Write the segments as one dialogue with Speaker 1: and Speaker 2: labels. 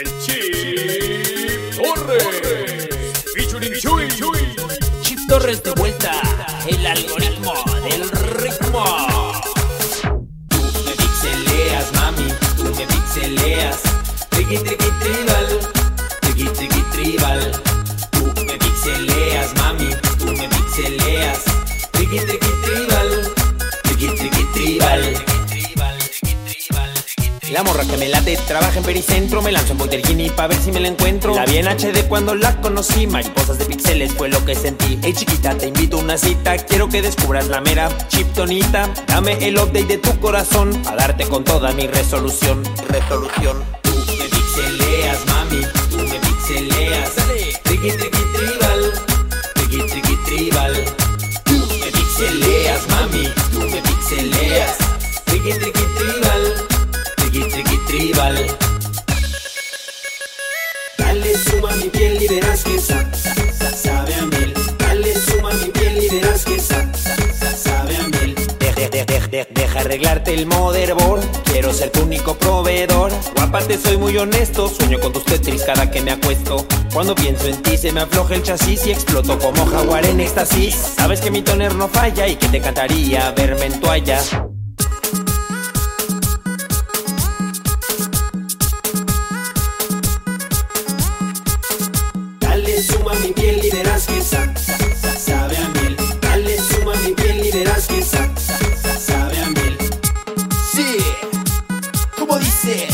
Speaker 1: El Chip Torres. Featuring Chuy.
Speaker 2: Chip Torres de vuelta, el algoritmo del ritmo. Tú me pixeleas, mami, tú me pixeleas. Triqui, triqui, tribal, triqui, triqui, tribal. Tú me pixeleas, mami, tú me pixeleas. Triqui, triqui, tribal, triqui, triqui, tribal. La morra que me late trabaja en Pericentro Me lanzo en Boytergini pa' ver si me la encuentro La vi en HD cuando la conocí Mariposas de pixeles fue lo que sentí Hey chiquita, te invito a una cita Quiero que descubras la mera chiptonita Dame el update de tu corazón A darte con toda mi resolución Resolución Tú me pixeleas, mami Tú me pixeleas Triqui, triqui, tribal Triqui, triqui, tribal Tú me pixeleas, mami Tú me pixeleas Triqui, triqui, tribal Triqui, triqui, tribal. Dale suma mi piel y verás que sa, sa- sa- sabe a miel. Dale suma mi piel y verás que sa, sa- sa- sabe a miel. Deja, de- de- de- deja arreglarte el motherboard. Quiero ser tu único proveedor. Guapa, te soy muy honesto. Sueño con tus tetris cada que me acuesto. Cuando pienso en ti, se me afloja el chasis y exploto como jaguar en éxtasis. Sabes que mi toner no falla y que te encantaría verme en toalla. Dale suma mi piel y verás que sa, sa- sa- sabe a miel. Dale suma mi piel y verás que sa, sa- sa- sabe a miel. Sí, como dice.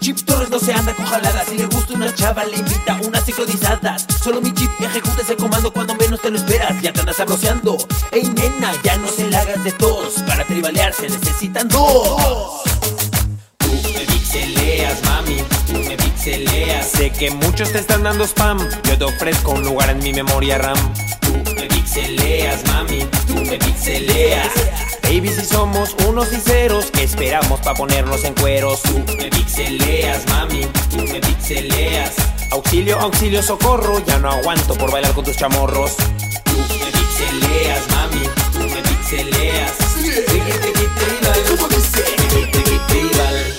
Speaker 2: Chip Torres no se anda con jaladas Si le gusta una chava le invita unas sincronizadas Solo mi chip ejecuta ese comando cuando menos te lo esperas Ya te andas sabroseando Ey nena, ya no se la hagas de tos Para tribalear se necesitan dos Tú me pixeleas, mami, tú me pixeleas. Sé que muchos te están dando spam, yo te ofrezco un lugar en mi memoria RAM. Tú me pixeleas, mami, tú me pixeleas. Baby, si somos unos y ceros, ¿qué esperamos pa' ponernos en cueros? Tú me pixeleas, mami, tú me pixeleas. Auxilio, auxilio, socorro, ya no aguanto por bailar con tus chamorros. Tú me pixeleas, mami, tú me pixeleas. Triqui, triqui, tribal, triqui, triqui, tribal.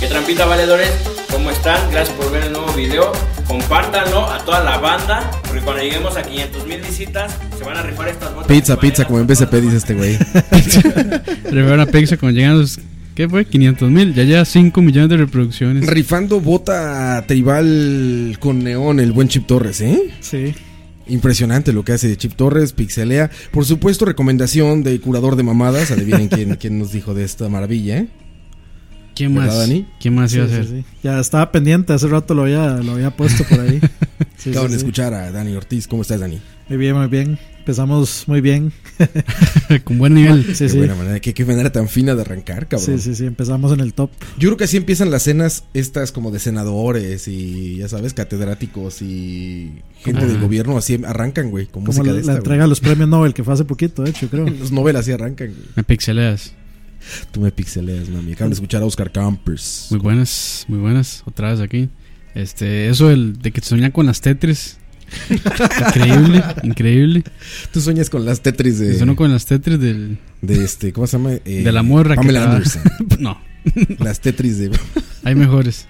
Speaker 3: ¿Qué trampita valedores? ¿Cómo están? Gracias por ver el nuevo video. Compártanlo a toda la banda, porque cuando lleguemos a 500 mil visitas, se van a rifar estas botas.
Speaker 4: Pizza, pizza, como en BCP dice este güey.
Speaker 5: Primero una pizza cuando llegan los. ¿Qué fue? 500 mil. Ya lleva 5 millones de reproducciones.
Speaker 4: Rifando bota tribal con neón, el buen Chip Torres, ¿eh?
Speaker 5: Sí.
Speaker 4: Impresionante lo que hace Chip Torres, pixelea. Por supuesto, recomendación de curador de mamadas. Adivinen quién, quién nos dijo de esta maravilla, ¿eh?
Speaker 5: ¿Quién
Speaker 4: ¿Verdad,
Speaker 5: más?
Speaker 4: Dani?
Speaker 5: ¿Quién más iba a
Speaker 6: Sí,
Speaker 5: hacer?
Speaker 6: sí, sí. Ya estaba pendiente, hace rato lo había, lo había puesto por ahí. Sí,
Speaker 4: Acaban
Speaker 6: sí,
Speaker 4: de
Speaker 6: sí.
Speaker 4: escuchar a Dani Ortiz. ¿Cómo estás, Dani?
Speaker 6: Muy bien, muy bien. Empezamos muy bien.
Speaker 5: Con buen nivel.
Speaker 6: Sí,
Speaker 4: qué
Speaker 6: sí.
Speaker 4: buena manera, qué, qué manera tan fina de arrancar, cabrón.
Speaker 6: Sí, sí, sí, empezamos en el top.
Speaker 4: Yo creo que así empiezan las cenas estas como de senadores y, ya sabes, catedráticos y gente
Speaker 5: Ajá.
Speaker 4: del gobierno. Así arrancan, güey, con
Speaker 6: Como
Speaker 4: música
Speaker 6: la,
Speaker 4: de
Speaker 6: la
Speaker 4: esta, güey.
Speaker 6: entrega de los premios Nobel que fue hace poquito, de hecho, creo.
Speaker 4: Los novelas así arrancan, güey.
Speaker 5: Me pixeleas.
Speaker 4: Tú me pixeleas, mami. Acaban de escuchar a Oscar Campers.
Speaker 5: Muy buenas, muy buenas. Otra vez aquí. Este, eso del, de que te soñan con las Tetris. increíble, increíble.
Speaker 4: Tú sueñas con las Tetris
Speaker 5: Te
Speaker 4: de,
Speaker 5: Sonó con las Tetris del.
Speaker 4: de este, ¿cómo se llama? Eh,
Speaker 5: De la morra que
Speaker 4: Pamela
Speaker 5: traba-
Speaker 4: Anderson.
Speaker 5: No,
Speaker 4: Las Tetris de.
Speaker 5: hay mejores.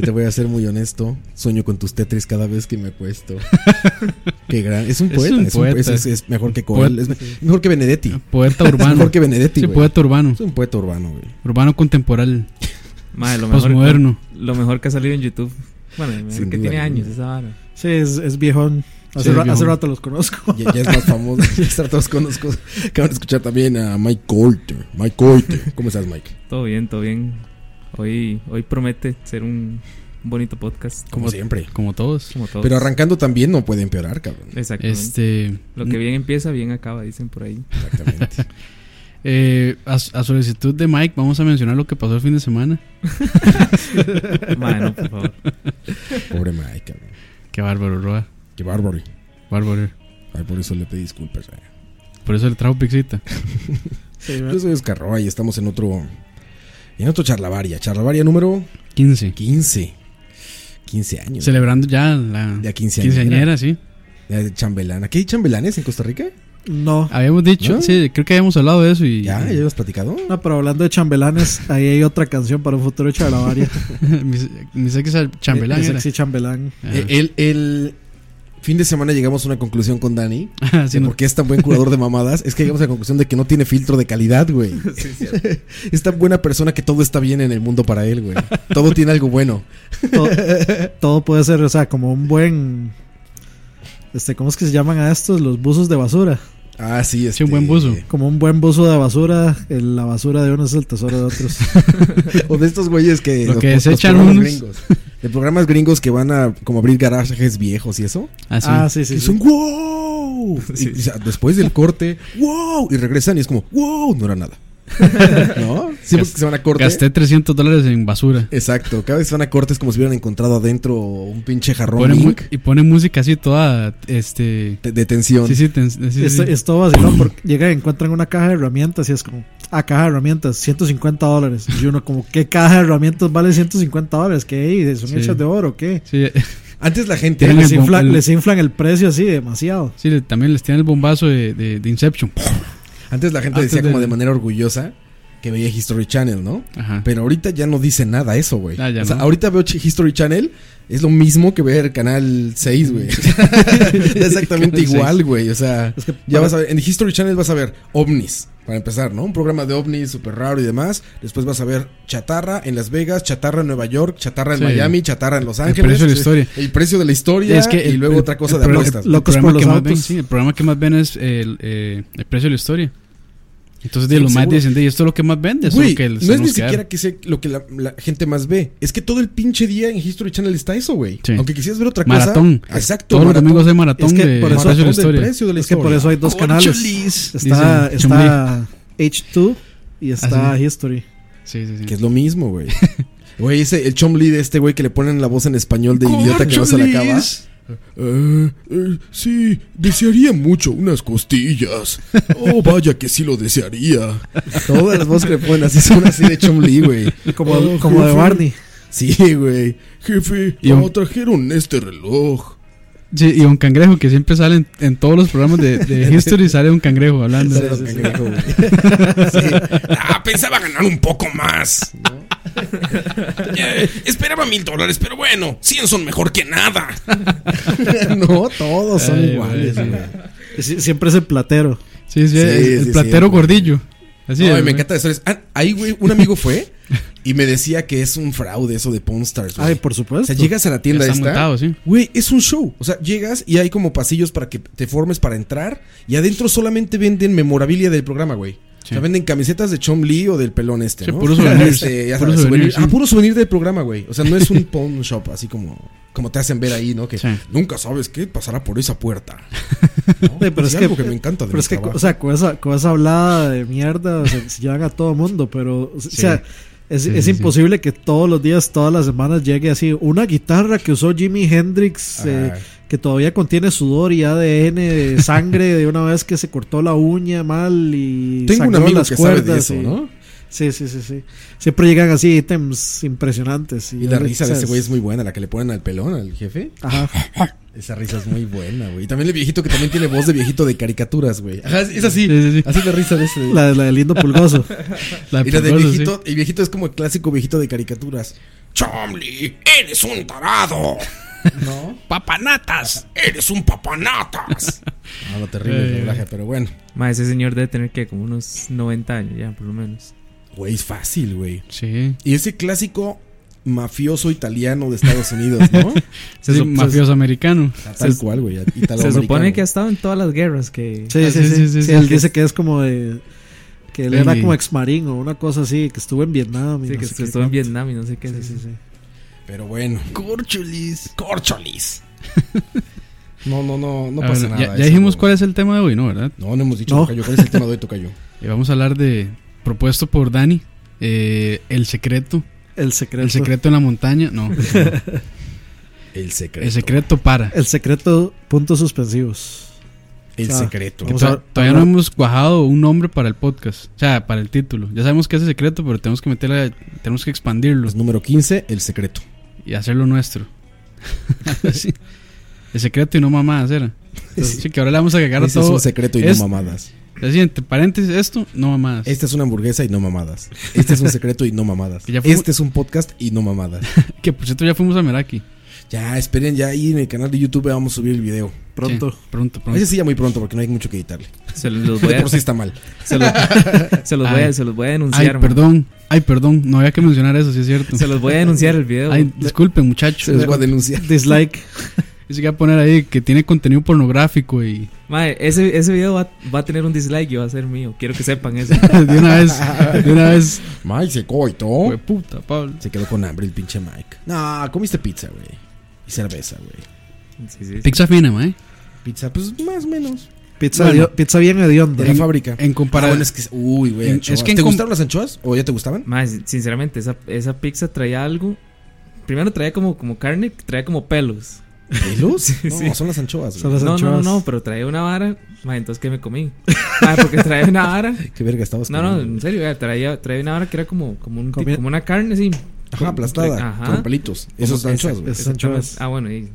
Speaker 4: Te voy a ser muy honesto. Sueño con tus Tetris cada vez que me acuesto. Qué gran. Es un
Speaker 5: Es
Speaker 4: poeta.
Speaker 5: un
Speaker 4: Es, un-
Speaker 5: poeta. Ah,
Speaker 4: es- es- es mejor que Coel. Es me- mejor que Benedetti.
Speaker 5: Poeta
Speaker 4: Es
Speaker 5: urbano.
Speaker 4: mejor que Benedetti.
Speaker 5: Sí,
Speaker 4: güey.
Speaker 5: poeta urbano.
Speaker 4: Es un poeta urbano, güey.
Speaker 5: Urbano contemporáneo.
Speaker 7: Madre, lo mejor,
Speaker 5: Postmoderno.
Speaker 7: lo mejor que ha salido en YouTube. Bueno, el mejor
Speaker 4: Sin
Speaker 7: que
Speaker 4: duda
Speaker 7: tiene
Speaker 4: alguna.
Speaker 7: años esa vara.
Speaker 6: Sí, es, es viejón. Hace,
Speaker 5: Sí, es
Speaker 6: ra-
Speaker 5: viejón.
Speaker 6: hace rato los conozco.
Speaker 4: Ya, ya es más famoso. ya está todos conozco. Acaban de escuchar también a Mike Coulter. Mike Coulter. ¿Cómo estás, Mike?
Speaker 7: Todo bien, todo bien. Hoy, hoy promete ser un, un bonito podcast.
Speaker 4: Como siempre.
Speaker 5: Como todos.
Speaker 7: Como todos.
Speaker 4: Pero arrancando también no puede empeorar, cabrón.
Speaker 7: Exactamente.
Speaker 5: Este.
Speaker 7: Lo que bien empieza, bien acaba, dicen por ahí.
Speaker 4: Exactamente.
Speaker 5: eh, a, a solicitud de Mike, vamos a mencionar lo que pasó el fin de semana.
Speaker 7: Madre, no, por favor.
Speaker 4: Pobre Mike, cabrón.
Speaker 5: Qué bárbaro, Roa.
Speaker 4: Qué bárbaro.
Speaker 5: Bárbaro.
Speaker 4: Ay, por eso le pedí disculpas. eh.
Speaker 5: Por eso le trajo pixita.
Speaker 6: Sí,
Speaker 4: Yo soy Oscar Roa y estamos en otro. En otro charlavaria. Charlavaria número
Speaker 5: 15.
Speaker 4: 15. 15 años.
Speaker 5: Celebrando ya la
Speaker 4: Ya quinceañera.
Speaker 5: quinceañera, sí.
Speaker 4: Ya de chambelana. ¿Qué hay chambelanes en Costa Rica?
Speaker 6: No.
Speaker 5: Habíamos dicho,
Speaker 4: ¿No?
Speaker 5: sí, creo que habíamos hablado de eso y
Speaker 4: ¿Ya? ¿Ya habías platicado?
Speaker 6: No, pero hablando de chambelanes, ahí hay otra canción para un futuro charlavaria.
Speaker 5: mis, mis ex chambelán
Speaker 6: El
Speaker 5: era.
Speaker 6: sexy chambelán.
Speaker 5: Ah.
Speaker 4: Eh, El, el fin de semana llegamos a una conclusión con Dani.
Speaker 5: Ah, sí,
Speaker 4: de
Speaker 5: no.
Speaker 4: por qué es tan buen curador de mamadas. Es que llegamos a la conclusión de que no tiene filtro de calidad, güey. es tan buena persona que todo está bien en el mundo para él, güey. Todo tiene algo bueno.
Speaker 6: Todo, todo puede ser, o sea, como un buen. Este, ¿Cómo es que se llaman a estos? Los buzos de basura.
Speaker 4: Ah, sí, es
Speaker 5: Sí, un buen buzo.
Speaker 6: Como un buen buzo de basura, el- la basura de unos es el tesoro de otros.
Speaker 4: O de estos güeyes que.
Speaker 5: Lo
Speaker 4: los-
Speaker 5: que
Speaker 4: los
Speaker 5: desechan
Speaker 4: programas
Speaker 5: unos.
Speaker 4: gringos. De programas gringos que van a como abrir garajes viejos y eso.
Speaker 5: Ah, sí.
Speaker 6: Ah, sí, sí.
Speaker 4: que
Speaker 6: sí.
Speaker 4: son wow. Y, o sea, después del corte, wow. Y regresan y es como, wow, no era nada. ¿No? Siempre
Speaker 5: Gas-
Speaker 4: que se van a corte.
Speaker 5: Gasté 300 dólares en basura.
Speaker 4: Exacto, cada vez que van a corte es como si hubieran encontrado adentro un pinche jarrón
Speaker 5: Pone mu-
Speaker 4: Inc.
Speaker 5: y pone música así toda, este...
Speaker 4: de, de tensión.
Speaker 5: Sí, sí, ten- sí, sí,
Speaker 6: Es,
Speaker 5: sí.
Speaker 6: es todo vacilón porque llegan y encuentran una caja de herramientas y es como, ah, caja de herramientas, 150 dólares. Y uno como, ¿qué caja de herramientas vale 150 dólares? ¿Qué? ¿Y ¿Son
Speaker 5: Sí.
Speaker 6: hechas de oro? ¿Qué?
Speaker 5: Sí,
Speaker 4: Antes la gente.
Speaker 5: Tienen
Speaker 6: Les,
Speaker 5: el bom-
Speaker 6: infla-
Speaker 5: el-
Speaker 6: les inflan el precio así demasiado.
Speaker 5: sí, le- también les tiene el bombazo de, de- de Inception.
Speaker 4: Antes la gente
Speaker 5: Antes
Speaker 4: decía como
Speaker 5: del-
Speaker 4: de manera orgullosa que veía History Channel, ¿no?
Speaker 5: Ajá.
Speaker 4: Pero ahorita ya no dice nada eso, güey.
Speaker 5: Ah, ya
Speaker 4: o sea,
Speaker 5: no.
Speaker 4: ahorita veo Ch- History Channel, es lo mismo que ver Canal 6, güey. Ya exactamente
Speaker 5: Canal
Speaker 4: igual, güey. O sea,
Speaker 6: Es que
Speaker 4: ya
Speaker 6: para-
Speaker 4: vas a ver, en History Channel vas a ver ovnis, para empezar, ¿no? Un programa de ovnis súper raro y demás. Después vas a ver chatarra en Las Vegas, chatarra en Nueva York, chatarra en
Speaker 5: Sí.
Speaker 4: Miami, chatarra en Los Ángeles.
Speaker 5: precio de la historia.
Speaker 4: El precio de la historia. y luego
Speaker 5: el-
Speaker 4: otra cosa
Speaker 5: el
Speaker 4: de
Speaker 5: pro-
Speaker 4: apuestas.
Speaker 5: el
Speaker 6: Locos
Speaker 5: programa
Speaker 6: por los
Speaker 5: que más
Speaker 6: autos.
Speaker 5: ven, sí, el programa que más ven es el, eh, el precio de la historia. Entonces, de
Speaker 4: Sí,
Speaker 5: los más
Speaker 4: seguro.
Speaker 5: dicen, de, esto es lo que más vende. eso
Speaker 4: Güey,
Speaker 5: es lo que les
Speaker 4: no es
Speaker 5: tenemos
Speaker 4: ni
Speaker 5: que dar".
Speaker 4: siquiera que sea lo que la, la gente más ve. Es que todo el pinche día en History Channel está eso, güey.
Speaker 5: Sí.
Speaker 4: Aunque quisieras ver otra cosa.
Speaker 5: Maratón.
Speaker 4: Exacto.
Speaker 5: Todos los
Speaker 4: maratón.
Speaker 5: domingos hay maratón
Speaker 6: Es que
Speaker 5: de
Speaker 6: por eso-
Speaker 5: precio de la
Speaker 4: Maratón del
Speaker 5: historia.
Speaker 4: precio de la
Speaker 6: Es que por
Speaker 4: historia.
Speaker 6: eso hay dos canales.
Speaker 5: Concholis,
Speaker 6: Está,
Speaker 5: dice
Speaker 6: está H2 y está
Speaker 5: Ah, sí.
Speaker 6: History.
Speaker 5: Sí, sí, sí.
Speaker 4: Que es lo mismo, güey. Güey, ese, el chomli de este güey que le ponen la voz en español de idiota que no se le acaba. Eh, eh, sí, desearía mucho unas costillas. Oh, vaya que sí lo desearía. Todas las voces que le ponen así son así de chomli, güey.
Speaker 6: Como,
Speaker 4: Oh,
Speaker 6: como de
Speaker 4: jefe.
Speaker 6: Barney.
Speaker 4: Sí, güey. Jefe,
Speaker 5: Y un-
Speaker 4: oh, trajeron este reloj.
Speaker 5: Sí, y un cangrejo que siempre sale en, en todos los programas de, de History, sale un cangrejo hablando.
Speaker 4: Sale los cangrejos, güey.
Speaker 1: Ah, pensaba ganar un poco más. Eh, esperaba mil dólares, pero bueno, 100 son mejor que nada.
Speaker 4: No, todos son
Speaker 5: Ay,
Speaker 4: iguales,
Speaker 5: güey, sí.
Speaker 4: güey.
Speaker 6: Sí, Siempre es el platero.
Speaker 5: Sí, sí,
Speaker 4: Sí,
Speaker 5: el, el
Speaker 4: sí,
Speaker 5: platero
Speaker 4: sí.
Speaker 5: gordillo. Así
Speaker 4: Ay,
Speaker 5: es,
Speaker 4: me
Speaker 5: güey.
Speaker 4: encanta eso. Ah, ahí, güey, un amigo fue y me decía que es un fraude eso de Pawn Stars, güey.
Speaker 6: Ay, por
Speaker 4: o
Speaker 6: supuesto.
Speaker 4: sea, llegas a la tienda
Speaker 5: Está
Speaker 4: esta.
Speaker 5: montado, sí.
Speaker 4: Güey, es un show. O sea, llegas y hay como pasillos para que te formes para entrar. Y adentro solamente venden memorabilia del programa, güey. O sea, venden camisetas de Chom Lee o del pelón este,
Speaker 5: Sí,
Speaker 4: ¿no?
Speaker 5: puros souvenirs.
Speaker 4: Este, ya
Speaker 5: Puros
Speaker 4: sabes, souvenir.
Speaker 5: souvenirs,
Speaker 4: Ah,
Speaker 5: sí.
Speaker 4: puro souvenir del programa, güey. O sea, no es un pawn shop así como, como te hacen ver ahí, ¿no? Que
Speaker 5: Sí.
Speaker 4: nunca sabes qué pasará por esa puerta. Pues
Speaker 6: Sí, pero es que,
Speaker 4: algo que me encanta de
Speaker 6: pero
Speaker 4: mi
Speaker 6: es que,
Speaker 4: trabajo.
Speaker 6: o sea, con esa, con esa hablada de mierda se, se llevan a todo mundo, pero, o sea, es,
Speaker 5: Sí,
Speaker 6: es
Speaker 5: sí,
Speaker 6: imposible que todos los días, todas las semanas llegue así una guitarra que usó Jimi Hendrix, eh,
Speaker 4: Ah.
Speaker 6: que todavía contiene sudor y ADN de sangre de una vez que se cortó la uña mal y
Speaker 4: Tengo un
Speaker 6: sangró
Speaker 4: amigo
Speaker 6: las
Speaker 4: que sabe de
Speaker 6: cuerdas
Speaker 4: eso,
Speaker 6: y-
Speaker 4: ¿no?
Speaker 6: Sí, sí, sí, sí. Siempre llegan así ítems impresionantes.
Speaker 4: Y la
Speaker 6: es-
Speaker 4: risa de
Speaker 6: o sea,
Speaker 4: ese güey es muy buena, la que le ponen al pelón, al jefe.
Speaker 6: Ajá.
Speaker 4: Esa risa es muy buena, güey. Y también el viejito que también tiene voz de viejito de caricaturas, güey. Ajá, es es así.
Speaker 5: Sí, sí, sí.
Speaker 4: Así de risa de ese.
Speaker 6: La, la del lindo pulgoso.
Speaker 5: La
Speaker 4: y la del
Speaker 5: Pulgoso, sí.
Speaker 4: viejito, el viejito es como el clásico viejito de caricaturas.
Speaker 1: Chomli, eres un tarado.
Speaker 4: No.
Speaker 1: Papanatas, eres un papanatas.
Speaker 4: Ah, no, terrible el
Speaker 5: Eh.
Speaker 4: doblaje, pero bueno.
Speaker 7: Ma, ese señor debe tener que como unos 90 años ya, por lo menos.
Speaker 4: Güey, es fácil, güey.
Speaker 5: Sí.
Speaker 4: Y ese clásico mafioso italiano de Estados Unidos, ¿no?
Speaker 7: Se,
Speaker 5: Sí,
Speaker 7: sup-
Speaker 5: mafioso americano.
Speaker 4: Tal cual, güey.
Speaker 7: se supone que ha estado en todas las guerras que...
Speaker 6: Sí,
Speaker 5: Ah,
Speaker 6: sí, sí, sí,
Speaker 5: sí,
Speaker 6: Él
Speaker 5: sí.
Speaker 6: dice que es como de. Que él era
Speaker 5: Sí.
Speaker 6: como ex marín o una cosa así, que estuvo en Vietnam. y
Speaker 7: Sí,
Speaker 6: no
Speaker 7: que
Speaker 6: sé qué
Speaker 7: estuvo en
Speaker 6: tanto.
Speaker 7: Vietnam y no sé qué.
Speaker 6: Sí, sí, sí.
Speaker 4: Pero bueno.
Speaker 5: Corchulis.
Speaker 1: Corcholis.
Speaker 4: No, no, no, no pasa nada.
Speaker 5: Ah, ya, ya
Speaker 4: eso,
Speaker 5: dijimos
Speaker 4: güey.
Speaker 5: cuál es el tema de hoy, ¿no? ¿Verdad?
Speaker 4: No, no hemos dicho
Speaker 6: No.
Speaker 4: Tocayo. ¿Cuál es el tema de hoy, Tocayo?
Speaker 5: Y vamos a hablar de, propuesto por Dani, eh, el secreto.
Speaker 6: El secreto.
Speaker 5: El secreto en la montaña. No,
Speaker 4: El secreto.
Speaker 5: el secreto para.
Speaker 6: El secreto, puntos suspensivos.
Speaker 4: El
Speaker 6: Ah.
Speaker 4: secreto.
Speaker 5: Que
Speaker 6: Vamos
Speaker 5: to-
Speaker 6: a-
Speaker 5: todavía no
Speaker 6: hablar-
Speaker 5: hemos cuajado un nombre para el podcast, o sea, para el título. Ya sabemos que es el secreto, pero tenemos que meterle, tenemos que expandirlo
Speaker 4: Pues número 15, el secreto.
Speaker 5: y hacerlo nuestro. Sí. El secreto y no mamá, era. Entonces, sí, que ahora le vamos a cagar a
Speaker 4: Ese es
Speaker 5: todo.
Speaker 4: un secreto y
Speaker 5: Es-
Speaker 4: no mamadas.
Speaker 5: La siguiente, paréntesis, esto, no mamadas.
Speaker 4: Esta es una hamburguesa y no mamadas. Este es un secreto y no mamadas.
Speaker 5: Que ya fuimos-
Speaker 4: Este es un podcast y no mamadas.
Speaker 5: Que por cierto ya fuimos a Meraki.
Speaker 4: Ya, esperen, ya ahí en el canal de YouTube vamos a subir el video.
Speaker 6: Pronto.
Speaker 5: Sí, pronto,
Speaker 4: A
Speaker 5: pronto.
Speaker 4: veces sí ya muy pronto porque no hay mucho que editarle.
Speaker 7: Se los voy
Speaker 4: De
Speaker 7: a,
Speaker 4: por sí está mal.
Speaker 7: se los, se los voy a,
Speaker 5: Ay.
Speaker 7: se los voy a
Speaker 5: Ay,
Speaker 7: denunciar. man.
Speaker 5: perdón. Ay, perdón. No había que mencionar eso, sí es cierto.
Speaker 7: Se los voy a denunciar el video.
Speaker 5: Ay, disculpen,
Speaker 4: Se
Speaker 5: muchachos.
Speaker 4: les va a denunciar.
Speaker 6: Dislike.
Speaker 5: Dice que va a poner ahí que tiene contenido pornográfico y
Speaker 7: Mae, ese, ese video va, va a tener un dislike y va a ser mío. Quiero que sepan eso.
Speaker 5: de una vez, de una vez,
Speaker 4: Mike se
Speaker 5: Hue
Speaker 4: coitó.
Speaker 5: puta, Pablo.
Speaker 4: Se quedó con hambre el pinche Mike. No, comiste pizza, güey. Y cerveza, güey.
Speaker 7: Sí, sí, sí.
Speaker 5: Pizza fina, mae.
Speaker 4: Pizza, pues más o menos.
Speaker 6: Pizza,
Speaker 5: Bueno.
Speaker 6: dio- pizza bien hedionda.
Speaker 4: De la fábrica.
Speaker 5: En
Speaker 4: Ah, bueno,
Speaker 5: comparación,
Speaker 4: es que. Uy, güey.
Speaker 5: en-
Speaker 4: anchoas.
Speaker 5: es que en
Speaker 4: ¿Te
Speaker 5: com-
Speaker 4: gustaron las anchoas? ¿O ya te gustaban?
Speaker 7: Mae, sin- sinceramente, esa, esa pizza traía algo. Primero traía como, como carne, traía como pelos.
Speaker 4: ¿Pelos? no,
Speaker 7: sí.
Speaker 4: son las anchoas,
Speaker 6: Son
Speaker 4: güey.
Speaker 6: las
Speaker 7: No, no, no,
Speaker 6: anchoas.
Speaker 7: no, pero traía una vara. Mae, entonces, ¿qué me comí? Mae, porque traía una vara.
Speaker 4: Qué verga estabas
Speaker 7: No, no,
Speaker 4: comiendo.
Speaker 7: en serio, vea, traía, traía una vara que era como, como, un, ti-
Speaker 6: Comía-
Speaker 7: como una carne, sí.
Speaker 4: Ajá, aplastada.
Speaker 7: Ajá.
Speaker 4: Con pelitos. Esos
Speaker 7: Como-
Speaker 4: anchoas,
Speaker 7: exact-
Speaker 4: güey.
Speaker 6: Esas anchoas.
Speaker 7: Ah, bueno, y,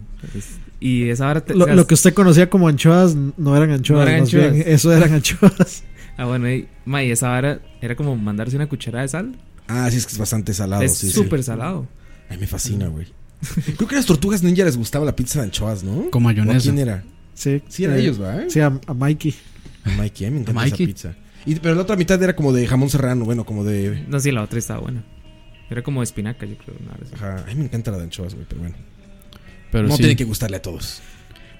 Speaker 7: y esa vara. te-
Speaker 6: Lo,
Speaker 7: o sea,
Speaker 6: lo que usted conocía como anchoas no eran anchoas.
Speaker 7: No eran
Speaker 6: más bien,
Speaker 7: anchoas.
Speaker 6: eso eran anchoas.
Speaker 7: Ah, bueno, y, mae, esa vara era como mandarse una cucharada de sal.
Speaker 4: Ah, sí, es que es bastante salado.
Speaker 7: es
Speaker 4: sí, sí.
Speaker 7: súper salado.
Speaker 4: Ay, me fascina, güey. Creo que a las tortugas ninja les gustaba la pizza de anchoas, ¿no?
Speaker 5: con
Speaker 4: ¿O a
Speaker 5: mayonesa.
Speaker 4: ¿Quién era?
Speaker 6: Sí,
Speaker 4: Sí, eran
Speaker 6: eh,
Speaker 4: ellos, ¿verdad?
Speaker 6: Sí, a, a Mikey.
Speaker 4: A Mikey, eh, me encanta
Speaker 5: Mikey.
Speaker 4: esa pizza. Y, pero la otra mitad era como de jamón serrano, bueno, como de.
Speaker 7: No, sí, la otra estaba buena. Era como espinaca, yo creo. una vara así.
Speaker 4: Ajá. Ay, me encanta la de anchoas, güey, pero bueno.
Speaker 5: Pero
Speaker 4: no
Speaker 5: sí,
Speaker 4: tiene que gustarle a todos.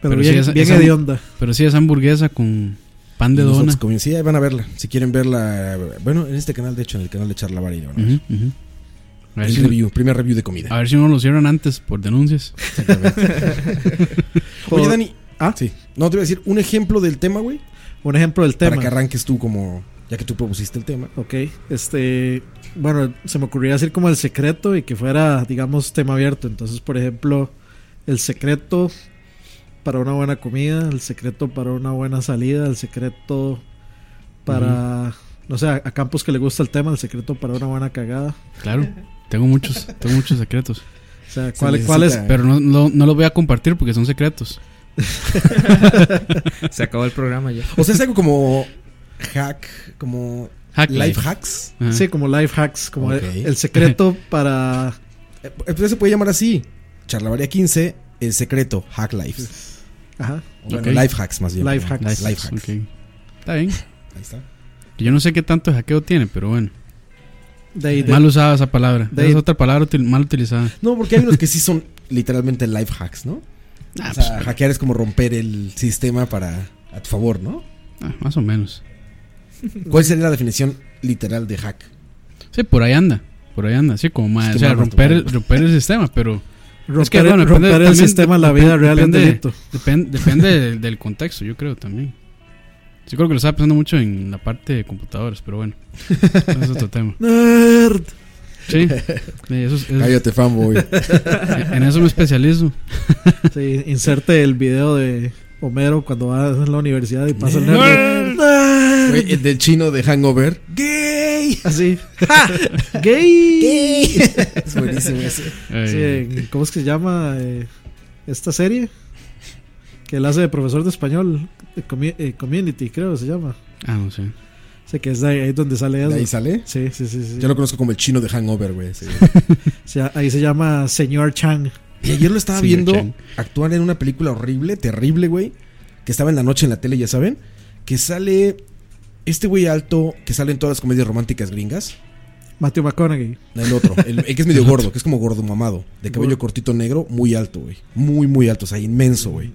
Speaker 6: Pero,
Speaker 5: Pero
Speaker 6: bien,
Speaker 5: sí, esa-
Speaker 6: bien
Speaker 5: esa-
Speaker 6: hedionda.
Speaker 5: pero sí esa hamburguesa con pan de
Speaker 4: Y nosotros
Speaker 5: dona.
Speaker 4: comi- Sí, ahí van a verla. Si quieren verla. Bueno, en este canal, de hecho, en el canal de Charla Varilla. ¿no?
Speaker 5: Ujú, ujú. A ver
Speaker 4: El
Speaker 5: si-
Speaker 4: review, primer review de comida.
Speaker 5: a ver si no lo cierran antes por denuncias.
Speaker 4: Oye,
Speaker 6: Por-
Speaker 4: Dani.
Speaker 6: Ah.
Speaker 4: Sí. No, te iba a decir un ejemplo del tema, güey.
Speaker 6: Un ejemplo del tema.
Speaker 4: Para que arranques tú como. Ya que tú propusiste el tema.
Speaker 6: Ok, este, bueno, se me ocurría decir como el secreto y que fuera, digamos, tema abierto. Entonces, por ejemplo, el secreto para una buena comida, el secreto para una buena salida, el secreto para, no sé, a, a Campos que le gusta el tema, el secreto para una buena cagada.
Speaker 5: Claro. Tengo muchos, tengo muchos secretos.
Speaker 6: O sea,
Speaker 4: Se
Speaker 6: ¿cuál,
Speaker 4: necesita-
Speaker 6: cuál es?
Speaker 5: Pero no, no, no los voy a compartir porque son secretos.
Speaker 7: Se acabó el programa ya.
Speaker 4: O sea, es algo como. Hack. Como.
Speaker 5: Hack
Speaker 4: Life
Speaker 5: life.
Speaker 4: hacks.
Speaker 5: Ajá.
Speaker 6: Sí, como life hacks, como
Speaker 4: Ok.
Speaker 6: el, el secreto para...
Speaker 4: Eh, Entonces se puede llamar así. Charlavaria 15. El secreto. Hack lives.
Speaker 6: Ajá,
Speaker 4: O Bueno,
Speaker 5: Ok.
Speaker 4: life hacks más bien.
Speaker 6: Ah. Life hacks.
Speaker 5: Life
Speaker 4: Life
Speaker 5: hacks,
Speaker 4: hacks.
Speaker 5: ok. Está bien.
Speaker 4: Ahí está.
Speaker 5: Yo no sé qué tanto hackeo tiene, pero bueno.
Speaker 6: de ahí, de-
Speaker 5: Mal usada esa palabra.
Speaker 6: de-
Speaker 5: es otra palabra util- mal utilizada.
Speaker 4: No, porque hay unos que sí son literalmente life hacks, ¿no?
Speaker 5: Ah,
Speaker 4: o sea, hackear es como romper el sistema para a tu favor, ¿no?
Speaker 5: Ah, más o menos.
Speaker 4: ¿Cuál sería la definición literal de hack?
Speaker 5: Sí, por ahí anda. Por ahí anda. Sí, como más.
Speaker 4: que
Speaker 5: o sea,
Speaker 4: mamas,
Speaker 5: romper el,
Speaker 4: mamas.
Speaker 5: romper el sistema, pero.
Speaker 6: romper,
Speaker 5: es que, bueno, depende-
Speaker 6: romper el
Speaker 5: también
Speaker 6: sistema en la
Speaker 5: dep-
Speaker 6: vida real es
Speaker 5: depende-
Speaker 6: delito.
Speaker 5: Depen- depende del, del contexto, yo creo también. Yo creo que lo estaba pensando mucho en la parte de computadoras, pero bueno. Ese es otro tema.
Speaker 6: Ah. Nerd.
Speaker 5: Sí. sí, eso es- es-
Speaker 4: Cállate, fanboy.
Speaker 5: en eso me especializo.
Speaker 6: Sí, inserte el video de Homero cuando va a la universidad y pasa el
Speaker 4: Nerd.
Speaker 6: nerd. Nerd.
Speaker 4: Güey, el del chino de Hangover. ¡Gay!
Speaker 6: Así. Gay.
Speaker 4: Es buenísimo ese.
Speaker 6: Sí,
Speaker 5: Eh,
Speaker 6: en- ¿Cómo es que se llama eh, esta serie? Que él hace de profesor de español. de comi- eh, community, creo que se llama.
Speaker 5: Ah, no sé.
Speaker 6: O sea, que es de ahí donde sale
Speaker 4: ¿De
Speaker 6: eso.
Speaker 4: ahí sale?
Speaker 6: Sí, sí, sí. sí.
Speaker 4: Yo lo conozco como el chino de Hangover, güey. sí.
Speaker 6: O sea, ahí se llama Señor Chang.
Speaker 4: Y ayer lo estaba
Speaker 5: Señor
Speaker 4: viendo
Speaker 5: Chen.
Speaker 4: actuar en una película horrible, terrible, güey. Que estaba en la noche en la tele, ya saben. Que sale este güey alto que sale en todas las comedias románticas gringas.
Speaker 6: Matthew McConaughey.
Speaker 4: No, El otro, el, el que es medio gordo, que es como gordo mamado. De cabello cortito negro, muy alto, güey. Muy, muy alto, o sea, inmenso, güey.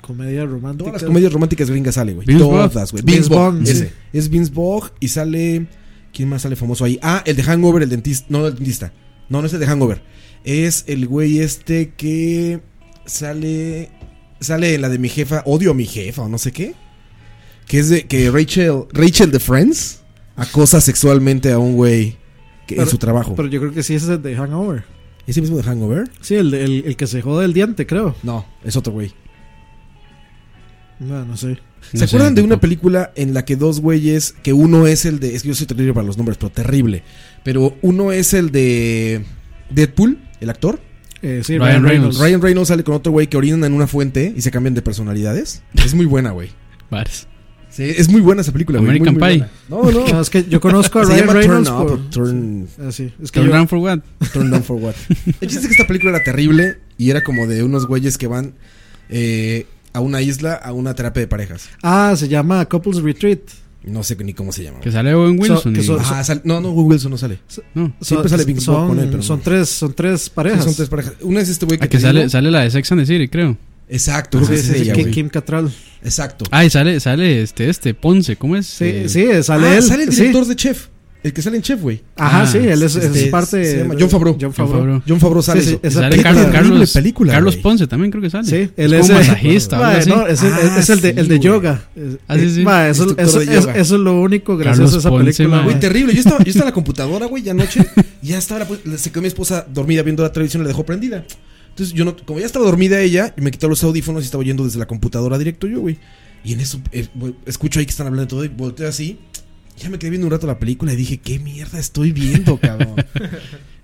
Speaker 6: Comedia romántica.
Speaker 4: Todas las comedias románticas gringas sale, güey.
Speaker 5: Vince
Speaker 4: Todas, güey.
Speaker 6: Vince
Speaker 4: Vince Vaughn.
Speaker 6: Vaughn,
Speaker 4: ese.
Speaker 6: sí.
Speaker 4: Es Vince Vaughn y sale. ¿Quién más sale famoso ahí? Ah, el de Hangover, el dentista. No, el dentista. No, no es el de Hangover. Es el güey este que sale. Sale la de mi jefa. Odio a mi jefa o no sé qué. Que es de que Rachel. Rachel de Friends acosa sexualmente a un güey que, en
Speaker 6: Pero-
Speaker 4: su trabajo.
Speaker 6: Pero yo creo que sí ese es el de Hangover.
Speaker 4: ¿Ese mismo de Hangover?
Speaker 6: Sí, el, de- el, el que se jode el diente, creo.
Speaker 4: No, es otro güey.
Speaker 6: No, no sé.
Speaker 5: No
Speaker 4: ¿Se
Speaker 5: sé,
Speaker 4: acuerdan de una
Speaker 5: tampoco.
Speaker 4: película en la que dos güeyes, que uno es el de, es que yo soy terrible para los nombres, pero terrible, pero uno es el de Deadpool, el actor,
Speaker 6: Eh, sí,
Speaker 5: Ryan
Speaker 6: Ryan,
Speaker 5: Reynolds.
Speaker 6: Reynolds.
Speaker 4: Ryan Reynolds sale con otro güey que orinan en una fuente y se cambian de personalidades. Es muy buena, güey.
Speaker 5: Varas.
Speaker 4: Sí, es muy buena esa película, güey.
Speaker 5: American
Speaker 4: muy, muy
Speaker 5: Pie.
Speaker 4: buena. No,
Speaker 6: No,
Speaker 4: no.
Speaker 6: es que yo conozco a
Speaker 4: Se
Speaker 6: Ryan
Speaker 4: llama
Speaker 6: Reynolds
Speaker 4: Turn Up
Speaker 6: por...
Speaker 4: o Turn,
Speaker 6: Ah, sí. Es que
Speaker 5: Turn
Speaker 6: yo-
Speaker 5: down for what?
Speaker 4: Turn Down for What. El chiste es que esta película era terrible y era como de unos güeyes que van eh, a una isla a una terapia de parejas.
Speaker 6: Ah, se llama Couples Retreat.
Speaker 4: No sé ni cómo se llama. güey.
Speaker 5: Que sale Owen Wilson.
Speaker 6: que
Speaker 5: y-
Speaker 6: so-
Speaker 4: Ajá, sale- no, no, Will Wilson no sale.
Speaker 5: no.
Speaker 4: Siempre sale Big Bob con él, pero
Speaker 6: son, son
Speaker 4: no.
Speaker 6: tres, son tres
Speaker 4: Sí,
Speaker 6: parejas.
Speaker 4: son tres parejas. Una es este güey que,
Speaker 5: Ah, que
Speaker 4: te
Speaker 5: sale,
Speaker 4: digo.
Speaker 5: sale la de Sex and the City, creo.
Speaker 4: Exacto, creo que
Speaker 6: Sí,
Speaker 4: es
Speaker 6: sí, sí,
Speaker 4: ella,
Speaker 6: Kim-
Speaker 4: güey.
Speaker 6: Kim Cattrall.
Speaker 4: Exacto.
Speaker 5: Ah, y sale, sale este, este, Ponce, ¿cómo es?
Speaker 6: Sí,
Speaker 5: Eh,
Speaker 6: sí, sale
Speaker 4: Ah,
Speaker 6: él.
Speaker 4: sale el
Speaker 6: sí.
Speaker 4: director de Chef. El que sale en Chef, güey.
Speaker 6: Ajá,
Speaker 5: Ah,
Speaker 6: sí, él es, es
Speaker 4: este,
Speaker 6: parte
Speaker 4: se llama
Speaker 6: de-
Speaker 4: John Favreau.
Speaker 6: John
Speaker 5: John
Speaker 6: Favreau.
Speaker 5: Favreau.
Speaker 4: John Favreau sale.
Speaker 6: Sí, sí,
Speaker 4: eso.
Speaker 5: Y
Speaker 6: esa
Speaker 5: sale
Speaker 4: qué
Speaker 5: Car-
Speaker 4: terrible
Speaker 5: Carlos,
Speaker 4: película,
Speaker 5: Carlos
Speaker 4: güey.
Speaker 5: Ponce también creo que sale.
Speaker 6: Sí,
Speaker 5: él
Speaker 6: él
Speaker 5: es
Speaker 6: es
Speaker 5: como
Speaker 6: el-
Speaker 5: masajista. o algo
Speaker 6: Mae,
Speaker 5: así.
Speaker 6: no, es, el-
Speaker 4: Ah,
Speaker 6: es el de, el de
Speaker 4: sí, güey.
Speaker 6: yoga. Es-
Speaker 5: Ah, sí,
Speaker 6: eh,
Speaker 5: sí.
Speaker 6: mae, eso,
Speaker 4: Instructor
Speaker 6: eso-
Speaker 4: de
Speaker 6: es-
Speaker 4: yoga.
Speaker 6: eso es lo único gracioso
Speaker 5: Carlos
Speaker 6: de esa
Speaker 5: Ponce,
Speaker 6: película.
Speaker 5: mae.
Speaker 6: mae.
Speaker 4: Güey, terrible. Yo estaba, yo estaba en la computadora, güey, y anoche. y Ya estaba, la pu- se quedó mi esposa dormida viendo la televisión, la dejó prendida. Entonces, yo no, como ya estaba dormida ella, me quitaba los audífonos y estaba oyendo desde la computadora directo yo, güey. Y en eso, eh, güey, escucho ahí que están hablando de todo y volteo así. Ya me quedé viendo un rato la película y dije, ¿qué mierda estoy viendo, cabrón?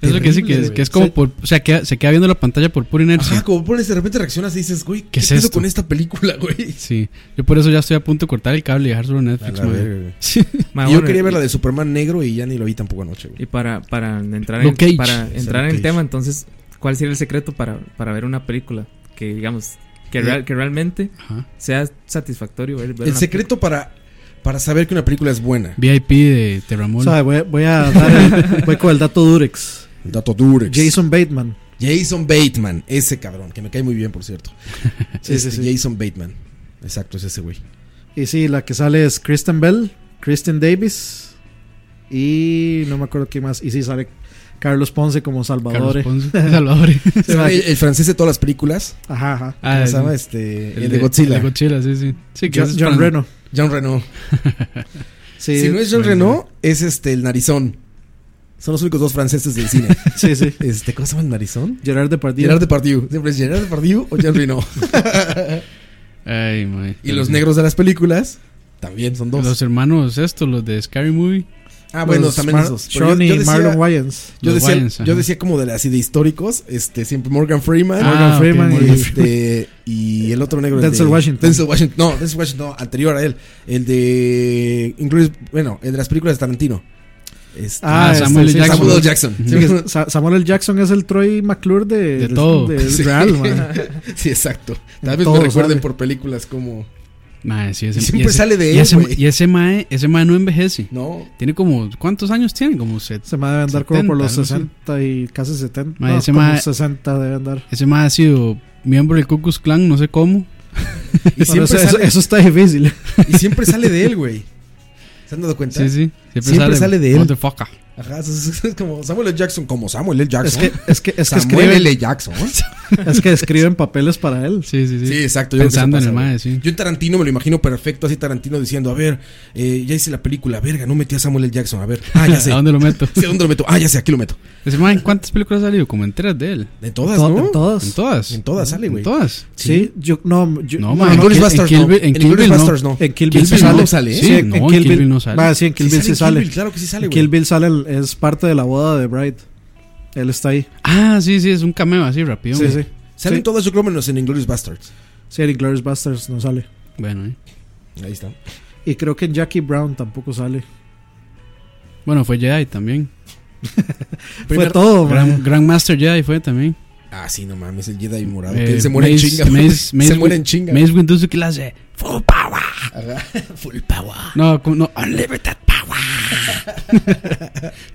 Speaker 5: Es lo que dice
Speaker 4: Terrible,
Speaker 5: que es,
Speaker 4: güey.
Speaker 5: que es como
Speaker 4: Sí.
Speaker 5: por, o sea, queda- se queda viendo la pantalla por pura inercia.
Speaker 4: Ajá, como pones de repente reaccionas y dices, güey, ¿qué,
Speaker 5: es
Speaker 4: pedo
Speaker 5: esto?
Speaker 4: con esta película, güey?
Speaker 5: Sí, yo por eso ya estoy a punto de cortar el cable y dejar solo Netflix,
Speaker 4: A la
Speaker 5: mae.
Speaker 4: verga, güey.
Speaker 5: Sí.
Speaker 7: Ma,
Speaker 4: Y yo
Speaker 7: bueno,
Speaker 4: quería ver
Speaker 7: y-
Speaker 4: la de Superman negro y ya ni lo vi tampoco anoche, güey.
Speaker 7: Y para, para entrar
Speaker 5: Luke
Speaker 7: en,
Speaker 5: Cage.
Speaker 7: para
Speaker 4: Sí,
Speaker 7: entrar en
Speaker 4: Luke
Speaker 7: el
Speaker 4: Cage.
Speaker 7: tema, entonces, ¿cuál sería el secreto para, para ver una película que, digamos, que, real- que realmente
Speaker 5: Ajá.
Speaker 7: sea satisfactorio ver, ver
Speaker 4: Eh, El
Speaker 7: una
Speaker 4: secreto para, para saber que una película es buena.
Speaker 5: VIP de
Speaker 6: O
Speaker 5: Terramol.
Speaker 6: sea, voy, voy a dar el- voy con el dato Durex.
Speaker 4: El dato Durex.
Speaker 6: Jason Bateman.
Speaker 4: Jason Bateman, ese cabrón, que me cae muy bien, por cierto.
Speaker 6: Sí, sí,
Speaker 4: Este,
Speaker 6: sí.
Speaker 4: Jason Bateman. Exacto, es ese güey.
Speaker 6: Y sí, la que sale es Kristen Bell, Kristen Davis y no me acuerdo quién más. Y sí, sale Carlos Ponce como
Speaker 5: Carlos
Speaker 6: Salvador.
Speaker 5: Ponce. Salvador.
Speaker 6: Sí, mae.
Speaker 4: El, el francés de todas las películas.
Speaker 6: Ajá, ajá.
Speaker 5: Ah,
Speaker 4: ¿Cómo se llama?
Speaker 5: el-
Speaker 4: Este, el, de Godzilla.
Speaker 5: El de Godzilla, sí, sí. Sí, que
Speaker 6: John,
Speaker 5: es
Speaker 6: John
Speaker 5: para-
Speaker 6: Reno.
Speaker 4: John Renault.
Speaker 6: Sí,
Speaker 4: si no es John
Speaker 5: bueno.
Speaker 4: Renault, es este, el narizón. Son los únicos dos franceses del cine.
Speaker 6: sí, sí.
Speaker 4: este, ¿Cómo se llama el narizón?
Speaker 6: Gerard Depardieu.
Speaker 4: Gerard Depardieu. Siempre es Gerard Depardieu o John Renault.
Speaker 5: Ay, mae.
Speaker 4: y los negros de las películas también son dos.
Speaker 5: Los hermanos estos, los de Scary Movie.
Speaker 4: ah, bueno,
Speaker 6: Los
Speaker 4: también
Speaker 6: Mar-
Speaker 4: esos. Pero
Speaker 6: Sean
Speaker 4: yo-
Speaker 6: y
Speaker 4: yo decía-
Speaker 6: Marlon Wayans.
Speaker 4: Yo
Speaker 5: Los
Speaker 4: decía,
Speaker 5: Wayans,
Speaker 4: yo
Speaker 5: ajá.
Speaker 4: decía como de así de históricos, este, siempre Morgan Freeman.
Speaker 5: Ah,
Speaker 6: Morgan
Speaker 5: ok,
Speaker 6: Freeman
Speaker 5: Morgan
Speaker 6: y-
Speaker 5: Freeman.
Speaker 4: Este, y el otro negro. el
Speaker 6: Denzel
Speaker 4: de-
Speaker 6: Washington.
Speaker 4: Denzel Washington. No, Denzel Washington, no, anterior a él. El de. Incluso, bueno, el de las películas de Tarantino. Este,
Speaker 5: Ah, Samuel
Speaker 6: este,
Speaker 5: L. Jackson.
Speaker 4: Samuel L. Jackson.
Speaker 6: Sí, que Sa- Samuel L. Jackson es el Troy McClure de,
Speaker 5: De todo.
Speaker 6: del
Speaker 4: Sí.
Speaker 6: Real, man.
Speaker 4: Sí, exacto. Tal vez me
Speaker 6: Todo
Speaker 4: recuerden
Speaker 6: sale.
Speaker 4: por películas como.
Speaker 5: Mae, sí, ese,
Speaker 4: Y siempre sale de
Speaker 5: y
Speaker 4: él,
Speaker 5: ese-
Speaker 4: güey.
Speaker 5: Y ese mae, ese mae no envejece.
Speaker 4: No.
Speaker 5: Tiene como, ¿cuántos años tiene? Como set.
Speaker 6: Se me debe andar como por los
Speaker 5: 70, algo
Speaker 6: 60 y casi 70.
Speaker 5: Madre,
Speaker 6: no,
Speaker 5: ese
Speaker 6: como
Speaker 5: madre-
Speaker 6: 60 debe andar.
Speaker 5: Ese mae ha sido miembro del Ku Klux Klan, no sé cómo.
Speaker 6: Bueno,
Speaker 4: Y siempre,
Speaker 6: eso, eso-
Speaker 4: sale,
Speaker 6: eso está difícil.
Speaker 4: y siempre sale de él, güey. ¿Se han dado cuenta?
Speaker 5: Sí, sí. Siempre,
Speaker 4: Siempre sale de él.
Speaker 5: Motherfucker.
Speaker 4: Ajá, es, es como Samuel L. Jackson, como Samuel L.
Speaker 6: Es
Speaker 4: Jackson.
Speaker 6: que, es que, es que
Speaker 4: Samuel
Speaker 6: escriben,
Speaker 4: L. Jackson.
Speaker 6: es que escriben papeles para él.
Speaker 5: Sí, sí, sí.
Speaker 4: Sí, exacto. yo creo que
Speaker 5: Pensando en
Speaker 4: eso
Speaker 5: el
Speaker 4: pasa,
Speaker 5: mae,
Speaker 4: güey.
Speaker 5: sí.
Speaker 4: Yo en Tarantino me lo imagino perfecto, así Tarantino diciendo, a ver, eh, ya hice la película, verga, no metí a Samuel L. Jackson, a ver, ah, ya sé.
Speaker 5: ¿A dónde lo meto?
Speaker 4: Sí, ¿a dónde lo meto? Ah, ya sé, aquí lo meto.
Speaker 5: Ese mae, ¿en cuántas películas ha salido? Como en tres de él.
Speaker 4: De todas,
Speaker 6: To-
Speaker 4: ¿no?
Speaker 6: en todas.
Speaker 5: En todas.
Speaker 4: En todas sale, güey.
Speaker 5: En todas.
Speaker 6: Sí, yo no, yo,
Speaker 5: No,
Speaker 6: no,
Speaker 5: mae,
Speaker 4: En
Speaker 6: no,
Speaker 4: Inglourious
Speaker 5: en
Speaker 4: Basterds
Speaker 5: Kill
Speaker 4: no.
Speaker 5: Bill- en
Speaker 4: En
Speaker 5: Kill
Speaker 4: Inglourious
Speaker 5: Bill no.
Speaker 4: Basterds no.
Speaker 6: en Kill
Speaker 5: Kill
Speaker 6: Bill,
Speaker 5: Bill
Speaker 6: sí sale.
Speaker 5: no sale,
Speaker 6: Sí,
Speaker 5: ¿eh?
Speaker 6: en
Speaker 5: No,
Speaker 6: Kill
Speaker 5: en Kill
Speaker 6: Bill,
Speaker 5: Bill no sale.
Speaker 6: Mae, sí, en Kill
Speaker 4: Sí
Speaker 6: Bill
Speaker 4: sale
Speaker 6: sí sale.
Speaker 4: Bill, claro que sí sale, güey.
Speaker 6: Kill Bill sale, el- es parte de la boda de Bride. Él está ahí.
Speaker 5: Ah, sí, sí, es un cameo así rápido.
Speaker 6: Sí, sí.
Speaker 4: Salen
Speaker 6: Sí.
Speaker 4: todas, yo creo, menos en Inglourious Basterds.
Speaker 6: Sí, en Glorious Busters no sale.
Speaker 5: Bueno, eh.
Speaker 4: Ahí está.
Speaker 6: Y creo que en Jackie Brown tampoco sale.
Speaker 5: bueno, fue Jedi también.
Speaker 6: Fue todo,
Speaker 5: Gran,
Speaker 6: man.
Speaker 5: Grandmaster Jedi fue también.
Speaker 4: Ah, sí, no mames, el Jedi morado.
Speaker 5: Eh,
Speaker 4: que él se muere
Speaker 5: Mace-
Speaker 4: en chinga. güey.
Speaker 5: Mace-
Speaker 4: se
Speaker 5: Mace-
Speaker 4: muere en chinga.
Speaker 5: Mace Windu que la hace. Full power.
Speaker 4: Ajá, Full power.
Speaker 5: No, como- no, unlimited power.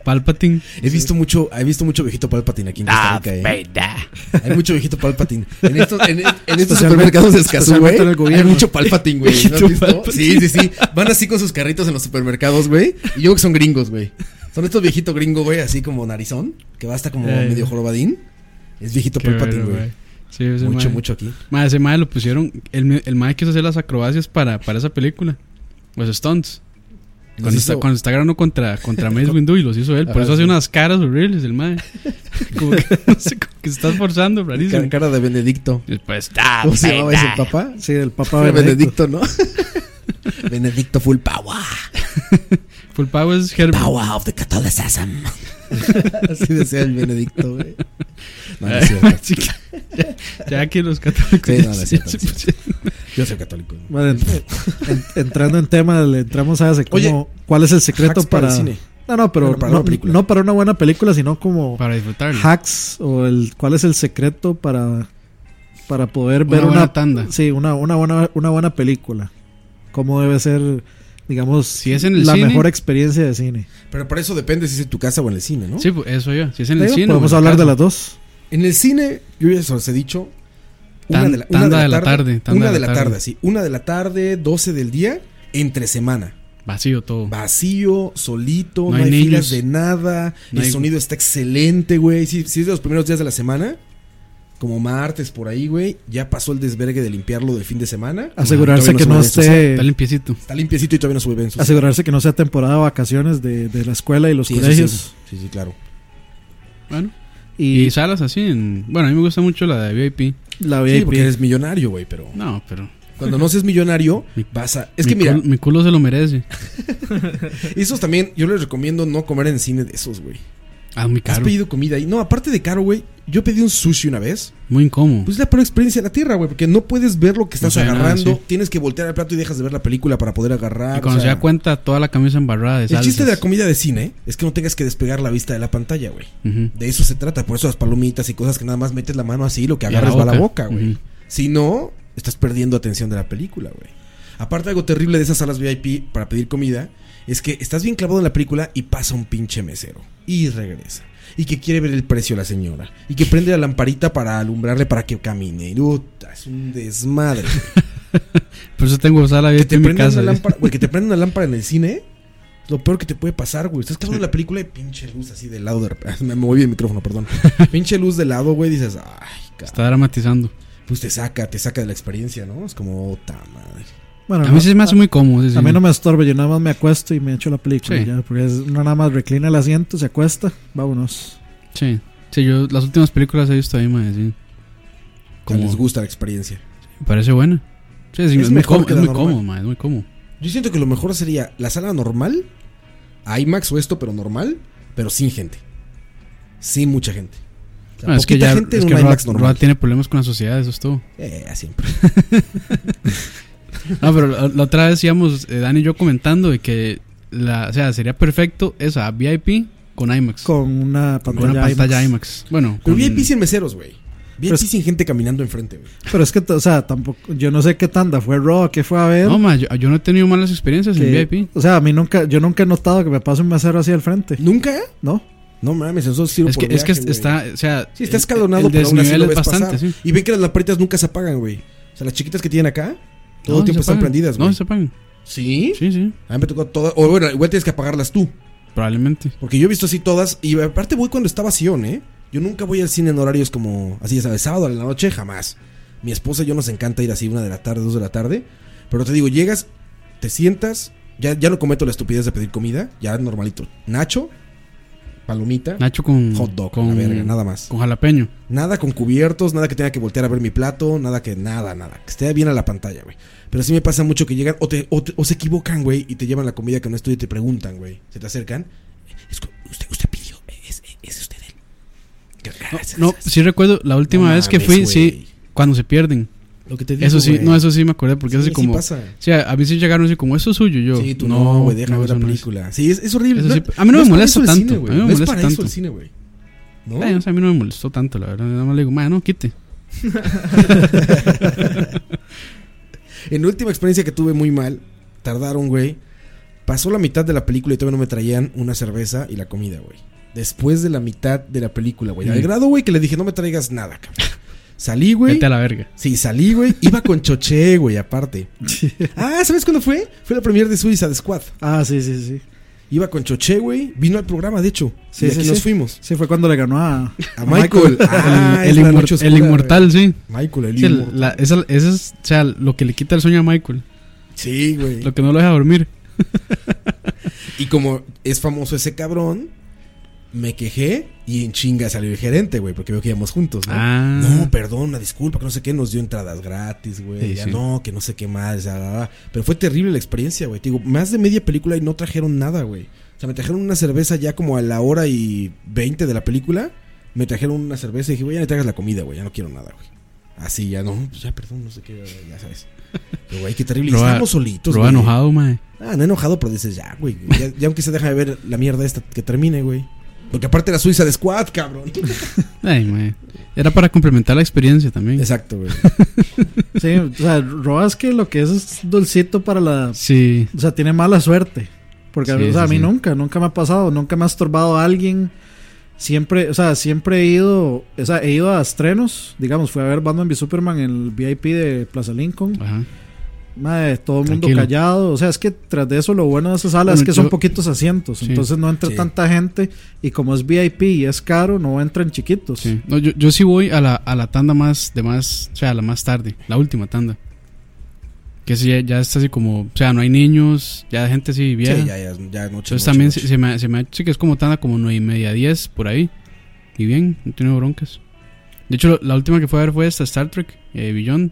Speaker 5: Palpatine.
Speaker 4: He visto mucho, he visto mucho viejito Palpatine aquí en Costa Rica, eh. Hay mucho viejito Palpatine. En estos, en, en estos supermercados de Escazú, güey.
Speaker 6: especialmente en el
Speaker 4: Hay
Speaker 6: gobierno.
Speaker 4: mucho Palpatine, güey. ¿No has
Speaker 5: Viejito
Speaker 4: visto? Sí, sí, sí. Van así con sus carritos en los supermercados, güey. Y yo creo que son gringos, güey. Son estos viejitos gringos, güey, así como narizón, que va hasta como
Speaker 5: Ay.
Speaker 4: medio jorobadín. Es viejito
Speaker 5: Qué
Speaker 4: Palpatine,
Speaker 5: bueno,
Speaker 4: güey.
Speaker 5: güey. Sí, ese
Speaker 4: Mucho,
Speaker 5: mae.
Speaker 4: mucho aquí.
Speaker 5: Mae, ese mae lo pusieron. El, el mae quiso hacer las acrobacias para, para esa película. Los stunts.
Speaker 4: Nos
Speaker 5: Cuando,
Speaker 4: hizo-
Speaker 5: está, cuando está ganando contra, contra Mace Windu y los hizo él. Por
Speaker 4: Ajá,
Speaker 5: eso hace
Speaker 4: sí.
Speaker 5: unas caras horribles el mae. Como que, no sé, como que se está esforzando,
Speaker 4: Cara,
Speaker 5: rarísimo.
Speaker 4: cara de Benedicto.
Speaker 5: Y Después "Ah, está.
Speaker 4: ¿Cómo se llamaba ese papá?
Speaker 6: Sí, del Papa
Speaker 4: Era
Speaker 6: Benedicto.
Speaker 4: Benedicto, ¿no? Benedicto full power.
Speaker 5: Full Power es Herbert.
Speaker 4: Power of the Catholicism. así decía el Benedicto, güey. No, no es cierto.
Speaker 5: Así que, ya, ya que los católicos.
Speaker 4: Sí, no, no es
Speaker 5: ya
Speaker 4: cierto,
Speaker 5: se
Speaker 4: no es
Speaker 5: pusieron-
Speaker 4: Yo soy católico.
Speaker 6: Bueno, en- en- entrando en tema, le entramos a ese, como,
Speaker 4: Oye,
Speaker 6: ¿cuál es el secreto
Speaker 4: hacks para
Speaker 6: para...
Speaker 4: el cine.
Speaker 6: No, no, pero
Speaker 4: Bueno, para
Speaker 6: no,
Speaker 4: una película.
Speaker 6: no para una buena película, sino como
Speaker 5: Para disfrutarlo.
Speaker 6: hacks o el cuál es el secreto para, para poder
Speaker 5: Una
Speaker 6: ver
Speaker 5: buena
Speaker 6: una...
Speaker 5: tanda.
Speaker 6: Sí, una, una, buena, una buena película. Cómo debe ser, digamos,
Speaker 5: Si es en el
Speaker 6: la
Speaker 5: cine.
Speaker 6: mejor experiencia de cine.
Speaker 4: Pero para eso depende si es en tu casa o en el cine, ¿no?
Speaker 5: Sí, pues, eso yo. Si es en el
Speaker 6: Digo,
Speaker 5: cine.
Speaker 6: Podemos hablar de las dos.
Speaker 4: En el cine, yo ya se los he dicho.
Speaker 5: Tan- tanda de la tarde, tanda
Speaker 4: una
Speaker 5: de
Speaker 4: de
Speaker 5: la
Speaker 4: la
Speaker 5: tarde.
Speaker 4: tarde, sí. Una de la tarde, 12 del día, entre semana.
Speaker 5: Vacío todo.
Speaker 4: Vacío, solito,
Speaker 5: No
Speaker 4: no,
Speaker 5: hay
Speaker 4: hay,
Speaker 5: niños.
Speaker 4: filas de nada.
Speaker 5: No
Speaker 4: el
Speaker 5: hay-
Speaker 4: sonido está excelente, güey. Si, si es de los primeros días de la semana, como martes por ahí, güey, ya pasó el desvergue de limpiarlo de fin de semana.
Speaker 6: Ah, Asegurarse
Speaker 4: Ah, Todavía
Speaker 6: que no
Speaker 4: se mueve eso,
Speaker 6: esté...
Speaker 5: Está limpiecito.
Speaker 4: sí. Está limpiecito y todavía no sube en sus-
Speaker 6: Asegurarse que no sea temporada de vacaciones de, de la escuela y los
Speaker 4: Sí, eso
Speaker 6: colegios.
Speaker 4: sí, sí, sí, claro.
Speaker 5: Bueno.
Speaker 6: Y,
Speaker 5: Y salas así. En, bueno, a mí me gusta mucho la de VIP.
Speaker 6: la
Speaker 4: Sí,
Speaker 6: VIP.
Speaker 4: porque eres millonario, güey, pero
Speaker 5: No, pero.
Speaker 4: cuando no seas millonario, vas a... Es
Speaker 5: mi
Speaker 4: que mira,
Speaker 5: cul- mi culo se lo merece.
Speaker 4: esos también, yo les recomiendo no comer en cine de esos, güey.
Speaker 5: Ah, muy
Speaker 4: Has
Speaker 5: caro.
Speaker 4: pedido comida ahí. No, aparte de caro, güey, yo pedí un sushi una vez.
Speaker 5: Muy incómodo.
Speaker 4: Pues es la peor experiencia de la tierra, güey, porque no puedes ver lo que
Speaker 5: No
Speaker 4: estás
Speaker 5: se ve nada,
Speaker 4: agarrando.
Speaker 5: sí.
Speaker 4: Tienes que voltear al plato y dejas de ver la película para poder agarrar.
Speaker 5: y cuando
Speaker 4: o sea,
Speaker 5: se da cuenta, toda la camisa embarrada de
Speaker 4: el
Speaker 5: salsas.
Speaker 4: chiste de la comida de cine es que no tengas que despegar la vista de la pantalla, güey.
Speaker 5: Ujú.
Speaker 4: De eso se trata, por eso las palomitas y cosas que nada más metes la mano así, lo que
Speaker 5: Y a la
Speaker 4: agarras va a la
Speaker 5: boca.
Speaker 4: boca, güey.
Speaker 5: Ujú.
Speaker 4: Si no, estás perdiendo atención de la película, güey. Aparte, algo terrible de esas salas VIP para pedir comida es que estás bien clavado en la película y pasa un pinche mesero y regresa. Y que quiere ver el precio la señora. Y que prende la lamparita para alumbrarle para que camine. Y, puta, es un desmadre.
Speaker 5: Por eso tengo sala
Speaker 4: que,
Speaker 5: VIP
Speaker 4: te
Speaker 5: en mi
Speaker 4: prenda
Speaker 5: casa.
Speaker 4: una
Speaker 5: ¿eh?
Speaker 4: lámpara, güey, que te prenda una lámpara en el cine. es Lo peor que te puede pasar, güey. Estás clavado en la película y pinche luz así de lado. De... rep- Me moví el micrófono, perdón. pinche luz de lado, güey. Dices, ay, cabrón.
Speaker 5: Está dramatizando.
Speaker 4: Pues te saca, te saca de la experiencia, ¿no? Es como, "Ota madre.
Speaker 6: Bueno,
Speaker 5: A
Speaker 6: no,
Speaker 5: mí sí se me hace muy cómodo. sí, sí.
Speaker 6: a mí no me estorba, yo nada más me acuesto y me echo la película.
Speaker 5: Sí.
Speaker 6: ya, porque es- uno nada más reclina el asiento, se acuesta, vámonos.
Speaker 5: Sí. Sí, yo las últimas películas he visto ahí, madre. Sí.
Speaker 4: Como
Speaker 5: Como-
Speaker 4: les gusta la experiencia.
Speaker 5: Me parece buena. Sí, sí,
Speaker 4: Es
Speaker 5: es, muy
Speaker 4: mejor
Speaker 5: cómodo,
Speaker 4: que
Speaker 5: es
Speaker 4: la
Speaker 5: muy
Speaker 4: normal.
Speaker 5: cómodo, madre. Es muy cómodo.
Speaker 4: Yo siento que lo mejor sería la sala normal, IMAX o esto, pero normal, pero sin gente. Sin mucha gente. O sea,
Speaker 5: Ah, es que
Speaker 4: poquita
Speaker 5: ya
Speaker 4: gente
Speaker 5: es
Speaker 4: en
Speaker 5: que
Speaker 4: un
Speaker 5: Roa,
Speaker 4: IMAX normal.
Speaker 5: Roa tiene problemas con la sociedad, eso es todo.
Speaker 4: Eh, siempre.
Speaker 5: No, Ah, pero la, la otra vez íbamos, eh, Dani y yo comentando de que, la, o sea, sería perfecto esa VIP con IMAX. Con,
Speaker 6: Con una pantalla,
Speaker 5: una pantalla
Speaker 6: IMAX.
Speaker 5: IMAX. Bueno,
Speaker 4: Pero
Speaker 5: con- Pues
Speaker 4: VIP sin meseros, güey. VIP
Speaker 6: Pero es-
Speaker 4: sin gente caminando enfrente, güey.
Speaker 6: Pero es que, o sea, tampoco, yo no sé qué tanda fue Raw, qué fue a ver.
Speaker 5: No, ma, yo, yo no he tenido malas experiencias
Speaker 6: que-
Speaker 5: en VIP.
Speaker 6: O sea, a mí nunca, yo nunca he notado que me pase un mesero así al frente,
Speaker 4: ¿Nunca?
Speaker 6: ¿no?
Speaker 4: No mames, eso sirve
Speaker 5: Es que,
Speaker 4: por
Speaker 5: es que
Speaker 4: viaje, güey.
Speaker 5: está, o sea,
Speaker 4: Sí, está
Speaker 5: el-
Speaker 4: escalonado,
Speaker 5: el
Speaker 4: pero aún así
Speaker 5: desnivel
Speaker 4: lo
Speaker 5: es
Speaker 4: ves
Speaker 5: bastante,
Speaker 4: pasar.
Speaker 5: sí.
Speaker 4: Y ven que las lamparitas nunca se apagan, güey. O sea, las chiquitas que tienen acá, todo
Speaker 5: No,
Speaker 4: el tiempo
Speaker 5: se
Speaker 4: están
Speaker 5: apagan.
Speaker 4: prendidas, güey.
Speaker 5: No, se apagan.
Speaker 4: ¿Sí?
Speaker 5: Sí, sí,
Speaker 4: A mí me tocó todas. O bueno, igual tienes que apagarlas tú.
Speaker 5: probablemente.
Speaker 4: Porque yo he visto así todas. Y aparte voy cuando está vacío, ¿eh? Yo nunca voy al cine en horarios como, así ya sabes, sábado a la noche, jamás. Mi esposa y yo nos encanta ir así una de la tarde, dos de la tarde. Pero te digo, llegas, te sientas, ya, ya no cometo la estupidez de pedir comida, ya normalito. Nacho, palomita,
Speaker 5: Nacho con.
Speaker 4: hot dog,
Speaker 5: con,
Speaker 4: la verga, nada más.
Speaker 5: Con jalapeño.
Speaker 4: Nada con cubiertos, nada que tenga que voltear a ver mi plato, nada que nada, nada. Que esté bien a la pantalla, güey. Pero sí me pasa mucho que llegan o, te, o, te- o se equivocan, güey, y te llevan la comida que no es tuya y te preguntan, güey. Se te acercan. Es que usted, usted pidió, es, es- es usted el... Ah, Gracias,
Speaker 5: No,
Speaker 4: gracias.
Speaker 5: sí recuerdo la última
Speaker 4: No
Speaker 5: vez que
Speaker 4: mames,
Speaker 5: fui,
Speaker 4: güey.
Speaker 5: sí, cuando se pierden.
Speaker 4: Lo que te digo,
Speaker 5: Eso sí,
Speaker 4: güey.
Speaker 5: no, eso sí me acordé, porque es
Speaker 4: Sí,
Speaker 5: así
Speaker 4: sí
Speaker 5: como.
Speaker 4: pasa.
Speaker 5: Sí, a, a mí sí llegaron así como, eso es suyo, y yo.
Speaker 4: Sí, tú no, güey, deja
Speaker 5: no,
Speaker 4: ver
Speaker 5: eso
Speaker 4: la
Speaker 5: no es".
Speaker 4: película. Sí, es, es horrible.
Speaker 5: Eso sí,
Speaker 4: es-
Speaker 5: a mí no me
Speaker 4: es para
Speaker 5: molesta
Speaker 4: eso el
Speaker 5: tanto,
Speaker 4: cine, güey.
Speaker 5: a mí me
Speaker 4: No es
Speaker 5: molesta
Speaker 4: para eso
Speaker 5: tanto.
Speaker 4: el cine, güey. ¿No?
Speaker 5: Ay, o sea, a mí no me molestó tanto, la verdad. Nada más le digo, "Ma, no, quite.
Speaker 4: En la última experiencia que tuve muy mal, tardaron, güey. Pasó la mitad de la película y todavía no me traían una cerveza y la comida, güey. Después de la mitad de la película, güey. Al
Speaker 5: Mm.
Speaker 4: grado, güey, que le dije, no me traigas nada, cabrón. Salí, güey.
Speaker 5: Vete a la verga.
Speaker 4: Sí, salí, güey. Iba con Choché, güey, aparte. ah, ¿sabes cuándo fue? Fue la premier de Suiza de Squad.
Speaker 6: Ah, sí, sí, sí.
Speaker 4: Iba con Choché, güey. Vino al programa, de hecho.
Speaker 6: Sí,
Speaker 4: y de
Speaker 6: sí,
Speaker 4: aquí
Speaker 6: sí.
Speaker 4: nos fuimos.
Speaker 6: Sí, fue cuando le ganó a...
Speaker 4: A Michael. Ah,
Speaker 5: el,
Speaker 4: es la
Speaker 5: inmor-
Speaker 4: noche oscura,
Speaker 5: el inmortal,
Speaker 4: güey.
Speaker 5: sí.
Speaker 4: Michael, el
Speaker 5: Sí, el-
Speaker 4: inmortal.
Speaker 5: la- esa, esa es, o sea, lo que le quita el sueño a Michael.
Speaker 4: Sí, güey.
Speaker 5: Lo que no lo deja dormir.
Speaker 4: Y como es famoso ese cabrón, me quejé y en chinga salió el gerente, güey, porque veo que íbamos juntos, ¿no?
Speaker 5: Ah.
Speaker 4: No, perdón, una disculpa, que no sé qué, nos dio entradas gratis, güey.
Speaker 5: Sí,
Speaker 4: ya
Speaker 5: sí.
Speaker 4: no, que no sé qué más, ya, la, la. Pero fue terrible la experiencia, güey. Te digo, más de media película y no trajeron nada, güey. O sea, me trajeron una cerveza ya como a la hora y 20 de la película. me trajeron una cerveza y dije, güey, ya me traigas la comida, güey, ya no quiero nada, güey. Así, ya no, pues ya perdón, no sé qué, ya sabes. Pero, güey, qué terrible. Y
Speaker 5: Roa-
Speaker 4: Estamos solitos,
Speaker 5: Roa
Speaker 4: güey.
Speaker 5: enojado, mae.
Speaker 4: Ah, no enojado, pero dices, ya, güey. Ya, ya aunque se deja de ver la mierda esta que termine, güey. Porque aparte era Suiza de Squad, cabrón.
Speaker 5: Ay, mae. Era para complementar la experiencia también.
Speaker 4: Exacto, güey.
Speaker 6: Sí, o sea, Robas que lo que es es dulcito para la.
Speaker 5: Sí.
Speaker 6: O sea, tiene mala suerte. Porque a
Speaker 5: Sí,
Speaker 6: mí- o sea,
Speaker 5: sí,
Speaker 6: a mí
Speaker 5: sí.
Speaker 6: nunca, nunca me ha pasado, nunca me ha estorbado a alguien. Siempre, o sea, siempre he ido, o sea, he ido a estrenos, digamos, fui a ver Batman v Superman en el VIP de Plaza Lincoln.
Speaker 5: Ajá.
Speaker 6: Madre, todo el mundo
Speaker 5: Tranquilo.
Speaker 6: callado. O sea, es que tras de eso lo bueno de esa sala
Speaker 5: Bueno,
Speaker 6: es que
Speaker 5: yo-
Speaker 6: son poquitos asientos.
Speaker 5: Sí.
Speaker 6: entonces no entra
Speaker 4: Sí.
Speaker 6: tanta gente. Y como es VIP y es caro, no entran chiquitos.
Speaker 5: Sí. No, yo, yo sí voy a la, a la tanda más de más, o sea, la más tarde, la última tanda. Que sí, ya, ya es así como, o sea, no hay niños, ya gente así vieja.
Speaker 4: Sí, ya, ya, ya noche.
Speaker 5: Entonces
Speaker 4: noche,
Speaker 5: también
Speaker 4: noche.
Speaker 5: Se, se me, se me sí que es como tanda como nueve y media, 10 por ahí. Y bien, no tiene broncas. De hecho, lo- la última que fue a ver fue esta Star Trek, eh, Beyond,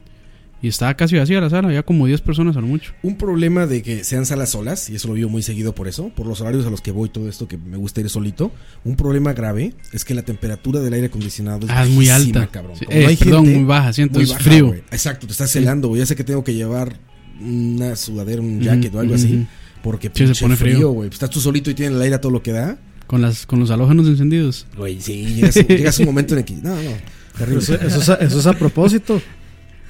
Speaker 5: Y estaba casi vacía la sala, había como 10 personas a lo mucho.
Speaker 4: Un problema de que sean salas solas, y eso lo vivo muy seguido por eso, por los horarios a los que voy, todo esto que me gusta ir solito. Un problema grave es que la temperatura del aire acondicionado es,
Speaker 5: Ah, es muy
Speaker 4: bajísima,
Speaker 5: alta.
Speaker 4: cabrón.
Speaker 5: Sí,
Speaker 4: Como no
Speaker 5: eh,
Speaker 4: hay
Speaker 5: perdón,
Speaker 4: gente,
Speaker 5: muy baja, siento,
Speaker 4: muy
Speaker 5: es
Speaker 4: baja,
Speaker 5: frío.
Speaker 4: güey. Exacto, te estás helando, güey. Ya sé que tengo que llevar una sudadera, un jacket
Speaker 5: Ujú,
Speaker 4: o algo
Speaker 5: ujú,
Speaker 4: así,
Speaker 5: ujú.
Speaker 4: porque
Speaker 5: se
Speaker 4: pinche
Speaker 5: pone frío.
Speaker 4: güey. Pues Estás tú solito y tienes el aire a todo lo que da.
Speaker 5: Con, las, con los halógenos encendidos.
Speaker 4: Güey, sí, llegas, llegas un momento en el que. No, no,
Speaker 6: Pero
Speaker 4: terrible.
Speaker 6: eso, eso es a, eso es a propósito.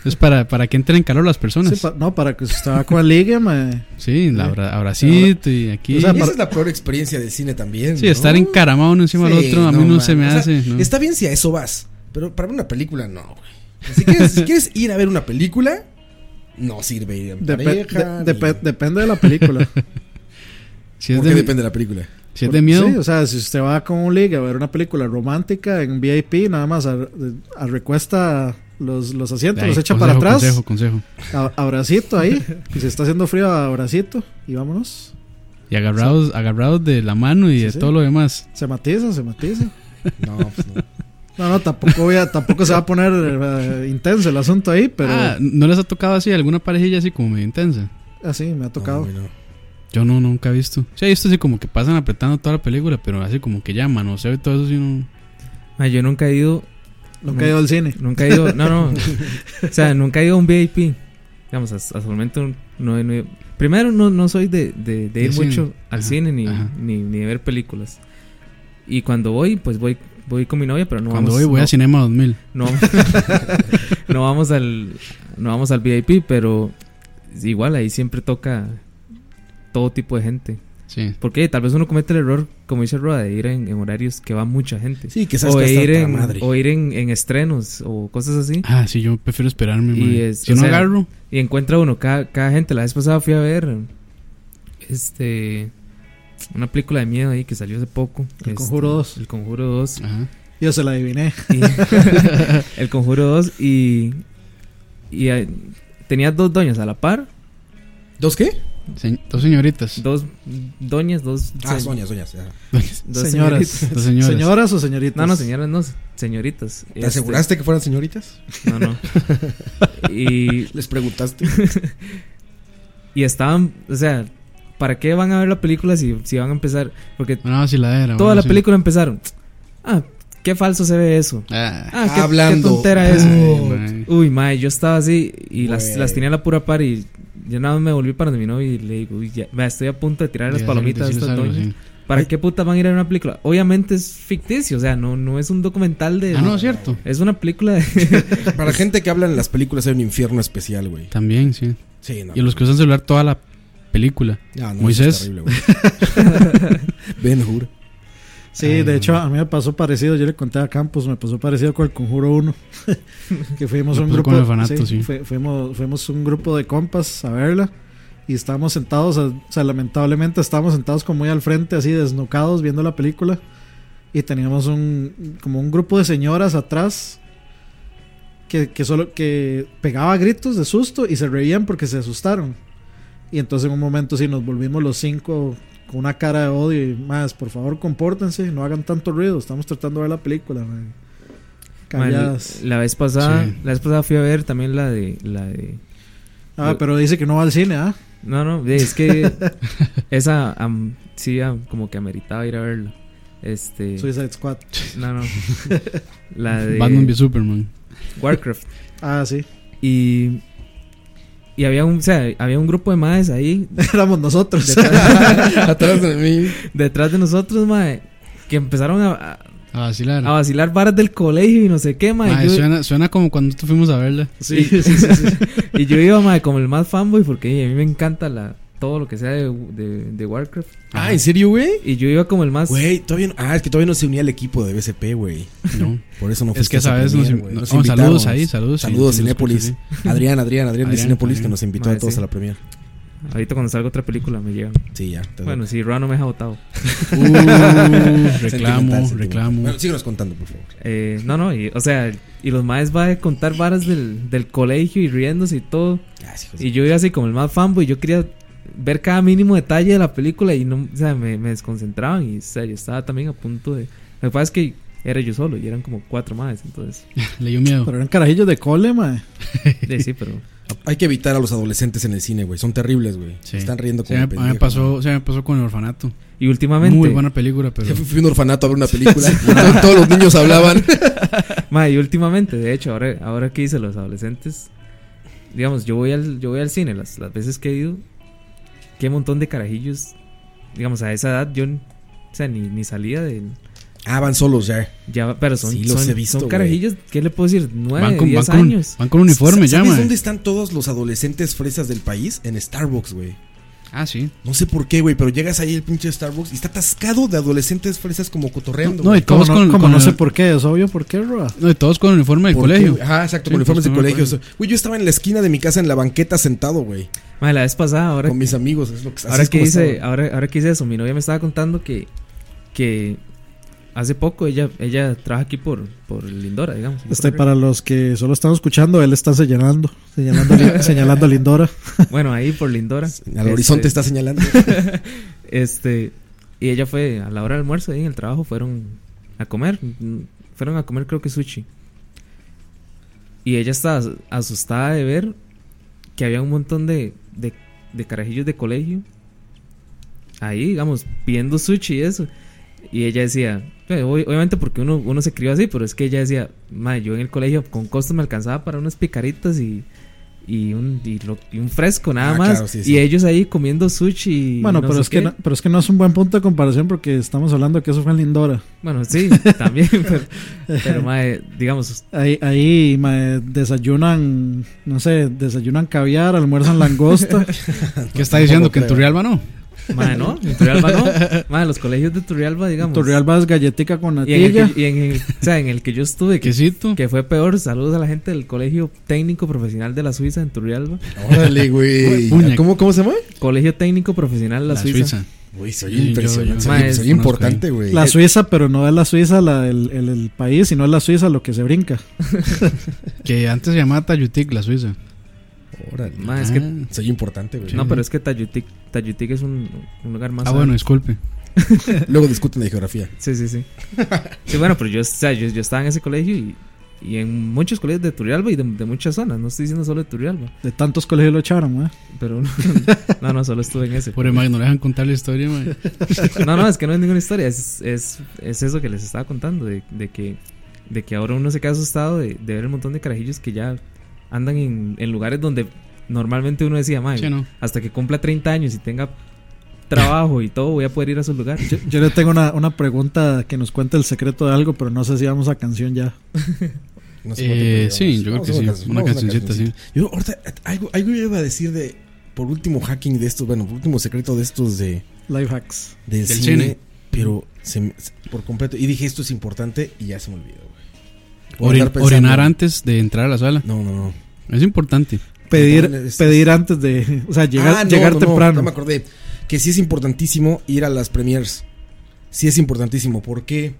Speaker 5: Es para, para que entren en calor las personas.
Speaker 6: Sí,
Speaker 5: Sí,
Speaker 6: pa- no, para que se estaba con la liga, mae.
Speaker 5: la abra- abracito y aquí.
Speaker 6: O
Speaker 4: Y
Speaker 6: sea,
Speaker 4: esa
Speaker 6: para-
Speaker 4: es la peor experiencia del cine también.
Speaker 5: Sí,
Speaker 4: ¿no?
Speaker 5: estar encaramado uno encima del
Speaker 4: Sí,
Speaker 5: otro, a mí no, se me
Speaker 4: man. O sea,
Speaker 5: hace. ¿no?
Speaker 4: Está bien si a eso vas, pero para ver una película, no, güey. Si quieres, si quieres ir a ver una película, no sirve ir en
Speaker 6: Depe-
Speaker 4: pareja.
Speaker 6: de-
Speaker 4: ni-
Speaker 6: depe- depende de la película.
Speaker 5: Si es,
Speaker 4: ¿Por qué
Speaker 5: de,
Speaker 4: depende de la película?
Speaker 5: si es de miedo,
Speaker 6: Sí, o sea, si usted va con un liga a ver una película romántica en VIP, nada más a- a- recuesta los, los asientos,
Speaker 5: ahí,
Speaker 6: los echa
Speaker 5: consejo,
Speaker 6: para atrás,
Speaker 5: Consejo, consejo.
Speaker 6: a- abracito ahí. Y se está haciendo frío, abracito y vámonos.
Speaker 5: Y agarrados, agarrados de la mano y
Speaker 6: Sí,
Speaker 5: de
Speaker 6: sí.
Speaker 5: todo lo demás.
Speaker 6: Se matiza, se matiza.
Speaker 4: No, pues no.
Speaker 6: No, no, tampoco, voy a- tampoco se va a poner eh, intenso el asunto ahí, pero
Speaker 5: Ah, ¿no les ha tocado así alguna parejilla así como medio intensa?
Speaker 6: así me ha tocado.
Speaker 4: No, güey, no.
Speaker 5: Yo no, nunca he visto. Sí, he visto así como que pasan apretando toda la película, pero así como que ya manoseo y todo eso, sí, no.
Speaker 7: Ma, yo nunca he ido,
Speaker 6: Nunca he ido al cine.
Speaker 7: nunca he ido, no, no. o sea, nunca he ido a un VIP. Digamos, hasta, hasta el momento no, he- no he- Primero, no, no soy de, de- de
Speaker 5: De
Speaker 7: ir
Speaker 5: cine.
Speaker 7: mucho al
Speaker 5: Ajá,
Speaker 7: cine ni,
Speaker 5: ajá.
Speaker 7: ni, ni de ver películas. Y cuando voy, pues voy voy con mi novia, pero no
Speaker 5: Cuando
Speaker 7: vamos
Speaker 5: voy, voy
Speaker 7: no-
Speaker 5: a Cinema 2000.
Speaker 7: No, no vamos al no vamos al VIP, pero igual ahí siempre toca todo tipo de gente.
Speaker 5: Sí.
Speaker 7: Porque tal vez uno comete el error, como dice Roda, de ir en, en horarios que va mucha gente.
Speaker 4: Sí, que sabes
Speaker 7: o,
Speaker 4: que
Speaker 7: ir
Speaker 4: está
Speaker 7: en,
Speaker 4: madre.
Speaker 7: o ir en, en estrenos o cosas así.
Speaker 5: Ah, sí, yo prefiero esperarme,
Speaker 7: Y
Speaker 5: mae.
Speaker 7: es-
Speaker 5: Si
Speaker 7: o
Speaker 5: no
Speaker 7: sea,
Speaker 5: agarro,
Speaker 7: Y encuentra uno, cada, cada gente. La vez pasada fui a ver este una película de miedo ahí que salió hace poco.
Speaker 6: El
Speaker 7: este,
Speaker 6: Conjuro 2.
Speaker 7: El Conjuro 2.
Speaker 5: ajá.
Speaker 6: Yo se la adiviné.
Speaker 7: Y- el Conjuro 2 y, y eh, tenía dos doñas a la par,
Speaker 4: ¿Dos qué?
Speaker 5: Se- dos señoritas.
Speaker 7: dos doñas, dos,
Speaker 4: Ah,
Speaker 7: se-
Speaker 4: soñas, soñas. ajá.
Speaker 7: dos
Speaker 6: señoras.
Speaker 7: señoritas.
Speaker 5: Dos señoras.
Speaker 6: ¿Señoras o señoritas?
Speaker 7: No, no, señoras, no, señoritas.
Speaker 4: ¿Te
Speaker 7: Este,
Speaker 4: aseguraste que fueran señoritas?
Speaker 7: No, no. Y,
Speaker 4: ¿Les preguntaste?
Speaker 7: y estaban, o sea, ¿para qué van a ver la película si, si van a empezar? Porque
Speaker 5: Una
Speaker 7: toda
Speaker 5: vaciladera. Ah, bueno,
Speaker 7: la
Speaker 5: sí.
Speaker 7: película empezaron. Ah, qué falso se ve eso.
Speaker 5: Ah,
Speaker 7: Ah, qué,
Speaker 4: Hablando.
Speaker 7: qué tontera
Speaker 5: ay,
Speaker 7: eso.
Speaker 5: mae.
Speaker 7: Uy, mae, yo estaba así y las,
Speaker 4: Güey.
Speaker 7: las tenía a la pura par y yo nada más me volví para donde mi novia y le digo, uy, ya, vea, estoy a punto de tirar las
Speaker 5: Decir-
Speaker 7: palomitas a
Speaker 5: decirles
Speaker 7: estas
Speaker 5: algo,
Speaker 7: doñas.
Speaker 5: sí.
Speaker 7: ¿Para qué puta van a ir a ver una película? Obviamente es ficticio, o sea, no, no es un documental de...
Speaker 5: Ah, no, cierto.
Speaker 7: Es una película de...
Speaker 4: Para gente que habla en las películas hay un infierno especial, güey.
Speaker 5: También, sí.
Speaker 4: Sí, no.
Speaker 5: Y los que usan celular toda la película.
Speaker 4: Ah, no,
Speaker 5: Moisés.
Speaker 4: eso es terrible, güey. Ben Hur.
Speaker 6: Sí, de hecho a mí me pasó parecido, yo le conté a Campos, me pasó parecido con el Conjuro 1, que fuimos
Speaker 5: Me
Speaker 6: un
Speaker 5: pasó
Speaker 6: grupo
Speaker 5: con el Fanato, sí.
Speaker 6: fue- fuimos, fuimos un grupo de compas a verla y estábamos sentados, o sea, lamentablemente estábamos sentados como muy al frente, así desnucados viendo la película y teníamos un como un grupo de señoras atrás que, que solo que pegaba gritos de susto y se reían porque se asustaron. Y entonces en un momento sí nos volvimos los cinco con una cara de odio y más, por favor, compórtense, no hagan tanto ruido, estamos tratando de ver la película, man". Calladas.
Speaker 7: la vez pasada,
Speaker 5: Sí.
Speaker 7: la vez pasada fui a ver también la de... La de
Speaker 6: Ah, pero dice que no va al cine, ¿ah?
Speaker 7: no, no, es que esa am, sí am, como que ameritaba ir a verla. Este.
Speaker 6: Suicide Squad.
Speaker 7: No, no. La de.
Speaker 5: Batman v Superman.
Speaker 7: Warcraft.
Speaker 6: Ah, sí.
Speaker 7: Y. Y había un, o sea, había un grupo de madres ahí
Speaker 6: Éramos nosotros.
Speaker 4: Atrás de mí.
Speaker 7: detrás de nosotros, mae, que empezaron a, a-
Speaker 5: Ah, sí, la
Speaker 7: a vacilar varas del colegio y no sé qué, mae.
Speaker 5: Mae,
Speaker 7: Yo-
Speaker 5: suena, suena como cuando nosotros fuimos a verla.
Speaker 6: sí, sí, sí, sí.
Speaker 7: Y yo iba, mae, como el más fanboy porque a mí me encanta la, todo lo que sea de, de- de Warcraft.
Speaker 4: Ah, ¿en serio, güey?
Speaker 7: Y yo iba como el más...
Speaker 4: Güey, todavía no- Ah, es que todavía no se unía al equipo de BCP, güey.
Speaker 5: No.
Speaker 4: Por eso no
Speaker 5: Es
Speaker 4: fuiste
Speaker 5: que
Speaker 4: a esa
Speaker 5: esa vez nos
Speaker 4: premier,
Speaker 5: in-
Speaker 4: güey.
Speaker 5: no, saludos
Speaker 4: invitaron.
Speaker 5: ahí, saludos, sí,
Speaker 4: Saludos,
Speaker 5: sí, los
Speaker 4: Cinépolis. Adrián, Adrián, Adrián de
Speaker 5: Adrián,
Speaker 4: Cinépolis que
Speaker 5: Adrián.
Speaker 4: nos invitó
Speaker 7: Madre,
Speaker 4: a todos
Speaker 7: sí.
Speaker 4: a la premier.
Speaker 7: Ahorita cuando salga otra película me llegan.
Speaker 4: Sí, ya. te-
Speaker 7: Bueno, si Roa no me ha votado.
Speaker 5: Uh,
Speaker 4: sentimental,
Speaker 5: reclamo,
Speaker 4: sentimental.
Speaker 5: reclamo.
Speaker 4: Bueno, síguenos contando, por favor.
Speaker 7: Eh, no, no, y, o sea, y los maes va a contar varas del, del colegio y riéndose y todo.
Speaker 4: Ah, sí,
Speaker 7: Y yo iba así como el más fanboy, yo quería ver cada mínimo detalle de la película y no, o sea, me, me desconcentraban y o sea, yo estaba también a punto de... Lo que pasa es que era yo solo y eran como cuatro más, entonces...
Speaker 5: Le dio miedo.
Speaker 6: Pero eran carajillos de cole, mae.
Speaker 7: Sí, sí, pero...
Speaker 4: Hay que evitar a los adolescentes en el cine, güey. Son terribles, güey.
Speaker 5: Sí.
Speaker 4: Están riendo
Speaker 5: Se
Speaker 4: como
Speaker 5: me, a mí me
Speaker 4: pendejos.
Speaker 5: pasó, se me pasó con el orfanato.
Speaker 7: Y últimamente...
Speaker 5: Muy buena película, pero.
Speaker 4: Fui fui a un orfanato a ver una película. Todos- Todos los niños hablaban.
Speaker 7: Ma, y últimamente, de hecho, ahora, ahora que hice los adolescentes, digamos, yo voy al, yo voy al cine las, las veces que he ido, qué montón de carajillos, digamos, a esa edad yo, n- o sea, ni, ni salía de...
Speaker 4: Ah, van solos ya.
Speaker 7: Ya, pero son,
Speaker 4: Sí, los
Speaker 7: son,
Speaker 4: he visto,
Speaker 7: son
Speaker 4: güey.
Speaker 7: carajillos, ¿qué le puedo decir?
Speaker 5: Van
Speaker 7: Nueve,
Speaker 5: con, van,
Speaker 7: diez
Speaker 5: con,
Speaker 7: años.
Speaker 5: van con uniforme, ya,
Speaker 4: ¿Sabes
Speaker 5: mae.
Speaker 4: dónde están todos los adolescentes fresas del país? En Starbucks, güey.
Speaker 5: Ah, sí.
Speaker 4: No sé por qué, güey, pero llegas ahí el pinche Starbucks y está atascado de adolescentes fresas como cotorreando.
Speaker 5: No,
Speaker 4: güey.
Speaker 5: y todos
Speaker 6: Como no,
Speaker 5: con,
Speaker 6: como
Speaker 5: con
Speaker 6: no
Speaker 5: el-
Speaker 6: sé por qué, es obvio por qué, Roa.
Speaker 5: no, y todos con el uniforme del
Speaker 4: ¿Por
Speaker 5: colegio.
Speaker 4: qué? Ajá, exacto,
Speaker 5: Sí,
Speaker 4: con uniformes de
Speaker 5: pues,
Speaker 4: colegio.
Speaker 5: también.
Speaker 4: Güey, yo estaba en la esquina de mi casa en la banqueta sentado, güey.
Speaker 7: Ma, la vez pasada, ahora
Speaker 4: Con mis amigos. Es lo que, así
Speaker 7: Ahora
Speaker 4: es
Speaker 7: que
Speaker 4: como
Speaker 7: dice,
Speaker 4: estaba.
Speaker 7: ahora, ahora que hice eso, mi novia me estaba contando que, que hace poco ella, ella trabaja aquí por, por Lindora, digamos.
Speaker 6: Este, para los que solo están escuchando, él está señalando, señalando, a Lin- señalando a Lindora.
Speaker 7: Bueno, ahí por Lindora.
Speaker 4: Al horizonte está señalando.
Speaker 7: Este, y ella fue a la hora del almuerzo ahí en el trabajo, fueron a comer, mm, fueron a comer creo que sushi. Y ella estaba as- asustada de ver que había un montón de, de, de carajillos de colegio ahí, digamos, pidiendo sushi y eso. Y ella decía, eh, ob- obviamente porque uno, uno se crió así, pero es que ella decía, "Ma, yo en el colegio con costos me alcanzaba para unas picaritas y, y, un, y, lo- y un fresco nada
Speaker 4: Ah,
Speaker 7: más.
Speaker 4: claro, sí, sí.
Speaker 7: Y ellos ahí comiendo sushi. y
Speaker 6: Bueno,
Speaker 7: no
Speaker 6: pero,
Speaker 7: sé
Speaker 6: es que
Speaker 7: qué.
Speaker 6: no, pero es que no es un buen punto de comparación porque estamos hablando que eso fue en Lindora.
Speaker 7: Bueno, sí, también, pero, pero, mae, digamos,
Speaker 6: Ahí, ahí mae, desayunan, no sé, desayunan caviar, almuerzan langosta.
Speaker 5: ¿Qué está diciendo?
Speaker 4: Tampoco
Speaker 5: Que en
Speaker 4: creo.
Speaker 5: Turrialba no.
Speaker 7: mae, ¿no? En Turrialba no. Mae, los colegios de Turrialba, digamos.
Speaker 6: Torrealba es galletica con
Speaker 7: Y en,
Speaker 6: natilla.
Speaker 7: el que, y en el- o sea, en el que yo estuve, que,
Speaker 5: Quesito.
Speaker 7: que fue peor, saludos a la gente del Colegio Técnico Profesional de la Suiza en Turrialba.
Speaker 4: Órale, güey.
Speaker 5: Puña.
Speaker 4: ¿Cómo, ¿Cómo se llama?
Speaker 7: Colegio Técnico Profesional de la,
Speaker 5: La
Speaker 7: Suiza.
Speaker 5: Suiza.
Speaker 4: Güey, soy
Speaker 5: Yo- yo-
Speaker 4: impresionante.
Speaker 5: yo-
Speaker 4: soy-
Speaker 7: Maes,
Speaker 4: soy
Speaker 5: conozco
Speaker 4: importante, güey.
Speaker 6: La Suiza, pero no es la Suiza la, el, el- el país, sino es la Suiza lo que se brinca.
Speaker 5: Que antes se llamaba Tayutic, la Suiza.
Speaker 4: Órale.
Speaker 7: Mae, es que-
Speaker 5: Ah.
Speaker 4: Soy importante, güey.
Speaker 7: No, pero es que Tayutic, Tayutic es un, un lugar más.
Speaker 5: Ah,
Speaker 7: alto.
Speaker 5: bueno, disculpe.
Speaker 4: Luego discuten de geografía.
Speaker 7: Sí, sí, sí. Sí, bueno, pero yo, o sea, yo, yo estaba en ese colegio y, y en muchos colegios de Turrialba y de, de muchas zonas, no estoy diciendo solo de Turrialba.
Speaker 6: De tantos colegios lo echaron, mae.
Speaker 7: Pero no, no, no, solo estuve en ese.
Speaker 5: Por el no le dejan contar la historia, mae.
Speaker 7: No, no, es que no es ninguna historia, es, es, es eso que les estaba contando, de, de que, de que ahora uno se queda asustado de, de ver el montón de carajillos que ya andan en, en lugares donde normalmente uno decía, "Mae,
Speaker 5: Sí, no.
Speaker 7: hasta que cumpla 30 años y tenga trabajo y todo, voy a poder ir a esos lugares.
Speaker 6: Yo, yo le tengo una, una pregunta que nos cuenta el secreto de algo, pero no sé si vamos a canción ya.
Speaker 4: No
Speaker 5: Eh,
Speaker 4: cuánto llevamos.
Speaker 5: sí, yo creo
Speaker 4: Vamos
Speaker 5: que
Speaker 4: a
Speaker 5: sí.
Speaker 4: canción-
Speaker 5: Una
Speaker 4: vamos a
Speaker 5: cancioncita,
Speaker 4: Yo ahorita, algo, algo yo iba a decir de, por último hacking de estos, bueno, por último secreto de estos de,
Speaker 6: Life hacks.
Speaker 4: del,
Speaker 5: Del
Speaker 4: cine,
Speaker 5: cine.
Speaker 4: pero se me- se- por completo. Y dije, esto es importante y ya se me olvidó, güey. Voy a
Speaker 5: Orin-
Speaker 4: andar pensando.
Speaker 5: orinar antes de entrar a la sala.
Speaker 4: No, no, no.
Speaker 5: Es importante.
Speaker 6: Pedir,
Speaker 4: Entonces, este-
Speaker 6: pedir antes de. O sea, llegar,
Speaker 4: Ah, no,
Speaker 6: llegar
Speaker 4: no, no,
Speaker 6: temprano.
Speaker 4: ya me acordé. Que sí es importantísimo ir a las premiers. Sí es importantísimo. ¿Por qué?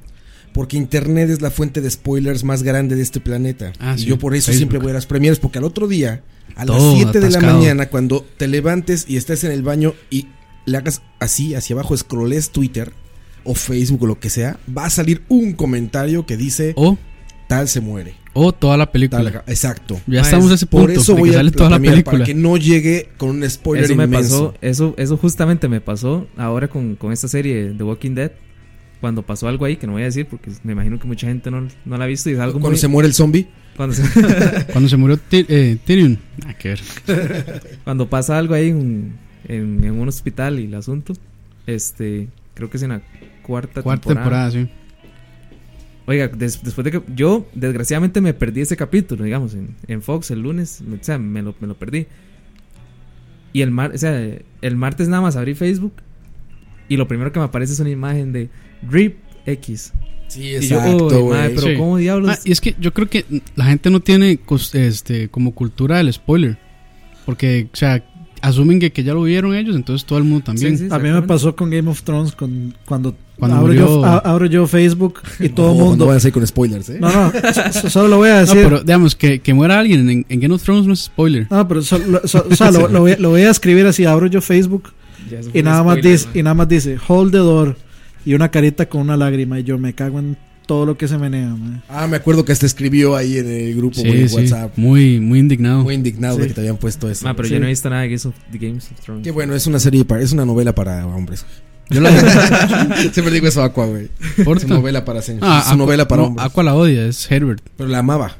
Speaker 4: Porque internet es la fuente de spoilers más grande de este planeta.
Speaker 5: Ah,
Speaker 4: y
Speaker 5: sí,
Speaker 4: yo por eso
Speaker 5: Facebook.
Speaker 4: siempre voy a las premiers. Porque al otro día, a
Speaker 5: Todo
Speaker 4: las 7 de la
Speaker 5: atascado.
Speaker 4: mañana, cuando te levantes y estés en el baño y le hagas así, hacia abajo, scrolles Twitter o Facebook o lo que sea, va a salir un comentario que dice:
Speaker 5: O,
Speaker 4: Tal se muere.
Speaker 5: o toda la película.
Speaker 4: Tal, exacto.
Speaker 7: Mae,
Speaker 5: Ya estamos a ese punto.
Speaker 4: Por eso
Speaker 5: de
Speaker 4: voy
Speaker 5: que
Speaker 4: a
Speaker 5: sale
Speaker 4: la
Speaker 5: toda la
Speaker 4: premier, para
Speaker 5: película.
Speaker 4: que no llegue con un spoiler
Speaker 7: Eso me
Speaker 4: inmenso.
Speaker 7: pasó, eso, eso justamente me pasó ahora con, con esta serie de The Walking Dead, cuando pasó algo ahí, que no voy a decir porque me imagino que mucha gente no, no la ha visto y es algo
Speaker 4: Cuando
Speaker 7: muy-
Speaker 4: se muere el zombie.
Speaker 7: cuando se-
Speaker 5: Cuando se murió Ty- eh, Tyrion. Ah, qué ver.
Speaker 7: cuando pasa algo ahí en, en- en un hospital y el asunto, este, creo que es en la cuarta,
Speaker 5: Cuarta
Speaker 7: temporada.
Speaker 5: temporada, sí.
Speaker 7: Oiga, des- después de que yo desgraciadamente me perdí ese capítulo, digamos, en, en Fox el lunes, o sea, me lo, me lo perdí. Y el, mar, o sea, el martes nada más abrí Facebook y lo primero que me aparece es una imagen de Drip X.
Speaker 4: Sí,
Speaker 7: Y yo, "Uy, madre, pero
Speaker 5: Sí.
Speaker 7: ¿cómo diablos?
Speaker 5: Ah, y es que yo creo que la gente no tiene cos- este, como cultura del spoiler. Porque, o sea, asumen que, que ya lo vieron ellos, entonces todo el mundo también.
Speaker 7: Sí, sí,
Speaker 6: A mí me
Speaker 7: exactamente.
Speaker 6: pasó con Game of Thrones con, cuando,
Speaker 5: Cuando
Speaker 6: abro, yo,
Speaker 5: murió-
Speaker 6: a- abro yo Facebook y todo el
Speaker 4: no, No
Speaker 6: mundo.
Speaker 4: vayas ahí con spoilers, ¿eh?
Speaker 6: No, no, so- so- solo lo voy a
Speaker 5: No,
Speaker 6: decir. Ah.
Speaker 5: pero digamos, que, que muera alguien en, en Game of Thrones no es spoiler.
Speaker 6: No, pero so- lo- so- o sea, lo, lo voy, lo voy a escribir así, abro yo Facebook
Speaker 7: Ya se fue
Speaker 6: y
Speaker 7: un
Speaker 6: nada, más
Speaker 7: spoiler,
Speaker 6: dice,
Speaker 7: man.
Speaker 6: y nada más dice, hold the door y una carita con una lágrima y yo me cago en todo lo que se menea. man.
Speaker 4: Ah, me acuerdo que hasta escribió ahí en el grupo
Speaker 5: Sí,
Speaker 4: güey, de
Speaker 5: sí,
Speaker 4: WhatsApp.
Speaker 5: Muy, muy indignado.
Speaker 4: Muy indignado de
Speaker 6: Sí.
Speaker 4: que te habían puesto eso.
Speaker 7: Ah, pero
Speaker 6: Sí.
Speaker 7: yo no he visto nada de Games of, de Games of Thrones.
Speaker 4: Qué bueno, es una serie, para, es una novela para hombres.
Speaker 5: Yo la
Speaker 4: Siempre digo eso a Aqua, güey. Es una
Speaker 5: Porto.
Speaker 4: novela para señores.
Speaker 5: Ah,
Speaker 4: es una
Speaker 5: Aqua-
Speaker 4: novela para
Speaker 5: no,
Speaker 4: hombres.
Speaker 5: Aqua la odia, es Herbert.
Speaker 4: Pero la amaba.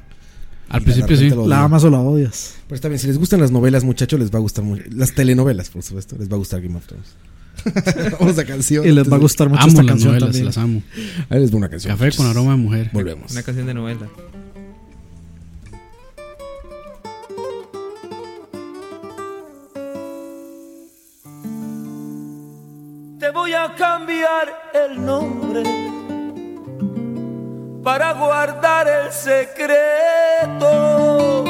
Speaker 5: Al
Speaker 4: Y de
Speaker 5: principio sí.
Speaker 4: repente lo
Speaker 6: La
Speaker 4: odió.
Speaker 6: amas o la odias.
Speaker 4: Pero está bien, si les gustan las novelas, muchachos, les va a gustar mucho. Las telenovelas, por supuesto, les va a gustar Game of Thrones. Vamos a canción.
Speaker 6: Y les va a gustar mucho
Speaker 5: Amo
Speaker 6: esta
Speaker 5: las
Speaker 6: canción
Speaker 5: novelas,
Speaker 6: también.
Speaker 5: las amo.
Speaker 4: Ahí les va una canción.
Speaker 5: Café con aroma de mujer.
Speaker 4: Volvemos.
Speaker 7: Una canción de novela.
Speaker 8: Te voy a cambiar el nombre para guardar el secreto.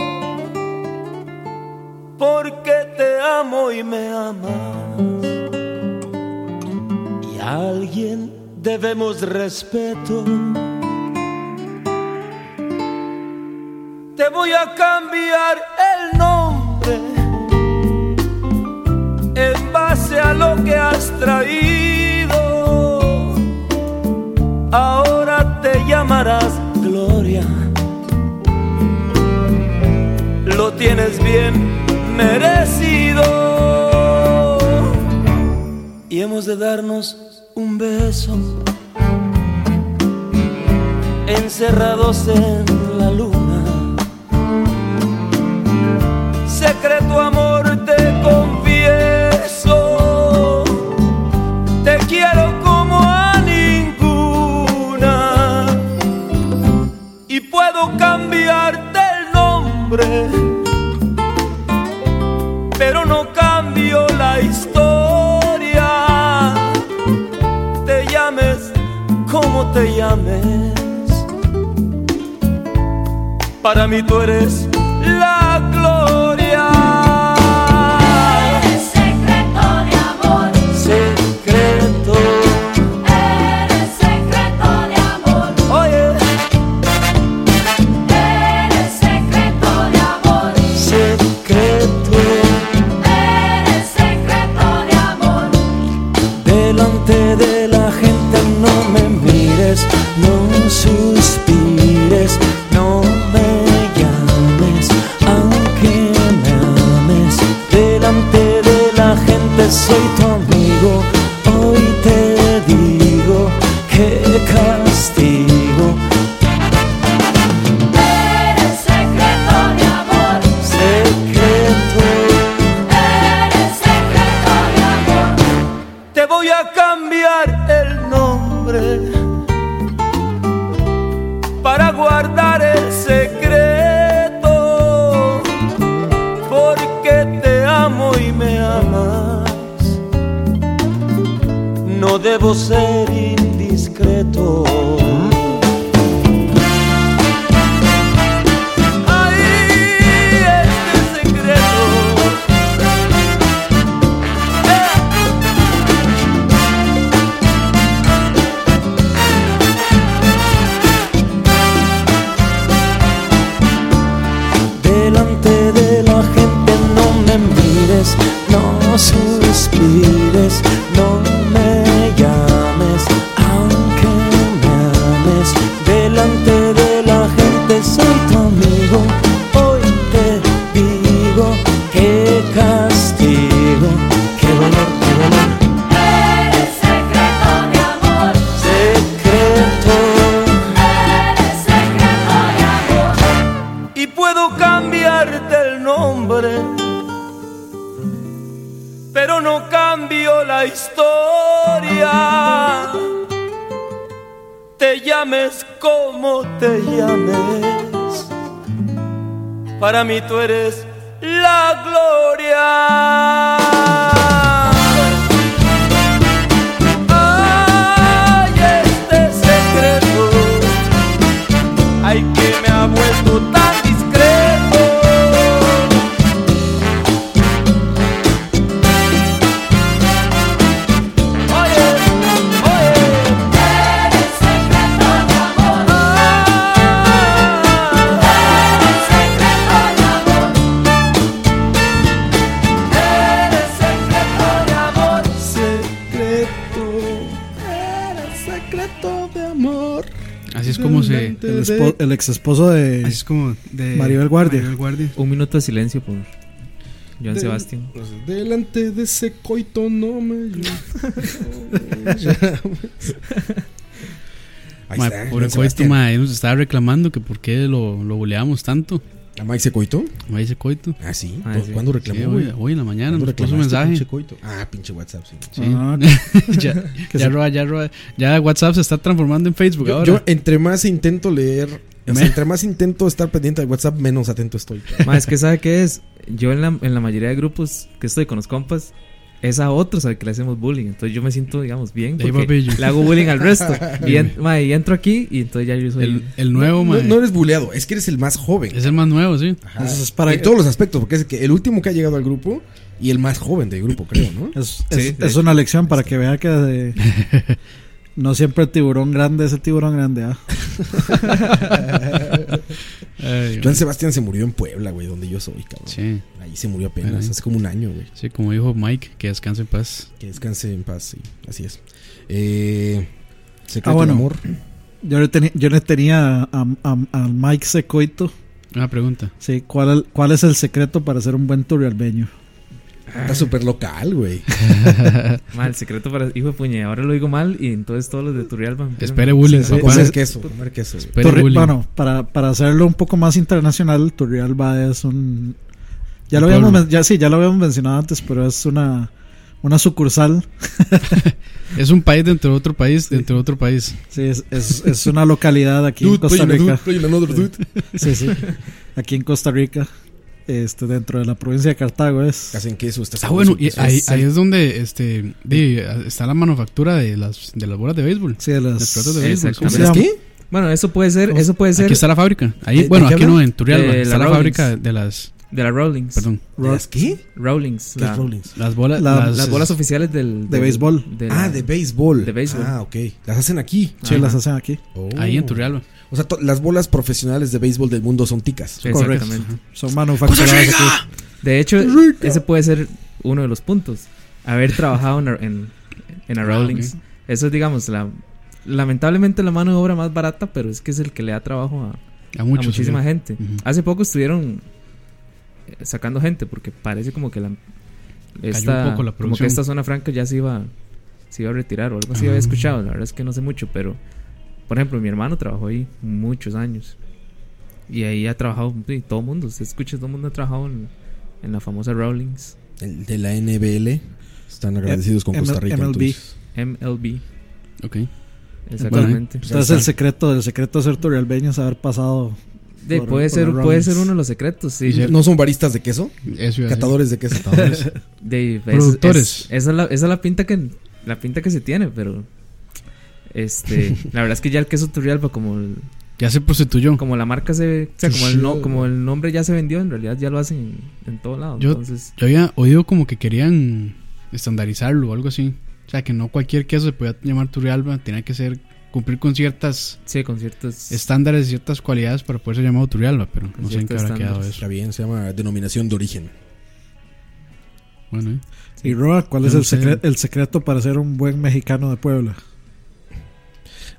Speaker 8: Porque te amo y me amas. Y a alguien debemos respeto. Te voy a cambiar el nombre en base a lo que has traído. Ahora te llamarás Gloria. Lo tienes bien merecido. Y hemos de darnos un beso. Encerrados en la luna secreto amor te confieso. Te quiero como a ninguna. Y puedo cambiarte el nombre, pero no cambio la historia. Te llames como te llames. Para mí tú eres la gloria.
Speaker 9: Eres secreto de amor,
Speaker 8: Secreto,
Speaker 9: eres secreto de amor,
Speaker 8: oye,
Speaker 9: eres secreto de amor,
Speaker 8: secreto.
Speaker 9: eres secreto de amor,
Speaker 8: Delante de la gente no me mires, no suspires, no me llames, aunque me ames. Delante de la gente soy tu amigo, hoy te digo que castigo.
Speaker 9: eres secreto de amor,
Speaker 8: Secreto.
Speaker 9: eres secreto de amor,
Speaker 8: Te voy a cambiar el nombre
Speaker 10: la historia. Te llames como te llames. Para mí tú eres la gloria. Ay, este secreto, ay que me ha vuelto tan discreto. Oye, oye,
Speaker 8: Eres secreto de amor,
Speaker 10: ah,
Speaker 8: eres secreto de amor. Eres secreto de amor,
Speaker 5: Así es como se.
Speaker 6: El, exesposo ex esposo de.
Speaker 5: Así es como de.
Speaker 6: Maribel Guardia.
Speaker 5: Maribel Guardia.
Speaker 7: Un minuto de silencio por Joan Sebastián.
Speaker 4: Delante de ese coito no me
Speaker 1: Ahí
Speaker 5: Ma,
Speaker 1: está. Juan
Speaker 5: pobre Coito,
Speaker 1: Sebastián.
Speaker 5: ma, él nos estaba reclamando que por qué lo, lo buleamos tanto.
Speaker 4: ¿A Mike se coito?
Speaker 5: Me dice Coito.
Speaker 1: Ah, sí.
Speaker 7: Ah,
Speaker 1: ¿Cu-
Speaker 7: sí.
Speaker 1: ¿Cuándo
Speaker 5: Sí,
Speaker 1: reclamó, güey?
Speaker 5: hoy, hoy en la mañana
Speaker 1: ¿Cuándo
Speaker 5: nos puso un
Speaker 1: reclamaste,
Speaker 5: mensaje.
Speaker 1: pinche coito? Ah, pinche WhatsApp, sí.
Speaker 5: Sí.
Speaker 6: Ah,
Speaker 5: ya,
Speaker 6: que
Speaker 5: ya
Speaker 6: se-
Speaker 5: roba, ya roba. Ya WhatsApp se está transformando en Facebook
Speaker 4: Yo,
Speaker 5: ahora.
Speaker 4: yo entre más intento leer, o sea,
Speaker 5: Me-
Speaker 4: entre más intento estar pendiente de WhatsApp, menos atento estoy.
Speaker 7: Ma, es que sabe qué es. Yo en la, en la mayoría de grupos que estoy con los compas, es a otros al que le hacemos bullying. Entonces yo me siento, digamos, bien.
Speaker 5: Ey,
Speaker 7: porque
Speaker 5: papillo.
Speaker 7: le hago bullying al resto. Y, en- ma, y entro aquí y entonces ya yo soy.
Speaker 5: el, el nuevo, ma,
Speaker 4: No, no eres buleado, es que eres el más joven.
Speaker 5: Es el más nuevo, sí.
Speaker 4: Ajá.
Speaker 6: Eso es para-
Speaker 4: En todos los aspectos, porque es el que el último que ha llegado al grupo y el más joven del grupo, creo, ¿no?
Speaker 6: Es,
Speaker 7: Sí,
Speaker 6: es-
Speaker 7: de
Speaker 6: es
Speaker 7: hecho.
Speaker 6: una lección para que vea que eh, no siempre el tiburón grande es el tiburón grande. ah.
Speaker 5: Ay,
Speaker 4: Joan Sebastián se murió en Puebla, güey, donde yo soy, cabrón.
Speaker 5: sí,
Speaker 4: Ahí se murió apenas,
Speaker 5: Ajá.
Speaker 4: hace como un año, güey.
Speaker 5: sí, como dijo Mike, que descanse en paz.
Speaker 4: Que descanse en paz, sí, así es. Eh, secreto
Speaker 6: Ah, bueno.
Speaker 4: de amor.
Speaker 6: Yo le, teni- yo le tenía a, a- a Mike Secoito.
Speaker 5: Una pregunta.
Speaker 6: Sí, ¿cuál, el- ¿Cuál es el secreto para ser un buen turrialbeño?
Speaker 4: Está súper local, güey.
Speaker 7: ma, el secreto para. Hijo de puñe, ahora lo digo mal y entonces todos los de Turrial van.
Speaker 5: Espere bullying,
Speaker 6: sí,
Speaker 5: papá.
Speaker 4: Comer queso, comer queso. güey.
Speaker 5: Espere
Speaker 6: Turri-
Speaker 5: bullying.
Speaker 6: bueno, para, para hacerlo un poco más internacional, Turrialba es un... Ya lo,
Speaker 5: Un
Speaker 6: habíamos,
Speaker 5: pueblo.
Speaker 6: men- ya, sí, ya lo habíamos mencionado antes, pero es una, una sucursal.
Speaker 5: Es un país dentro de otro país, dentro de otro país.
Speaker 6: Sí, es, es- es una localidad aquí en
Speaker 4: Dude,
Speaker 6: Costa
Speaker 4: play another
Speaker 6: Rica.
Speaker 4: dude, play another dude.
Speaker 6: Sí, sí. Aquí en Costa Rica, este, dentro de la provincia de Cartago es...
Speaker 4: Hacen queso, está
Speaker 5: Ah, bueno, y
Speaker 4: sabroso.
Speaker 5: ahí,
Speaker 6: es
Speaker 5: ahí es donde este, di, está la manufactura de las, de las bolas de béisbol.
Speaker 6: Sí, de
Speaker 5: Las
Speaker 6: las...
Speaker 5: pelotas de béisbol. ¿cómo se
Speaker 6: ¿Las
Speaker 5: llama?
Speaker 4: ¿Qué?
Speaker 7: Bueno, eso puede ser. Eso puede ser
Speaker 5: Aquí está la fábrica. Ahí,
Speaker 4: ¿De- de
Speaker 5: bueno,
Speaker 4: qué
Speaker 5: aquí
Speaker 4: hablan?
Speaker 5: no, en Turrialba.
Speaker 7: De
Speaker 5: está
Speaker 7: la
Speaker 5: la
Speaker 7: Rawlings.
Speaker 5: fábrica de las.
Speaker 7: de la Rawlings.
Speaker 5: Perdón,
Speaker 4: ¿Las qué?
Speaker 7: Rawlings.
Speaker 4: Las
Speaker 7: la-
Speaker 4: Rollins.
Speaker 5: las bolas.
Speaker 6: La-
Speaker 5: las,
Speaker 7: las bolas oficiales del.
Speaker 6: de
Speaker 7: del-
Speaker 6: béisbol.
Speaker 7: del-
Speaker 4: Ah, de béisbol.
Speaker 7: de béisbol.
Speaker 4: Ah, ok. Las hacen aquí.
Speaker 6: Sí,
Speaker 7: Ajá.
Speaker 6: las hacen aquí.
Speaker 4: Oh.
Speaker 5: Ahí en Turrialba.
Speaker 4: O sea, to- las bolas profesionales de béisbol del mundo son ticas.
Speaker 7: Exactamente.
Speaker 6: Correcto. Son manufacturadas aquí.
Speaker 7: De hecho, ese puede ser uno de los puntos. Haber trabajado en, en, en a
Speaker 5: Ah,
Speaker 7: Rawlings. Eso es, digamos, la, lamentablemente la mano de obra más barata, pero es que es el que le da trabajo a,
Speaker 5: A
Speaker 7: a
Speaker 5: muchos.
Speaker 7: muchísima
Speaker 5: sí.
Speaker 7: gente.
Speaker 5: Ujú.
Speaker 7: Hace poco estuvieron eh, sacando gente, porque parece como que la. Esta,
Speaker 5: un poco la
Speaker 7: como que
Speaker 5: producción.
Speaker 7: esta zona franca ya se iba, se iba a retirar o algo así.
Speaker 5: Ah.
Speaker 7: Había escuchado, la verdad es que no sé mucho, pero por ejemplo, mi hermano trabajó ahí muchos años. Y ahí ha trabajado sí, todo el mundo. Se escucha, todo el mundo ha trabajado en, en la famosa Rawlings
Speaker 4: El de la NBL. Están agradecidos con
Speaker 6: M-
Speaker 4: Costa Rica.
Speaker 6: MLB.
Speaker 4: entonces.
Speaker 7: MLB.
Speaker 5: Ok.
Speaker 7: Exactamente.
Speaker 4: Pues ahí
Speaker 6: Entonces el
Speaker 4: está.
Speaker 6: secreto del secreto de ser turrialbeño es haber pasado...
Speaker 7: De-
Speaker 6: por-
Speaker 7: puede,
Speaker 6: por
Speaker 7: ser,
Speaker 6: la
Speaker 7: puede
Speaker 6: Rawlings.
Speaker 7: ser uno de los secretos, sí.
Speaker 5: Y
Speaker 4: ¿No son baristas de queso?
Speaker 5: Eso iba a decir.
Speaker 4: Catadores de queso.
Speaker 7: De, es-
Speaker 5: Productores.
Speaker 7: es- esa, es la, esa es la pinta que la pinta que se tiene, pero este, la verdad es que ya el queso Turrialba como el-
Speaker 5: Ya se prostituyó.
Speaker 7: como la marca se, o sea, como el no, como el nombre ya se vendió, en realidad ya lo hacen en, en todo lado,
Speaker 5: Yo-
Speaker 7: entonces
Speaker 5: Yo había oído como que querían estandarizarlo o algo así. O sea, que no cualquier queso se podía llamar Turrialba. Tenía que ser cumplir con ciertas
Speaker 7: sí, con ciertos
Speaker 5: estándares, ciertas cualidades para poder ser llamado Turrialba. Pero
Speaker 7: Con
Speaker 5: no sé en qué
Speaker 7: ciertos
Speaker 5: habrá quedado
Speaker 7: estándares.
Speaker 5: eso.
Speaker 4: Está bien, se llama denominación de origen.
Speaker 5: Bueno, ¿eh?
Speaker 6: Y Roa, ¿cuál
Speaker 5: Yo
Speaker 6: es
Speaker 5: no
Speaker 6: el,
Speaker 5: sé.
Speaker 6: secre- el secreto para ser un buen mexicano de Puebla?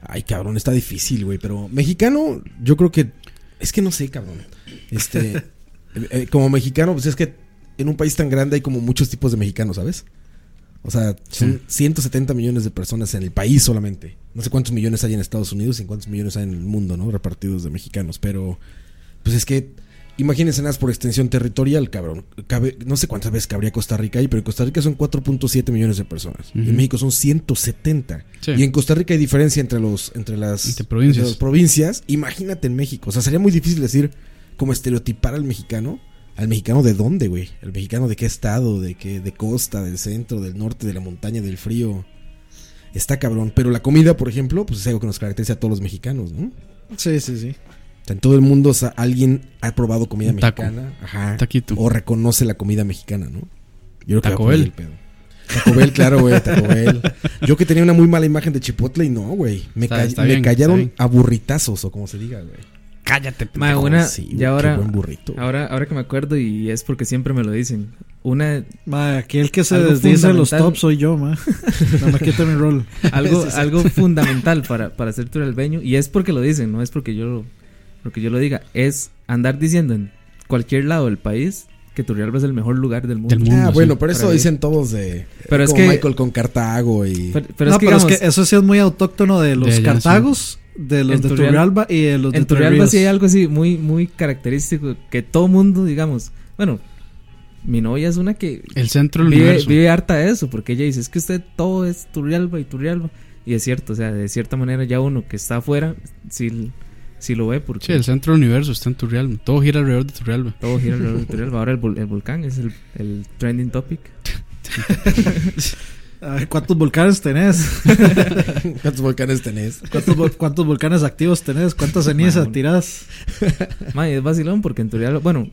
Speaker 4: Ay, cabrón, está difícil, güey. Pero mexicano, yo creo que. Es que no sé, cabrón. Este. eh, eh, como mexicano, pues es que en un país tan grande hay como muchos tipos de mexicanos, ¿sabes? O sea, son 170 millones de personas en el país solamente. No sé cuántos millones hay en Estados Unidos y cuántos millones hay en el mundo, ¿no? Repartidos de mexicanos. Pero, pues es que Imagínense nada más por extensión territorial, cabrón. Cabe- no sé cuántas veces cabría Costa Rica ahí, pero en Costa Rica son 4.7 millones de personas. En México son 170.
Speaker 5: Sí.
Speaker 4: Y en Costa Rica hay diferencia entre los entre las,
Speaker 5: Entre provincias.
Speaker 4: entre las provincias. Imagínate en México. O sea, sería muy difícil decir como estereotipar al mexicano. ¿Al mexicano de dónde, güey? ¿Al mexicano de qué estado? ¿De qué? ¿De costa? ¿Del centro? ¿Del norte? ¿De la montaña? ¿Del frío? Está cabrón. Pero la comida, por ejemplo, pues es algo que nos caracteriza a todos los mexicanos, ¿no?
Speaker 6: Sí, sí, sí.
Speaker 4: O sea, en todo el mundo o sea, alguien ha probado comida
Speaker 5: Un taco.
Speaker 4: mexicana. Ajá.
Speaker 5: Taquito.
Speaker 4: O reconoce la comida mexicana, ¿no? Yo creo que
Speaker 5: Taco
Speaker 4: va por ahí
Speaker 5: Bell.
Speaker 4: el pedo. Taco Bell, claro, güey, Taco Bell. Yo que tenía una muy mala imagen de Chipotle y no, güey. Me,
Speaker 5: Está-
Speaker 4: ca-
Speaker 5: está
Speaker 4: me
Speaker 5: bien, está
Speaker 4: callaron
Speaker 5: bien.
Speaker 4: a burritazos o como se diga, güey.
Speaker 5: Cállate, p-
Speaker 7: Ma,
Speaker 4: Oh,
Speaker 7: una,
Speaker 4: sí,
Speaker 7: y
Speaker 4: qué
Speaker 7: ahora,
Speaker 4: buen burrito.
Speaker 7: ahora, ahora que me acuerdo, y es porque siempre me lo dicen, una,
Speaker 6: Ma, aquel que se
Speaker 7: Algo
Speaker 6: desdice de los
Speaker 7: fundamental.
Speaker 6: tops soy yo, ma. La maqueta mi rol.
Speaker 7: algo, algo fundamental para, para ser turalbeño, y es porque lo dicen, no es porque yo, lo- porque yo lo diga, es andar diciendo en cualquier lado del país que Turrialba es el mejor lugar del mundo.
Speaker 5: Del mundo.
Speaker 4: Ah,
Speaker 5: sí,
Speaker 4: bueno, pero eso
Speaker 7: para mí.
Speaker 4: dicen todos de.
Speaker 7: Pero es
Speaker 4: como
Speaker 7: que-
Speaker 4: Michael con Cartago y.
Speaker 7: Pero, pero
Speaker 6: no,
Speaker 7: es que,
Speaker 6: pero es
Speaker 7: digamos,
Speaker 6: que eso sí es muy autóctono de los
Speaker 5: allá, sí.
Speaker 6: Cartagos, de los
Speaker 7: En
Speaker 6: de
Speaker 7: Turrial-
Speaker 6: Turrialba y de los de
Speaker 7: en Turrialba
Speaker 6: Tres
Speaker 7: sí hay
Speaker 6: Ríos.
Speaker 7: algo así muy, muy característico que todo mundo, digamos, bueno, mi novia es una que
Speaker 5: El centro del
Speaker 7: vive,
Speaker 5: universo.
Speaker 7: vive harta de eso, porque ella dice, es que usted todo es Turrialba y Turrialba. Y es cierto, o sea, de cierta manera ya uno que está afuera, sí, sí lo ve, porque
Speaker 5: Sí, el centro del universo está en Turrialba. Todo gira alrededor de Turrialba.
Speaker 7: todo gira alrededor de Turrialba. Ahora el, vul- el volcán es el, el trending topic.
Speaker 6: A ver, ¿cuántos volcanes tenés?
Speaker 4: ¿Cuántos volcanes tenés?
Speaker 6: ¿Cuántos, vol- cuántos volcanes activos tenés? ¿Cuántas cenizas
Speaker 7: Mamón.
Speaker 6: tirás?
Speaker 7: Ma, y es vacilón, porque en Turrialba, bueno,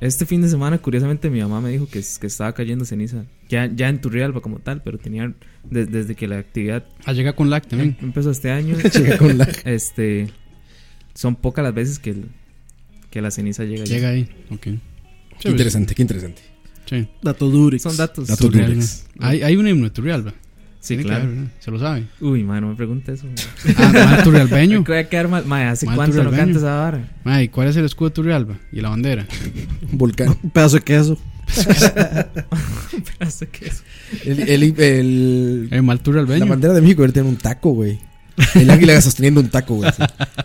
Speaker 7: este fin de semana, curiosamente, mi mamá me dijo que, es- que estaba cayendo ceniza, ya, ya en Turrialba como tal, pero tenía, de- desde que la actividad
Speaker 5: Ah, llega con LAC
Speaker 7: em-
Speaker 5: también.
Speaker 7: empezó este año,
Speaker 4: Llega con la-
Speaker 7: este, son pocas las veces que, el- que la ceniza llega. allá.
Speaker 5: Llega ahí. Ok. Sí,
Speaker 4: Qué
Speaker 5: pues,
Speaker 4: interesante, qué interesante.
Speaker 5: Sí.
Speaker 6: Dato Durex.
Speaker 7: Son datos.
Speaker 4: Dato-
Speaker 5: Turrialba.
Speaker 4: Durex.
Speaker 5: Hay, hay un himno de Turrialba.
Speaker 7: Sí,
Speaker 5: Tiene que
Speaker 7: claro.
Speaker 5: haber, ¿no? Se lo sabe.
Speaker 7: Uy, ma, no me pregunte eso. ma.
Speaker 5: Ah, mal turrialbeño.
Speaker 7: Me voy a quedar mal. Ma, ¿hace
Speaker 5: Mal
Speaker 7: cuánto no
Speaker 5: turrialbeño.
Speaker 7: cantas esa vara?
Speaker 5: Ma, ¿y ¿cuál es el escudo de Turrialba? Y la bandera.
Speaker 4: Un volcán.
Speaker 6: Un pedazo de queso.
Speaker 7: Espera, ¿hace qué es?
Speaker 4: El, el, el-
Speaker 5: Eh, mal
Speaker 4: la
Speaker 5: turrialbeño.
Speaker 4: bandera de México debería tener un taco, güey. El águila sosteniendo un taco, güey. así.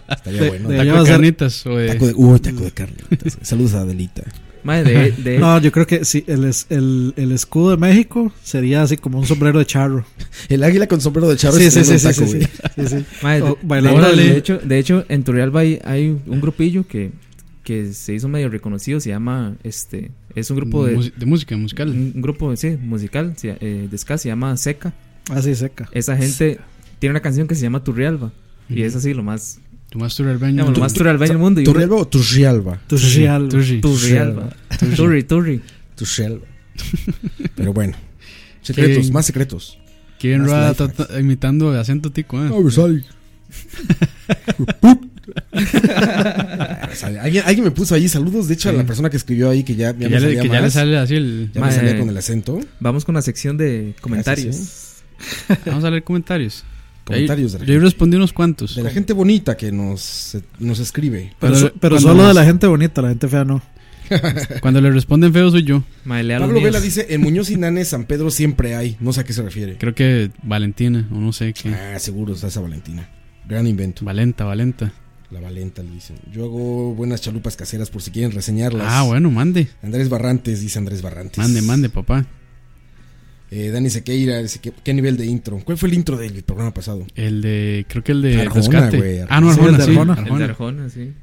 Speaker 4: Estaría
Speaker 6: De-
Speaker 4: bueno.
Speaker 6: de-
Speaker 5: Taco
Speaker 6: Ya va a
Speaker 5: de
Speaker 6: ser-
Speaker 5: carnitas o de-
Speaker 4: Taco de, uh, taco de carnitas. Saludos a Adelita.
Speaker 7: Ma, de, de-
Speaker 6: No, yo creo que sí, el, es- el, el escudo de México sería así como un sombrero de charro.
Speaker 4: El águila con sombrero de Chávez.
Speaker 6: Sí, sí, sí,
Speaker 4: comiendo
Speaker 6: sí,
Speaker 4: un taco,
Speaker 6: sí,
Speaker 4: güey.
Speaker 6: sí, sí. Oh,
Speaker 7: ma, de-
Speaker 5: Oh,
Speaker 6: O
Speaker 7: de-
Speaker 6: bailar
Speaker 7: de-
Speaker 6: ballet.
Speaker 7: de hecho, de hecho, en Turrialba hay, hay un grupillo que, que se hizo medio reconocido. Se llama, este, es un grupo de...
Speaker 5: mus- de música musical.
Speaker 7: Un un grupo, sí, musical, se- eh, de ska, se llama Seca.
Speaker 4: Ah,
Speaker 6: Así seca.
Speaker 7: Esa gente tiene una canción que se llama Turrialba. Y es así lo más,
Speaker 5: Tu más turrialbeño.
Speaker 7: digamos, lo más turrialbeño del mundo. y uno-
Speaker 4: ¿Turrialba o Turrialba?
Speaker 6: Turrialba.
Speaker 5: Turri.
Speaker 7: Turrialba. Turri, Turri.
Speaker 4: Turrialba. Pero bueno. Secretos,
Speaker 5: Qué-
Speaker 4: más secretos.
Speaker 5: Qué bien
Speaker 4: Más
Speaker 5: Roa
Speaker 4: life
Speaker 5: ta- ta- imitando de acento tico, eh.
Speaker 4: O sea, alguien, alguien me puso ahí saludos, de hecho, a la persona que escribió ahí que ya, ya me
Speaker 5: Que ya, le,
Speaker 4: salía
Speaker 5: que ya le
Speaker 4: más.
Speaker 5: sale así el.
Speaker 4: Ya me
Speaker 7: Madre.
Speaker 4: salía con el acento.
Speaker 7: Vamos con la sección de comentarios.
Speaker 5: ¿eh? Vamos a leer comentarios.
Speaker 4: Comentarios de
Speaker 5: Yo,
Speaker 4: la,
Speaker 5: yo
Speaker 4: gente,
Speaker 5: respondí unos cuantos.
Speaker 4: de la gente bonita que nos, eh, nos escribe.
Speaker 6: Pero,
Speaker 5: Cuando-
Speaker 6: so- pero
Speaker 5: cuando
Speaker 6: solo de
Speaker 5: nos-
Speaker 6: la gente bonita, la gente fea no.
Speaker 5: Cuando le responden feo soy yo.
Speaker 7: Ma, lea los
Speaker 4: Pablo
Speaker 7: míos.
Speaker 4: Vela dice: En Muñoz y Nane, San Pedro siempre hay. No sé a qué se refiere.
Speaker 5: Creo que Valentina, o no sé qué.
Speaker 4: Ah, seguro, está esa Valentina. Gran invento.
Speaker 5: Valenta, Valenta.
Speaker 4: La Valenta le dicen. Yo hago buenas chalupas caseras por si quieren reseñarlas.
Speaker 5: Ah, bueno, mande.
Speaker 4: Andrés Barrantes, dice Andrés Barrantes.
Speaker 5: Mande, mande, papá.
Speaker 4: Eh, Dani Sequeira, dice, ¿qué, qué nivel de intro? ¿Cuál fue el intro del programa pasado?
Speaker 5: El de. Creo que el de
Speaker 4: Arjona,
Speaker 5: Rescate.
Speaker 4: güey, Arjona.
Speaker 5: Ah, no,
Speaker 6: Sí,
Speaker 5: Arjona,
Speaker 6: el de
Speaker 5: sí.
Speaker 6: Arjona.
Speaker 7: El de
Speaker 5: Arjona.
Speaker 7: Arjona, sí.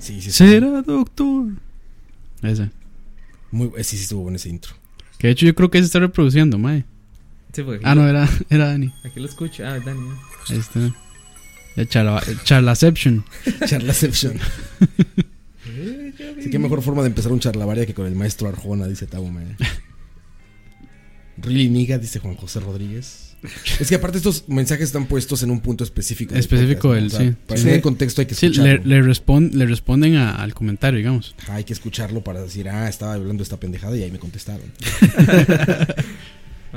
Speaker 4: Sí, sí, sí.
Speaker 5: Será doctor. Esa.
Speaker 4: Muy, eh, sí, sí, estuvo bueno ese intro.
Speaker 5: Que de hecho yo creo que se está reproduciendo, mae.
Speaker 7: Sí, porque
Speaker 5: Ah,
Speaker 7: aquí,
Speaker 5: no, era, era Dani.
Speaker 7: aquí lo escucho. Ah, Dani.
Speaker 5: Ahí está. De charla, Charlaception.
Speaker 4: Charlaception. Así que mejor forma de empezar un charlavaria que con el maestro Arjona, dice Tabo Man. Really niga, dice Juan José Rodríguez. Es que aparte estos mensajes están puestos en un punto específico. del
Speaker 5: Específico
Speaker 4: podcast, ¿no? O
Speaker 5: del-
Speaker 4: sea,
Speaker 5: sí.
Speaker 4: Para
Speaker 5: Sí.
Speaker 4: tener contexto hay que
Speaker 5: Sí,
Speaker 4: escucharlo.
Speaker 5: le, le, respon- le responden a- al comentario, digamos.
Speaker 4: Ajá, hay que escucharlo para decir, ah, estaba hablando esta pendejada y ahí me contestaron.
Speaker 7: Ma,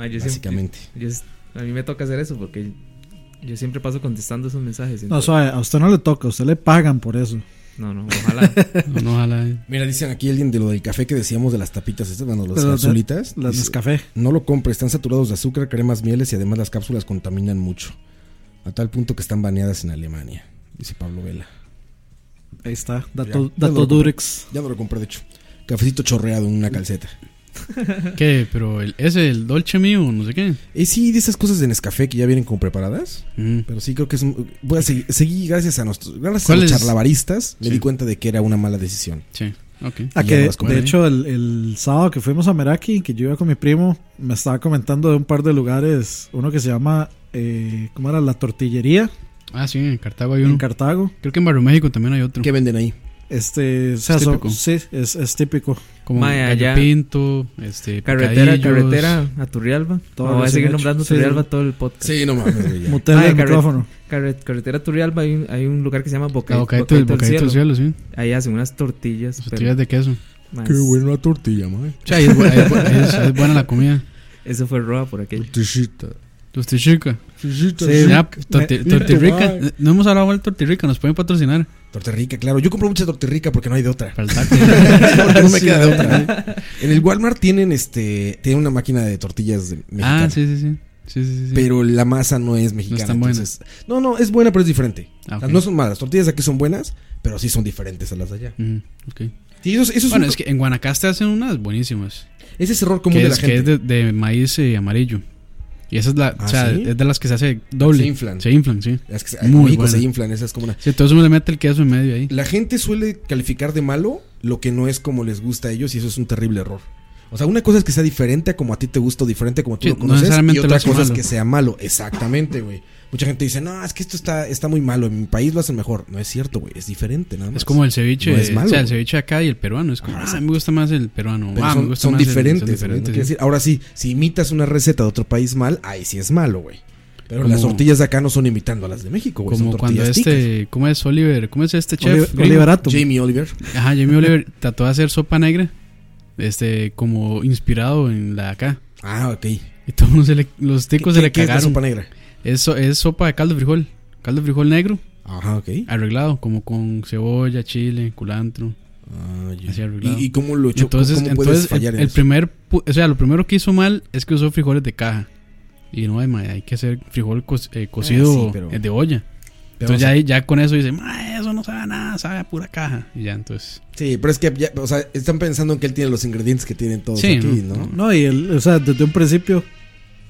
Speaker 7: Ah, yo siempre-
Speaker 4: Básicamente.
Speaker 7: yo es- a mí me toca hacer eso porque yo siempre paso contestando esos mensajes.
Speaker 6: No,
Speaker 7: entonces-
Speaker 6: suave, a usted no le toca, a usted le pagan por eso.
Speaker 7: no, no, ojalá.
Speaker 5: No, no, ojalá. eh.
Speaker 4: Mira, dicen aquí alguien de lo del café que decíamos de las tapitas estas, bueno, las
Speaker 6: Pero-
Speaker 4: capsulitas.
Speaker 6: Las
Speaker 4: Dice,
Speaker 6: Nescafé.
Speaker 4: No lo compre, están saturados de azúcar, cremas, mieles y además las cápsulas contaminan mucho. A tal punto que están baneadas en Alemania, dice Pablo Vela.
Speaker 6: Ahí está, dato,
Speaker 4: Ya, ya lo
Speaker 6: dato
Speaker 4: compré.
Speaker 6: Durex.
Speaker 4: Ya me lo compré, de hecho. Cafecito chorreado en una calceta.
Speaker 5: ¿Qué? Pero el, ese, el Dolce mío, no sé qué.
Speaker 4: Eh, sí, de esas cosas de Nescafé que ya vienen como preparadas.
Speaker 5: Mm.
Speaker 4: Pero sí creo que es... un- Voy a seguir, seguí gracias a nuestros... Gracias a
Speaker 5: ¿Cuál
Speaker 4: los
Speaker 5: es?
Speaker 4: charlabaristas me
Speaker 5: Sí.
Speaker 4: di cuenta de que era una mala decisión.
Speaker 5: Sí, ok.
Speaker 6: Ah, que
Speaker 4: Y ya no
Speaker 6: de,
Speaker 4: las compré.
Speaker 6: de hecho el, el sábado que fuimos a Meraki, que yo iba con mi primo, me estaba comentando de un par de lugares, uno que se llama, eh, ¿cómo era? La Tortillería,
Speaker 5: Ah, sí, en Cartago hay
Speaker 6: en
Speaker 5: uno.
Speaker 6: Cartago.
Speaker 5: Creo que en Barrio México también hay otro.
Speaker 4: ¿Qué venden ahí?
Speaker 6: Este, o sea,
Speaker 5: Es
Speaker 6: son-
Speaker 5: típico.
Speaker 6: sí, es, es típico.
Speaker 5: Como
Speaker 7: Mae,
Speaker 5: Gallo
Speaker 7: allá-
Speaker 5: Pinto, este,
Speaker 7: Carretera,
Speaker 5: Picadillos.
Speaker 7: carretera a Turrialba.
Speaker 6: Todo
Speaker 7: No, voy a
Speaker 6: recién
Speaker 7: seguir
Speaker 6: hecho.
Speaker 7: nombrando
Speaker 6: Sí.
Speaker 7: Turrialba todo el podcast.
Speaker 4: Sí, no mames, güey, ya.
Speaker 6: Mutea
Speaker 7: Ah,
Speaker 6: el
Speaker 7: de carre-
Speaker 6: micrófono.
Speaker 7: Carre- carretera Turrialba hay un, hay un lugar que se llama Boca,
Speaker 5: La bocadita del bocadito Ah, del cielo, sí.
Speaker 7: Ahí hacen unas tortillas.
Speaker 5: Las
Speaker 7: pero
Speaker 5: tortillas de queso.
Speaker 7: más-
Speaker 4: Qué buena tortilla, madre.
Speaker 5: O sea, ahí es, bu- ahí es bu- ahí es- ahí es buena la comida.
Speaker 7: Eso fue Roa por aquello.
Speaker 4: Tortillita.
Speaker 5: Tosti chica.
Speaker 4: Tortillita.
Speaker 6: Sí.
Speaker 5: Ya, torti-
Speaker 4: me-
Speaker 5: tortirrica.
Speaker 4: me-
Speaker 5: No hemos hablado mal de tortirrica, nos pueden patrocinar.
Speaker 4: Torterrica, claro. Yo compro mucha torterrica porque no hay de otra.
Speaker 5: Para el taco.
Speaker 4: Porque no me queda de otra. ¿eh? En el Walmart tienen este tienen una máquina de tortillas de- mexicana.
Speaker 5: ah, sí, sí, sí. Sí, sí, sí, sí.
Speaker 4: Pero la masa no es mexicana.
Speaker 5: No es tan buena.
Speaker 4: entonces- no, no, es buena, pero es diferente.
Speaker 5: Ah,
Speaker 4: O sea,
Speaker 5: ok.
Speaker 4: No son malas. Las tortillas de aquí son buenas, pero sí son diferentes a las de allá.
Speaker 5: Ujú, ok.
Speaker 4: Sí, eso, es- eso es
Speaker 5: Bueno,
Speaker 4: un-
Speaker 5: es que en Guanacaste hacen unas buenísimas.
Speaker 4: ese es error común
Speaker 5: Que
Speaker 4: de la
Speaker 5: es, que es
Speaker 4: gente.
Speaker 5: de, de maíz eh, amarillo. Y esa es la,
Speaker 4: Ah,
Speaker 5: o sea,
Speaker 4: ¿sí?
Speaker 5: es de las que se hace doble.
Speaker 4: Se inflan.
Speaker 5: Se inflan, sí.
Speaker 4: Las que se- en
Speaker 5: Muy
Speaker 4: México se
Speaker 5: buena.
Speaker 4: inflan, esa es como una.
Speaker 5: Sí, entonces uno le mete el queso en medio ahí.
Speaker 4: La gente suele calificar de malo lo que no es como les gusta a ellos y eso es un terrible error. O sea, una cosa es que sea diferente a como a ti te gusta o diferente a como tú
Speaker 5: Sí,
Speaker 4: lo
Speaker 5: no
Speaker 4: conoces y
Speaker 5: necesariamente lo
Speaker 4: otra
Speaker 5: hace
Speaker 4: cosa es
Speaker 5: malo.
Speaker 4: que sea malo. Exactamente, güey. Mucha gente dice, no, es que esto está, está muy malo, en mi país lo hacen mejor. No es cierto, güey, es diferente nada más.
Speaker 5: Es como el ceviche,
Speaker 4: No es malo,
Speaker 5: o sea, el
Speaker 4: güey.
Speaker 5: ceviche acá y el peruano. Es como,
Speaker 4: Ajá,
Speaker 5: ah,
Speaker 4: exacto.
Speaker 5: me gusta más el peruano.
Speaker 4: Pero
Speaker 5: ah, me
Speaker 4: son,
Speaker 5: gusta
Speaker 4: son
Speaker 5: más el-
Speaker 4: diferentes. güey,
Speaker 5: son
Speaker 4: ¿no? Quiere
Speaker 5: diferentes. sí.
Speaker 4: decir, ahora sí, si imitas una receta de otro país mal, ahí sí es malo, güey. Pero
Speaker 5: Como-
Speaker 4: las tortillas de acá no son imitando a las de México, güey.
Speaker 5: Como
Speaker 4: son
Speaker 5: cuando
Speaker 4: tortillas ticas.
Speaker 5: este, ¿cómo es Oliver? ¿Cómo es este chef?
Speaker 6: Oliver-
Speaker 5: gringo?
Speaker 6: Oliverato.
Speaker 4: Jamie Oliver.
Speaker 5: Ajá, Jamie Oliver trató de hacer sopa negra. Este, como inspirado en la de acá.
Speaker 4: Ah, ok.
Speaker 5: Y todos se le- los ticos se le
Speaker 4: ¿Qué es la
Speaker 5: cagaron.
Speaker 4: sopa negra?
Speaker 5: Es, so- es sopa de caldo de frijol. Caldo de frijol negro,
Speaker 4: Ajá, ok.
Speaker 5: arreglado, como con cebolla, chile, culantro.
Speaker 4: Ah, ya.
Speaker 5: Así arreglado.
Speaker 4: ¿Y, y cómo lo chocó?
Speaker 5: Entonces,
Speaker 4: ¿Cómo puedes
Speaker 5: entonces
Speaker 4: fallar
Speaker 5: el,
Speaker 4: en
Speaker 5: el
Speaker 4: eso?
Speaker 5: primer, pu- o sea, lo primero que hizo mal es que usó frijoles de caja. Y no, ay, mae, hay que hacer frijol co- eh, cocido
Speaker 4: Ah, sí, pero-
Speaker 5: eh, de olla.
Speaker 4: Pero, o
Speaker 5: Entonces
Speaker 4: sea,
Speaker 5: ya, ahí- ya con eso dice, "Mae, eso no sabe a nada, sabe a pura caja. Y ya entonces...
Speaker 4: Sí, pero es que ya, o sea, están pensando en que él tiene los ingredientes que tienen todos
Speaker 5: Sí,
Speaker 7: Pues
Speaker 4: aquí, ¿no?
Speaker 5: ¿no?
Speaker 6: No, y el, o sea, desde un principio,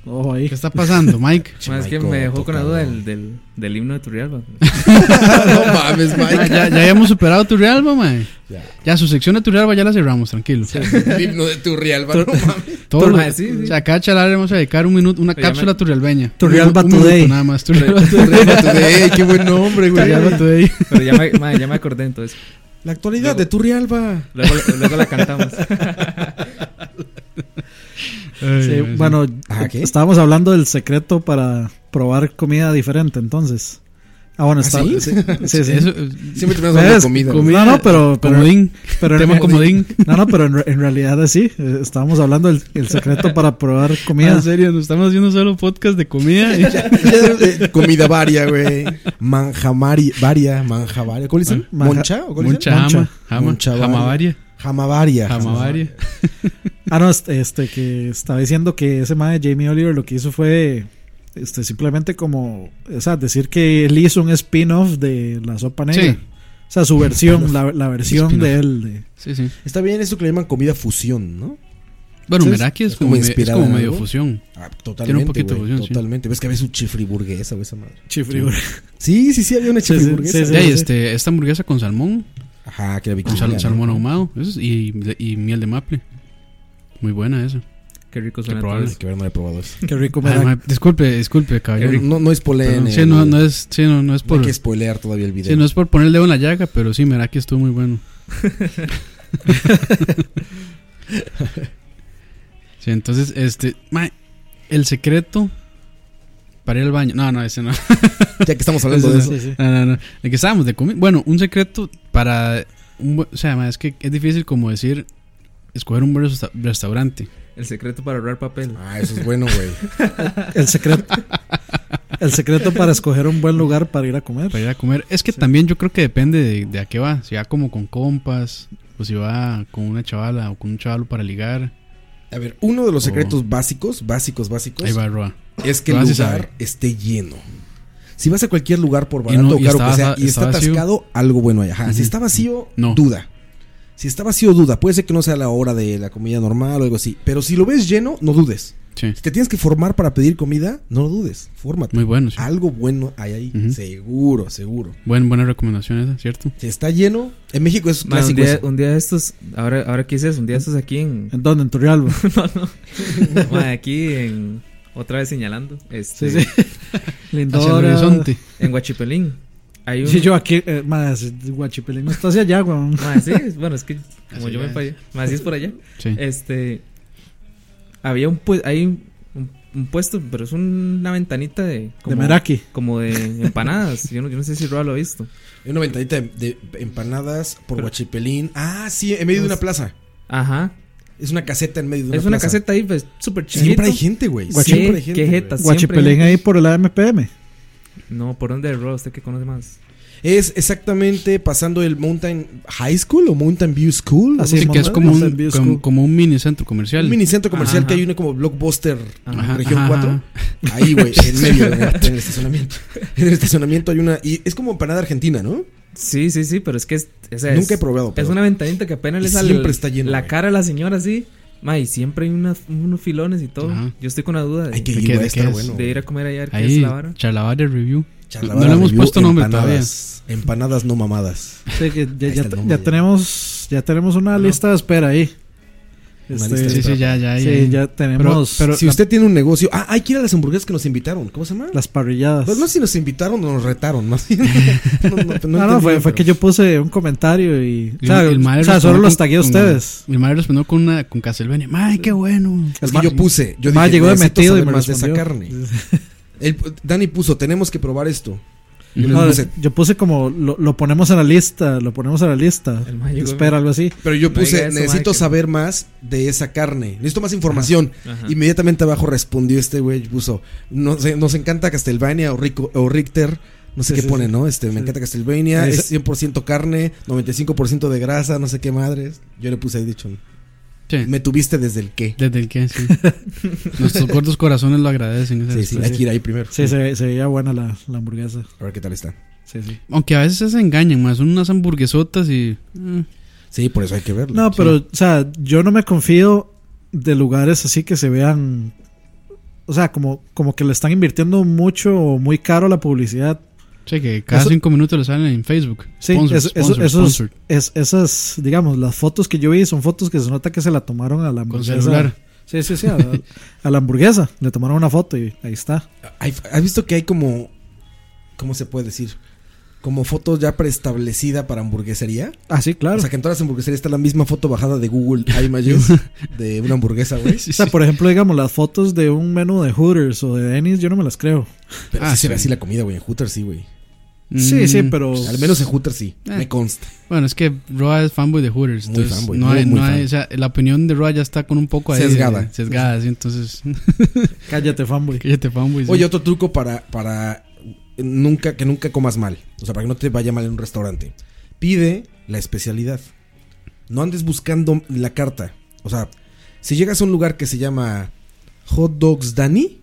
Speaker 6: ojo ahí.
Speaker 5: ¿Qué está pasando, Mike?
Speaker 7: Más que me dejó con la duda del, del, del himno de Turrialba.
Speaker 4: no mames,
Speaker 5: Ah,
Speaker 4: Mike.
Speaker 5: ya, ya habíamos superado tu realba, mae.
Speaker 4: Ya.
Speaker 5: Ya, su sección de tu realba ya la cerramos, tranquilo.
Speaker 4: El himno de tu real, no mames.
Speaker 5: Todo
Speaker 7: Todo,
Speaker 5: lo-
Speaker 7: mae, sí, sí.
Speaker 5: O sea, cada chalar le vamos a dedicar un minuto, una
Speaker 7: Pero ya
Speaker 5: cápsula
Speaker 7: me-
Speaker 5: turrialbeña.
Speaker 6: Turrialba
Speaker 5: Un minuto
Speaker 6: Today.
Speaker 5: Nada más, turrialba
Speaker 4: Tu real, tu de- ey, qué buen nombre, güey.
Speaker 5: Turrialba Today.
Speaker 7: Pero ya me, mae, ya me acordé entonces.
Speaker 4: La actualidad de tu realba.
Speaker 7: Luego, luego la cantamos.
Speaker 6: Sí,
Speaker 5: Ay, mae,
Speaker 6: bueno,
Speaker 4: Ajá, ¿Ah, ¿qué?
Speaker 6: estábamos hablando del secreto para probar comida diferente, entonces. Ah, bueno,
Speaker 4: ¿Ah,
Speaker 6: está.
Speaker 4: sí?
Speaker 6: sí, sí, sí.
Speaker 5: Eso, eh,
Speaker 4: Siempre terminamos hablando de
Speaker 6: ¿Ves?
Speaker 4: comida.
Speaker 6: Com-
Speaker 4: güey.
Speaker 6: No, no, pero- pero-
Speaker 5: comodín.
Speaker 6: Pero en-
Speaker 5: tema comodín.
Speaker 6: No, no, pero en, re- en realidad es sí. eh, Estábamos hablando del el secreto para probar
Speaker 5: Ah,
Speaker 6: comida.
Speaker 5: en serio, nos estamos haciendo solo podcast de comida.
Speaker 4: Ya, eh, comida varia, güey. Manja mari- varia, manja varia. ¿Cómo le dicen?
Speaker 6: Manja-
Speaker 4: ¿Moncha? ¿O cómo le dicen?
Speaker 5: Mucha jama, jama,
Speaker 4: Moncha varia.
Speaker 5: jamavaria,
Speaker 4: Jama varia.
Speaker 5: jama varia.
Speaker 6: Ah, no, este, este, que estaba diciendo que ese mae Jamie Oliver lo que hizo fue este, simplemente como, o sea, decir que él hizo un spin-off de la sopa negra.
Speaker 5: Sí.
Speaker 6: O sea, su versión, la, la versión de él. de-
Speaker 5: Sí, sí.
Speaker 4: Está bien eso que le llaman comida fusión, ¿no?
Speaker 5: Bueno,
Speaker 4: ¿Sabes?
Speaker 5: Meraki es
Speaker 4: Es
Speaker 5: como,
Speaker 4: como
Speaker 5: me- es
Speaker 4: inspirada
Speaker 5: como
Speaker 4: en
Speaker 5: medio
Speaker 4: algo.
Speaker 5: fusión.
Speaker 4: Ah, totalmente,
Speaker 5: poquito de
Speaker 4: güey,
Speaker 5: fusión, sí.
Speaker 4: totalmente. Ves que ves un chifriburguesa, güey, esa madre.
Speaker 6: Chifrigur.
Speaker 4: Sí, sí, sí, había una
Speaker 6: Sí, sí,
Speaker 4: chifriburguesa.
Speaker 6: sí, sí.
Speaker 5: Ya, y este, esta hamburguesa con salmón,
Speaker 4: Ajá, que la
Speaker 5: con
Speaker 4: vikinga.
Speaker 5: sal-
Speaker 4: ¿no?
Speaker 5: salmón ahumado eso es- y, y miel de maple. Muy buena esa.
Speaker 7: Qué rico
Speaker 5: Qué
Speaker 7: suena todo
Speaker 5: probable.
Speaker 7: eso.
Speaker 4: Hay que ver, no la he probado eso.
Speaker 6: Qué rico me
Speaker 5: Ay,
Speaker 6: da.
Speaker 5: ma, Ah, disculpe, disculpe, caballero.
Speaker 4: No, no spoileen.
Speaker 5: Perdón, sí,
Speaker 4: el-
Speaker 5: no, no es, sí, no, no es
Speaker 4: no hay
Speaker 5: por,
Speaker 4: que spoilear todavía el video.
Speaker 5: sí, no es por poner el dedo en la llaga, pero sí, Meraki estuvo muy bueno. sí, entonces, este, ma, el secreto para ir al baño. No, no, ese no.
Speaker 4: Ya que estamos hablando de eso.
Speaker 5: Ese no.
Speaker 6: sí, sí.
Speaker 5: No, no, no. De que estábamos de comida. Bueno, un secreto para. Un, bu- o sea, ma, es que es difícil como decir escoger un buen resta- restaurante.
Speaker 7: El secreto para ahorrar papel.
Speaker 4: Ah, eso es bueno, güey.
Speaker 6: El secreto. El secreto para escoger un buen lugar para ir a comer.
Speaker 5: Para ir a comer. Es que también yo creo que depende de, de a qué va. Si va como con compas, o si va con una chavala o con un chavalo para ligar.
Speaker 4: A ver, uno de los
Speaker 5: Oh.
Speaker 4: secretos básicos, básicos, básicos,
Speaker 5: Ahí va Roa.
Speaker 4: es que el
Speaker 5: Roa sí
Speaker 4: lugar
Speaker 5: sabe.
Speaker 4: esté lleno. Si vas a cualquier lugar por
Speaker 5: Y
Speaker 4: barato
Speaker 5: no-
Speaker 4: o
Speaker 5: y
Speaker 4: caro
Speaker 5: estaba-
Speaker 4: que sea y
Speaker 5: estaba
Speaker 4: está
Speaker 5: vacío.
Speaker 4: atascado, algo bueno hay. Ajá. Si
Speaker 5: Ujú.
Speaker 4: está vacío,
Speaker 5: No.
Speaker 4: duda. Si está vacío, duda. Puede ser que no sea la hora de la comida normal o algo así. Pero si lo ves lleno, no dudes.
Speaker 5: Sí.
Speaker 4: Si te tienes que formar para pedir comida, no lo dudes. Fórmate.
Speaker 5: Muy bueno, sí.
Speaker 4: Algo bueno hay ahí.
Speaker 5: Ujú.
Speaker 4: Seguro, seguro.
Speaker 5: Buen, buena recomendación esa, ¿cierto?
Speaker 4: Si está lleno, en México es
Speaker 7: Ma, un,
Speaker 4: clásico.
Speaker 7: día,
Speaker 4: eso.
Speaker 7: un día de estos, ahora, ahora qué es eso, un día de estos aquí en.
Speaker 6: ¿En dónde? ¿En Turrialba?
Speaker 7: no, no. Ma, aquí en. Otra vez señalando. Este,
Speaker 6: Sí,
Speaker 5: Hacia el
Speaker 6: Lindora.
Speaker 5: horizonte.
Speaker 7: En Huachipelín. Hay un.
Speaker 6: Sí, yo aquí, eh, más Guachipelín, no está hacia allá, weón.
Speaker 7: Ma, sí, es- bueno, es que como
Speaker 5: Así
Speaker 7: yo
Speaker 5: es.
Speaker 7: me fallé. Más es por allá.
Speaker 5: Sí.
Speaker 7: Este. Había un puesto. Hay un, un- un puesto, pero es una ventanita de.
Speaker 6: De Meraki.
Speaker 7: Como de empanadas. Ah, yo, no, yo no sé si Roa lo ha visto.
Speaker 4: Una ventadita de, de empanadas por Huachipelín. Ah, sí, en medio de una plaza.
Speaker 7: Ajá.
Speaker 4: Es una caseta en medio de una
Speaker 7: es una
Speaker 4: plaza.
Speaker 7: caseta ahí, pues, súper chiquita.
Speaker 4: Siempre hay gente, güey.
Speaker 7: Sí,
Speaker 4: Siempre hay gente.
Speaker 7: qué
Speaker 4: güey.
Speaker 7: jetas.
Speaker 6: Guachipelín
Speaker 7: siempre-
Speaker 6: ahí por el AMPM.
Speaker 7: No, ¿por dónde Roa? ¿Usted que conoce más?
Speaker 4: Es exactamente pasando el Mountain High School o Mountain View
Speaker 6: Así
Speaker 4: School. no sé
Speaker 5: Ah, Sí,
Speaker 4: qué
Speaker 5: que es
Speaker 4: madre.
Speaker 5: como
Speaker 6: no sé,
Speaker 5: un,
Speaker 6: view
Speaker 5: como,
Speaker 6: school.
Speaker 5: como un mini centro comercial.
Speaker 4: Un mini centro comercial
Speaker 7: Ajá.
Speaker 4: que hay uno como Blockbuster
Speaker 7: Ajá,
Speaker 4: Región
Speaker 5: ajá,
Speaker 4: 4.
Speaker 5: ajá.
Speaker 4: Ahí, güey, en medio, en el, en el estacionamiento. En el estacionamiento hay una. Y es como empanada argentina, ¿no?
Speaker 7: Sí, sí, sí, pero es que es, o sea,
Speaker 4: Nunca
Speaker 7: es-
Speaker 4: he probado, pero-
Speaker 7: Es una ventanita que apenas
Speaker 4: Y
Speaker 7: le sale
Speaker 4: siempre
Speaker 7: el-
Speaker 4: está lleno,
Speaker 7: la
Speaker 4: güey.
Speaker 7: cara a la señora así. Ma, y siempre hay unas- unos filones y todo.
Speaker 5: Ajá.
Speaker 7: Yo estoy con la duda de,
Speaker 4: Hay que
Speaker 5: ¿de
Speaker 4: ir,
Speaker 5: qué-
Speaker 4: güey,
Speaker 5: de
Speaker 4: está
Speaker 5: qué es?
Speaker 4: bueno.
Speaker 7: de ir a comer allá, a ver qué es
Speaker 5: Ahí,
Speaker 7: la vara.
Speaker 5: Charlavaria Review.
Speaker 4: Charlavara
Speaker 5: No le hemos
Speaker 4: Review,
Speaker 5: puesto nombre
Speaker 4: empanadas, Empanadas no mamadas.
Speaker 6: Sí, que ya,
Speaker 4: Ahí está
Speaker 6: ya,
Speaker 4: el
Speaker 6: te-
Speaker 4: nombre,
Speaker 6: ya
Speaker 4: ya.
Speaker 6: tenemos, ya tenemos una lista de espera ahí.
Speaker 4: Una
Speaker 6: Este,
Speaker 4: lista de
Speaker 5: Sí, sí, ya, ya.
Speaker 6: sí,
Speaker 5: ahí.
Speaker 6: ya tenemos
Speaker 5: Pero-
Speaker 4: si usted tiene un negocio. Ah, hay que ir a las hamburguesas que nos invitaron. ¿Cómo se llama?
Speaker 6: las parrilladas.
Speaker 4: Pues no sé si nos invitaron o nos retaron, más bien. No, no, no
Speaker 6: no, no,
Speaker 4: entendí,
Speaker 6: fue, fue
Speaker 4: pero-
Speaker 6: que yo puse un comentario y.
Speaker 5: Y
Speaker 6: o sea,
Speaker 5: el madre
Speaker 6: o sea,
Speaker 5: respondió
Speaker 6: solo los
Speaker 5: con-
Speaker 6: tagué a
Speaker 5: con-
Speaker 6: ustedes.
Speaker 5: Mi madre respondió con una con Castlevania. ¡Ay, qué bueno!
Speaker 4: Es
Speaker 6: El
Speaker 4: que
Speaker 6: ma-
Speaker 4: yo puse. Yo
Speaker 6: el ma
Speaker 4: dije, "Pues,
Speaker 6: llegó de
Speaker 4: necesito
Speaker 6: metido y
Speaker 4: saber
Speaker 6: me
Speaker 4: más de esa
Speaker 6: respondió.
Speaker 4: carne. Él- Dani puso, tenemos que probar esto. Yo les
Speaker 6: No,
Speaker 4: puse-
Speaker 6: yo puse como lo, lo ponemos a la lista, lo ponemos a la lista.
Speaker 7: El mayo,
Speaker 6: espera, algo así.
Speaker 4: Pero yo
Speaker 7: No
Speaker 4: puse,
Speaker 7: diga eso,
Speaker 4: necesito
Speaker 7: Michael.
Speaker 4: saber más de esa carne. Necesito más información.
Speaker 7: Ajá.
Speaker 4: Inmediatamente abajo respondió este güey, puso, nos, nos encanta Castlevania o, Rico, o Richter. No sé
Speaker 6: Sí,
Speaker 4: qué
Speaker 6: sí,
Speaker 4: pone,
Speaker 6: sí.
Speaker 4: ¿no? Este, me
Speaker 6: Sí.
Speaker 4: encanta Castlevania,
Speaker 6: Esa-
Speaker 4: es 100% carne, 95% de grasa, no sé qué madres. Yo le puse ahí dicho,
Speaker 5: Sí,
Speaker 4: me tuviste desde el qué.
Speaker 5: Desde el que, sí. Nuestros gordos corazones lo agradecen. esa
Speaker 4: Sí, sí,
Speaker 5: respuesta.
Speaker 4: hay que ir ahí primero.
Speaker 6: Sí, se, se veía buena la, la hamburguesa.
Speaker 4: A ver qué tal está.
Speaker 6: Sí, sí.
Speaker 5: Aunque a veces se engañan, más. Son unas hamburguesotas y. mm,
Speaker 4: Sí, por eso hay que verlo.
Speaker 6: No, pero, o sea, yo no me confío de lugares así que se vean. O sea, como, como que le están invirtiendo mucho o muy caro a la publicidad.
Speaker 5: sí, que cada
Speaker 6: Eso-
Speaker 5: cinco minutos le salen en Facebook.
Speaker 6: Sí,
Speaker 5: Sponsor,
Speaker 6: eso- eso-
Speaker 5: sponsor,
Speaker 6: esos-
Speaker 5: sponsor,
Speaker 6: Es, esas, digamos, las fotos que yo vi son fotos que se nota que se la tomaron a la
Speaker 5: Con
Speaker 6: hamburguesa.
Speaker 5: celular.
Speaker 6: Sí, sí, sí, a, la- a la hamburguesa. Le tomaron una foto y ahí está.
Speaker 4: Hay- ¿Has visto que hay como. ¿Cómo se puede decir? Como fotos ya preestablecida para hamburguesería.
Speaker 6: Ah, sí, claro.
Speaker 4: O sea, que en todas las hamburgueserías está la misma foto bajada de Google Images de una hamburguesa, güey.
Speaker 5: Sí,
Speaker 6: O sea,
Speaker 5: sí.
Speaker 6: por ejemplo, digamos, las fotos de un menú de Hooters o de Denny's, yo no me las creo.
Speaker 4: Pero
Speaker 5: Ah,
Speaker 4: sí se ve
Speaker 5: sí.
Speaker 4: así la comida, güey. En Hooters sí, güey.
Speaker 6: Sí, sí,
Speaker 5: Mm,
Speaker 6: pero.
Speaker 4: Pues,
Speaker 6: Ah.
Speaker 4: Al menos en Hooters sí.
Speaker 5: Eh.
Speaker 4: Me consta.
Speaker 5: Bueno, es que Roa es fanboy de Hooters.
Speaker 4: Muy
Speaker 5: entonces
Speaker 4: fanboy,
Speaker 5: no
Speaker 4: muy,
Speaker 5: hay,
Speaker 4: muy
Speaker 5: no hay-
Speaker 4: fan.
Speaker 5: o sea, la opinión de Roa ya está con un poco ahí. de-
Speaker 4: Sesgada.
Speaker 5: sesgada, sí, entonces.
Speaker 6: Cállate, fanboy.
Speaker 5: que ya te fanboy. sí.
Speaker 4: Oye, otro truco para. para nunca, que nunca comas mal. O sea, para que no te vaya mal en un restaurante. Pide la especialidad. No andes buscando la carta. O sea, si llegas a un lugar que se llama Hot Dogs Danny,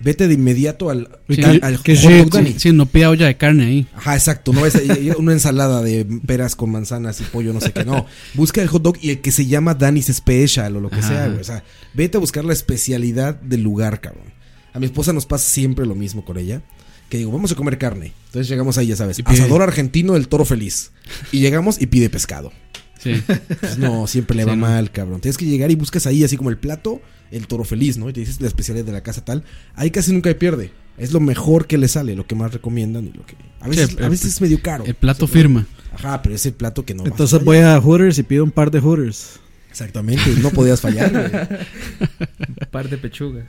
Speaker 4: vete de inmediato al,
Speaker 5: Sí,
Speaker 4: al-
Speaker 5: que-
Speaker 4: al
Speaker 6: que
Speaker 4: Hot
Speaker 6: sí,
Speaker 4: Dogs Danny.
Speaker 5: Sí, no pida olla de carne ahí.
Speaker 4: Ajá, exacto. No es eh, una ensalada de peras con manzanas y pollo, no sé qué. No, busca el hot dog y el que se llama Danny's Special o lo que
Speaker 5: Ajá.
Speaker 4: sea, güey. O sea, vete a buscar la especialidad del lugar, cabrón. A mi esposa nos pasa siempre lo mismo con ella. Que digo, vamos a comer carne. Entonces llegamos ahí, ya sabes,
Speaker 5: Y pide-
Speaker 4: asador argentino del toro feliz. Y llegamos y pide pescado.
Speaker 5: Sí.
Speaker 4: Pues no, siempre le
Speaker 5: Sí,
Speaker 4: va
Speaker 5: no.
Speaker 4: mal, cabrón. Tienes que llegar y buscas ahí, así como el plato, el toro feliz, ¿no? Y te dices la especialidad de la casa tal. Ahí casi nunca hay pierde. Es lo mejor que le sale, lo que más recomiendan y lo que. A veces,
Speaker 5: Sí, el-
Speaker 4: a veces es medio caro.
Speaker 5: El plato firma.
Speaker 4: Ajá, pero es el plato que no. vas
Speaker 6: Entonces
Speaker 4: a
Speaker 6: voy
Speaker 4: fallar.
Speaker 6: a Hooters y pido un par de Hooters.
Speaker 4: Exactamente, no podías fallar. güey.
Speaker 7: Un par de pechugas.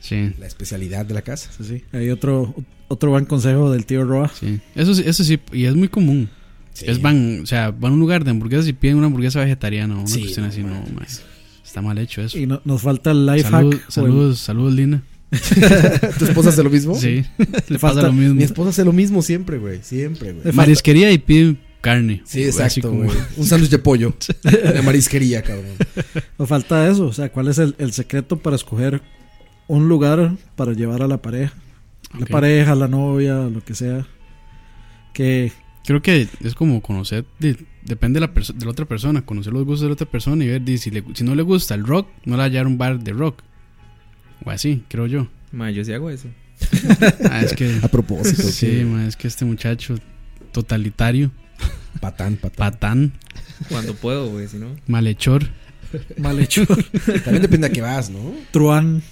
Speaker 5: Sí.
Speaker 4: la especialidad de la casa.
Speaker 6: Sí, sí. Hay otro, otro buen consejo del tío Roa.
Speaker 5: Sí. Eso, sí- eso sí, y es muy común.
Speaker 4: Sí.
Speaker 5: Es van, o sea, van a un lugar de hamburguesas y piden una hamburguesa vegetariana o una
Speaker 4: Sí,
Speaker 5: cuestión
Speaker 4: no,
Speaker 5: así. No, más. Está mal hecho eso.
Speaker 6: Y no- nos falta el life
Speaker 5: Salud-
Speaker 6: hack. o el-
Speaker 5: saludos, saludos, Lina.
Speaker 4: ¿Tu esposa hace lo mismo?
Speaker 5: Sí, le
Speaker 6: falta-
Speaker 5: pasa lo mismo.
Speaker 4: Mi esposa hace lo mismo siempre, güey. Siempre, güey.
Speaker 5: Marisquería y piden carne.
Speaker 4: Sí,
Speaker 5: Así
Speaker 4: exacto,
Speaker 5: como-
Speaker 4: güey. Un sándwich de pollo. De marisquería, cabrón.
Speaker 6: nos falta eso. O sea, ¿cuál es el, el secreto para escoger un lugar para llevar a la pareja? La
Speaker 5: Ok.
Speaker 6: pareja, la novia, lo que sea. Que
Speaker 5: Creo que es como conocer, de- depende de la, perso- de la otra persona, conocer los gustos de la otra persona y ver di, si, le- si no le gusta el rock, no le va a hallar un bar de rock. O así, creo yo.
Speaker 7: Ma, yo sí hago eso.
Speaker 5: Ah, es que,
Speaker 4: A propósito.
Speaker 5: sí, ma, es que este muchacho totalitario,
Speaker 4: Patán, patán.
Speaker 5: patán,
Speaker 7: Cuando puedo, güey, si no.
Speaker 5: malhechor.
Speaker 6: mal hecho.
Speaker 4: También depende a qué vas, ¿no?
Speaker 6: Truán.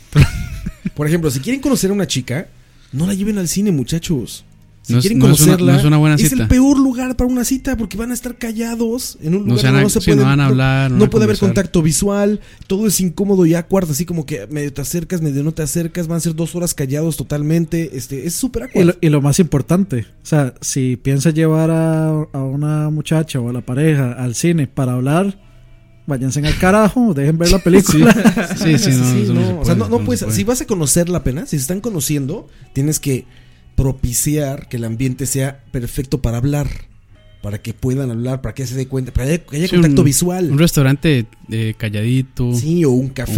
Speaker 4: Por ejemplo, si quieren conocer a una chica, no la lleven al cine, muchachos. Si
Speaker 5: No es-
Speaker 4: quieren
Speaker 5: no es una-
Speaker 4: conocerla,
Speaker 5: no es una buena cita.
Speaker 4: el peor lugar para una cita porque van a estar callados en un
Speaker 5: No
Speaker 4: lugar
Speaker 5: se van
Speaker 4: donde
Speaker 5: a-
Speaker 4: no se
Speaker 5: sí, no
Speaker 4: pueden-
Speaker 5: van a hablar, no
Speaker 4: No,
Speaker 5: van a
Speaker 4: puede haber
Speaker 5: conversar.
Speaker 4: contacto visual, todo es incómodo y acuerdo, así como que medio te acercas, medio no te acercas, van a ser dos horas callados totalmente. Este, es súper
Speaker 6: Y lo,
Speaker 4: acuerdo.
Speaker 6: y lo más importante, o sea, si piensa llevar a, a una muchacha o a la pareja al cine para hablar, váyanse al carajo, dejen ver la película.
Speaker 5: Sí, sí, no, eso no se
Speaker 4: o sea,
Speaker 5: puede,
Speaker 4: no,
Speaker 5: eso no
Speaker 4: no
Speaker 5: se
Speaker 4: puedes,
Speaker 5: puede.
Speaker 4: si vas a conocerla apenas, si se están conociendo, tienes que propiciar que el ambiente sea perfecto para hablar, para que puedan hablar, para que se dé cuenta, para que haya- que haya
Speaker 5: Sí,
Speaker 4: contacto visual.
Speaker 5: Un restaurante eh, calladito.
Speaker 4: Sí, o un café,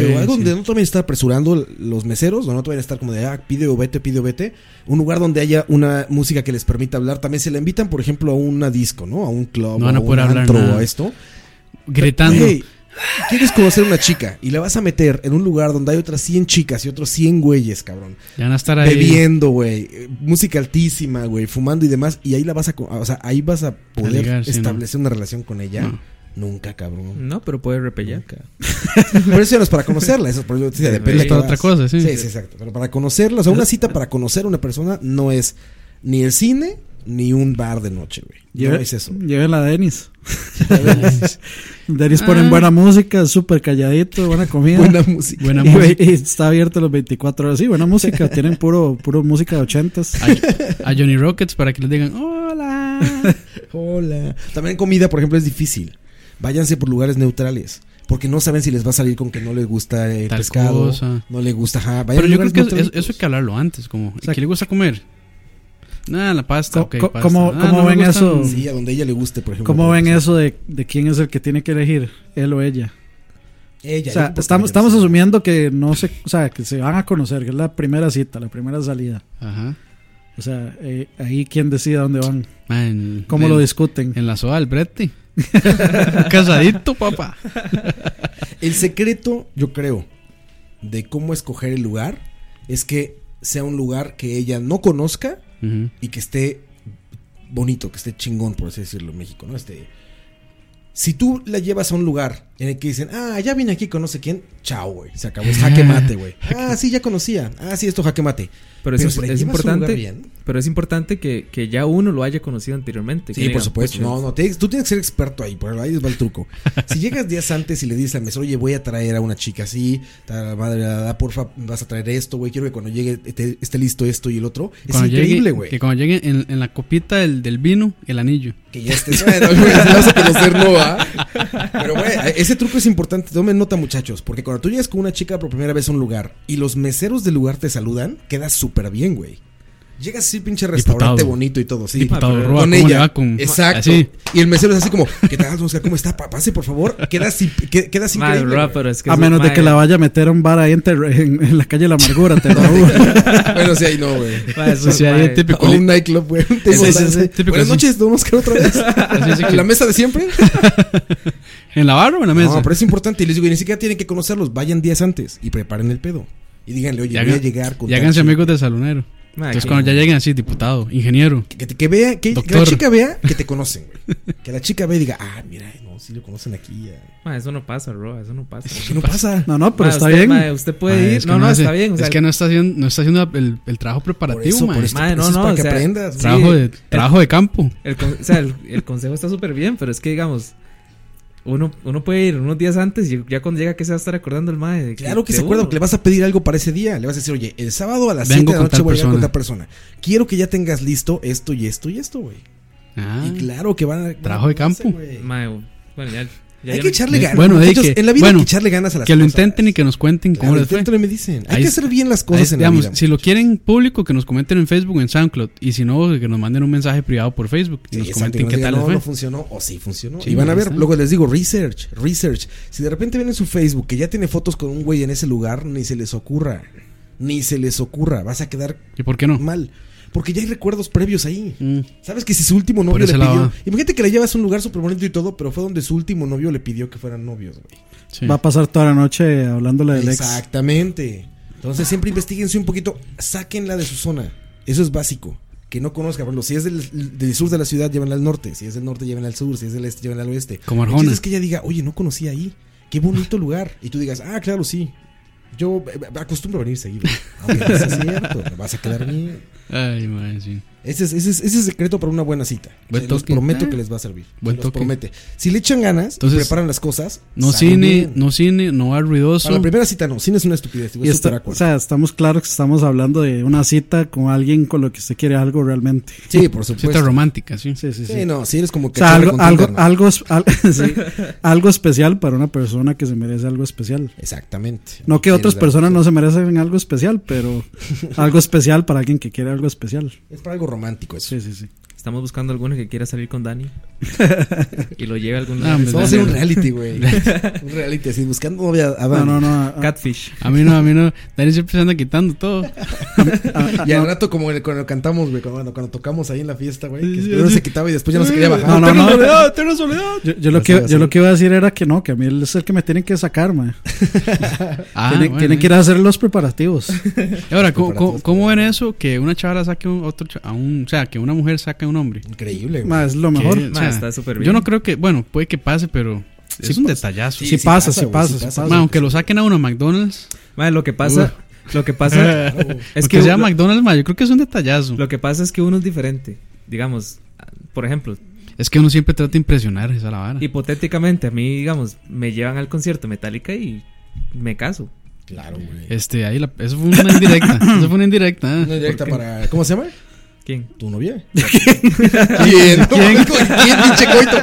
Speaker 5: café,
Speaker 4: o algo
Speaker 5: sí.
Speaker 4: donde no te vayan a estar apresurando los meseros, donde no te vayan a estar como de, ah, pide o vete, pide o vete. Un lugar donde haya una música que les permita hablar. También se la invitan, por ejemplo, a una disco, ¿no? A un club,
Speaker 5: No
Speaker 4: a
Speaker 5: van a
Speaker 4: un
Speaker 5: poder hablar
Speaker 4: antro,
Speaker 5: nada.
Speaker 4: a esto.
Speaker 5: Gritando.
Speaker 4: Güey, quieres conocer a una chica y la vas a meter en un lugar donde hay otras 100 chicas y otros 100 güeyes, cabrón.
Speaker 5: Ya van a estar ahí.
Speaker 4: Bebiendo, güey. eh, Música altísima, güey. Fumando y demás. Y ahí la vas a, co- o sea, ahí vas a poder
Speaker 5: ligar, sí, ¿no?
Speaker 4: establecer una relación con ella.
Speaker 5: No.
Speaker 4: Nunca, cabrón.
Speaker 7: No, pero puede repellar.
Speaker 4: Pero eso ya no es para conocerla, eso es por eso decía, depende
Speaker 5: es
Speaker 4: de
Speaker 5: para
Speaker 4: todas.
Speaker 5: otra cosa, sí.
Speaker 4: Sí, sí, exacto. Pero para conocerla, o sea, una cita para conocer a una persona no es ni el cine ni un bar de noche, güey. No
Speaker 6: Lleve-
Speaker 4: es eso.
Speaker 6: Llévenla a Denis. Denis ponen
Speaker 5: Ah.
Speaker 6: buena música, súper calladito, buena comida.
Speaker 4: Buena música.
Speaker 5: Buena
Speaker 6: Y-
Speaker 5: música.
Speaker 6: y está abierto los 24 horas. Sí, buena música. Tienen puro, puro música de ochentas.
Speaker 5: A Johnny Rockets para que les digan, "Oh". hola.
Speaker 4: Hola. También comida, por ejemplo, es difícil. Váyanse por lugares neutrales. Porque no saben si les va a salir con que no les gusta el
Speaker 5: Tal
Speaker 4: pescado.
Speaker 5: cosa.
Speaker 4: No les gusta, ajá. Vayan
Speaker 5: Pero
Speaker 4: a
Speaker 5: yo creo
Speaker 4: lugares
Speaker 5: que es- eso,
Speaker 4: neutralitos.
Speaker 5: hay que hablarlo antes. Como,
Speaker 6: sea,
Speaker 5: ¿Qué le gusta comer? Nada, la pasta.
Speaker 6: Co-
Speaker 5: ok,
Speaker 6: co-
Speaker 5: pasta.
Speaker 6: ¿cómo-
Speaker 5: Ah,
Speaker 6: cómo
Speaker 5: no me
Speaker 6: ven
Speaker 5: gustan-
Speaker 6: eso?
Speaker 4: Sí, a donde ella le guste, por ejemplo.
Speaker 6: ¿Cómo ven eso de, de quién es el que tiene que elegir? Él o ella.
Speaker 4: Ella,
Speaker 6: O sea,
Speaker 4: yo por-
Speaker 6: estamos, estamos asumiendo que no se, o sea, que se van a conocer, que es la primera cita, la primera salida.
Speaker 5: Ajá.
Speaker 6: O sea, eh, ahí quién decide a dónde van,
Speaker 5: Ma, en-
Speaker 6: cómo
Speaker 5: en-
Speaker 6: lo discuten.
Speaker 5: En la soda del brete. Casadito, papá.
Speaker 4: El secreto, yo creo, de cómo escoger el lugar es que sea un lugar que ella no conozca
Speaker 5: Ujú.
Speaker 4: y que esté bonito, que esté chingón, por así decirlo, en México, ¿no? Este. Si tú la llevas a un lugar en el que dicen, ah, ya vine aquí con no sé quién, chao, güey. Se acabó, es jaque mate, güey. Ah, sí, ya conocía. Ah, sí, esto jaque mate.
Speaker 7: Pero, eso
Speaker 4: Pero
Speaker 7: es,
Speaker 4: si la
Speaker 7: es
Speaker 4: llevas a un lugar
Speaker 7: importante.
Speaker 4: bien.
Speaker 7: Pero es importante que, que ya uno lo haya conocido anteriormente. que
Speaker 4: Sí, por
Speaker 7: digan,
Speaker 4: supuesto.
Speaker 7: "Pucha,
Speaker 4: No, no, te- tú tienes que ser experto ahí, pero ahí les va el truco. Si llegas días antes y le dices al mesero, oye, voy a traer a una chica así, ta madre, la- la, porfa, vas a traer esto, güey, quiero que cuando llegue te- esté listo esto y el otro. Es
Speaker 5: Cuando llegue-
Speaker 4: increíble, güey.
Speaker 5: Que cuando llegue en, en la copita del, del vino, el anillo.
Speaker 4: Que ya estés. Bueno, güey, si vas a conocer, no va. Pero, güey, ese truco es importante. Tomen nota, muchachos. Porque cuando tú llegas con una chica por primera vez a un lugar y los meseros del lugar te saludan, queda súper bien, güey. Llegas así, pinche restaurante
Speaker 5: Diputado.
Speaker 4: bonito y todo, sí.
Speaker 5: Diputado
Speaker 4: Con
Speaker 5: Roa, ¿cómo le
Speaker 4: ella.
Speaker 5: va con-
Speaker 4: Exacto.
Speaker 5: así?
Speaker 4: Y el mesero es así como, ¿qué tal, Oscar? ¿Cómo está? Pa- Pase, por favor. Quedas, imp- que- quedas
Speaker 7: madre,
Speaker 4: increíble.
Speaker 7: bro,
Speaker 4: güey.
Speaker 7: pero es que
Speaker 6: a
Speaker 7: eso-
Speaker 6: menos de
Speaker 7: madre,
Speaker 6: que la vaya a meter a un bar ahí en, Ter- en- en la calle de la amargura, te lo juro.
Speaker 4: bueno, sí, ahí no, güey.
Speaker 7: madre, eso,
Speaker 5: Sí, ahí
Speaker 7: madre,
Speaker 5: es típico.
Speaker 4: O un nightclub, güey. Un table
Speaker 5: Sí, sí,
Speaker 4: dance.
Speaker 5: sí, típico,
Speaker 4: Buenas
Speaker 5: sí.
Speaker 4: noches, don Oscar, otra vez.
Speaker 5: Así es que-
Speaker 4: ¿En la mesa de siempre?
Speaker 5: ¿En la barra o en la mesa?
Speaker 4: No, pero es importante. Y les digo, y ni siquiera tienen que conocerlos. Vayan días antes y preparen el pedo. Y díganle, oye,
Speaker 5: Y hagan-
Speaker 4: voy a llegar con.
Speaker 5: y
Speaker 4: tal
Speaker 5: háganse
Speaker 4: chica.
Speaker 5: amigos del salonero.
Speaker 7: madre,
Speaker 5: Entonces,
Speaker 7: que-
Speaker 5: cuando ya lleguen así, diputado, ingeniero.
Speaker 4: Que, que, que vea, que, que la
Speaker 5: Doctor.
Speaker 4: chica vea que te conocen, güey. Que la chica vea y diga, ah, mira, no, sí lo conocen aquí. ah.
Speaker 7: madre, eso no pasa, bro. Eso no pasa.
Speaker 4: ¿Qué no pasa?
Speaker 6: No, no, pero
Speaker 7: Madre,
Speaker 6: está
Speaker 7: usted,
Speaker 6: bien.
Speaker 7: madre, usted puede
Speaker 5: Madre,
Speaker 7: ir.
Speaker 5: es que
Speaker 7: no, no,
Speaker 5: hace-
Speaker 7: está bien. o sea,
Speaker 5: es que no está haciendo, no está haciendo el, el trabajo
Speaker 4: Por
Speaker 5: preparativo, este,
Speaker 4: eso, por
Speaker 5: mae.
Speaker 4: esto,
Speaker 7: Madre,
Speaker 4: eso
Speaker 7: no,
Speaker 4: es
Speaker 7: no,
Speaker 4: para
Speaker 7: o
Speaker 4: que
Speaker 7: sea,
Speaker 4: aprendas.
Speaker 7: sí.
Speaker 5: Trabajo, de,
Speaker 7: el-
Speaker 5: trabajo de campo.
Speaker 7: El, con- o sea, el, el consejo está súper bien, pero es que digamos, uno, uno puede ir unos días antes y ya cuando llega que se va a estar acordando el mae. de
Speaker 4: Claro que
Speaker 7: de
Speaker 4: se acuerda,
Speaker 7: uno.
Speaker 4: porque le vas a pedir algo para ese día. Le vas a decir, oye, el sábado a las
Speaker 5: Vengo
Speaker 4: 7 de la
Speaker 5: con
Speaker 4: noche
Speaker 5: tal
Speaker 4: voy a llegar con
Speaker 5: persona.
Speaker 4: tal persona. Quiero que ya tengas listo esto y esto y esto, güey.
Speaker 5: Ah.
Speaker 4: Y claro que van a.
Speaker 5: Trabajo de
Speaker 4: conocer,
Speaker 5: campo.
Speaker 4: güey.
Speaker 7: Mae, bueno, ya. ya
Speaker 4: Hay
Speaker 7: yo
Speaker 4: que
Speaker 7: no-
Speaker 4: echarle
Speaker 5: Eh,
Speaker 4: ganas.
Speaker 5: bueno, de
Speaker 4: muchachos.
Speaker 5: que-
Speaker 4: en la vida hay
Speaker 5: bueno,
Speaker 4: que echarle ganas a las
Speaker 5: que lo
Speaker 4: cosas.
Speaker 5: intenten y que nos cuenten
Speaker 4: Claro,
Speaker 5: cómo les fue.
Speaker 4: inténtenlo y me dicen. Hay
Speaker 5: Ahí
Speaker 4: que
Speaker 5: es-
Speaker 4: hacer bien las
Speaker 5: Ahí,
Speaker 4: cosas en
Speaker 5: digamos,
Speaker 4: la vida.
Speaker 5: si lo quieren público, que nos comenten en Facebook, en SoundCloud. Y si no, que nos manden un mensaje privado por Facebook. Y
Speaker 4: Sí,
Speaker 5: nos
Speaker 4: exacto,
Speaker 5: comenten
Speaker 4: nos
Speaker 5: qué
Speaker 4: digan,
Speaker 5: tal
Speaker 4: no,
Speaker 5: les fue.
Speaker 4: no funcionó o sí funcionó.
Speaker 5: Sí,
Speaker 4: y van a
Speaker 5: ahí
Speaker 4: ver,
Speaker 5: está.
Speaker 4: luego les digo research, research. Si de repente ven en su Facebook que ya tiene fotos con un güey en ese lugar, ni se les ocurra. ni se les ocurra. Vas a quedar
Speaker 5: ¿Y por qué no?
Speaker 4: mal. Porque ya hay recuerdos previos ahí.
Speaker 5: Mm.
Speaker 4: Sabes que si su último
Speaker 5: Por
Speaker 4: novio le
Speaker 5: ese lado,
Speaker 4: pidió.
Speaker 5: ah.
Speaker 4: Imagínate que la llevas a un lugar súper bonito y todo, pero fue donde su último novio le pidió que fueran novios, güey.
Speaker 5: Sí.
Speaker 6: Va a pasar toda la noche hablándole del ex.
Speaker 4: Exactamente. Entonces siempre investiguense un poquito, sáquenla de su zona. Eso es básico. Que no conozca, por ejemplo, si es del, del sur de la ciudad, llévenla al norte. Si es del norte, llévenla al sur. Si es del este, llévenla al oeste.
Speaker 5: Como
Speaker 4: El
Speaker 5: Arjona.
Speaker 4: chiste es que ella diga, oye, no conocí ahí. Qué bonito lugar. Y tú digas, ah, claro, sí. Yo eh, acostumbro a venir seguido. Ah, ok, eso es cierto. me Vas a quedar bien.
Speaker 5: Ay, madre, sí.
Speaker 4: Ese es, ese es- ese es el secreto para una buena cita.
Speaker 5: Buen
Speaker 4: Se los
Speaker 5: toque.
Speaker 4: prometo
Speaker 5: Ah.
Speaker 4: que les va a servir. Se
Speaker 5: Buen
Speaker 4: los
Speaker 5: toque.
Speaker 4: promete. Si le echan ganas,
Speaker 5: Entonces,
Speaker 4: preparan las cosas.
Speaker 5: No
Speaker 4: salen
Speaker 5: cine,
Speaker 4: bien.
Speaker 5: no cine, no va ruidoso.
Speaker 4: Para la primera cita no, cine es una estupidez.
Speaker 6: Y
Speaker 4: Es
Speaker 6: está-
Speaker 4: súper
Speaker 6: o
Speaker 4: awkward.
Speaker 6: sea, estamos claros que estamos hablando de una cita con alguien con lo que usted quiere algo realmente.
Speaker 4: Sí, por supuesto.
Speaker 5: Cita romántica, sí.
Speaker 6: Sí, sí, sí.
Speaker 4: Sí, no, si eres como
Speaker 6: O sea,
Speaker 4: cachorro
Speaker 6: algo,
Speaker 4: con
Speaker 6: algo,
Speaker 4: Tinder, ¿no?
Speaker 6: algo, es- al- sí, algo especial para una persona que se merece algo especial.
Speaker 4: Exactamente.
Speaker 6: No que
Speaker 4: Quieres
Speaker 6: otras
Speaker 4: dar-
Speaker 6: personas no se merecen algo especial, pero algo especial para alguien que quiere algo especial.
Speaker 4: Es para algo romántico eso.
Speaker 6: Sí, sí, sí.
Speaker 7: Estamos buscando alguno que quiera salir con Dani. y lo lleve a algún
Speaker 5: Ah,
Speaker 7: lado.
Speaker 5: hombre,
Speaker 4: Vamos a hacer un
Speaker 5: Daniel.
Speaker 4: reality, güey. un reality así, buscando ah, novia a
Speaker 6: No,
Speaker 4: Van.
Speaker 6: no, no. a- a-
Speaker 7: Catfish.
Speaker 5: ah, A mí no, a mí no. Dani siempre se anda quitando todo.
Speaker 6: Ah,
Speaker 4: Y al rato, como el- cuando cantamos, güey, cuando, cuando tocamos ahí en la fiesta, güey, que primero se quitaba y después ya no se quería bajar.
Speaker 6: No, no, no.
Speaker 5: Mm. soledad.
Speaker 6: Yo, yo lo
Speaker 4: Pues
Speaker 6: que,
Speaker 4: ahora
Speaker 6: yo
Speaker 4: sí.
Speaker 6: lo que iba a decir era que no, que a mí es el que me tienen que sacar, man.
Speaker 5: Ah,
Speaker 6: tienen,
Speaker 5: bueno,
Speaker 6: tienen
Speaker 5: eh.
Speaker 6: que ir a hacer los preparativos.
Speaker 5: Y Ahora, ¿cómo,
Speaker 4: Preparativos
Speaker 5: cómo- cómo ven eso? Que una chavala saque un- otro cha- a un. O sea, que una mujer saque a un hombre.
Speaker 4: Increíble, güey.
Speaker 6: Ma, es lo
Speaker 5: Que,
Speaker 6: mejor.
Speaker 5: o sea,
Speaker 7: está súper bien.
Speaker 5: Yo no creo que. Bueno, puede que pase, pero. Sí, es un detallazo.
Speaker 6: sí pasa, sí
Speaker 4: güey,
Speaker 6: pasa, sí pasa.
Speaker 5: Ma, aunque lo saquen a uno a McDonald's.
Speaker 7: Madre, lo que pasa. Lo que pasa.
Speaker 5: Es
Speaker 7: es
Speaker 5: que
Speaker 7: que.
Speaker 5: sea
Speaker 7: lo-
Speaker 5: McDonald's, ma, yo creo que es un detallazo.
Speaker 7: Lo que pasa es que uno es diferente. Digamos, por ejemplo,
Speaker 5: Es que uno siempre trata de impresionar esa la vara.
Speaker 7: hipotéticamente, a mí, digamos, me llevan al concierto Metallica y me caso.
Speaker 4: Claro, güey.
Speaker 5: Este, ahí la, eso fue una indirecta. eso fue una indirecta.
Speaker 4: Una
Speaker 5: ¿eh?
Speaker 4: directa para. ¿Cómo se llama?
Speaker 7: ¿Quién?
Speaker 4: ¿Tu novia? ¿Quién? ¿Quién? ¿Quién, pinche coito?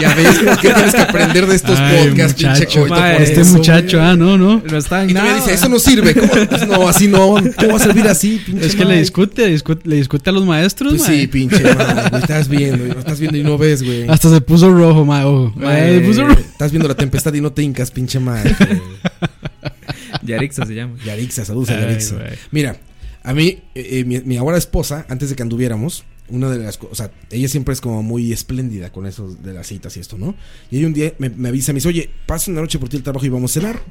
Speaker 4: Ya ves, ¿por ¿qué tienes que aprender de estos
Speaker 5: Ay,
Speaker 4: podcasts, pinche
Speaker 5: muchacho,
Speaker 4: coito?
Speaker 7: ma,
Speaker 4: por
Speaker 5: Este
Speaker 4: eso,
Speaker 5: muchacho, ah, no, no.
Speaker 7: No está en
Speaker 4: Y todavía
Speaker 7: nada.
Speaker 4: dice, eso no sirve. ¿Cómo? Pues no, así no. ¿Cómo va a servir así, pinche
Speaker 5: Es que le
Speaker 4: madre?
Speaker 5: discute, le discute, le discute a los maestros,
Speaker 4: Pues
Speaker 5: ma.
Speaker 4: sí, pinche madre, güey. Estás viendo, güey, estás viendo y no ves, güey.
Speaker 5: Hasta se puso rojo, ma, ojo. Ma,
Speaker 7: Ma,
Speaker 5: se puso
Speaker 6: pues,
Speaker 5: rojo.
Speaker 4: Eh, Estás viendo la tempestad y no te hincas, pinche madre. güey.
Speaker 7: Yarixa se llama.
Speaker 4: Yarixa, saludos a
Speaker 5: Ay,
Speaker 4: Yarixa.
Speaker 5: güey.
Speaker 4: Mira, a mí, eh, eh, mi, mi ahora esposa, antes de que anduviéramos, una de las cosas, o sea, ella siempre es como muy espléndida con eso de las citas y esto, ¿no? Y ella un día me, me avisa, me dice, oye, pasa una noche por ti el trabajo y vamos a cenar.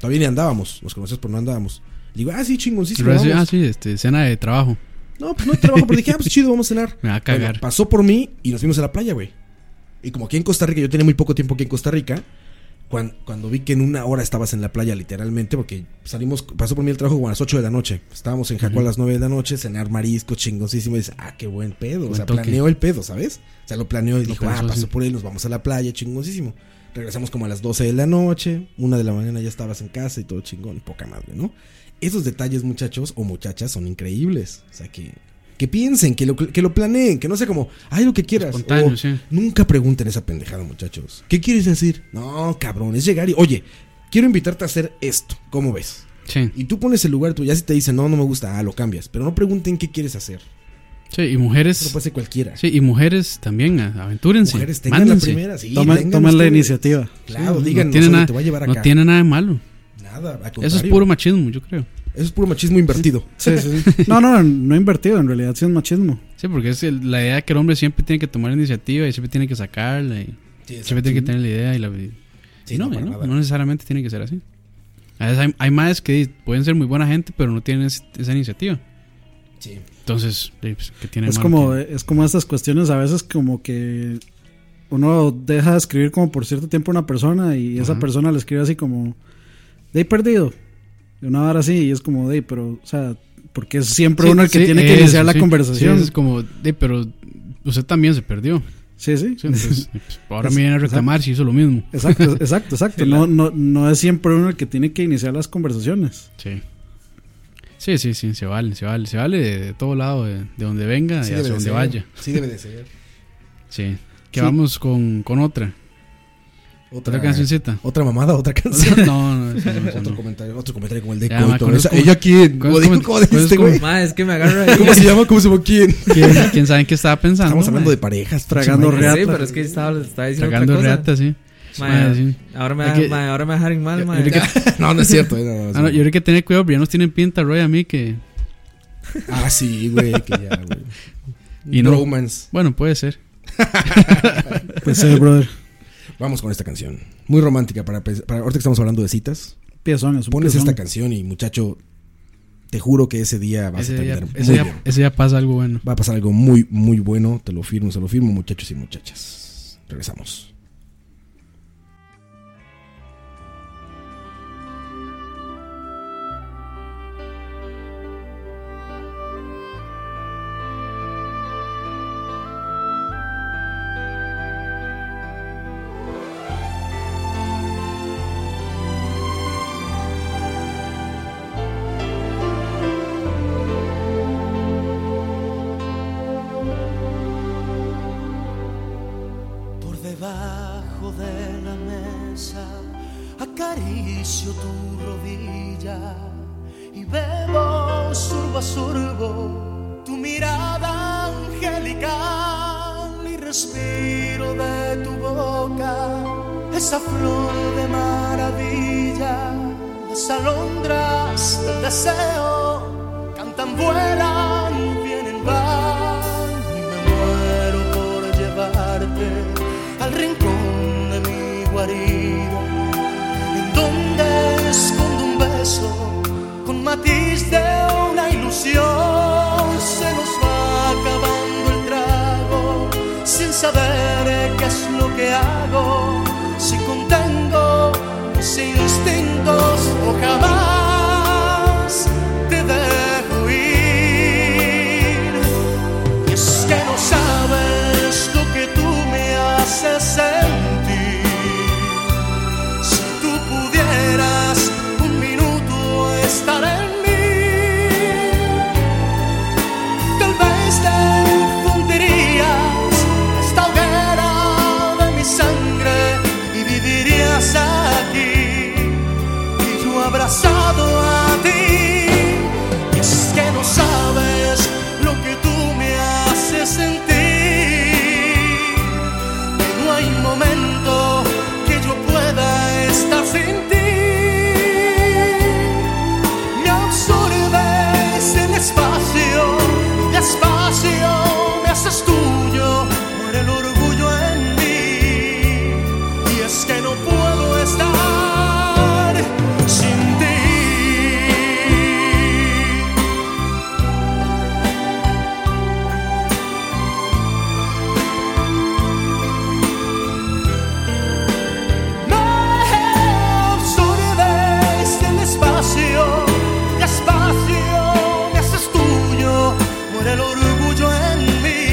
Speaker 4: Todavía ni andábamos, nos conoces, pero no andábamos. Le digo, ah, sí, chingoncísimo.
Speaker 5: Reci-
Speaker 4: vamos".
Speaker 5: ah, sí, este, cena de trabajo.
Speaker 4: No, pues no trabajo, pero dije, ah, pues chido, vamos a cenar.
Speaker 5: Me va a cagar.
Speaker 4: Bueno, pasó por mí y nos fuimos a la playa, güey. Y como aquí en Costa Rica, yo tenía muy poco tiempo aquí en Costa Rica. Cuando, cuando vi que en una hora estabas en la playa, literalmente, porque salimos, pasó por mí el trabajo como a las 8 de la noche. Estábamos en Jacó a las 9 de la noche, cenar marisco, chingoncísimo. Y dices, ah, qué buen pedo. o
Speaker 5: Buen
Speaker 4: sea,
Speaker 5: toque.
Speaker 4: planeó el pedo, ¿sabes? O sea, lo planeó y dijo, ah,
Speaker 5: pensó,
Speaker 4: pasó
Speaker 5: sí.
Speaker 4: por él, nos vamos a la playa, chingoncísimo. Regresamos como a las 12 de la noche, una de la mañana ya estabas en casa y todo chingón, poca madre, ¿no? Esos detalles, muchachos o muchachas, son increíbles. pues, O sea, que, que piensen, que lo, que lo planeen, que no sea como, ay, lo que quieras.
Speaker 5: Espontáneo,
Speaker 4: o,
Speaker 5: sí.
Speaker 4: Nunca pregunten esa pendejada, muchachos. ¿Qué quieres decir? No, cabrón, es llegar y, oye, quiero invitarte a hacer esto, ¿cómo ves?
Speaker 5: Sí,
Speaker 4: Y tú pones el lugar, tú ya si te dicen, no, no me gusta, ah, lo cambias. Pero no pregunten qué quieres hacer.
Speaker 5: sí, y
Speaker 4: Eso lo
Speaker 5: mujeres.
Speaker 4: puede hacer cualquiera.
Speaker 5: Sí, y mujeres también, a- aventúrense.
Speaker 4: Mujeres, tengan
Speaker 5: mándense.
Speaker 4: la primera, sí.
Speaker 6: Tomen-
Speaker 4: vengan
Speaker 6: tomen la
Speaker 4: ustedes.
Speaker 6: iniciativa.
Speaker 5: Sí,
Speaker 4: Claro,
Speaker 5: no
Speaker 4: díganos,
Speaker 5: tiene
Speaker 4: oye,
Speaker 5: nada-
Speaker 4: te va a llevar acá.
Speaker 5: No tiene nada de malo.
Speaker 4: Nada, al
Speaker 5: Eso es
Speaker 4: contrario.
Speaker 5: puro machismo, yo creo.
Speaker 4: Eso es puro machismo invertido.
Speaker 6: Sí, sí, sí. No, no, no he invertido, en realidad sí es machismo.
Speaker 5: Sí, porque es el- la idea de que el hombre siempre tiene que tomar la iniciativa y siempre tiene que sacarla y siempre tiene que tener la idea y la... y-
Speaker 4: Sí,
Speaker 5: y no,
Speaker 4: no, para
Speaker 5: y no,
Speaker 4: nada.
Speaker 5: no necesariamente tiene que ser así. A veces hay, hay madres que di- pueden ser muy buena gente, pero no tienen es- esa iniciativa.
Speaker 4: Sí.
Speaker 5: Entonces, eh, pues, ¿qué tiene de
Speaker 6: Es
Speaker 5: malo
Speaker 6: como, eh,
Speaker 5: que-
Speaker 6: es como estas cuestiones a veces como que uno deja de escribir como por cierto tiempo a una persona y esa
Speaker 5: Ajá.
Speaker 6: persona le escribe así como, de ahí perdido. Y una hora así y es como, de ahí, pero, o sea, porque es siempre
Speaker 5: Sí,
Speaker 6: uno el que
Speaker 5: sí,
Speaker 6: tiene que iniciar
Speaker 5: eso,
Speaker 6: la
Speaker 5: sí.
Speaker 6: conversación.
Speaker 5: Sí, es como, "Ey, pero usted también se perdió.
Speaker 6: Sí, sí.
Speaker 5: Sí, entonces, pues, ahora
Speaker 6: Es-
Speaker 5: me viene a reclamar si hizo lo mismo.
Speaker 6: Exacto, exacto, exacto. No, no, no es siempre uno el que tiene que iniciar las conversaciones.
Speaker 5: Sí. Sí, sí, sí, se vale, se vale, se vale de, de todo lado, de, de donde venga
Speaker 4: Sí
Speaker 5: y
Speaker 4: debe de
Speaker 5: hacia donde
Speaker 4: ser.
Speaker 5: vaya.
Speaker 4: Sí debe de ser.
Speaker 5: Sí.
Speaker 6: Sí.
Speaker 5: Que vamos con, con otra,
Speaker 4: Otra,
Speaker 5: otra cancioncita.
Speaker 4: Otra mamada, otra canción.
Speaker 5: No, no, esa no, esa
Speaker 4: otro
Speaker 5: no.
Speaker 4: comentario, otro comentario como el de
Speaker 5: Ya, ma,
Speaker 4: Coito.
Speaker 5: con
Speaker 4: Esa-
Speaker 5: eso-
Speaker 4: ¿Ella quién?
Speaker 5: con
Speaker 4: ¿Cómo
Speaker 5: eso
Speaker 4: dijo?
Speaker 5: comen-
Speaker 4: ¿Cómo
Speaker 5: con
Speaker 4: dijiste,
Speaker 5: eso
Speaker 4: güey?
Speaker 7: Madre, es que me agarra ahí.
Speaker 4: ¿Cómo se llama? ¿Cómo se llama quién?
Speaker 5: ¿Quién, quién sabe en qué estaba pensando?
Speaker 4: Estamos hablando
Speaker 5: ma?
Speaker 4: de parejas.
Speaker 6: Tragando
Speaker 4: pinche madre.
Speaker 6: reata.
Speaker 7: Sí, pero es que estaba, estaba diciendo
Speaker 5: Tragando
Speaker 7: otra cosa.
Speaker 5: reata, sí.
Speaker 7: Mae,
Speaker 5: sí.
Speaker 7: ahora, me va,
Speaker 5: Hay que-
Speaker 7: mae, ahora me va a dejar en mal, mae.
Speaker 5: Yo creo que-
Speaker 4: No, no es cierto. eh, no, no, es
Speaker 5: ah, no,
Speaker 4: broma.
Speaker 5: yo creo que tener cuidado, porque ya nos tienen pinta, Roy, a mí que.
Speaker 4: Ah, sí, güey, que ya, güey.
Speaker 5: Y no.
Speaker 4: Bromance.
Speaker 5: Bueno, puede ser.
Speaker 6: Pues sí, brother.
Speaker 4: Vamos con esta canción. Muy romántica para, pues, para ahorita que estamos hablando de citas.
Speaker 6: Piezón, es un
Speaker 4: Pones
Speaker 6: piezón.
Speaker 4: esta canción y muchacho, te juro que ese día vas a
Speaker 5: Ese día,
Speaker 4: terminar
Speaker 5: ese
Speaker 4: muy
Speaker 5: día-
Speaker 4: bien.
Speaker 5: ese día pasa algo bueno.
Speaker 4: Va a pasar algo muy, muy bueno. Te lo firmo, se lo firmo, muchachos y muchachas. Regresamos.
Speaker 10: Por debajo de la mesa acaricio tu rodilla y bebo sorbo a sorbo tu mirada angelical y respiro de tu boca esa flor de maravilla, las alondras del deseo cantan, vuelan, vienen, van y me muero por llevarte al rincón de mi guarida, en donde escondo un beso con matiz de una ilusión. Se nos va acabando el trago sin saber qué es lo que hago, si contengo mis instintos o jamás te dejo ir. Y es que no sabes lo que tú me haces sentir. Si tú pudieras un minuto estar en mí, tal vez te infundirías esta hoguera de mi sangre y vivirías aquí y yo abrazado a ti. Y es que no sabes lo que tú me haces sentir. Que no hay momento que yo pueda estar sin ti me absorbes en espacio, despacio me haces tuyo por el orgullo en mí. Y es que no puedo estar sin ti. Me absorbes en espacio, despacio me haces tuyo, muere el orgullo en mí,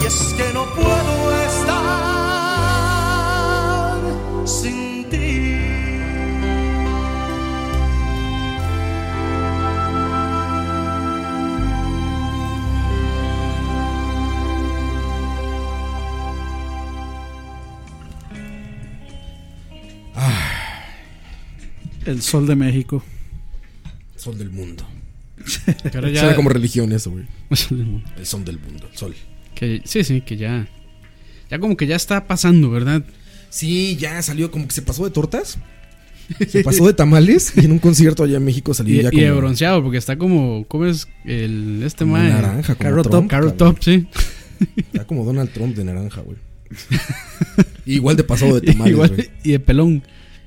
Speaker 10: y es que no puedo estar sin ti.
Speaker 6: El sol de México.
Speaker 4: Sol del mundo.
Speaker 5: Que ahora
Speaker 4: Suena
Speaker 5: ya-
Speaker 4: como religión eso, güey.
Speaker 5: que
Speaker 4: El sol del mundo. el Sol.
Speaker 5: sí, sí, que ya. Ya como que ya está pasando, ¿verdad?
Speaker 4: Sí, ya salió como que se pasó de tortas. Se pasó de tamales y en un concierto allá en México salió
Speaker 5: Y,
Speaker 4: ya
Speaker 5: y
Speaker 4: como,
Speaker 5: de bronceado, porque está como. ¿Cómo es el, este
Speaker 4: como
Speaker 5: mae?
Speaker 4: naranja, como
Speaker 6: Carrot
Speaker 4: Trump,
Speaker 5: Carrot
Speaker 4: cabrón.
Speaker 5: Top, sí.
Speaker 4: Está como Donald Trump de naranja, güey. Igual de pasado de tamales,
Speaker 5: Igual,
Speaker 4: güey.
Speaker 5: y de pelón.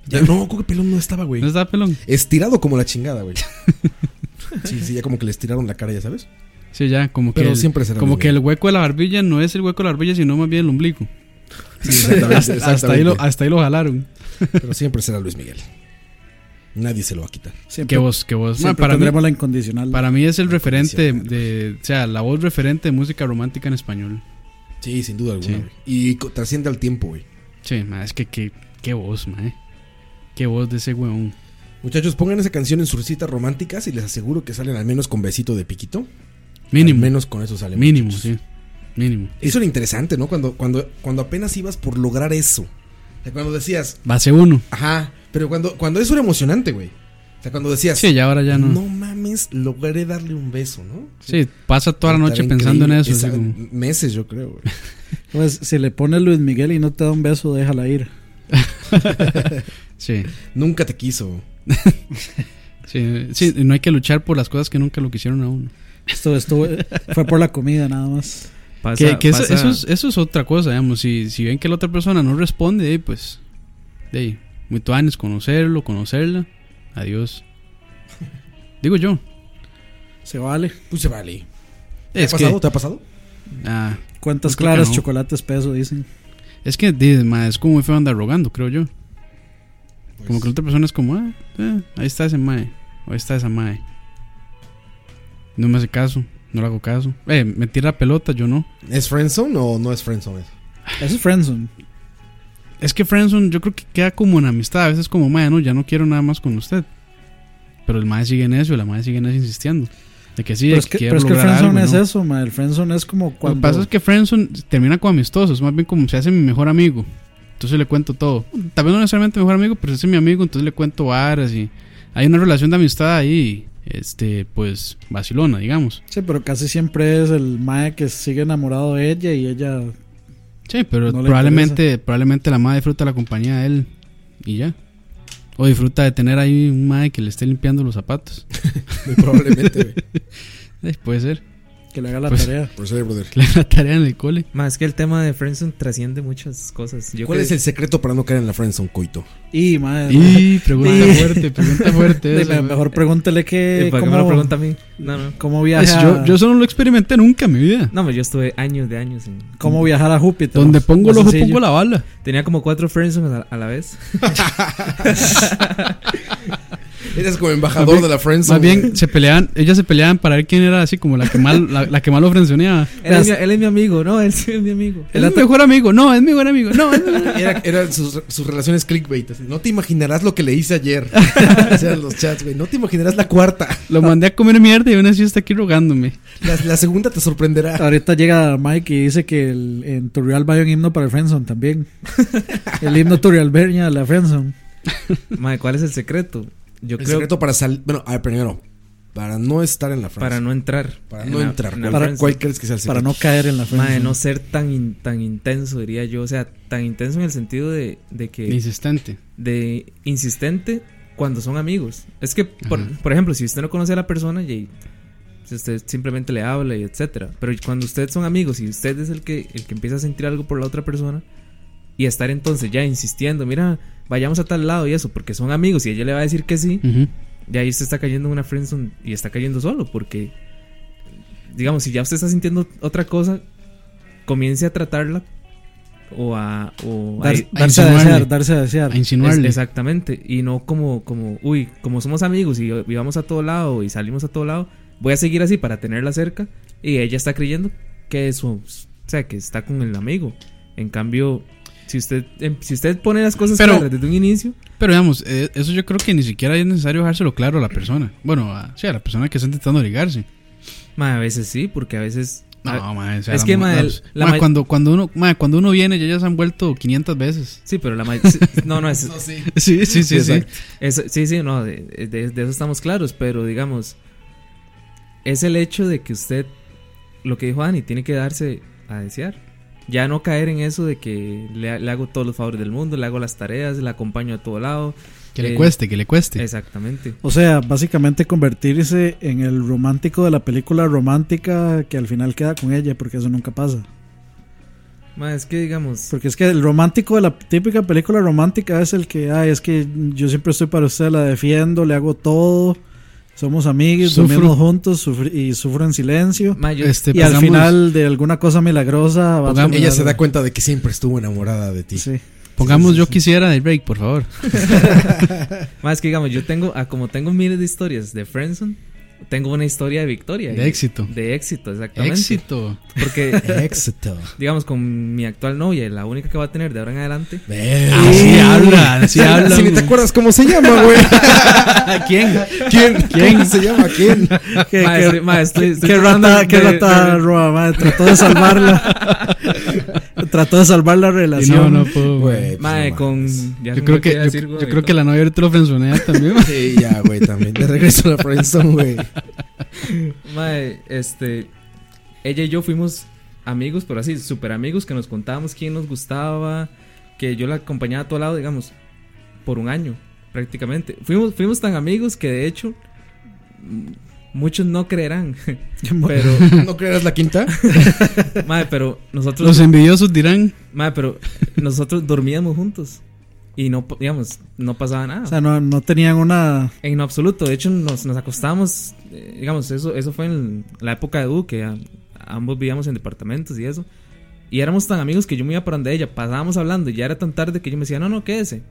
Speaker 4: Ya, no, creo que pelón no estaba, güey.
Speaker 5: ¿No está pelón?
Speaker 4: Estirado como la chingada, güey. Sí, sí, ya como que le estiraron la cara, ya sabes.
Speaker 5: Sí, ya, como que.
Speaker 4: Pero
Speaker 5: el-
Speaker 4: siempre será
Speaker 5: Como
Speaker 4: mismo.
Speaker 5: que el hueco de la barbilla no es el hueco de la barbilla, sino más bien el ombligo.
Speaker 4: Sí, exactamente,
Speaker 5: Hasta ahí, lo,
Speaker 4: exactamente.
Speaker 5: hasta ahí lo jalaron.
Speaker 4: Pero siempre será Luis Miguel. Nadie se lo va a quitar.
Speaker 6: Siempre,
Speaker 5: Que vos, que vos.
Speaker 6: siempre
Speaker 5: Ma, para, mí,
Speaker 6: tendremos la incondicional.
Speaker 5: para mí es el referente
Speaker 4: condición,
Speaker 5: de. O sea, la voz referente de música romántica en español.
Speaker 4: Sí, sin duda alguna,
Speaker 5: Sí.
Speaker 4: güey. Y co- trasciende al tiempo, güey.
Speaker 5: Sí, ma, es que qué, qué voz, mae. Qué voz de ese weón.
Speaker 4: Muchachos, pongan esa canción en sus citas románticas y les aseguro que salen al menos con besito de piquito. Al
Speaker 5: Mínimo.
Speaker 4: menos con eso salen.
Speaker 5: Mínimo,
Speaker 4: muchachos.
Speaker 5: sí. Mínimo.
Speaker 4: Eso era interesante, ¿no? Cuando, cuando, cuando apenas ibas por lograr eso. O sea, cuando decías,
Speaker 5: Base uno.
Speaker 4: ajá, pero cuando, cuando eso era emocionante, güey. O sea, cuando decías,
Speaker 5: Sí, ya ahora ya no.
Speaker 4: no mames, logré darle un beso, ¿no?
Speaker 5: Sí, pasa toda la noche
Speaker 4: Estaba
Speaker 5: pensando en
Speaker 4: increíble.
Speaker 5: eso.
Speaker 4: Esa-
Speaker 5: así como-
Speaker 4: Meses, yo creo, güey.
Speaker 6: Pues, si le pones Luis Miguel y no te da un beso, déjala ir.
Speaker 5: Sí,
Speaker 4: Nunca te quiso.
Speaker 5: sí, sí, no hay que luchar por las cosas que nunca lo quisieron a uno.
Speaker 6: Esto, esto fue por la comida nada más.
Speaker 7: Pasa,
Speaker 5: que que eso,
Speaker 7: pasa-
Speaker 5: eso es, eso es otra cosa, digamos. Si, si ven que la otra persona no responde, eh, pues, de ahí, muy tuanes, conocerlo, conocerla. Adiós. Digo yo.
Speaker 11: Se vale.
Speaker 4: Pues se vale. ¿Te
Speaker 5: Es
Speaker 4: ha pasado?
Speaker 5: que,
Speaker 4: ¿Te ha pasado?
Speaker 5: ah,
Speaker 6: Cuentas
Speaker 5: Creo que
Speaker 6: claras,
Speaker 5: no.
Speaker 6: chocolates peso, dicen.
Speaker 5: es que di, ma, es como muy feo andar rogando, creo yo.
Speaker 6: Pues
Speaker 5: Como que la otra persona es como, ah, eh, ahí está ese mae, o ahí está esa mae. No me hace caso, no le hago caso. Eh, me tira la pelota, yo no.
Speaker 4: ¿Es friendzone o no es friendzone?
Speaker 6: Eso es friendzone.
Speaker 5: Es que Friendzone yo creo que queda como en amistad. A veces como, mae, no, ya no quiero nada más con usted. Pero el mae sigue en eso, la mae sigue en eso insistiendo. De que sí,
Speaker 6: pero
Speaker 5: de
Speaker 6: es que,
Speaker 5: quiero
Speaker 6: pero es que el
Speaker 5: lograr
Speaker 6: friendzone
Speaker 5: algo,
Speaker 6: es
Speaker 5: ¿no?
Speaker 6: eso, ma. El friendzone es como
Speaker 5: Lo que
Speaker 6: cuando.
Speaker 5: pasa es que Friendzone termina con amistosos, más bien como se hace mi mejor amigo. Entonces le cuento todo. Tal vez no necesariamente mejor amigo, pero se hace mi amigo, entonces le cuento varas y... Hay una relación de amistad ahí, este, pues, vacilona, digamos.
Speaker 6: Sí, pero casi siempre es el mae que sigue enamorado de ella y ella.
Speaker 5: Sí, pero
Speaker 6: No le
Speaker 5: probablemente, probablemente la madre disfruta la compañía de él y ya. O disfruta de tener ahí un madre que le esté limpiando los zapatos.
Speaker 4: Muy probablemente, güey.
Speaker 5: Eh, puede ser.
Speaker 6: Que le haga la
Speaker 5: Pues-
Speaker 6: tarea.
Speaker 4: Por ser, brother.
Speaker 5: Que le haga la tarea en el cole.
Speaker 7: ma, es que el tema de Friendzone trasciende muchas cosas. Yo
Speaker 4: ¿Cuál
Speaker 7: que-
Speaker 4: es el secreto para no caer en la friendzone, coito?
Speaker 6: Y, mae.
Speaker 5: Y pregunta
Speaker 6: Y-
Speaker 5: fuerte, pregunta fuerte.
Speaker 6: de-
Speaker 5: esa, güey.
Speaker 6: mejor pregúntele
Speaker 7: Eh,
Speaker 6: que.
Speaker 7: ¿Para qué
Speaker 6: ¿cómo,
Speaker 7: me lo pregunta a mí? No, no.
Speaker 6: cómo
Speaker 5: Pues,
Speaker 6: viaja,
Speaker 5: yo, yo eso no lo experimenté nunca en mi vida.
Speaker 7: No, ma, yo estuve años de años. en-
Speaker 6: cómo viajar a Júpiter?
Speaker 5: Donde pongo el
Speaker 6: Más
Speaker 5: ojo,
Speaker 6: sencillo.
Speaker 5: pongo la bala.
Speaker 7: Tenía como cuatro Friendzone a, la- a la vez.
Speaker 4: Eres como embajador de la friendzone.
Speaker 5: Más bien, se peleaban, ellas se peleaban para ver quién era así como la que más, la, la que más lo frenzoneaba.
Speaker 7: Él es, mi, él es mi amigo, no, él sí es mi amigo.
Speaker 5: Él es mi mejor amigo, no, es mi buen amigo, no, es mi buen amigo.
Speaker 4: Era, eran sus, sus relaciones clickbait. así, no te imaginarás lo que le hice ayer. O sea, los chats, güey. No te imaginarás la cuarta.
Speaker 5: Lo mandé a comer mierda y aún así está aquí rogándome.
Speaker 4: La, la segunda te sorprenderá.
Speaker 6: Ahorita llega Mike y dice que el- en Turrialba hay un himno para el Friendzone también. el himno Turrialbeña de la Friendzone.
Speaker 7: Ma, ¿cuál es el secreto? Yo
Speaker 4: El
Speaker 7: creo
Speaker 4: secreto para salir. Bueno, a ver, primero. Para no estar en la friendzone.
Speaker 7: para no entrar.
Speaker 4: Para
Speaker 7: en
Speaker 4: no
Speaker 7: la-
Speaker 4: entrar.
Speaker 7: en la
Speaker 4: ¿Para
Speaker 7: friendzone.
Speaker 4: ¿Cuál crees que sea el secreto?
Speaker 6: Para no caer en la Friendzone.
Speaker 7: Mae, no ser tan, in- tan intenso, diría yo. O sea, tan intenso en el sentido de, de que.
Speaker 5: Insistente.
Speaker 7: de insistente cuando son amigos. Es que, por, por ejemplo, si usted no conoce a la persona, y si usted simplemente le habla y etcétera. Pero cuando ustedes son amigos y usted es el que, el que empieza a sentir algo por la otra persona. Y estar entonces ya insistiendo, mira, vayamos a tal lado y eso, porque son amigos y ella le va a decir que sí.
Speaker 5: Ujú.
Speaker 7: Y ahí usted está cayendo en una friendzone y está cayendo solo, porque, digamos, si ya usted está sintiendo otra cosa, comience a tratarla o a... O a-
Speaker 6: Dar-
Speaker 7: es-
Speaker 6: darse a
Speaker 5: insinuarle.
Speaker 6: desear, darse a desear.
Speaker 5: A insinuarle.
Speaker 7: exactamente, y no como, como, uy, como somos amigos y, y vamos a todo lado y salimos a todo lado, voy a seguir así para tenerla cerca y ella está creyendo que es su- o sea, que está con el amigo. En cambio, si usted, em, si usted pone las cosas
Speaker 5: Pero-
Speaker 7: claras desde un inicio,
Speaker 5: Pero digamos, eh, eso yo creo que ni siquiera es necesario dejárselo claro a la persona. Bueno, a, sí, a la persona que está intentando ligarse.
Speaker 7: ma, a veces sí, porque a veces...
Speaker 5: No, mae, o sea,
Speaker 7: Ah, es
Speaker 5: la
Speaker 7: que,
Speaker 5: mu-
Speaker 7: mae,
Speaker 5: las-
Speaker 7: la
Speaker 5: mae,
Speaker 7: ma-
Speaker 5: cuando, cuando, uno, mae, cuando uno viene, ya, ya se han vuelto 500 veces.
Speaker 7: Sí, pero la mayoría. No, no, es,
Speaker 5: Sí, sí, sí, sí.
Speaker 7: eso- sí, sí, no, de, de- de eso estamos claros, pero digamos, es el hecho de que usted, lo que dijo Dani, tiene que darse a desear. Ya no caer en eso de que le, le hago todos los favores del mundo, le hago las tareas, le acompaño a todo lado.
Speaker 5: Que le
Speaker 7: Eh,
Speaker 5: cueste, que le cueste.
Speaker 7: Exactamente.
Speaker 6: O sea, básicamente convertirse en el romántico de la película romántica que al final queda con ella, porque eso nunca pasa.
Speaker 7: Ma, es que digamos,
Speaker 6: Porque es que el romántico de la típica película romántica es el que, ay, es que yo siempre estoy para usted, la defiendo, le hago todo, somos amigos,
Speaker 5: Sufro.
Speaker 6: dormimos juntos sufri- y sufro en silencio.
Speaker 7: ma, yo-
Speaker 5: Este,
Speaker 6: Y al
Speaker 5: pasamos-
Speaker 6: final de alguna cosa milagrosa va a
Speaker 5: Pongamos-
Speaker 6: terminar-
Speaker 4: Ella se da cuenta de que siempre estuvo enamorada de ti.
Speaker 6: Sí.
Speaker 5: Pongamos yo quisiera de break, por favor.
Speaker 7: ma, es que digamos, yo tengo, ah, como tengo miles de historias de Friendson, tengo una historia de victoria.
Speaker 5: De
Speaker 7: y-
Speaker 5: éxito.
Speaker 7: De éxito, exactamente.
Speaker 5: Éxito.
Speaker 7: Porque
Speaker 4: Éxito.
Speaker 7: digamos, con mi actual novia, la única que va a tener de ahora en adelante. Ah,
Speaker 5: Así habla, así habla.
Speaker 4: Si ni te acuerdas cómo se llama, güey.
Speaker 5: ¿Quién?
Speaker 4: ¿Quién? ¿Quién se llama? ¿Quién?
Speaker 6: Qué,
Speaker 7: Ma,
Speaker 6: qué-
Speaker 7: estoy- ma, estoy- estoy
Speaker 6: qué
Speaker 7: tratando
Speaker 6: rata,
Speaker 7: de-
Speaker 6: qué
Speaker 7: de-
Speaker 6: rata
Speaker 7: de-
Speaker 6: Roa, ma, trató de salvarla. trató de salvar la
Speaker 5: Y no,
Speaker 6: relación.
Speaker 5: no puedo.
Speaker 4: Güey, pues,
Speaker 7: Mae,
Speaker 4: no
Speaker 7: con. ya
Speaker 5: Yo
Speaker 7: no lo
Speaker 5: creo que,
Speaker 7: quería
Speaker 5: yo,
Speaker 7: decir,
Speaker 5: yo
Speaker 7: güey,
Speaker 5: creo que la novia te lo frenzonea también.
Speaker 4: mames. Sí, ya, güey, también. De regreso a la friendzone, güey.
Speaker 7: Mae, este. Ella y yo fuimos amigos, pero así, súper amigos, que nos contábamos quién nos gustaba, que yo la acompañaba a todo lado, digamos, por un año prácticamente. Fuimos, fuimos tan amigos que de hecho m- muchos no creerán, pero,
Speaker 4: ¿No creerás la quinta?
Speaker 7: madre, pero nosotros...
Speaker 5: Los envidiosos dirán.
Speaker 7: Madre, pero nosotros dormíamos juntos. Y no, po- digamos, no pasaba nada.
Speaker 6: O sea, no, no tenían una.
Speaker 7: en lo absoluto. De hecho, nos, nos acostábamos. eh, digamos, eso, eso fue en la época de Du, que a- ambos vivíamos en departamentos y eso. Y éramos tan amigos que yo me iba para donde ella. Pasábamos hablando. Y ya era tan tarde que yo me decía, no, no, quédese.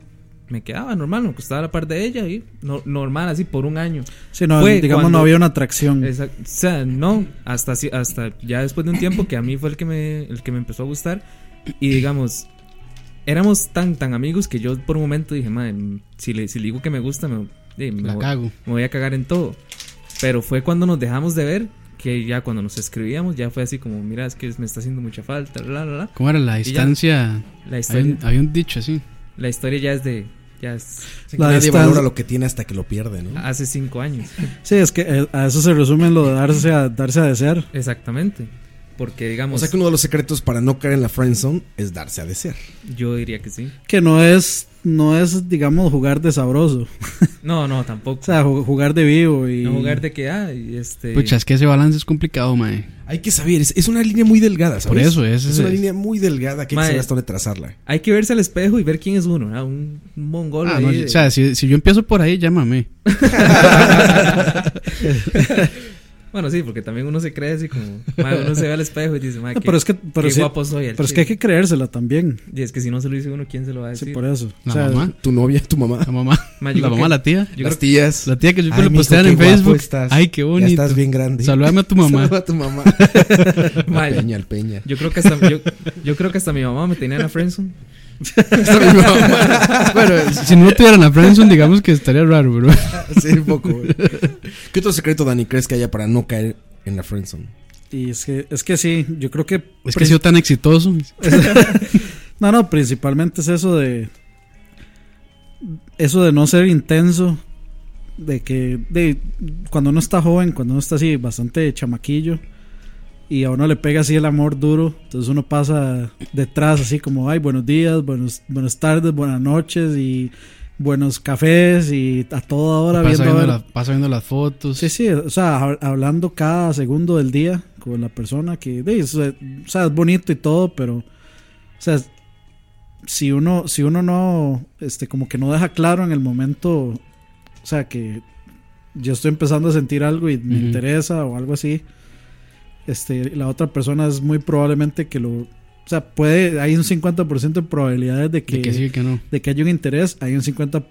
Speaker 7: Me quedaba normal, me acostaba a la par de ella. Y no- normal, así por un año.
Speaker 6: Sí, no,
Speaker 7: Fue
Speaker 6: digamos,
Speaker 7: cuando-
Speaker 6: no había una atracción.
Speaker 7: Exacto. O sea, no, hasta, así- hasta ya después de un tiempo que a mí fue el que me, el que me empezó a gustar. Y digamos, éramos tan, tan amigos que yo por un momento dije, madre, si le, si le digo que me gusta, me, eh, me
Speaker 5: La
Speaker 7: voy-
Speaker 5: cago.
Speaker 7: me voy a cagar en todo. Pero fue cuando nos dejamos de ver, que ya cuando nos escribíamos, ya fue así como, mira, es que me está haciendo mucha falta, bla, bla, bla.
Speaker 5: ¿Cómo era la
Speaker 7: ya.
Speaker 5: distancia?
Speaker 7: La
Speaker 5: Había
Speaker 7: historia,
Speaker 5: un, había un dicho así.
Speaker 7: la historia ya es de, ya es
Speaker 6: La
Speaker 4: Nadie
Speaker 6: distancia-
Speaker 4: valora lo que tiene hasta que lo pierde, ¿no?
Speaker 7: hace cinco años.
Speaker 6: Sí, es que eh, a eso se resume lo de darse a, darse a desear.
Speaker 7: Exactamente. Porque,
Speaker 4: O
Speaker 7: digamos,
Speaker 4: sea que uno de los secretos para no caer en la friendzone es darse a desear.
Speaker 7: yo diría que sí.
Speaker 6: Que no es, no es digamos, jugar de sabroso.
Speaker 7: No, no,
Speaker 6: O
Speaker 7: tampoco.
Speaker 6: sea, ju- jugar de vivo y.
Speaker 7: No jugar de que, ah, y este...
Speaker 5: Pucha, es que ese balance es complicado, mae.
Speaker 4: Hay que saber, es, es una línea muy delgada, ¿sabes?
Speaker 5: Por eso, ese
Speaker 4: es
Speaker 5: es-
Speaker 4: una línea muy delgada que hay que
Speaker 7: Mae.
Speaker 4: saber hasta dónde trazarla.
Speaker 7: Ah, eh. Hay que verse al espejo y ver quién es uno, ¿no? Un mongol.
Speaker 5: Ah,
Speaker 7: ahí
Speaker 5: no,
Speaker 7: de-
Speaker 5: o sea, si, si yo empiezo por ahí, llámame.
Speaker 7: bueno, sí, porque también uno se cree así como... madre, uno se ve al espejo y dice, madre,
Speaker 6: No,
Speaker 7: qué,
Speaker 6: pero es que, pero
Speaker 7: qué
Speaker 6: sí-
Speaker 7: guapo soy. al
Speaker 6: pero es que hay
Speaker 7: chile".
Speaker 6: que creérsela también.
Speaker 7: Y es que si no se lo dice uno, ¿quién se lo va a
Speaker 6: Sí,
Speaker 7: decir?
Speaker 6: por eso.
Speaker 5: La
Speaker 6: O sea,
Speaker 5: mamá,
Speaker 4: Tu novia, tu mamá,
Speaker 5: la mamá,
Speaker 7: Ma, yo
Speaker 5: la
Speaker 7: creo
Speaker 5: mamá,
Speaker 7: que-
Speaker 5: la tía.
Speaker 7: yo
Speaker 4: las
Speaker 7: creo que-
Speaker 4: tías.
Speaker 5: La tía que siempre
Speaker 4: Ay,
Speaker 5: lo
Speaker 4: mijo,
Speaker 5: postean
Speaker 4: qué
Speaker 5: en
Speaker 4: guapo
Speaker 5: Facebook.
Speaker 4: estás.
Speaker 5: Ay, qué bonito.
Speaker 4: Ya estás bien grande.
Speaker 5: Saludame a tu mamá.
Speaker 4: Saluda a tu mamá.
Speaker 7: Mae,
Speaker 4: Peña, al peña.
Speaker 7: yo creo que hasta yo, yo creo que hasta mi mamá me tenía en la friendzone.
Speaker 5: bueno, si no tuvieran a Branson, digamos que estaría raro, bro.
Speaker 4: Sí, un poco. güey. ¿Qué otro secreto, Dani, crees que haya para no caer en la friendzone?
Speaker 6: y es que, es que sí, yo creo que.
Speaker 5: Es que ha sido tan exitoso.
Speaker 6: No, no, principalmente es eso de. Eso de no ser intenso. De que. De, cuando uno está joven, cuando uno está así bastante chamaquillo. Y a uno le pega así el amor duro. Entonces uno pasa detrás así como, ay, buenos días, buenos, buenas tardes, buenas noches y buenos cafés y a toda hora viendo
Speaker 5: Pasa
Speaker 6: a
Speaker 5: viendo,
Speaker 6: ver-
Speaker 5: la- pasa viendo las fotos.
Speaker 6: Sí, sí, o sea, hab- hablando cada segundo del día con la persona que, de, o sea, o sea, es bonito y todo, pero, o sea, si uno, si uno no, este, como que no deja claro en el momento, o sea, que yo estoy empezando a sentir algo y me
Speaker 5: Ujú.
Speaker 6: interesa o algo así, este, la otra persona es muy probablemente que lo, o sea, puede, hay un 50% de probabilidades de que,
Speaker 5: De que sí, que no.
Speaker 6: de que haya un interés, hay un 50%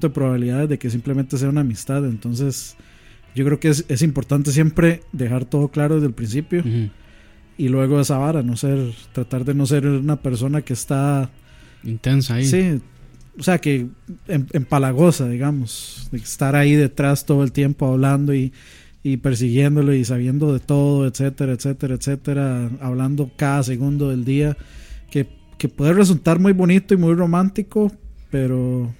Speaker 6: de probabilidades de que simplemente sea una amistad. Entonces, yo creo que es, es importante siempre dejar todo claro desde el principio
Speaker 5: Ujú.
Speaker 6: y luego esa vara, no ser, tratar de no ser una persona que está,
Speaker 5: Intensa ahí.
Speaker 6: sí, o sea, que em- empalagosa, digamos, de estar ahí detrás todo el tiempo hablando y, y persiguiéndolo y sabiendo de todo, etcétera, etcétera, etcétera, hablando cada segundo del día, que, que puede resultar muy bonito y muy romántico, pero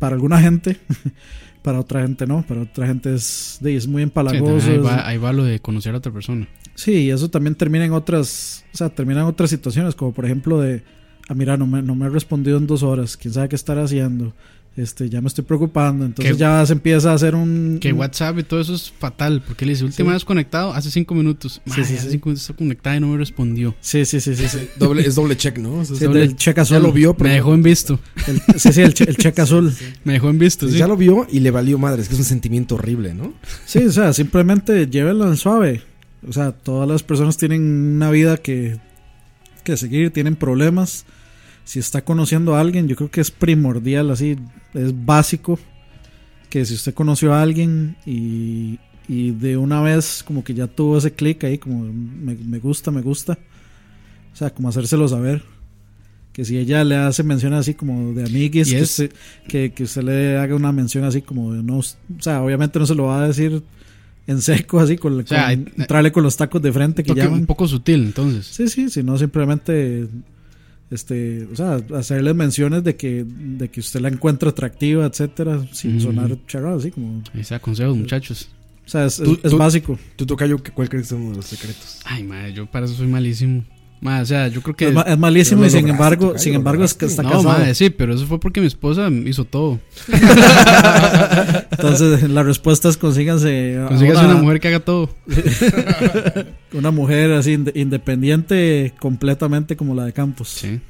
Speaker 6: para alguna gente, para otra gente no, para otra gente es, de- es muy
Speaker 5: Sí,
Speaker 6: empalagoso.
Speaker 5: también ahí,
Speaker 6: es-
Speaker 5: va, ahí va lo de conocer a otra persona.
Speaker 6: Sí, y eso también termina en otras, o sea, termina en otras situaciones, como por ejemplo de, ah, mira, no me, no me ha respondido en dos horas, quién sabe qué estar haciendo, este, ya me estoy preocupando, entonces
Speaker 5: Que-
Speaker 6: ya se empieza a hacer un...
Speaker 5: Que
Speaker 6: un-
Speaker 5: WhatsApp y todo eso es fatal. Porque le dice, última vez conectado hace cinco minutos. Madre,
Speaker 6: sí,
Speaker 5: hace
Speaker 6: sí.
Speaker 5: cinco minutos está conectada y no me respondió.
Speaker 6: Sí, sí, sí, sí, sí.
Speaker 4: Doble, es doble check, ¿no? O sea,
Speaker 6: Sí,
Speaker 4: es doble-
Speaker 6: el cheque
Speaker 4: ya
Speaker 6: azul.
Speaker 4: lo vio, pero.
Speaker 5: Me dejó en visto.
Speaker 6: El, sí, sí, el, che- el cheque azul.
Speaker 5: Me dejó en visto, sí.
Speaker 4: Pues Ya lo vio y le valió madre. Es que es un sentimiento horrible, ¿no?
Speaker 6: Sí, o sea, simplemente llévenlo en suave. O sea, todas las personas tienen una vida que, que seguir, tienen problemas. Si está conociendo a alguien, yo creo que es primordial, así, es básico que si usted conoció a alguien y, y de una vez como que ya tuvo ese clic ahí, como me, me gusta, me gusta. O sea, como hacérselo saber. Que si ella le hace mención así como de amiguis,
Speaker 5: Y
Speaker 6: que,
Speaker 5: es-
Speaker 6: usted, que, que usted le haga una mención así como de no. O sea, obviamente no se lo va a decir en seco, así, con,
Speaker 5: sea, eh,
Speaker 6: con-
Speaker 5: hay-
Speaker 6: entrarle con los tacos de frente que
Speaker 5: Toque
Speaker 6: llaman.
Speaker 5: un poco sutil, entonces.
Speaker 6: Sí, sí, sino simplemente este, o sea, hacerles menciones de que de que usted la encuentra atractiva, etcétera, sin
Speaker 5: Ujú.
Speaker 6: sonar charrado, así como, o
Speaker 5: Ahí está, consejos, muchachos.
Speaker 6: sea, es,
Speaker 4: Tú-
Speaker 6: es
Speaker 4: tú-
Speaker 6: básico.
Speaker 4: Tú toca yo, ¿cuál crees que es uno de los secretos?
Speaker 5: Ay, madre, yo para eso soy malísimo. Ma, o sea, yo creo que.
Speaker 6: Es, ma- es malísimo
Speaker 4: Pero
Speaker 6: y
Speaker 4: lo
Speaker 6: sin
Speaker 4: lograste,
Speaker 6: embargo,
Speaker 4: tocayo,
Speaker 6: sin
Speaker 4: lo
Speaker 6: embargo es que está
Speaker 5: no,
Speaker 6: casado.
Speaker 5: ma, sí, pero eso fue porque mi esposa hizo todo.
Speaker 6: Entonces la respuesta es consíganse, a
Speaker 5: Consigues una mujer que haga todo.
Speaker 6: una mujer así inde- independiente completamente como la de Campos.
Speaker 5: Sí.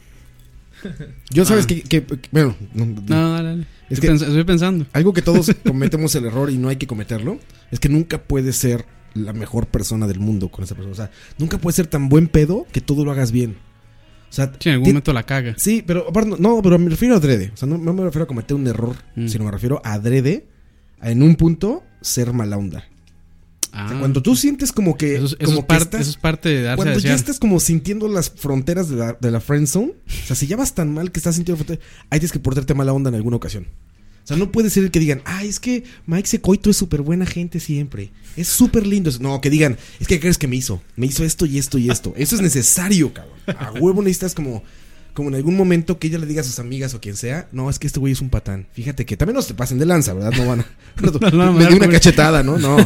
Speaker 5: Ah.
Speaker 4: Yo sabes que, que- que- bueno, no,
Speaker 5: No, dale, dale.
Speaker 4: Es
Speaker 5: estoy,
Speaker 4: que-
Speaker 5: pens- estoy pensando.
Speaker 4: algo que todos cometemos el error y no hay que cometerlo, es que nunca puedes ser la mejor persona del mundo con esa persona. O sea, nunca puedes ser tan buen pedo que todo lo hagas bien. O sea,
Speaker 5: Sí, en algún
Speaker 4: ti-
Speaker 5: momento la caga.
Speaker 4: Sí, pero aparte, no, no, pero me refiero a adrede. O sea, no, no me refiero a cometer un error,
Speaker 5: Mm.
Speaker 4: sino me refiero a adrede a en un punto ser mala onda. O sea,
Speaker 5: Ah,
Speaker 4: cuando tú sientes como que.
Speaker 5: eso, es- eso
Speaker 4: como
Speaker 5: es
Speaker 4: que
Speaker 5: parte,
Speaker 4: estás-
Speaker 5: eso es parte de darse a
Speaker 4: cuando ya
Speaker 5: desear.
Speaker 4: estás como sintiendo las fronteras de la, de la friend zone, o sea, si ya vas tan mal que estás sintiendo fronteras, ahí tienes que portarte mala onda en alguna ocasión. O sea, no puede ser el que digan, ay, es que Mike Secoito es súper buena gente siempre. Es súper lindo. Es- No, que digan, es que ¿qué crees que me hizo. Me hizo esto y esto y esto. Eso es necesario, cabrón. A huevo necesitas como, como en algún momento que ella le diga a sus amigas o quien sea, no, es que este güey es un patán. Fíjate que también no se pasen de lanza, ¿verdad? No van a. no,
Speaker 5: no,
Speaker 4: me dio
Speaker 5: no,
Speaker 4: una
Speaker 5: no.
Speaker 4: cachetada, ¿no? No.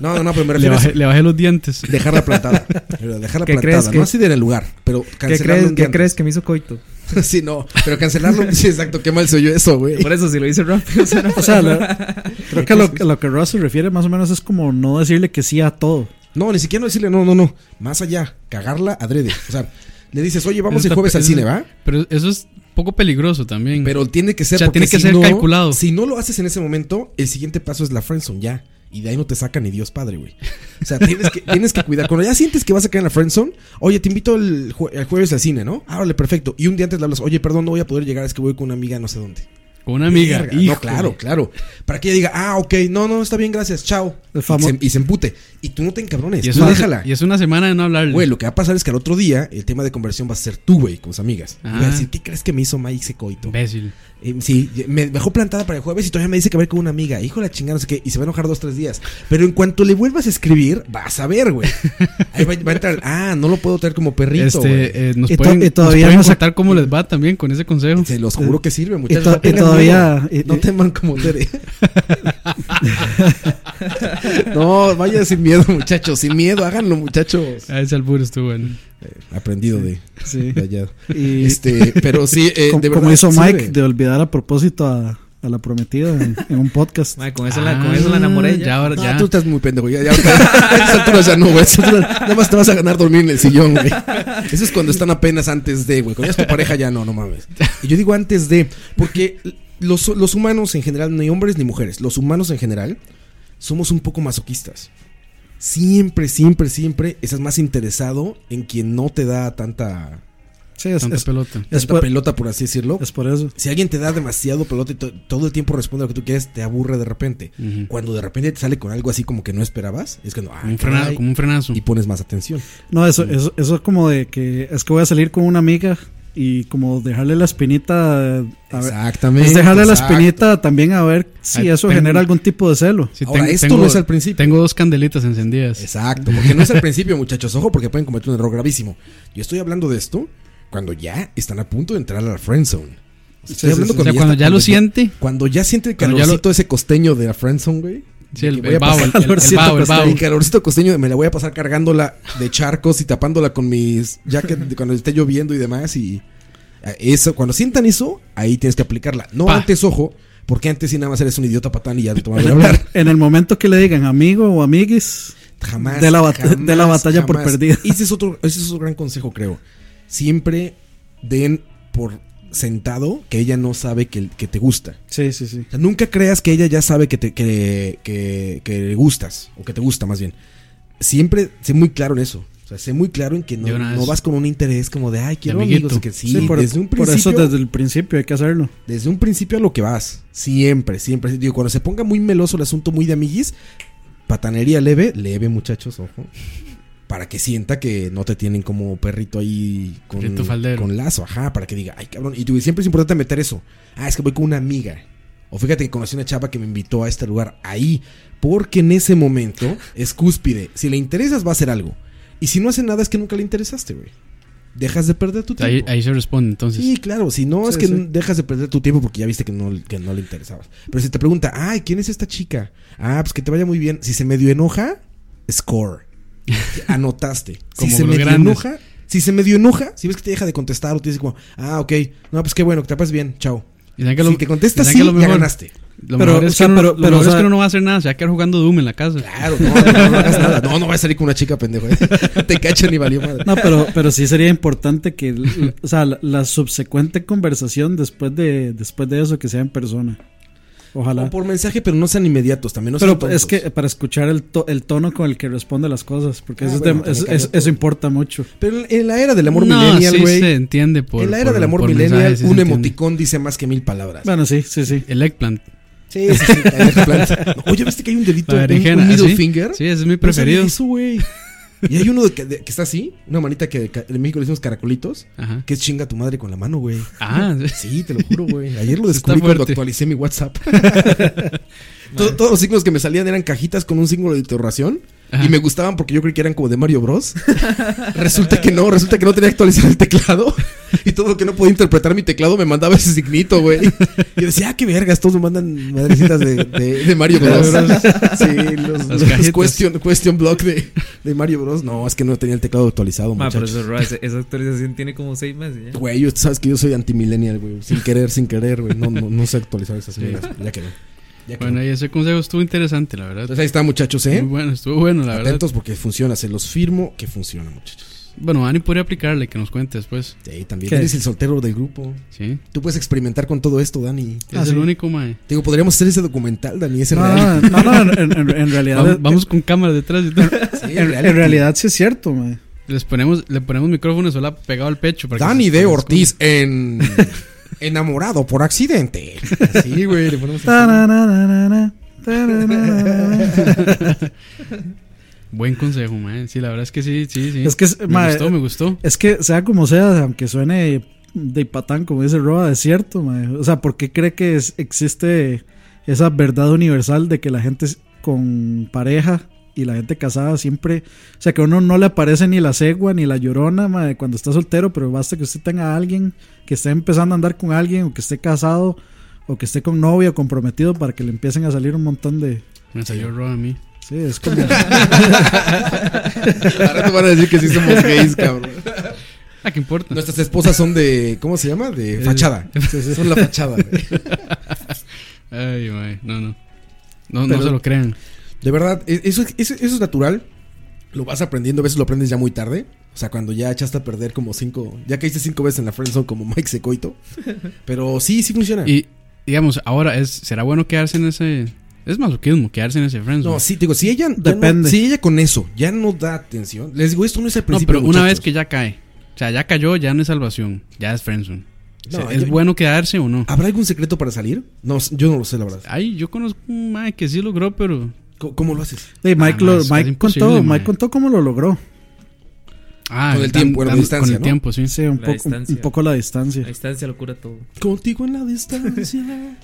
Speaker 4: No, no, pero me
Speaker 5: le,
Speaker 4: refiero a
Speaker 5: bajé, le bajé los dientes.
Speaker 4: Dejarla plantada. Pero Dejarla
Speaker 7: ¿Qué
Speaker 4: plantada.
Speaker 7: crees
Speaker 4: no
Speaker 7: que-
Speaker 4: así del lugar, pero
Speaker 7: ¿Qué
Speaker 4: cancelarlo.
Speaker 7: crees,
Speaker 4: un
Speaker 7: ¿Qué
Speaker 4: día
Speaker 7: crees que me hizo coito?
Speaker 4: antes. Sí, no. Pero cancelarlo. sí, exacto. Qué mal soy yo eso, güey.
Speaker 7: Por eso, si lo hice rápido, suena
Speaker 6: O sea, la- creo que a lo, a lo que Ross se refiere más o menos es como no decirle que sí a todo.
Speaker 4: No, ni siquiera no decirle no, no, no. Más allá. Cagarla adrede. O sea, le dices, oye, vamos
Speaker 5: Eso
Speaker 4: el
Speaker 5: está-
Speaker 4: jueves al
Speaker 5: eso-
Speaker 4: cine, ¿va?
Speaker 5: Pero eso es poco peligroso también.
Speaker 4: Pero tiene que ser.
Speaker 5: O sea,
Speaker 4: porque
Speaker 5: tiene que
Speaker 4: si
Speaker 5: ser
Speaker 4: no-
Speaker 5: calculado.
Speaker 4: Si no lo haces en ese momento, el siguiente paso es la friendzone, ya. Y de ahí no te saca ni Dios padre, güey. O sea, tienes que, tienes que cuidar. Cuando ya sientes que vas a caer en la friendzone, oye, te invito el, jue- el jueves al cine, ¿no? Ah, vale, perfecto. Y un día antes le hablas, oye, perdón, no voy a poder llegar, es que voy con una amiga no sé dónde.
Speaker 5: con una amiga.
Speaker 4: Verga,
Speaker 5: Híjole.
Speaker 4: No, claro, claro. Para que ella diga, ah, ok, no, no, está bien, gracias, chao.
Speaker 6: El
Speaker 4: Y
Speaker 6: famo-
Speaker 4: se, y se empute. Y tú no te encabrones.
Speaker 5: Y es,
Speaker 4: tú
Speaker 5: una,
Speaker 4: pues, déjala.
Speaker 5: y es una semana de no hablarle.
Speaker 4: Güey, lo que va a pasar es que al otro día el tema de conversión va a ser tú, güey, con sus amigas. Y va
Speaker 5: Ah.
Speaker 4: a decir, ¿qué crees que me hizo Mike Secoito?
Speaker 5: Imbécil.
Speaker 4: Eh, sí, me dejó plantada para el jueves y todavía me dice que va a ir con una amiga. Hijo de la chingada, no sé qué. Y se va a enojar dos, tres días. Pero en cuanto le vuelvas a escribir, vas a ver, güey. Ahí va, va a entrar, ah, no lo puedo tener como perrito, güey.
Speaker 5: este, eh, nos,
Speaker 6: Y to-
Speaker 5: pueden,
Speaker 6: y
Speaker 5: nos
Speaker 6: todavía
Speaker 5: pueden
Speaker 6: no se-
Speaker 5: contar cómo les va también con ese consejo.
Speaker 4: Se los juro que sirve, muchachos.
Speaker 6: to-
Speaker 4: No
Speaker 6: y
Speaker 4: tengan
Speaker 6: todavía-
Speaker 4: miedo.
Speaker 6: y-
Speaker 4: no
Speaker 6: y-
Speaker 4: teman como Tere. no, vaya sin miedo, muchachos. Sin mado, háganlo, muchachos. Eh,
Speaker 5: Ah, ese albur estuvo bueno.
Speaker 4: Aprendido de,
Speaker 6: Sí.
Speaker 4: de allá.
Speaker 6: Y
Speaker 4: Este, pero sí, eh,
Speaker 6: com-
Speaker 4: de verdad,
Speaker 6: como hizo
Speaker 4: sirve.
Speaker 6: Mike de olvidar a propósito a, a la prometida en, en un podcast. Ah,
Speaker 7: Mae, con eso, la, con eso la enamoré ya.
Speaker 5: Ya, ahora-
Speaker 4: No,
Speaker 5: ya.
Speaker 4: Ah, tú estás muy pendejo. Ya, ya, ahorita- a estas alturas ya no, güey. A estas alturas Nada más te vas a ganar dormir en el sillón, güey. Eso es cuando están apenas antes de, güey. Cuando ya es tu pareja, ya no, no mames. Y yo digo antes de, porque los, los humanos en general, ni hombres ni mujeres, los humanos en general, somos un poco masoquistas. Siempre, siempre, siempre estás más interesado en quien no te da tanta,
Speaker 6: Sí, es,
Speaker 5: Tanta
Speaker 6: es-
Speaker 5: pelota.
Speaker 6: es
Speaker 4: tanta
Speaker 6: por,
Speaker 4: pelota, por así decirlo.
Speaker 6: es por eso.
Speaker 4: Si alguien te da demasiado pelota y to- todo el tiempo responde a lo que tú quieres, te aburre de repente.
Speaker 5: Ujú.
Speaker 4: Cuando de repente te sale con algo así como que no esperabas, es cuando, ah,
Speaker 5: Como un frenazo.
Speaker 4: caray,
Speaker 5: Como un frenazo.
Speaker 4: y pones más atención.
Speaker 6: No, eso, eso, eso es como de que es que voy a salir con una amiga y como dejarle la espinita. eh, A ver,
Speaker 4: Exactamente.
Speaker 6: es dejarle la
Speaker 4: exacto.
Speaker 6: espinita también a ver si
Speaker 5: Ay,
Speaker 6: eso
Speaker 5: tengo-
Speaker 6: genera algún tipo de celo.
Speaker 5: Sí,
Speaker 4: Ahora, esto no es al principio.
Speaker 5: Tengo dos candelitas encendidas.
Speaker 4: Exacto, porque no es al principio, muchachos. Ojo, porque pueden cometer un error gravísimo. Yo estoy hablando de esto cuando ya están a punto de entrar a la friend zone.
Speaker 6: Sí, sí,
Speaker 4: Estoy hablando
Speaker 6: sí.
Speaker 5: o sea,
Speaker 4: está-
Speaker 5: cuando ya lo siente.
Speaker 4: Cuando ya siente el
Speaker 5: Cuando ya lo-
Speaker 4: calorcito ese costeño de la friend zone, güey.
Speaker 5: Sí,
Speaker 4: de
Speaker 5: el,
Speaker 4: que
Speaker 5: el,
Speaker 4: voy a
Speaker 5: vaho, el,
Speaker 4: pasar-
Speaker 5: el- el
Speaker 6: calorcito
Speaker 5: vaho, el
Speaker 6: costeño.
Speaker 5: vaho.
Speaker 4: El calorcito costeño me la voy a pasar cargándola de charcos y tapándola con mis jacket de cuando esté lloviendo y demás. Y eh, eso, cuando sientan eso, ahí tienes que aplicarla. No
Speaker 5: Pa.
Speaker 4: antes, ojo, porque antes si nada más eres un idiota patán y ya no te van a hablar.
Speaker 6: En el momento que le digan amigo o amiguis,
Speaker 4: Jamás.
Speaker 6: De la bat-
Speaker 4: jamás,
Speaker 6: de la batalla por
Speaker 4: jamás.
Speaker 6: perdida.
Speaker 4: Y Ese es, otro, ese es otro gran consejo, creo. Siempre den por sentado que ella no sabe que, que te gusta.
Speaker 6: Sí, sí, sí.
Speaker 4: O sea, nunca creas que ella ya sabe que te que, que- que le gustas, o que te gusta más bien. Siempre sé muy claro en eso. O sea, sé muy claro en que no,
Speaker 5: De una vez.
Speaker 4: no vas con un interés como de, ay, quiero
Speaker 5: amiguito.
Speaker 4: amigos. Que sí,
Speaker 6: Sí, por,
Speaker 4: desde, un
Speaker 6: por
Speaker 4: principio,
Speaker 6: eso
Speaker 4: desde...
Speaker 6: desde el principio hay que hacerlo.
Speaker 4: un principio a lo que vas. Siempre, siempre. Digo, cuando se ponga muy meloso el asunto, muy de amiguis, patanería leve, leve, muchachos, ojo. Para que sienta que no te tienen como perrito ahí con,
Speaker 5: Perrito faldero.
Speaker 4: con lazo, ajá, para que diga, ay cabrón. Y tú- y siempre es importante meter eso. Ah, es que voy con una amiga. O fíjate que conocí una chava que me invitó a este lugar ahí. Porque en ese momento es cúspide. Si le interesas, va a hacer algo. Y si no hace nada, es que nunca le interesaste, güey. Dejas de perder tu
Speaker 5: Ahí,
Speaker 4: tiempo.
Speaker 5: ahí se responde entonces.
Speaker 4: Sí, claro, si no
Speaker 6: Sí,
Speaker 4: es que
Speaker 6: sí.
Speaker 4: dejas de perder tu tiempo porque ya viste que no, que no le interesabas. Pero si te pregunta, ay, ¿quién es esta chica? Ah, pues que te vaya muy bien. Si se medio enoja, score. Anotaste.
Speaker 5: Como
Speaker 4: si se
Speaker 5: los
Speaker 4: medio
Speaker 5: grandes.
Speaker 4: enoja, si se medio enoja, si ves que te deja de contestar o te dice como, ah, ok, no, pues qué bueno, que te pases bien, chao.
Speaker 5: Y saben que lo-
Speaker 4: si te contestas
Speaker 5: y
Speaker 4: sí,
Speaker 5: saben que lo
Speaker 4: ya
Speaker 5: mejor-
Speaker 4: ganaste.
Speaker 5: Lo
Speaker 6: Pero,
Speaker 5: mejor
Speaker 6: o
Speaker 5: es
Speaker 6: sea,
Speaker 5: que uno-
Speaker 6: pero-
Speaker 5: lo
Speaker 6: pero,
Speaker 5: mejor
Speaker 6: o
Speaker 5: es
Speaker 6: sea-
Speaker 5: que uno no va a hacer nada, se va a quedar jugando Doom en la casa.
Speaker 4: Claro, no, no, no hagas nada. No, no vas a salir con una chica pendejo. ¿eh? Te cachan y valió madre.
Speaker 6: No, pero, pero sí sería importante que, l- o sea, la, la subsecuente conversación después de, después de eso que sea en persona. Ojalá.
Speaker 4: O por mensaje, pero no sean inmediatos, también no sean
Speaker 6: pero
Speaker 4: tontos.
Speaker 6: es que para escuchar el, to- el tono con el que responde las cosas, porque
Speaker 4: Ah,
Speaker 6: eso, es
Speaker 4: bueno,
Speaker 6: de- es-
Speaker 4: también
Speaker 6: es-
Speaker 4: cambia
Speaker 6: eso importa mucho.
Speaker 4: Pero en- en la era del amor
Speaker 5: no,
Speaker 4: millennial,
Speaker 5: sí
Speaker 4: güey.
Speaker 5: se entiende por.
Speaker 4: en la era
Speaker 5: por-
Speaker 4: del amor
Speaker 5: por
Speaker 4: millennial,
Speaker 5: mensajes, sí se
Speaker 4: un
Speaker 5: entiende.
Speaker 4: emoticón dice más que mil palabras.
Speaker 6: Bueno, sí, sí, sí.
Speaker 5: El eggplant.
Speaker 4: Sí, sí, sí. la eggplant. No, Oye, ¿viste que hay un dedito,
Speaker 5: La
Speaker 4: un, un
Speaker 5: berenjena,
Speaker 4: middle
Speaker 5: ¿sí?
Speaker 4: finger?
Speaker 5: Sí, ese es
Speaker 4: No
Speaker 5: mi
Speaker 4: sabía
Speaker 5: preferido.
Speaker 4: eso, güey. Y hay uno de que, de- que está así, una manita que ca- en México le decimos caracolitos,
Speaker 5: Ajá.
Speaker 4: que es chinga tu madre con la mano, güey.
Speaker 5: Ah,
Speaker 4: Sí, te lo juro, güey. Ayer lo
Speaker 5: Está
Speaker 4: descubrí cuando
Speaker 5: fuerte.
Speaker 4: actualicé mi WhatsApp. To- todos los signos que me salían eran cajitas con un símbolo de interrogación.
Speaker 5: Ajá.
Speaker 4: Y me gustaban porque yo creí que eran como de Mario Bros. resulta que no, resulta que no tenía actualizado el teclado. Y todo lo que no podía interpretar mi teclado me mandaba ese signito, güey. Y yo decía, ah, qué vergas, todos me mandan madrecitas de, de- de Mario Bros. sí, los, los
Speaker 5: cajitas.
Speaker 4: question, question block de, de Mario Bros. No, es que no tenía el teclado actualizado,
Speaker 7: Ma, Ah, pero
Speaker 4: muchachos.
Speaker 7: eso es raro, esa, esa actualización tiene como seis meses ¿eh? ya.
Speaker 4: Güey, yo- tú sabes que yo soy antimillennial, güey. Sin querer, sin querer, güey. No, no, no sé actualizar esas mierdas. Ya quedó. Ya quedó.
Speaker 5: bueno, y ese consejo estuvo interesante, la verdad.
Speaker 4: Entonces ahí está, muchachos, ¿eh?
Speaker 5: Muy bueno, estuvo bueno, la verdad.
Speaker 4: Atentos porque funciona. Se los firmo que funciona, muchachos.
Speaker 5: Bueno, Ani podría aplicarle, que nos cuente después.
Speaker 4: Sí, también.
Speaker 6: ¿Qué?
Speaker 4: Eres el soltero del grupo.
Speaker 5: Sí.
Speaker 4: Tú puedes experimentar con todo esto, Dani.
Speaker 5: Es el único, mae.
Speaker 4: Te digo, podríamos hacer ese documental, Dani. Ese
Speaker 6: Ah, No,
Speaker 4: real.
Speaker 6: no, no, no, en, en- en realidad.
Speaker 5: Vamos, vamos con cámara detrás y todo.
Speaker 4: Sí,
Speaker 6: en,
Speaker 4: reality.
Speaker 6: en realidad sí es cierto, man.
Speaker 5: Les ponemos, le ponemos micrófono sola pegado al pecho. Para que
Speaker 4: Dani
Speaker 5: se-
Speaker 4: de
Speaker 5: se-
Speaker 4: Ortiz en. Enamorado por accidente. Sí, güey, le ponemos
Speaker 5: Buen consejo, mae. Sí, la verdad es que sí, sí, sí.
Speaker 6: Es que es-
Speaker 5: me
Speaker 6: mae,
Speaker 5: gustó, me gustó.
Speaker 6: Es que sea como sea, aunque suene de patán, como dice Roa, es cierto, mae. O sea, ¿por qué cree que es- existe esa verdad universal de que la gente es- con pareja y la gente casada siempre... O sea, que a uno no le aparece ni la cegua ni la llorona, mae, cuando está soltero, pero basta que usted tenga a alguien, que esté empezando a andar con alguien, o que esté casado, o que esté con novia o comprometido para que le empiecen a salir un montón de...
Speaker 5: Me salió roba a mí.
Speaker 6: Sí, es como...
Speaker 4: Ahora te van a decir que sí somos gays, cabrón.
Speaker 5: Ah, ¿qué importa? Eh,
Speaker 4: Nuestras esposas son de. ¿Cómo se llama? De fachada. Son la fachada, güey.
Speaker 5: Ay, mae. No, no. No,
Speaker 4: Pero-
Speaker 5: no se lo crean.
Speaker 4: De verdad, e- eso, eso, eso es natural. Lo vas aprendiendo, a veces lo aprendes ya muy tarde. O sea, cuando ya echaste a perder como cinco. Ya caíste cinco veces en la friendzone como Mike Secoito. Pero sí, sí funciona.
Speaker 5: Y, digamos, ahora es, será bueno quedarse en ese. Es masoquismo, quedarse en ese friends.
Speaker 4: no,
Speaker 5: mae.
Speaker 4: sí, te digo, si ella. ya no-
Speaker 6: Depende.
Speaker 4: si ella con eso ya no da atención. Les digo, esto no es al
Speaker 5: No,
Speaker 4: principio.
Speaker 5: pero una vez
Speaker 4: muchachos.
Speaker 5: que ya cae. O sea, ya cayó, ya no es salvación. Ya es friendzone. O sea,
Speaker 4: No,
Speaker 5: ¿Es
Speaker 4: yo-
Speaker 5: bueno quedarse o no?
Speaker 4: ¿Habrá algún secreto para salir? No, yo no lo sé, la verdad.
Speaker 5: Ay, yo conozco un mae que sí logró, pero.
Speaker 4: ¿Cómo, cómo lo haces?
Speaker 6: Sí, Mike,
Speaker 5: Ah, mae,
Speaker 6: lo-
Speaker 5: es casi
Speaker 6: Mike contó,
Speaker 5: imposible, mae.
Speaker 6: Mike contó cómo lo logró.
Speaker 5: Ah,
Speaker 4: Con el
Speaker 5: dan-
Speaker 4: tiempo, bueno,
Speaker 5: dando-
Speaker 4: distancia,
Speaker 5: Con el
Speaker 4: ¿no?
Speaker 5: tiempo, sí.
Speaker 6: Sí,
Speaker 7: La
Speaker 6: un, poco, un- un
Speaker 7: distancia.
Speaker 6: poco la distancia.
Speaker 7: La distancia lo cura todo.
Speaker 4: Contigo en la distancia.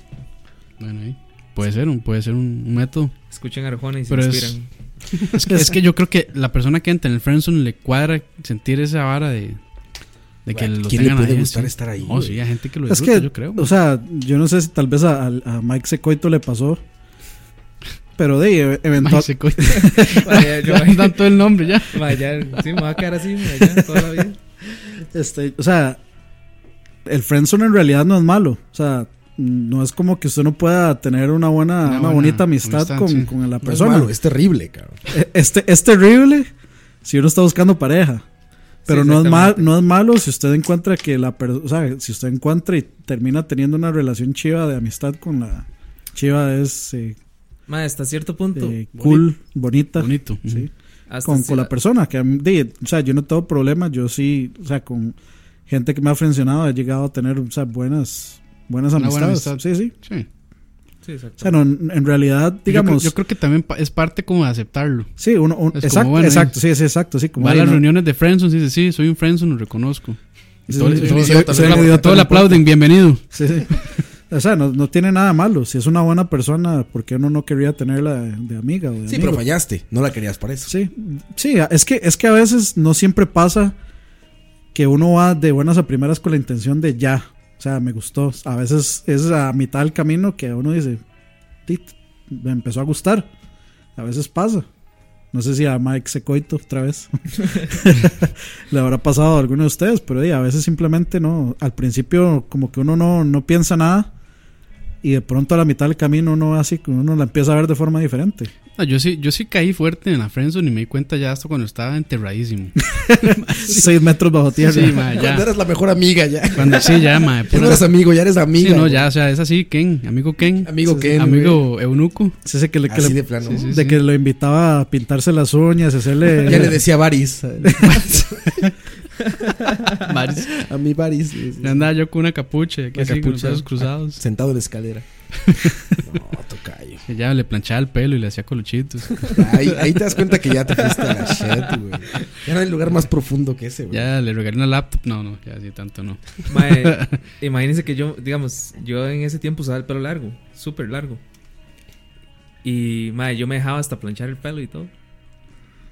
Speaker 5: Bueno, ahí. Puede ser, un, puede ser un, un método.
Speaker 7: Escuchen Arjona y se
Speaker 5: Pero es-
Speaker 7: inspiran.
Speaker 5: Es que, es que yo creo que la persona que entra en el friendzone le cuadra sentir esa vara de, de que
Speaker 4: Bueno,
Speaker 5: lo
Speaker 4: ¿quién le
Speaker 5: tengan
Speaker 4: puede
Speaker 5: ahí,
Speaker 4: gustar
Speaker 5: sí.
Speaker 4: estar ahí,
Speaker 5: Oh,
Speaker 4: güey?
Speaker 5: sí, hay gente que lo
Speaker 6: Es
Speaker 5: disfruta,
Speaker 6: que,
Speaker 5: yo creo.
Speaker 6: o sea, yo no sé si tal vez a, a- a Mike Secoito le pasó, pero de ahí, e- eventual-
Speaker 5: Ay, se co-
Speaker 7: Vaya, yo,
Speaker 5: dan todo el nombre ya.
Speaker 7: vaya, sí, me va a quedar así, vaya, toda la vida.
Speaker 6: este, o sea, el friendzone en realidad no es malo, o sea, no es como que usted no pueda tener una buena,
Speaker 5: Una
Speaker 6: una,
Speaker 5: buena
Speaker 6: bonita amistad,
Speaker 5: amistad,
Speaker 6: con,
Speaker 5: sí.
Speaker 6: con la
Speaker 4: No es
Speaker 6: persona.
Speaker 4: malo, es terrible, cabrón.
Speaker 6: E- este, es terrible si uno está buscando pareja. Pero
Speaker 7: Sí,
Speaker 6: no, es mal,
Speaker 7: exactamente.
Speaker 6: no es malo si usted encuentra que la persona, o sea, si usted encuentra y termina teniendo una relación chiva de amistad con la chiva es eh,
Speaker 7: Ma, hasta cierto punto.
Speaker 6: eh, cool, bonita,
Speaker 5: Bonito.
Speaker 6: sí,
Speaker 7: hasta
Speaker 6: con,
Speaker 7: ci-
Speaker 6: con la persona. que a mí- de- O sea, yo no tengo problema, yo sí, o sea, con gente que me ha frencionado he llegado a tener, o sea, buenas, buenas
Speaker 5: Una buena
Speaker 6: amistades.
Speaker 5: amistad.
Speaker 6: Sí, sí.
Speaker 5: Sí.
Speaker 7: Sí,
Speaker 6: O
Speaker 7: exacto.
Speaker 6: sea, no, en en realidad, digamos,
Speaker 5: Yo creo, yo creo que también pa- es parte como de aceptarlo.
Speaker 6: sí, uno, un-
Speaker 5: es como
Speaker 6: exacto,
Speaker 5: bueno,
Speaker 6: exacto, sí, sí, exacto, sí, como
Speaker 5: Va a
Speaker 6: ahí,
Speaker 5: las
Speaker 6: ¿no?
Speaker 5: reuniones de friendzone y dice, sí, soy un friendzone, lo reconozco. Y
Speaker 6: Sí,
Speaker 5: todo,
Speaker 6: sí,
Speaker 5: todo-
Speaker 6: sí,
Speaker 5: todo-
Speaker 6: sí,
Speaker 5: todo-
Speaker 6: sí,
Speaker 5: todo
Speaker 6: sí,
Speaker 5: le aplauden, bienvenido.
Speaker 6: Sí, sí. O sea, no, no tiene nada malo. Si es una buena persona, ¿por qué uno no querría tenerla de, de amiga o de
Speaker 4: Sí,
Speaker 6: amigo?
Speaker 4: pero fallaste. No la querías para eso.
Speaker 6: Sí, sí, es que, es que a veces no siempre pasa que uno va de buenas a primeras con la intención de ya. O sea, me gustó. A veces es a mitad del camino que uno dice, "Tit, me empezó a gustar. A veces pasa. No sé si a Mike Secoito otra vez le habrá pasado a alguno de ustedes, pero di, a veces simplemente no. Al principio, como que uno no, no piensa nada y de pronto a la mitad del camino uno así, uno la empieza a ver de forma diferente.
Speaker 5: No, yo sí, yo sí caí fuerte en la friendzone y me di cuenta ya hasta cuando estaba enterradísimo.
Speaker 6: Seis metros bajo tierra.
Speaker 5: Sí, ma,
Speaker 4: Cuando
Speaker 5: ya.
Speaker 4: eres la mejor amiga ya.
Speaker 5: Cuando sí, ya, ma,
Speaker 4: Ya no
Speaker 5: pura-
Speaker 4: eres amigo, ya eres amiga.
Speaker 5: Sí, no,
Speaker 4: güey.
Speaker 5: ya, o sea, es así, Ken, amigo Ken.
Speaker 4: Amigo
Speaker 5: Es-
Speaker 4: Ken,
Speaker 5: Amigo eunuco.
Speaker 6: Es ese que le, que
Speaker 4: Así
Speaker 6: le-
Speaker 4: de plano.
Speaker 5: Sí, sí,
Speaker 6: de
Speaker 5: sí.
Speaker 6: que lo invitaba a pintarse las uñas, hacerle.
Speaker 4: Ya le decía Baris.
Speaker 5: Maris.
Speaker 4: A mi Baris. sí, sí.
Speaker 5: Ya andaba yo con una capucha, aquí
Speaker 4: Una
Speaker 5: así, con los
Speaker 4: capucha.
Speaker 5: brazos cruzados.
Speaker 4: eh, Sentado en la escalera. No, tocayo.
Speaker 5: Que Ya le planchaba el pelo y le hacía colochitos.
Speaker 4: Ahí, ahí te das cuenta que ya te fuiste a la shit, güey. Ya no hay lugar más profundo que ese, güey.
Speaker 5: Ya le regalé una laptop. No, no, ya sí, tanto no.
Speaker 7: Mae, imagínense que yo, digamos, yo en ese tiempo usaba el pelo largo, súper largo. Y mae, yo me dejaba hasta planchar el pelo y todo.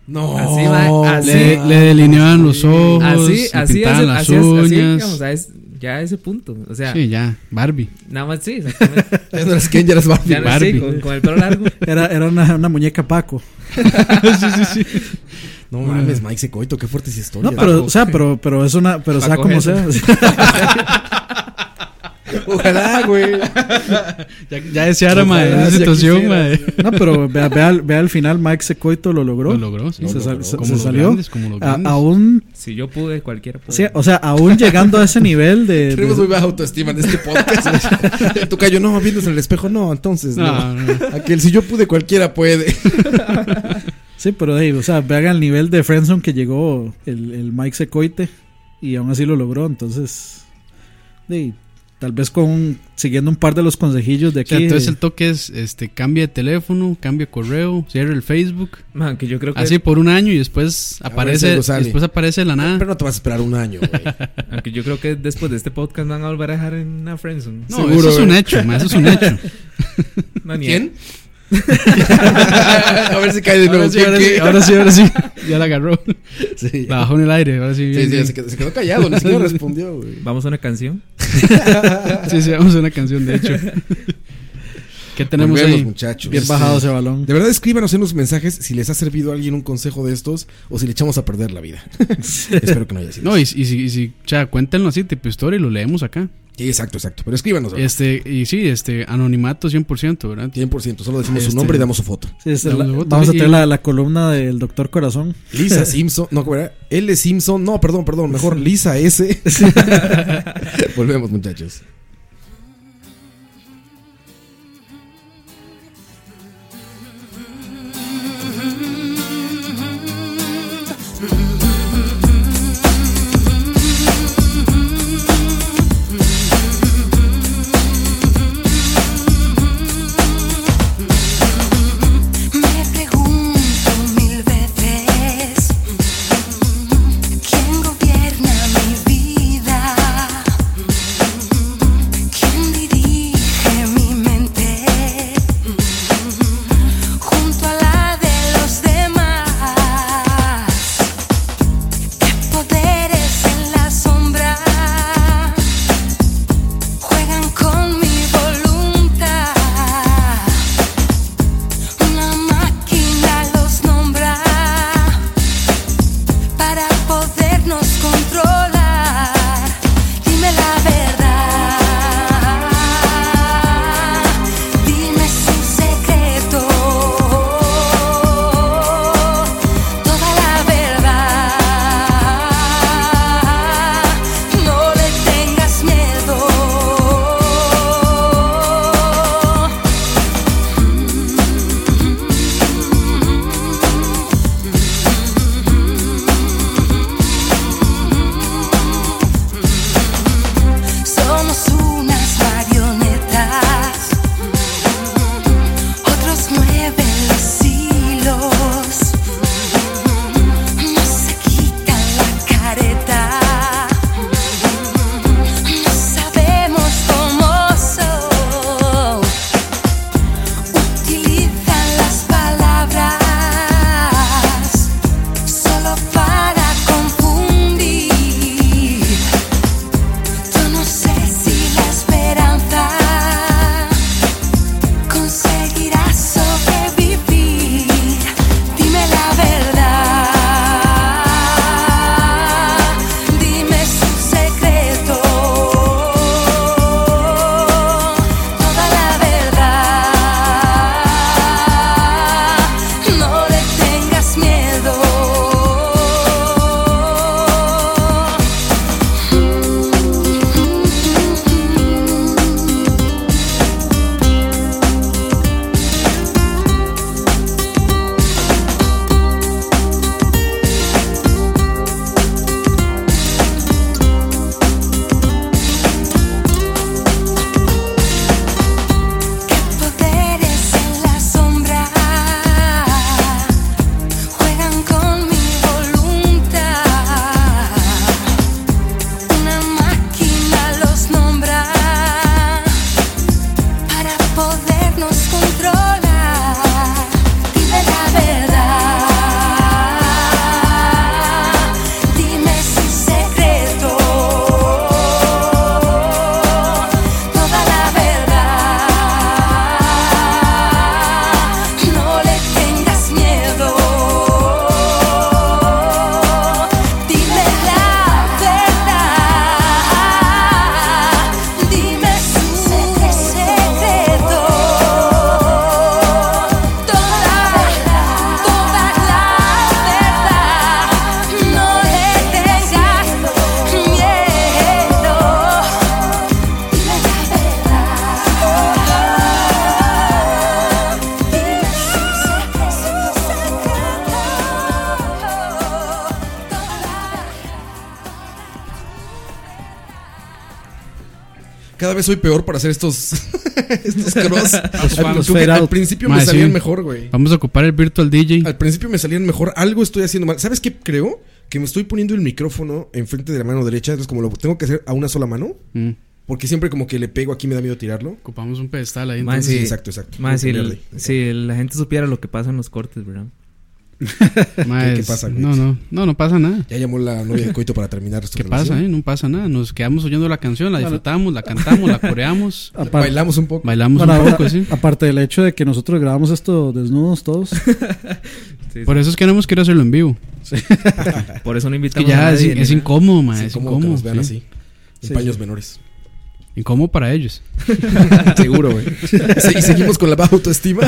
Speaker 4: No.
Speaker 7: Así, ma- así.
Speaker 5: Le, le delineaban los ojos,
Speaker 7: así,
Speaker 5: le
Speaker 7: así,
Speaker 5: pintaban
Speaker 7: así,
Speaker 5: las
Speaker 7: así, así,
Speaker 5: uñas.
Speaker 7: digamos, a es- ya a ese punto. O sea,
Speaker 5: sí, ya, Barbie.
Speaker 7: nada más sí, exactamente.
Speaker 4: Ya no eres Ken, ya eres Barbie.
Speaker 7: Ya no sé,
Speaker 5: Barbie.
Speaker 7: con, con el pelo largo.
Speaker 6: Era, era una, una muñeca Paco.
Speaker 4: No mames, Mike Secoito, qué fuertes historias.
Speaker 6: No, pero, o sea, pero, pero es una. Pero sea
Speaker 7: Paco
Speaker 6: como sea.
Speaker 7: Gento.
Speaker 4: Ojalá, güey.
Speaker 5: Ya, ya deseara,
Speaker 4: Ojalá,
Speaker 5: ma, en esa
Speaker 4: si ya
Speaker 5: situación,
Speaker 4: quisiera.
Speaker 5: ma.
Speaker 6: No, pero vea, vea al, vea al final, Mike Secoito lo logró.
Speaker 5: Lo logró, sí.
Speaker 6: Se
Speaker 5: Lo
Speaker 6: sal-
Speaker 5: logró.
Speaker 6: se-
Speaker 5: Como
Speaker 6: se
Speaker 5: los
Speaker 6: salió.
Speaker 5: grandes, como los
Speaker 6: A-
Speaker 5: grandes.
Speaker 6: aún,
Speaker 7: Si yo pude, cualquiera puede.
Speaker 6: sí, o sea, aún llegando a ese nivel de.
Speaker 4: Tenemos
Speaker 6: de-
Speaker 4: muy baja autoestima en este podcast. güey. El tocayo, no, viéndose en el espejo, no, entonces no.
Speaker 5: No, no, no.
Speaker 4: Aquel, si yo pude, cualquiera puede.
Speaker 6: sí, pero de ahí, o sea, vean al nivel de Friendzone que llegó el, el Mike Secoite y aún así lo logró. Entonces, de ahí, tal vez con siguiendo un par de los consejillos de
Speaker 5: O
Speaker 6: aquí.
Speaker 5: sea, entonces
Speaker 6: de-
Speaker 5: el toque es, este, cambia de teléfono, cambia de correo, cierra el Facebook,
Speaker 7: Man, que yo creo que,
Speaker 5: así por un año y después
Speaker 4: ver si
Speaker 5: aparece,
Speaker 4: algo sale.
Speaker 5: después aparece de la nada.
Speaker 4: Pero no te vas a esperar un año, güey.
Speaker 7: aunque yo creo que después de este podcast me van a volver a dejar en una friendzone.
Speaker 5: no,
Speaker 4: seguro,
Speaker 5: eso es un
Speaker 4: güey.
Speaker 5: hecho, ma, eso es un hecho.
Speaker 7: No, ni-
Speaker 4: ¿Quién? a ver si cae de nuevo.
Speaker 5: Ahora sí,
Speaker 4: ¿Quién,
Speaker 5: ahora
Speaker 4: qué?
Speaker 5: sí, ahora sí, ahora sí. ya la agarró,
Speaker 4: Sí.
Speaker 5: la bajó en el aire, ahora sí.
Speaker 4: Sí,
Speaker 5: bien,
Speaker 4: sí,
Speaker 5: bien.
Speaker 4: se quedó, se quedó callado, ni siquiera respondió, güey.
Speaker 7: Vamos a una canción.
Speaker 5: Sí, sí, vamos a una canción, de hecho. ¿Qué tenemos
Speaker 4: Volvemos,
Speaker 5: ahí?
Speaker 4: muchachos.
Speaker 6: bien bajado ese balón.
Speaker 4: De verdad, escríbanos en los mensajes si les ha servido a alguien un consejo de estos o si le echamos a perder la vida. Espero que no haya sido.
Speaker 5: No,
Speaker 4: así.
Speaker 5: y, y si, y si- o sea, cuéntenlo así, tipo historia, y lo leemos acá.
Speaker 4: Sí, exacto, exacto. Pero escríbanos. ¿verdad?
Speaker 5: Este, y sí, este, anonimato 100%, ¿verdad?
Speaker 4: 100%, solo decimos su
Speaker 5: Este-
Speaker 4: nombre y damos su foto.
Speaker 6: Sí, esa es
Speaker 5: Damos
Speaker 6: la-
Speaker 5: votos,
Speaker 6: vamos a
Speaker 5: sí,
Speaker 6: tener
Speaker 5: y-
Speaker 6: la, la columna del doctor Corazón.
Speaker 4: Lisa Simpson, no, ¿cómo era? L Simpson, no, perdón, perdón, mejor Lisa S. Volvemos, muchachos.
Speaker 12: Me pregunto mil veces quién gobierna mi vida.
Speaker 4: Cada vez soy peor para hacer estos, estos cross.
Speaker 5: Los
Speaker 4: al,
Speaker 5: fans.
Speaker 4: tú que
Speaker 5: Fade
Speaker 4: al
Speaker 5: out.
Speaker 4: principio
Speaker 5: Mae,
Speaker 4: me salían
Speaker 5: sí.
Speaker 4: mejor, güey.
Speaker 5: Vamos a ocupar el Virtual DJ.
Speaker 4: Al principio me salían mejor. Algo estoy haciendo mal. ¿Sabes qué creo? Que me estoy poniendo el micrófono enfrente de la mano derecha. Entonces, como lo tengo que hacer a una sola mano,
Speaker 5: Mm.
Speaker 4: porque siempre como que le pego aquí me da miedo tirarlo.
Speaker 5: Ocupamos un pedestal ahí.
Speaker 7: Mae,
Speaker 5: Entonces.
Speaker 7: sí.
Speaker 4: exacto, exacto.
Speaker 7: Mae, si,
Speaker 4: Tengo que
Speaker 7: el-
Speaker 4: pelearle.
Speaker 7: si el- la gente supiera lo que pasa en los cortes, ¿verdad?
Speaker 5: Mae,
Speaker 4: ¿Qué- qué
Speaker 5: es-
Speaker 4: pasa, güey?
Speaker 5: no, no, no, no pasa nada.
Speaker 4: Ya llamó la novia de Coito para terminar esto.
Speaker 5: ¿Qué pasa, eh? No pasa nada. Nos quedamos oyendo la canción, la disfrutamos, la cantamos, la coreamos,
Speaker 6: Aparte,
Speaker 4: Bailamos un poco.
Speaker 5: bailamos
Speaker 6: bueno,
Speaker 5: un
Speaker 6: ahora,
Speaker 5: poco, sí.
Speaker 6: aparte del hecho de que nosotros grabamos esto desnudos todos.
Speaker 5: Por eso es que no hemos querido hacerlo en vivo.
Speaker 7: Por eso no
Speaker 5: Es que
Speaker 7: invitamos a
Speaker 5: ya es,
Speaker 7: nadie. ni
Speaker 5: es
Speaker 7: nada.
Speaker 5: incómodo, mae.
Speaker 4: Sí,
Speaker 5: es
Speaker 4: cómodo que
Speaker 5: incómodo.
Speaker 4: nos vean
Speaker 5: sí.
Speaker 4: así. En
Speaker 6: Sí,
Speaker 4: paños menores.
Speaker 5: Incómodo para ellos.
Speaker 4: Seguro, güey. Se- y seguimos con la baja autoestima.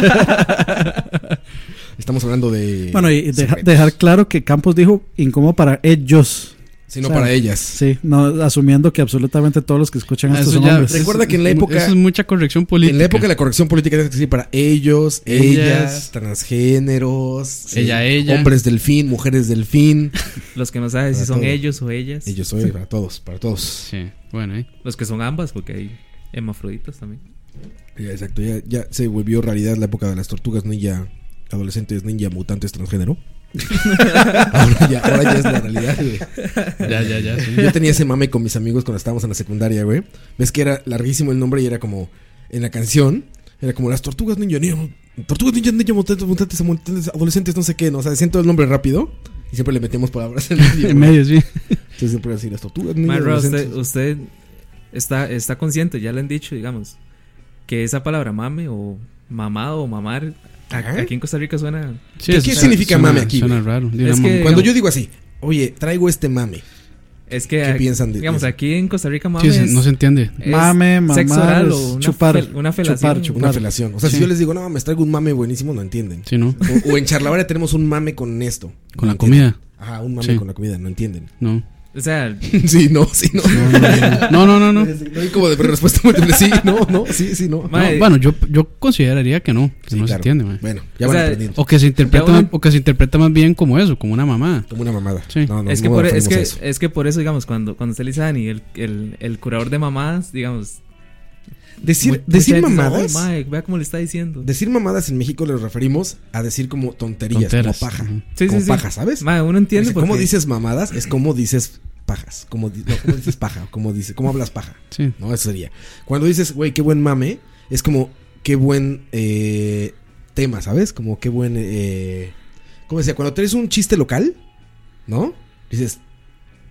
Speaker 4: Estamos hablando de.
Speaker 6: Bueno, y deja-
Speaker 4: secretos.
Speaker 6: dejar claro que Campos dijo incómodo para ellos.
Speaker 4: Sino
Speaker 6: o sea,
Speaker 4: para ellas.
Speaker 6: Sí, no asumiendo que absolutamente todos los que escuchan
Speaker 5: Ah,
Speaker 6: esto son
Speaker 5: ya-
Speaker 6: hombres.
Speaker 5: eso
Speaker 4: Recuerda
Speaker 5: es-
Speaker 4: que en la
Speaker 5: eso
Speaker 4: época-
Speaker 5: es mucha corrección política.
Speaker 4: En la época de la corrección política tienes que decir para ellos, ellas,
Speaker 5: Ellas.
Speaker 4: transgéneros, sí,
Speaker 5: Ella, ella.
Speaker 4: hombres del fin, mujeres del fin.
Speaker 7: Los que no saben si
Speaker 4: Para
Speaker 7: son
Speaker 4: todo.
Speaker 7: ellos o ellas.
Speaker 4: Ellos son para todos, para todos.
Speaker 5: Sí, bueno, eh.
Speaker 7: Los que son ambas, porque hay hemafroditas también.
Speaker 4: Ya, Exacto, ya, ya se volvió realidad la época de las tortugas ninja, adolescentes ninja, mutantes transgénero. ahora, ya, ahora ya es la realidad, güey.
Speaker 5: Ya, ya, ya, sí.
Speaker 4: Yo tenía ese mame con mis amigos cuando estábamos en la secundaria, güey. Ves que era larguísimo el nombre y era como en la canción. Era como las tortugas ninja, ninja, tortugas ninja, ninja, mutantes, mutantes, mutantes, adolescentes, no sé qué, no, o sea, decían todo el nombre rápido y siempre le metíamos palabras en medio.
Speaker 5: En
Speaker 4: güey.
Speaker 5: medio, sí.
Speaker 4: Entonces siempre era así, las tortugas ninja,
Speaker 7: Mae, Roa, usted,
Speaker 4: adolescentes.
Speaker 7: usted está, está consciente, ya le han dicho, digamos, que esa palabra mame o mamado o mamar a-
Speaker 4: Ajá.
Speaker 7: aquí en Costa Rica suena.
Speaker 5: Sí,
Speaker 4: ¿Eh? ¿Qué-
Speaker 5: eso
Speaker 4: qué
Speaker 5: suena-
Speaker 4: significa
Speaker 5: suena-
Speaker 4: mame aquí,
Speaker 5: Suena
Speaker 4: güey?
Speaker 5: raro. de
Speaker 7: Es
Speaker 5: una
Speaker 7: que-
Speaker 5: mam-
Speaker 4: Cuando
Speaker 7: digamos-
Speaker 4: yo digo así, oye, traigo este mame.
Speaker 7: Es que.
Speaker 4: ¿Qué
Speaker 7: ah,
Speaker 4: piensan de-
Speaker 7: Digamos,
Speaker 4: de-
Speaker 7: aquí en Costa Rica mame.
Speaker 5: Sí, se-
Speaker 7: es-
Speaker 5: no se entiende.
Speaker 7: es
Speaker 6: Mame, mamar,
Speaker 7: sexo oral o
Speaker 6: es
Speaker 7: una
Speaker 6: chupar,
Speaker 7: fel- una felación.
Speaker 6: chupar, chupar.
Speaker 4: Una felación. O sea, si
Speaker 5: Sí.
Speaker 4: yo les digo, no, me traigo un mame buenísimo, no entienden.
Speaker 5: Sí, ¿no?
Speaker 4: O, o en Charlavaria tenemos un mame con esto. No
Speaker 5: Con la
Speaker 4: entienden.
Speaker 5: comida.
Speaker 4: Ajá, un mame
Speaker 5: Sí.
Speaker 4: con la comida, no entienden.
Speaker 5: No.
Speaker 7: O sea,
Speaker 4: sí, no, sí, no.
Speaker 5: No, no, no, no.
Speaker 4: No hay como de respuesta múltiple. Sí, no, no, sí, sí, no.
Speaker 7: Mae,
Speaker 5: No, bueno, yo, yo consideraría que no, que
Speaker 4: Sí,
Speaker 5: no se
Speaker 4: claro.
Speaker 5: entiende, mae.
Speaker 4: Bueno, ya
Speaker 7: O
Speaker 4: van
Speaker 7: sea,
Speaker 4: aprendiendo.
Speaker 5: O que se interpreta,
Speaker 7: Ya, bueno.
Speaker 5: más- o que se interpreta más bien como eso, como una mamá.
Speaker 4: Como una mamada.
Speaker 5: Sí.
Speaker 4: No, no,
Speaker 7: es, que
Speaker 4: no
Speaker 7: por, es,
Speaker 4: aprendimos
Speaker 7: que,
Speaker 4: eso.
Speaker 7: es que por eso, digamos, cuando, cuando usted le dice a Dani, el, el, el curador de mamadas, digamos.
Speaker 4: Decir,
Speaker 7: mu-
Speaker 4: decir
Speaker 7: mucha gente dice,
Speaker 4: mamadas.
Speaker 7: "Ay, mae, vea cómo le está diciendo.
Speaker 4: Decir mamadas en México le referimos a decir como tonterías,
Speaker 5: Tonteras.
Speaker 4: como paja.
Speaker 5: Ujú.
Speaker 7: Sí,
Speaker 4: como
Speaker 7: sí, sí.
Speaker 4: paja, ¿sabes?
Speaker 7: Mae, uno
Speaker 4: O
Speaker 7: entiende
Speaker 4: sea, ¿Cómo
Speaker 7: porque-
Speaker 4: dices mamadas? Es como dices pajas. Como, di- no, ¿cómo dices paja. Como dice, ¿Cómo hablas paja?
Speaker 5: Sí.
Speaker 4: No, eso sería. Cuando dices, güey, qué buen mame, es como, qué buen eh, tema, ¿sabes? Como, qué buen. Eh, ¿Cómo decía? Cuando traes un chiste local, ¿no? Dices,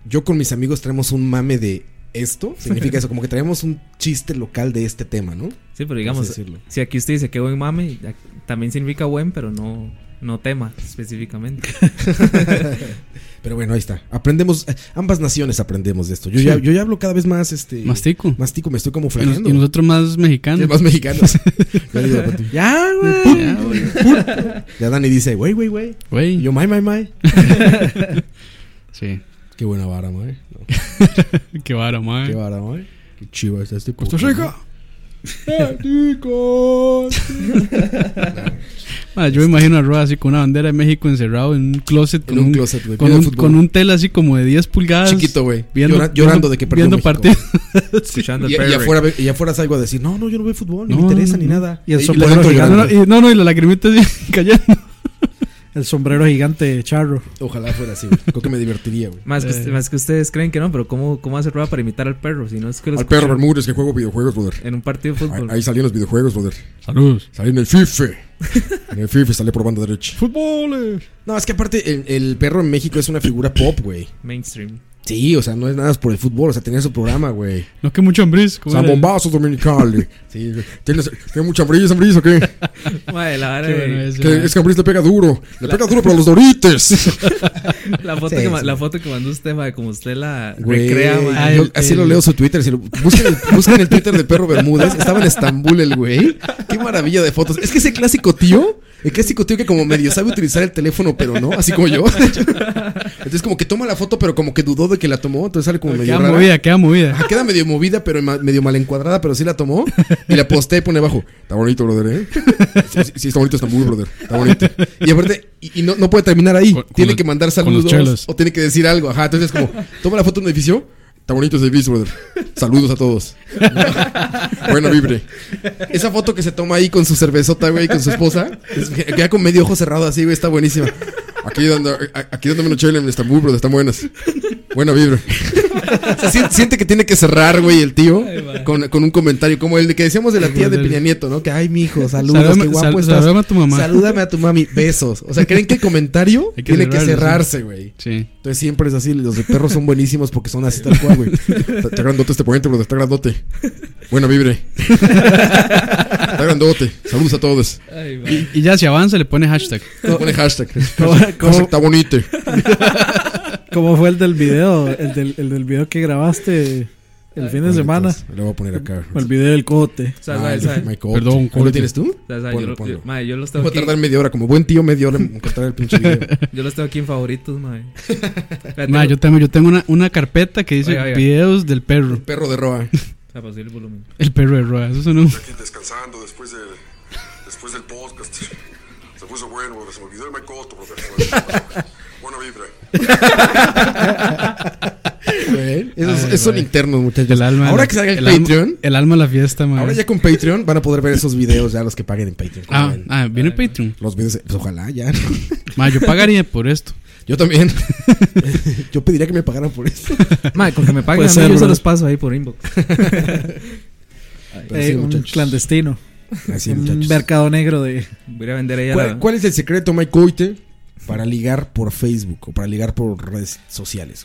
Speaker 4: yo con mis amigos traemos un mame de esto. Significa eso, como que traemos un chiste local de este tema, ¿no?
Speaker 7: Sí, pero digamos,
Speaker 4: Así decirlo.
Speaker 7: si aquí usted dice que buen mame, ac- también significa buen, pero no, no tema específicamente.
Speaker 4: Pero bueno, ahí está. Aprendemos, eh, ambas naciones aprendemos de esto. Yo, ya, yo ya hablo cada vez más, este.
Speaker 5: Mastico.
Speaker 4: Mastico, me estoy como
Speaker 5: Y, nos-
Speaker 4: flameando.
Speaker 5: y nosotros más mexicanos.
Speaker 4: más mexicanos. ya, digo,
Speaker 6: Ya, güey.
Speaker 5: Ya, güey.
Speaker 4: ya Dani dice, güey, güey, güey. Y
Speaker 5: Güey.
Speaker 4: yo, my, my, my.
Speaker 5: Sí.
Speaker 4: Qué buena vara, mae. No,
Speaker 5: Qué vara, mae.
Speaker 4: Qué vara, mae. Qué chiva está este
Speaker 5: Costa
Speaker 4: puto,
Speaker 5: Rica.
Speaker 4: mae. Chicos.
Speaker 5: Mae, Ah, yo me imagino a Roa así con una bandera de México encerrado en un closet
Speaker 4: En
Speaker 5: con
Speaker 4: un,
Speaker 5: un,
Speaker 4: closet, güey.
Speaker 5: con,
Speaker 4: viendo
Speaker 5: un,
Speaker 4: fútbol.
Speaker 5: con un tel así como de 10 pulgadas.
Speaker 4: chiquito, güey.
Speaker 5: Viendo,
Speaker 4: Llora- llorando de que perdió
Speaker 5: Viendo
Speaker 4: México.
Speaker 5: partidos.
Speaker 7: Escuchando el
Speaker 4: Y, y
Speaker 7: Perry.
Speaker 4: afuera, ve- y afuera salgo a decir, no, no, yo no veo fútbol, ni
Speaker 5: No,
Speaker 4: me interesa,
Speaker 5: no,
Speaker 4: ni
Speaker 5: no.
Speaker 4: nada.
Speaker 6: Y el
Speaker 4: Y
Speaker 6: sombrero
Speaker 4: la gente
Speaker 5: No,
Speaker 6: gigante.
Speaker 4: llorando.
Speaker 5: no, y, no, no, y la lagrimita así cayendo.
Speaker 6: El sombrero gigante charro.
Speaker 4: Ojalá fuera así, güey. Creo que me divertiría, güey.
Speaker 7: Más
Speaker 5: Eh.
Speaker 7: que, usted- más que ustedes creen que no, pero ¿cómo, cómo hace Roa para imitar al perro? Si no es que lo
Speaker 4: Al perro
Speaker 7: escucharon
Speaker 4: Bermúdez que juego videojuegos, brother.
Speaker 7: en un partido de
Speaker 4: Ahí,
Speaker 7: fútbol.
Speaker 4: ahí salían los videojuegos, brother.
Speaker 5: Saludos.
Speaker 4: Salí en el FIFA. En el FIFA salí por banda derecha.
Speaker 5: Fútbol.
Speaker 4: No, es que aparte el, el perro en México es una figura pop, güey.
Speaker 7: Mainstream.
Speaker 4: Sí, o sea, no es nada por el fútbol, o sea, tenía su programa, güey.
Speaker 5: No, que mucho hambris. como era el-
Speaker 4: Zambombazos dominicales. Sí, güey. tienes, tienes mucha brisa, brisa, ¿o qué?
Speaker 7: Mae, la, vara
Speaker 5: Qué
Speaker 7: de-
Speaker 5: bueno ese,
Speaker 4: Que
Speaker 5: mae.
Speaker 4: es que a Brice le pega duro. Le pega duro para los dorites.
Speaker 7: la foto
Speaker 4: Sí,
Speaker 7: que, ma-
Speaker 4: sí.
Speaker 7: la foto que mandó usted, mae, como usted la
Speaker 4: Güey,
Speaker 7: recrea, mae.
Speaker 5: mae.
Speaker 4: yo
Speaker 5: El-
Speaker 4: así lo
Speaker 5: el-
Speaker 4: leo su Twitter. Si lo, busquen, el, busquen el Twitter del perro Bermúdez. Estaba en Estambul el güey. Qué maravilla de fotos. Es que ese clásico tío, el clásico tío que como medio sabe utilizar el teléfono, pero no, así como yo. Entonces como que toma la foto, pero como que dudó de que la tomó. Entonces sale como medio
Speaker 5: Queda
Speaker 4: rara.
Speaker 5: movida, queda movida.
Speaker 4: Ajá, queda medio movida, pero ma- medio mal encuadrada, pero sí la tomó. Y la posté y pone abajo. Está bonito, brother, ¿eh? Sí, sí, sí, está bonito Estambul, brother. Está bonito. Y aparte, y, y no, no puede terminar ahí.
Speaker 5: Con- con
Speaker 4: tiene
Speaker 5: los-
Speaker 4: que mandar
Speaker 5: con los
Speaker 4: saludos
Speaker 5: chelos.
Speaker 4: o tiene que decir algo. Ajá, entonces es como, toma la foto de un edificio. Está Está bonito ese Beast Brother. Saludos a todos. Buena vibre. Esa foto que se toma ahí con su cervezota, güey, con su esposa. es- queda con medio ojo cerrado así, güey. Está buenísima. Aquí, dando, a- aquí dándome una chela. Está muy, brother. Están buenas. Buena vibra. O sea, siente, siente que tiene que cerrar, güey, el tío con, con un comentario como el de que decíamos de la tía de Peña Nieto, ¿no? Que, ay, mijo, saludos,
Speaker 5: Salúdame-
Speaker 4: qué guapo
Speaker 5: sal-
Speaker 4: estás.
Speaker 5: salúdame a tu mamá.
Speaker 4: Salúdame a tu mami, besos. O sea, creen que el comentario
Speaker 5: Hay que
Speaker 4: tiene que
Speaker 5: cerrarlo, sí.
Speaker 4: cerrarse, güey.
Speaker 5: Sí.
Speaker 4: Entonces siempre es así, los de perros son buenísimos porque son así tal cual, güey. Está, está grandote este poniente, bro, está grandote. Buena vibre. Está grandote. Saludos a todos.
Speaker 5: Y, y ya si avanza le pone hashtag.
Speaker 4: Pone hashtag.
Speaker 6: ¿Cómo-
Speaker 4: Hashtag está bonito.
Speaker 6: ¿Cómo fue el del video? El del, el del video que grabaste el fin de semana.
Speaker 4: Lo voy a poner acá.
Speaker 6: O el video del cote.
Speaker 7: O sea, sabe, sabe.
Speaker 5: Perdón,
Speaker 4: Perdón, ¿cómo
Speaker 5: corte.
Speaker 4: lo tienes tú?
Speaker 7: O sea, sabe, yo
Speaker 4: Ponlo,
Speaker 7: lo- yo-
Speaker 4: ponlo.
Speaker 7: mae, yo los tengo
Speaker 4: Voy a
Speaker 7: aquí.
Speaker 4: tardar media hora, como buen tío, media hora en encontrar el pinche video.
Speaker 7: Yo los tengo aquí en favoritos, mae. La
Speaker 5: Ma, yo
Speaker 7: tengo-
Speaker 5: también, yo tengo una, una carpeta que dice
Speaker 7: Oiga, oiga.
Speaker 5: videos del perro.
Speaker 4: Perro de Roa.
Speaker 7: Ah, pues, sí, el volumen.
Speaker 5: El perro de Roa. Eso es un
Speaker 13: aquí descansando después del, después del podcast. Se puso bueno, brother. Se me olvidó el Mike Cotto, brother. Buena vibra.
Speaker 4: Güey, Esos,
Speaker 5: Ay,
Speaker 4: esos son
Speaker 5: güey.
Speaker 4: internos, muchachos.
Speaker 5: el alma.
Speaker 4: ahora que salga el,
Speaker 5: alma-
Speaker 4: Patreon,
Speaker 5: el alma a la fiesta, ma.
Speaker 4: ahora ya con Patreon van a poder ver esos videos ya los que paguen en Patreon. ¿cómo
Speaker 5: Ah,
Speaker 4: ven?
Speaker 5: ah, viene Patreon.
Speaker 4: Los videos, pues ojalá ya. ¿no?
Speaker 5: Ma, yo pagaría por esto.
Speaker 4: Yo también. Yo pediría que me pagaran por eso.
Speaker 7: Mae, con que me paguen,
Speaker 6: Puede
Speaker 7: a mí,
Speaker 6: ser,
Speaker 7: yo se
Speaker 6: brother.
Speaker 7: los paso ahí por inbox.
Speaker 4: Pero
Speaker 6: Eh,
Speaker 4: sí,
Speaker 6: un
Speaker 4: muchachos.
Speaker 6: clandestino.
Speaker 4: Así,
Speaker 6: un
Speaker 4: muchachos.
Speaker 6: mercado negro de.
Speaker 7: Voy a ir a vender ella
Speaker 4: ¿Cuál, cuál es el secreto, Mike Coite, para ligar por Facebook o para ligar por redes sociales?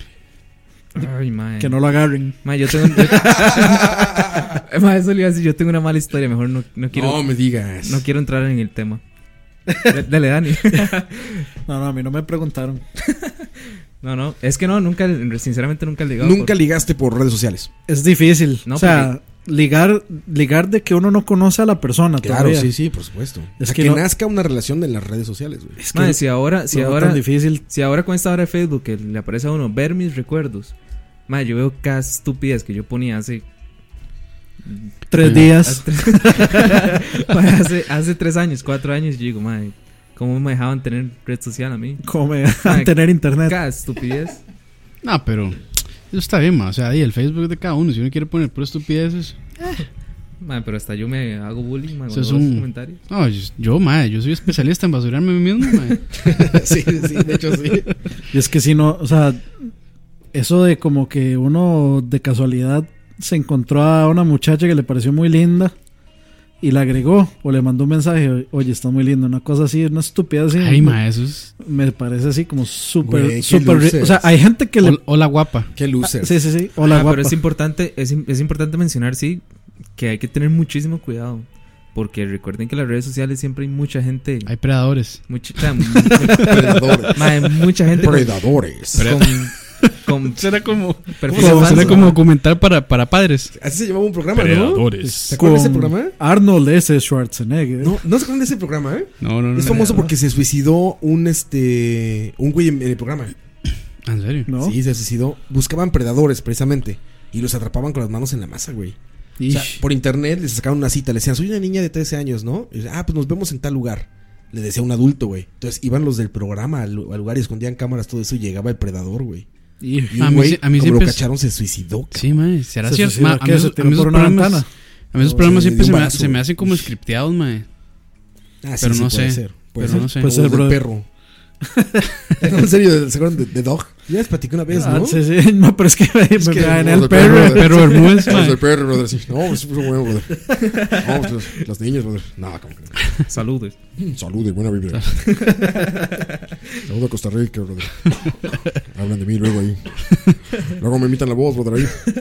Speaker 7: Ay, mae.
Speaker 6: Que no lo agarren.
Speaker 7: Mae, yo tengo. yo- Mae, eso le iba a decir, yo tengo una mala historia. Mejor no, no quiero.
Speaker 4: no me digas.
Speaker 7: No quiero entrar en el tema. Da- Dale, Dani.
Speaker 6: No, no, a mí no me preguntaron.
Speaker 7: No, no. Es que no, nunca, sinceramente nunca he ligado.
Speaker 4: Nunca
Speaker 7: por-
Speaker 4: ligaste por redes sociales.
Speaker 6: Es difícil.
Speaker 7: No,
Speaker 6: o sea, ligar, ligar de que uno no conoce a la persona.
Speaker 4: Claro,
Speaker 6: todavía.
Speaker 4: sí, sí, por supuesto.
Speaker 6: Es
Speaker 4: o sea,
Speaker 6: que
Speaker 4: que,
Speaker 6: no-
Speaker 4: nazca una relación en las redes sociales, güey.
Speaker 6: Es que
Speaker 7: Mae, si ahora, si
Speaker 6: lo veo
Speaker 7: ahora,
Speaker 6: tan difícil.
Speaker 7: si ahora con esta hora de Facebook que le aparece a uno ver mis recuerdos, mae, yo veo cada estupidez que yo ponía hace,
Speaker 6: Tres
Speaker 7: hace
Speaker 6: días.
Speaker 7: tres, Mae, hace, hace tres años, cuatro años, yo digo, mae, ¿cómo me dejaban tener red social a mí?
Speaker 6: Como me a tener internet.
Speaker 7: Cada estupidez.
Speaker 5: No, pero eso está bien, ma. O sea, ahí el Facebook de cada uno. Si uno quiere poner puras estupideces.
Speaker 7: Mae, pero hasta yo me hago bullying, mae,
Speaker 5: Eso
Speaker 7: con
Speaker 5: es
Speaker 7: Ah, los
Speaker 5: un-
Speaker 7: comentarios.
Speaker 5: No, yo, yo, ma, yo soy especialista en basurarme a mí mismo, ma.
Speaker 4: sí, sí, de hecho sí.
Speaker 6: Y es que si no, o sea, eso de como que uno de casualidad se encontró a una muchacha que le pareció muy linda y la agregó o le mandó un mensaje, oye, está muy linda, una cosa así, una estupidez así.
Speaker 5: Ay, ma, eso es.
Speaker 6: Me parece así como
Speaker 4: Güey,
Speaker 6: súper,
Speaker 4: qué
Speaker 6: súper.
Speaker 4: luces.
Speaker 6: ri- O sea, hay gente que le.
Speaker 5: Hol- Hola, guapa.
Speaker 4: Qué loser.
Speaker 6: Sí, sí, sí. Hola,
Speaker 7: Ah,
Speaker 6: guapa.
Speaker 7: pero es importante, es, im- es importante mencionar, sí, que hay que tener muchísimo cuidado. Porque recuerden que en las redes sociales siempre hay mucha gente.
Speaker 5: Hay predadores.
Speaker 7: mucha, o sea, mu-
Speaker 4: Predadores.
Speaker 7: mae, mucha gente con,
Speaker 4: Predadores.
Speaker 7: con- con
Speaker 5: Será como.
Speaker 7: perfiles
Speaker 5: Como,
Speaker 7: falsos,
Speaker 5: será como
Speaker 7: mae.
Speaker 5: documental para, para padres.
Speaker 4: Así se llamaba un programa, ¿no? ¿Se acuerdan de ese
Speaker 6: Pues Con
Speaker 4: programa?
Speaker 6: Arnold S. Schwarzenegger.
Speaker 4: No, no se acuerdan de ese programa, ¿eh?
Speaker 5: No, no, no.
Speaker 4: Es famoso porque se suicidó un este un güey en, en el programa.
Speaker 5: ¿Ah, En serio.
Speaker 6: ¿No?
Speaker 4: Sí, se suicidó. Buscaban predadores precisamente y los atrapaban con las manos en la masa, güey. O sea,
Speaker 5: Ish.
Speaker 4: por internet les sacaban una cita, le decían, "Soy una niña de 13 años, ¿no?" Y, ah, pues nos vemos en tal lugar. Le decía un adulto, güey. Entonces iban los del programa al, al lugar y escondían cámaras, todo eso, y llegaba el predador, güey. Y
Speaker 5: A
Speaker 4: un
Speaker 5: mí
Speaker 4: güey,
Speaker 5: sí- a mí
Speaker 4: como lo
Speaker 5: siempre es-
Speaker 4: cacharon, se suicidó.
Speaker 5: Sí, mae, será
Speaker 6: Se
Speaker 5: cierto.
Speaker 6: suicidó,
Speaker 5: Ma, a
Speaker 6: ¿qué?
Speaker 5: mí
Speaker 6: ¿Se
Speaker 5: esos- a
Speaker 6: tiró
Speaker 5: mí esos
Speaker 6: por una
Speaker 5: programas,
Speaker 6: ventana?
Speaker 5: a mí esos
Speaker 4: No,
Speaker 5: programas
Speaker 4: se le dio
Speaker 5: siempre
Speaker 4: un
Speaker 5: se me,
Speaker 4: balazo,
Speaker 5: se me
Speaker 4: güey.
Speaker 5: hacen como scripteados, mae.
Speaker 4: Ah,
Speaker 5: Pero no sé.
Speaker 4: Puede
Speaker 5: Pero
Speaker 4: ser.
Speaker 5: no sé.
Speaker 6: Puede
Speaker 4: Puede ser,
Speaker 6: ser,
Speaker 4: bro.
Speaker 6: brother.
Speaker 4: perro. no, en serio, ¿se acuerdan de, de Dog? Ya les platicé una vez,
Speaker 6: Ah,
Speaker 4: ¿no?
Speaker 6: sí, sí. No, pero es que me, me
Speaker 4: que-
Speaker 6: pegan
Speaker 4: no,
Speaker 6: el
Speaker 4: el
Speaker 6: perro.
Speaker 4: perro.
Speaker 5: Pero Bermúdez,
Speaker 4: Los
Speaker 5: mae.
Speaker 4: del perro, brother. sí. No, es muy bueno, brother. No, pues, los, los niños, brother. No, como que.
Speaker 7: Saludos.
Speaker 4: Mm, Salud y buena vibra. Saludo a Costa Rica, brother. Hablan de mí luego ahí. Luego me imitan la voz, brother. Ahí.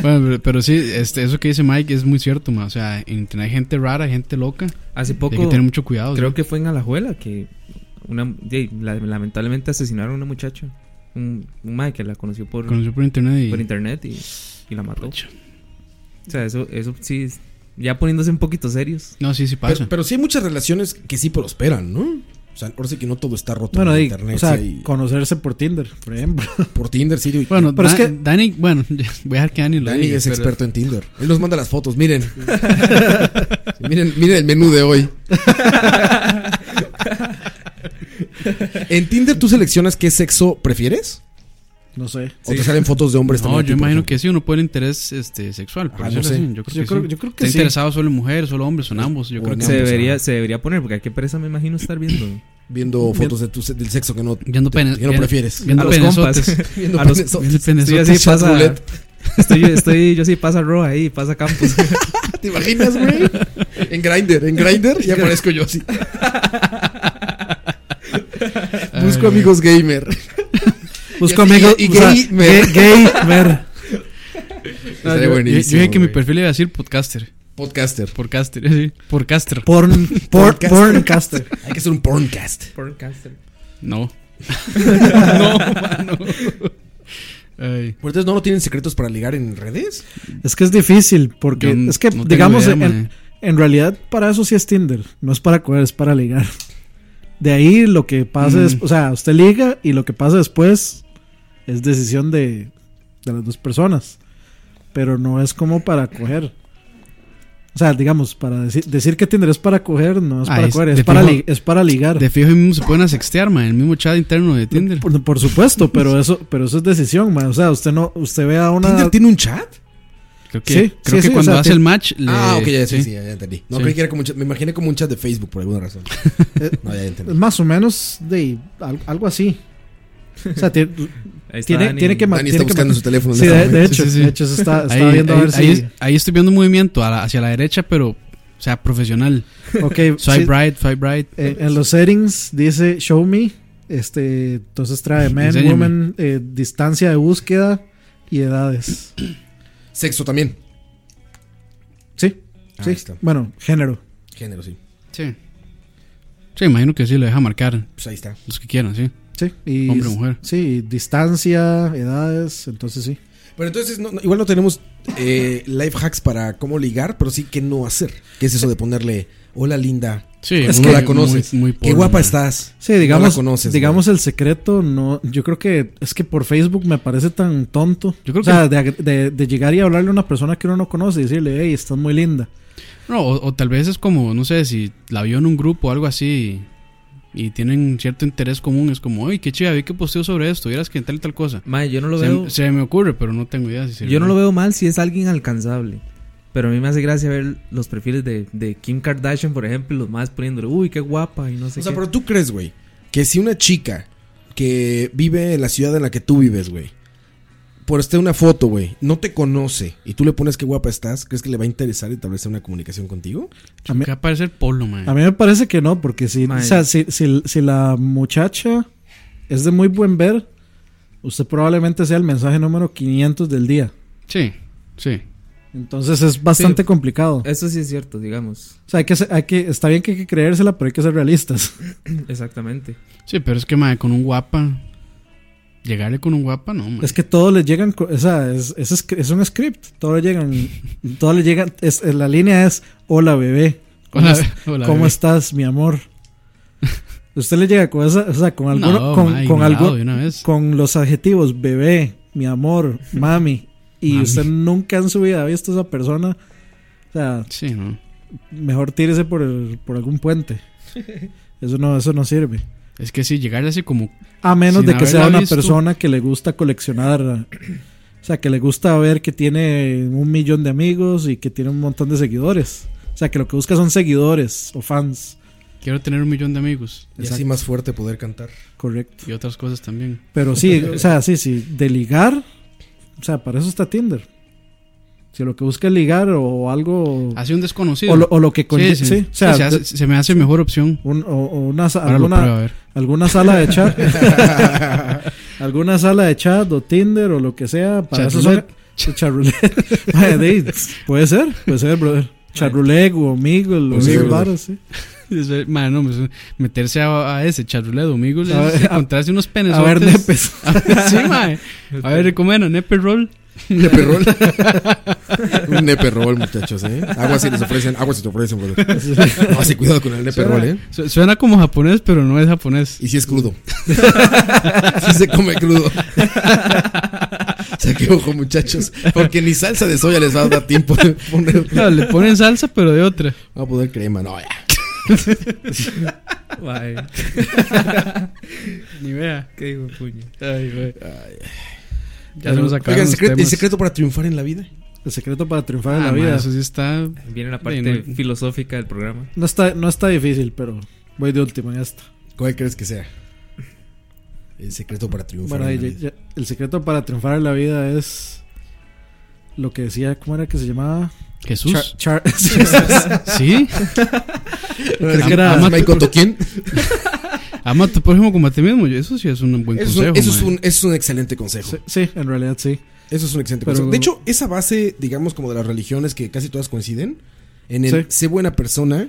Speaker 5: Bueno, pero, pero sí, este, eso que dice Mike es muy cierto, mae. O sea, en internet hay gente rara, hay gente loca.
Speaker 7: Hace poco,
Speaker 5: Hay que tener mucho cuidado.
Speaker 7: creo
Speaker 5: sí.
Speaker 7: que fue en Alajuela que una, de- la- lamentablemente asesinaron a una muchacha. Un, un mae que la conoció por,
Speaker 5: Conoció por internet y.
Speaker 7: por internet y, y la mató.
Speaker 5: Pucha.
Speaker 7: O sea, eso, eso sí, es- ya poniéndose un poquito serios.
Speaker 5: No, sí, sí pasa.
Speaker 4: Pero, pero sí hay muchas relaciones que sí prosperan, ¿no? O sea, ahora sí que no todo está roto
Speaker 6: Bueno,
Speaker 4: en
Speaker 6: y,
Speaker 4: internet.
Speaker 6: o sea,
Speaker 4: sí hay-
Speaker 6: conocerse por Tinder, por ejemplo.
Speaker 4: por Tinder, sí. y-
Speaker 5: bueno,
Speaker 6: pero es
Speaker 5: Da-
Speaker 6: que-
Speaker 5: Dani, bueno, voy a dejar que Dani lo
Speaker 4: Dani
Speaker 5: diga,
Speaker 4: es
Speaker 5: pero-
Speaker 4: experto en Tinder. Él nos manda las fotos, miren. Sí, miren, miren el menú de hoy. en Tinder tú seleccionas qué sexo prefieres
Speaker 6: No sé.
Speaker 4: O te salen fotos de hombres
Speaker 5: no,
Speaker 4: también.
Speaker 5: yo imagino que sí, uno puede interés este, sexual. por
Speaker 4: Ah, no
Speaker 5: decirlo
Speaker 4: sé.
Speaker 5: así, Yo creo
Speaker 4: Yo
Speaker 5: que
Speaker 4: creo-
Speaker 5: sí.
Speaker 4: yo creo que
Speaker 5: Está
Speaker 4: sí.
Speaker 5: interesado solo en mujeres, solo hombres, son ambos. Yo creo que
Speaker 7: se,
Speaker 5: ambos.
Speaker 7: debería, se debería poner, porque a qué pereza me imagino estar viendo.
Speaker 4: Viendo fotos de tu, se- del sexo que no,
Speaker 5: Viendo pene-
Speaker 4: que no prefieres.
Speaker 5: viendo
Speaker 7: a los
Speaker 5: penezotes.
Speaker 7: compas.
Speaker 4: Viendo
Speaker 7: a los,
Speaker 4: penezotes.
Speaker 7: Estoy
Speaker 4: Viendo
Speaker 7: así,
Speaker 4: penezotes,
Speaker 7: pasa-
Speaker 4: chatroulette.
Speaker 7: estoy, estoy, yo sí pasa Ro ahí, pasa Campos.
Speaker 4: ¿Te imaginas, güey? En Grindr, en Grindr y aparezco yo así. Busco amigos gamer.
Speaker 6: Busco
Speaker 4: Y así,
Speaker 6: amigos-
Speaker 4: Y, y
Speaker 6: o sea,
Speaker 4: gamer.
Speaker 6: gay- gamer. Ah,
Speaker 5: No,
Speaker 4: Estaría
Speaker 5: Ah, yo, yo- yo
Speaker 4: buenísimo.
Speaker 5: dije que mi
Speaker 4: güey.
Speaker 5: perfil iba a decir podcaster.
Speaker 4: Podcaster.
Speaker 5: Podcaster, sí. Podcaster.
Speaker 6: Porn, porn,
Speaker 4: Porncaster.
Speaker 6: porncaster.
Speaker 4: Hay que ser un porncast.
Speaker 7: Porncaster.
Speaker 5: No. no, mano. Ay.
Speaker 4: ¿Por entonces no lo tienen secretos para ligar en redes?
Speaker 6: Es que es difícil, porque
Speaker 5: Yo n-
Speaker 6: es que,
Speaker 5: no tengo
Speaker 6: digamos,
Speaker 5: idea,
Speaker 6: en,
Speaker 5: mae.
Speaker 6: en realidad para eso sí es Tinder. No es para coger, es para ligar. De ahí lo que pasa
Speaker 5: Mm.
Speaker 6: es, o sea, usted liga y lo que pasa después es decisión de, de las dos personas. Pero no es como para coger. O sea, digamos, para decir, decir que Tinder es para coger, no es
Speaker 5: Ah,
Speaker 6: para
Speaker 5: es-
Speaker 6: coger,
Speaker 5: de
Speaker 6: es para,
Speaker 5: fijo-
Speaker 6: li- es para ligar.
Speaker 5: De fijo ahí mismo se pueden a sextear, man, en el mismo chat interno de Tinder.
Speaker 6: por, por supuesto, pero eso, pero eso es decisión, man. O sea, usted no, usted ve a una.
Speaker 4: ¿Tinder tiene un chat?
Speaker 5: Creo que,
Speaker 6: sí, sí,
Speaker 5: creo que
Speaker 6: sí, o
Speaker 5: cuando
Speaker 6: sea,
Speaker 5: hace
Speaker 6: ti-
Speaker 5: el match. le-
Speaker 4: Ah, ok, ya, sí, sí, ya, ya entendí. No
Speaker 5: Sí.
Speaker 4: creí que era como un chat. Me imaginé como un chat de Facebook por alguna razón.
Speaker 6: Eh,
Speaker 4: No, ya entendí.
Speaker 6: Es más o menos de al- algo así. O sea, tiene,
Speaker 7: Ahí está
Speaker 6: tiene,
Speaker 7: Dani.
Speaker 6: tiene que ma-
Speaker 4: Dani
Speaker 6: tiene
Speaker 4: está
Speaker 6: que
Speaker 4: buscando
Speaker 6: ma-
Speaker 4: su teléfono. en
Speaker 6: Sí,
Speaker 4: este
Speaker 6: de, de
Speaker 4: momento.
Speaker 6: hecho,
Speaker 5: Sí, sí, sí.
Speaker 6: de hecho, se está, está
Speaker 5: ahí,
Speaker 6: viendo a
Speaker 5: ahí-
Speaker 6: ver
Speaker 5: ahí-
Speaker 6: si.
Speaker 5: ahí estoy viendo un movimiento a la- hacia la derecha, pero, o sea, profesional.
Speaker 6: Ok,
Speaker 5: Swipe
Speaker 6: sí,
Speaker 5: right, swipe right.
Speaker 6: eh, en los settings dice show me. Este, entonces trae man,
Speaker 5: Enséñame.
Speaker 6: woman, eh, distancia de búsqueda y edades.
Speaker 4: Sexo también.
Speaker 6: Sí,
Speaker 4: Ah,
Speaker 6: sí.
Speaker 4: ahí está.
Speaker 6: Bueno, género.
Speaker 4: Género, sí.
Speaker 5: Sí. Sí, imagino que sí, lo deja marcar.
Speaker 4: Pues ahí está.
Speaker 5: Los que quieran, sí.
Speaker 6: Sí, y,
Speaker 5: Hombre, mujer.
Speaker 6: Sí, distancia, edades, entonces sí.
Speaker 4: Pero entonces, no- no, igual no tenemos eh, life hacks para cómo ligar, pero sí qué no hacer. ¿Qué es eso de ponerle, hola linda?
Speaker 5: Sí,
Speaker 4: Es
Speaker 5: muy-
Speaker 4: que la conoces.
Speaker 5: muy- muy
Speaker 4: qué
Speaker 5: porno,
Speaker 4: guapa
Speaker 5: man.
Speaker 4: estás.
Speaker 6: Sí,
Speaker 4: No la
Speaker 6: digamos,
Speaker 4: conoces,
Speaker 6: digamos el secreto, no, yo creo que es que por Facebook me parece tan tonto.
Speaker 5: Yo creo
Speaker 6: o sea, de, agre- de- de llegar y hablarle a una persona que uno no conoce y decirle, hey, estás muy linda.
Speaker 5: No, o, o tal vez es como, no sé, si la vio en un grupo o algo así y, y tienen cierto interés común, es como, uy, qué chida, vi que posteo sobre esto, vieras que tal y tal cosa.
Speaker 7: Mae, yo no lo
Speaker 5: se,
Speaker 7: veo.
Speaker 5: se me ocurre, pero no tengo idea si sirve.
Speaker 7: Yo no lo veo mal si es alguien alcanzable. Pero a mí me hace gracia ver los perfiles de, de Kim Kardashian, por ejemplo, los más poniéndole, uy, qué guapa y no sé
Speaker 4: O sea,
Speaker 7: qué.
Speaker 4: pero tú crees, güey, que si una chica que vive en la ciudad en la que tú vives, güey, por este una foto, güey, no te conoce y tú le pones qué guapa estás, ¿crees que le va a interesar establecer una comunicación contigo?
Speaker 6: A mí,
Speaker 5: Que va a parecer polo, man.
Speaker 6: a mí me parece que no, porque si,
Speaker 7: Mae.
Speaker 6: o sea, si, si- si la muchacha es de muy buen ver, usted probablemente sea el mensaje número 500 del día.
Speaker 5: Sí, sí.
Speaker 6: Entonces es bastante
Speaker 7: Sí.
Speaker 6: complicado.
Speaker 7: Eso sí es cierto, digamos.
Speaker 6: O sea, hay que, ser- hay que, está bien que hay que creérsela, pero hay que ser realistas.
Speaker 7: Exactamente.
Speaker 5: Sí, pero es que, man, con un guapa, llegarle con un guapa, no, man.
Speaker 6: Es que todos les llegan, co- o sea, es, es, escr- es un script, todos le llegan, todos le llegan, es, es- la línea es, hola bebé, ¿cómo,
Speaker 5: Hola,
Speaker 6: es-
Speaker 5: hola,
Speaker 6: cómo
Speaker 5: bebé.
Speaker 6: estás mi amor? Usted le llega con esa, o sea, con alguno,
Speaker 5: No,
Speaker 6: con, con
Speaker 5: ma, ignorado
Speaker 6: algo,
Speaker 5: de una vez.
Speaker 6: con los adjetivos bebé, mi amor, mami, y
Speaker 5: Mami.
Speaker 6: usted nunca en su vida ha visto a esa persona, o sea,
Speaker 5: Sí, no.
Speaker 6: mejor tírese por, el- por algún puente. Eso no, eso no sirve.
Speaker 5: Es que sí, llegarle así como,
Speaker 6: A menos
Speaker 5: Sin
Speaker 6: de que sea
Speaker 5: haberla
Speaker 6: una
Speaker 5: visto.
Speaker 6: persona que le gusta coleccionar. O sea, que le gusta ver que tiene un millón de amigos y que tiene un montón de seguidores. O sea, que lo que busca son seguidores o fans.
Speaker 5: quiero tener un millón de amigos
Speaker 4: Y así más fuerte poder cantar.
Speaker 6: Correcto.
Speaker 5: y otras cosas también.
Speaker 6: Pero sí, o sea, sí, sí. De ligar. O sea, para eso está Tinder. Si lo que busca es ligar o algo.
Speaker 5: Así un desconocido.
Speaker 6: O lo, o lo que conlleva.
Speaker 5: sí,
Speaker 6: Sí,
Speaker 5: sí.
Speaker 6: o sea,
Speaker 5: Sí, se, hace- se me hace mejor opción.
Speaker 6: un- o, o una, sa-
Speaker 5: Ahora lo pruebo, a
Speaker 6: alguna,
Speaker 5: ver.
Speaker 6: alguna sala de chat. alguna sala de chat o Tinder o lo que sea. Para eso son-
Speaker 5: Chatroulette.
Speaker 6: Charroulette. Mae, de- puede ser, puede ser, brother. Charroulette o Omegle o
Speaker 4: Omegle.
Speaker 6: esos varos, sí.
Speaker 5: Eso, man, no, pues, meterse a, a ese charrule de domingo
Speaker 6: A ver, a-
Speaker 5: encontrarse unos penes.
Speaker 6: A ver, nepes.
Speaker 5: sí, mae. A ver, comen a nepe roll.
Speaker 4: Neperrol. un neperrol, muchachos, ¿eh? Agua si les ofrecen, agua si te ofrecen, brother. No, sí, cuidado con el neperrol, ¿eh?
Speaker 5: Su- Suena como japonés, pero no es japonés.
Speaker 4: Y si es crudo. si se come crudo. o sea, que ojo, muchachos. Porque ni salsa de soya les va a dar tiempo de poner.
Speaker 5: No, le ponen salsa, pero de otra.
Speaker 4: Va a poner crema, no, ya.
Speaker 7: Mae,
Speaker 5: Ni vea.
Speaker 7: qué hijo de puña.
Speaker 5: Ay, este güey. Ya se nos acabaron
Speaker 4: Oigan,
Speaker 5: los
Speaker 4: secre- ¿el
Speaker 5: temas.
Speaker 4: secreto para triunfar en la vida?
Speaker 6: El secreto para triunfar
Speaker 5: en la vida.
Speaker 7: Eso
Speaker 5: sí está.
Speaker 7: Viene la parte
Speaker 5: Bien.
Speaker 7: filosófica del programa.
Speaker 6: No está, no está difícil, pero voy de última en esta.
Speaker 4: ¿Cuál crees que sea? El secreto para triunfar.
Speaker 6: Bueno,
Speaker 4: en la
Speaker 6: ya-
Speaker 4: vida.
Speaker 6: ya- el secreto para triunfar en la vida es lo que decía, ¿cómo era que se llamaba?
Speaker 5: Jesús.
Speaker 6: Char- Char-
Speaker 5: ¿Sí?
Speaker 6: Creo que era-
Speaker 5: Ama a tu prójimo como a ti mismo. Eso sí es un buen
Speaker 4: Eso es un-
Speaker 5: consejo.
Speaker 4: eso es
Speaker 5: mae.
Speaker 4: un- eso es un excelente consejo.
Speaker 6: Sí, en realidad sí.
Speaker 4: Eso es un excelente
Speaker 6: Pero-
Speaker 4: consejo. De hecho, esa base, digamos, como de las religiones que casi todas coinciden, en el
Speaker 6: Sí.
Speaker 4: sé buena persona,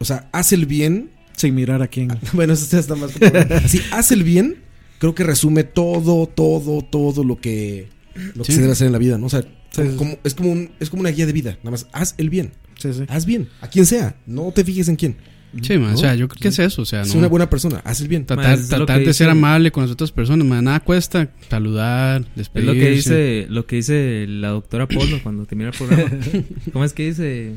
Speaker 4: o sea, haz el bien. Ah,
Speaker 6: Sin mirar a quién.
Speaker 4: Bueno, eso está más. sí, haz el bien, creo que resume todo, todo, todo lo que, lo que
Speaker 6: Sí.
Speaker 4: se debe hacer en la vida, ¿no? O sea, como-
Speaker 6: sí.
Speaker 4: como- es, como un- es como una guía de vida, nada más, haz el bien.
Speaker 6: Sí, sí.
Speaker 4: Haz bien, a quien sea, no te fijes en quién.
Speaker 5: Sí, mae, o sea, yo creo que es eso, o sea,
Speaker 4: Sé
Speaker 5: no-
Speaker 4: una buena persona, haz el bien.
Speaker 5: Tratar, tratar de ser amable con las otras personas. mae, nada cuesta saludar,
Speaker 7: Es
Speaker 5: despedirse.
Speaker 7: lo que dice, lo que dice la doctora Polo cuando termina el programa. ¿Cómo es que dice?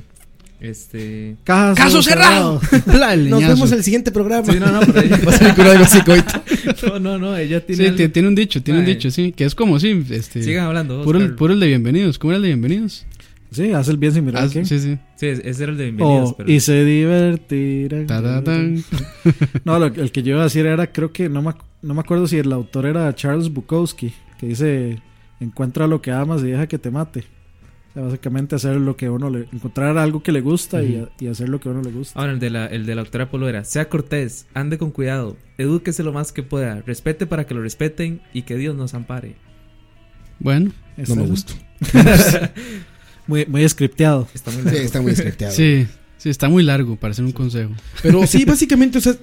Speaker 7: Este.
Speaker 6: Caso Caso cerrado. cerrado. Pla, el Nos leñazo. vemos el siguiente programa.
Speaker 7: Sí, no, no, pero ella-
Speaker 5: Va a salir curado el hocico ahorita.
Speaker 7: No, no, no, ella tiene.
Speaker 5: Sí,
Speaker 7: algo-
Speaker 5: ti- tiene un dicho, tiene un
Speaker 7: Mae,
Speaker 5: dicho, sí. Que es como, sí. Este,
Speaker 7: Sigan hablando, vos,
Speaker 5: Puro, el-
Speaker 7: Carlos.
Speaker 5: puro el de bienvenidos. ¿Cómo era el de bienvenidos?
Speaker 6: Sí, haz el bien sin mirar a quién.
Speaker 5: Sí, sí.
Speaker 7: Sí, ese era el de bienvenidos.
Speaker 6: O,
Speaker 7: pero-
Speaker 6: y se divertirán.
Speaker 5: Tararán.
Speaker 6: No, lo- el que yo iba a decir era, creo que no me, ac- no me acuerdo si el autor era Charles Bukowski, que dice, encuentra lo que amas y deja que te mate. O sea, básicamente hacer lo que uno le... Encontrar algo que le gusta y
Speaker 7: Ujú.
Speaker 6: a- y, hacer lo que a uno le gusta.
Speaker 7: Ahora, el de, la, el de la doctora Polo era: sea cortés, ande con cuidado, edúquese lo más que pueda, respete para que lo respeten y que Dios nos ampare.
Speaker 5: Bueno.
Speaker 6: Está bien. muy, muy scripteado.
Speaker 7: Está muy
Speaker 4: largo. Sí, está muy scripteado.
Speaker 5: Sí, sí, está muy largo para ser un consejo.
Speaker 4: Pero sí, básicamente, o sea,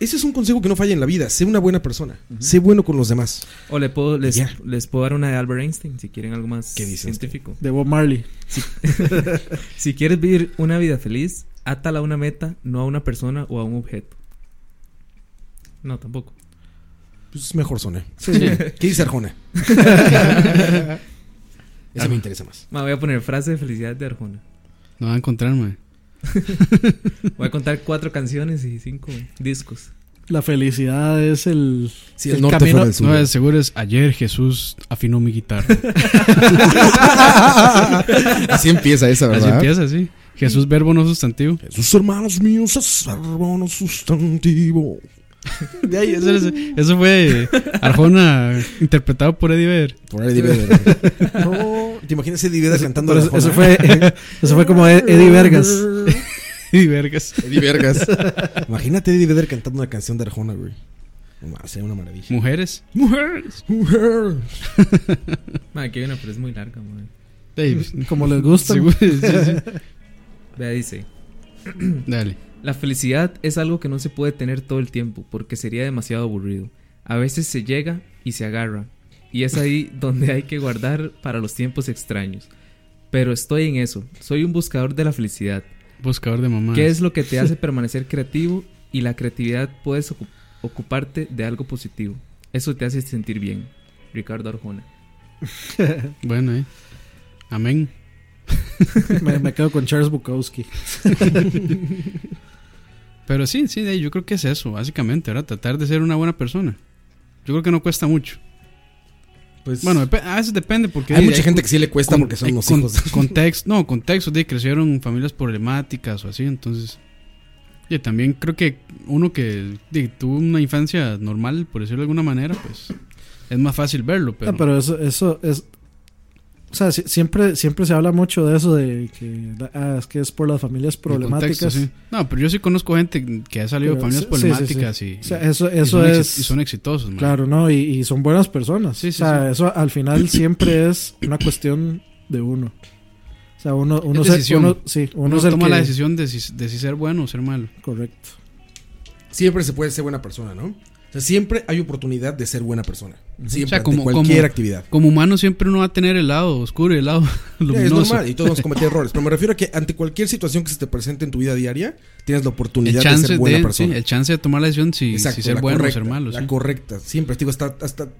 Speaker 4: ese es un consejo que no falla en la vida. Sé una buena persona. Sé bueno con los demás.
Speaker 7: O le puedo, les,
Speaker 4: Ya.
Speaker 7: les puedo dar una de Albert Einstein si quieren algo más científico.
Speaker 6: De Bob Marley.
Speaker 7: Si, si quieres vivir una vida feliz, átala a una meta, no a una persona o a un objeto. No, tampoco.
Speaker 4: Pues mejor soné.
Speaker 7: Sí.
Speaker 4: ¿Qué dice Arjona? Esa
Speaker 7: Ah,
Speaker 4: me interesa más.
Speaker 7: ma, voy a poner frase de felicidad de Arjona.
Speaker 5: No va a encontrar, mae.
Speaker 7: Voy a contar cuatro canciones y cinco discos.
Speaker 6: La felicidad es el...
Speaker 5: No, de seguro es ayer Jesús afinó mi guitarra.
Speaker 4: Así empieza esa, ¿verdad?
Speaker 5: Así empieza, sí. Jesús verbo no sustantivo.
Speaker 4: Sus hermanos míos es hermano sustantivo.
Speaker 5: De ahí, eso, es- eso fue Arjona interpretado por Eddie Vedder.
Speaker 4: Por Eddie Vedder. No, ¿Te imaginas Eddie Vedder cantando
Speaker 6: pero
Speaker 4: a Arjona?
Speaker 6: eso fue- eh,
Speaker 5: eh,
Speaker 6: eso fue como
Speaker 5: E-,
Speaker 6: Ed- Eddie Vergas.
Speaker 5: Eddie Vergas.
Speaker 4: Eddie Vergas. Imagínate Eddie Vedder cantando una canción de Arjona, güey. No mames, Sería una maravilla.
Speaker 5: Mujeres.
Speaker 4: Mujeres. Mujeres.
Speaker 7: Ma, aquí hay una, pero es muy larga. ma.
Speaker 5: pues,
Speaker 6: Como les gusta.
Speaker 5: Sí, güey, sí, sí.
Speaker 7: Vea, dice.
Speaker 5: Dale.
Speaker 7: La felicidad es algo que no se puede tener todo el tiempo porque sería demasiado aburrido. A veces se llega y se agarra. Y es ahí donde hay que guardar para los tiempos extraños. Pero estoy en eso. Soy un buscador de la felicidad.
Speaker 5: Buscador de mamás.
Speaker 7: ¿Qué es lo que te hace permanecer creativo? Y la creatividad puedes ocu- ocuparte de algo positivo. Eso te hace sentir bien. Ricardo Arjona.
Speaker 5: Bueno, eh. Amén.
Speaker 6: me, me quedo con Charles Bukowski.
Speaker 5: Pero sí, sí, de ahí yo creo que es eso, básicamente, ¿verdad? Tratar de ser una buena persona. Yo creo que no cuesta mucho. bueno, depe- a veces depende porque...
Speaker 4: Pues, Hay
Speaker 5: di,
Speaker 4: mucha gente
Speaker 5: cu-
Speaker 4: que sí le cuesta porque son
Speaker 5: hay
Speaker 4: los
Speaker 5: con-
Speaker 4: hijos.
Speaker 5: Context, no, contextos de crecieron en familias problemáticas o así, entonces... Y también creo que uno que di, tuvo una infancia normal, por decirlo de alguna manera, pues es más fácil verlo, pero...
Speaker 6: Ah, pero eso, eso es. O sea, si- siempre, siempre se habla mucho de eso, de que ah, es que es por las familias
Speaker 5: el
Speaker 6: problemáticas.
Speaker 5: contexto, sí. No, pero yo sí conozco gente que ha salido de
Speaker 6: Pero
Speaker 5: familias
Speaker 6: sí, sí, sí,
Speaker 5: problemáticas
Speaker 6: sí.
Speaker 5: y...
Speaker 6: O sea, eso,
Speaker 5: y
Speaker 6: eso
Speaker 5: son exi-
Speaker 6: es.
Speaker 5: y son exitosos, man.
Speaker 6: Claro, ¿no? Y, y son buenas personas.
Speaker 5: Sí, sí,
Speaker 6: o sea,
Speaker 5: sí.
Speaker 6: eso al final siempre es una cuestión de uno. O sea, uno, uno,
Speaker 5: Es
Speaker 6: se-
Speaker 5: decisión.
Speaker 6: uno- sí, uno
Speaker 5: Uno
Speaker 6: es el
Speaker 5: toma
Speaker 6: que-
Speaker 5: la decisión de si, de si ser bueno o ser malo.
Speaker 6: Correcto.
Speaker 4: Siempre se puede ser buena persona, ¿no? O sea, siempre hay oportunidad de ser buena persona. Siempre,
Speaker 5: O sea,
Speaker 4: ante
Speaker 5: como,
Speaker 4: cualquier
Speaker 5: como-
Speaker 4: actividad.
Speaker 5: Como humano siempre uno va a tener el lado oscuro y el lado
Speaker 4: Es
Speaker 5: luminoso.
Speaker 4: normal y todos vamos a cometer errores. Pero me refiero a que ante cualquier situación que se te presente en tu vida diaria, tienes la
Speaker 5: el
Speaker 4: oportunidad de
Speaker 5: chance
Speaker 4: ser buena
Speaker 5: de, sí,
Speaker 4: persona.
Speaker 5: el chance de tomar la decisión si,
Speaker 4: Exacto,
Speaker 5: si ser
Speaker 4: la
Speaker 5: bueno
Speaker 4: correcta,
Speaker 5: o ser malo.
Speaker 4: La
Speaker 5: sí.
Speaker 4: correcta, siempre. Digo, hasta, hasta,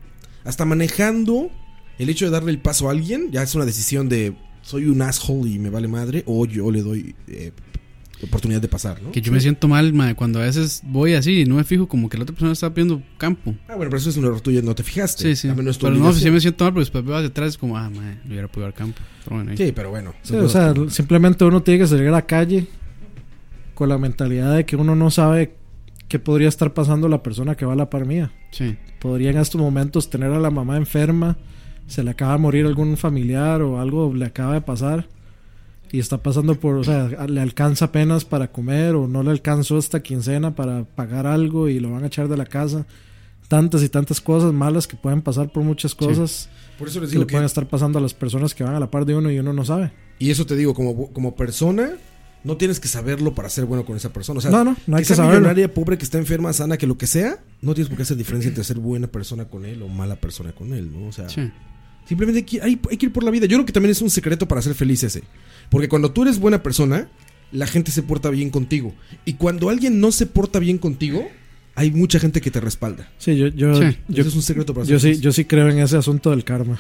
Speaker 4: hasta manejando el hecho de darle el paso a alguien, ya es una decisión de soy un asshole y me vale madre, o yo le doy eh, oportunidad de pasar, ¿no?
Speaker 5: Que yo me siento mal, mae, cuando a veces voy así y no me fijo como que la otra persona está pidiendo campo.
Speaker 4: Ah, bueno, pero eso es un error tuyo, no te fijaste.
Speaker 5: Sí, sí.
Speaker 4: A menos tu
Speaker 5: Pero no,
Speaker 4: obligación.
Speaker 5: si me siento mal, pero después veo hacia atrás como, ah, mae, yo hubiera podido al campo. Pero bueno, ahí.
Speaker 4: Sí, pero bueno.
Speaker 6: Sí, o sea, simplemente uno tiene que salir a la calle con la mentalidad de que uno no sabe qué podría estar pasando la persona que va a la par mía.
Speaker 5: Sí.
Speaker 6: Podría en estos momentos tener a la mamá enferma, se le acaba de morir algún familiar o algo le acaba de pasar y está pasando por, o sea, le alcanza apenas para comer o no le alcanzó esta quincena para pagar algo y lo van a echar de la casa. Tantas y tantas cosas malas que pueden pasar por muchas cosas
Speaker 4: Por eso les
Speaker 6: que
Speaker 4: digo
Speaker 6: le
Speaker 4: que-
Speaker 6: pueden estar pasando a las personas que van a la par de uno y uno no sabe.
Speaker 4: Y eso te digo, como, como persona, no tienes que saberlo para ser bueno con esa persona. O sea,
Speaker 6: No, no, no hay que
Speaker 4: sea
Speaker 6: saberlo.
Speaker 4: millonaria, pobre, que está enferma, sana, que lo que sea, no tienes por qué hacer diferencia entre ser buena persona con él o mala persona con él, ¿no? O sea,
Speaker 5: Sí.
Speaker 4: simplemente hay, que- hay- hay que ir por la vida. Yo creo que también es un secreto para ser feliz ese. Porque cuando tú eres buena persona, la gente se porta bien contigo. Y cuando alguien no se porta bien contigo, hay mucha gente que te respalda.
Speaker 6: Sí, yo, yo,
Speaker 5: Sí.
Speaker 6: yo,
Speaker 4: Ese es un secreto para
Speaker 6: yo
Speaker 4: ser
Speaker 6: sí,
Speaker 4: feliz.
Speaker 6: yo sí creo en ese asunto del karma.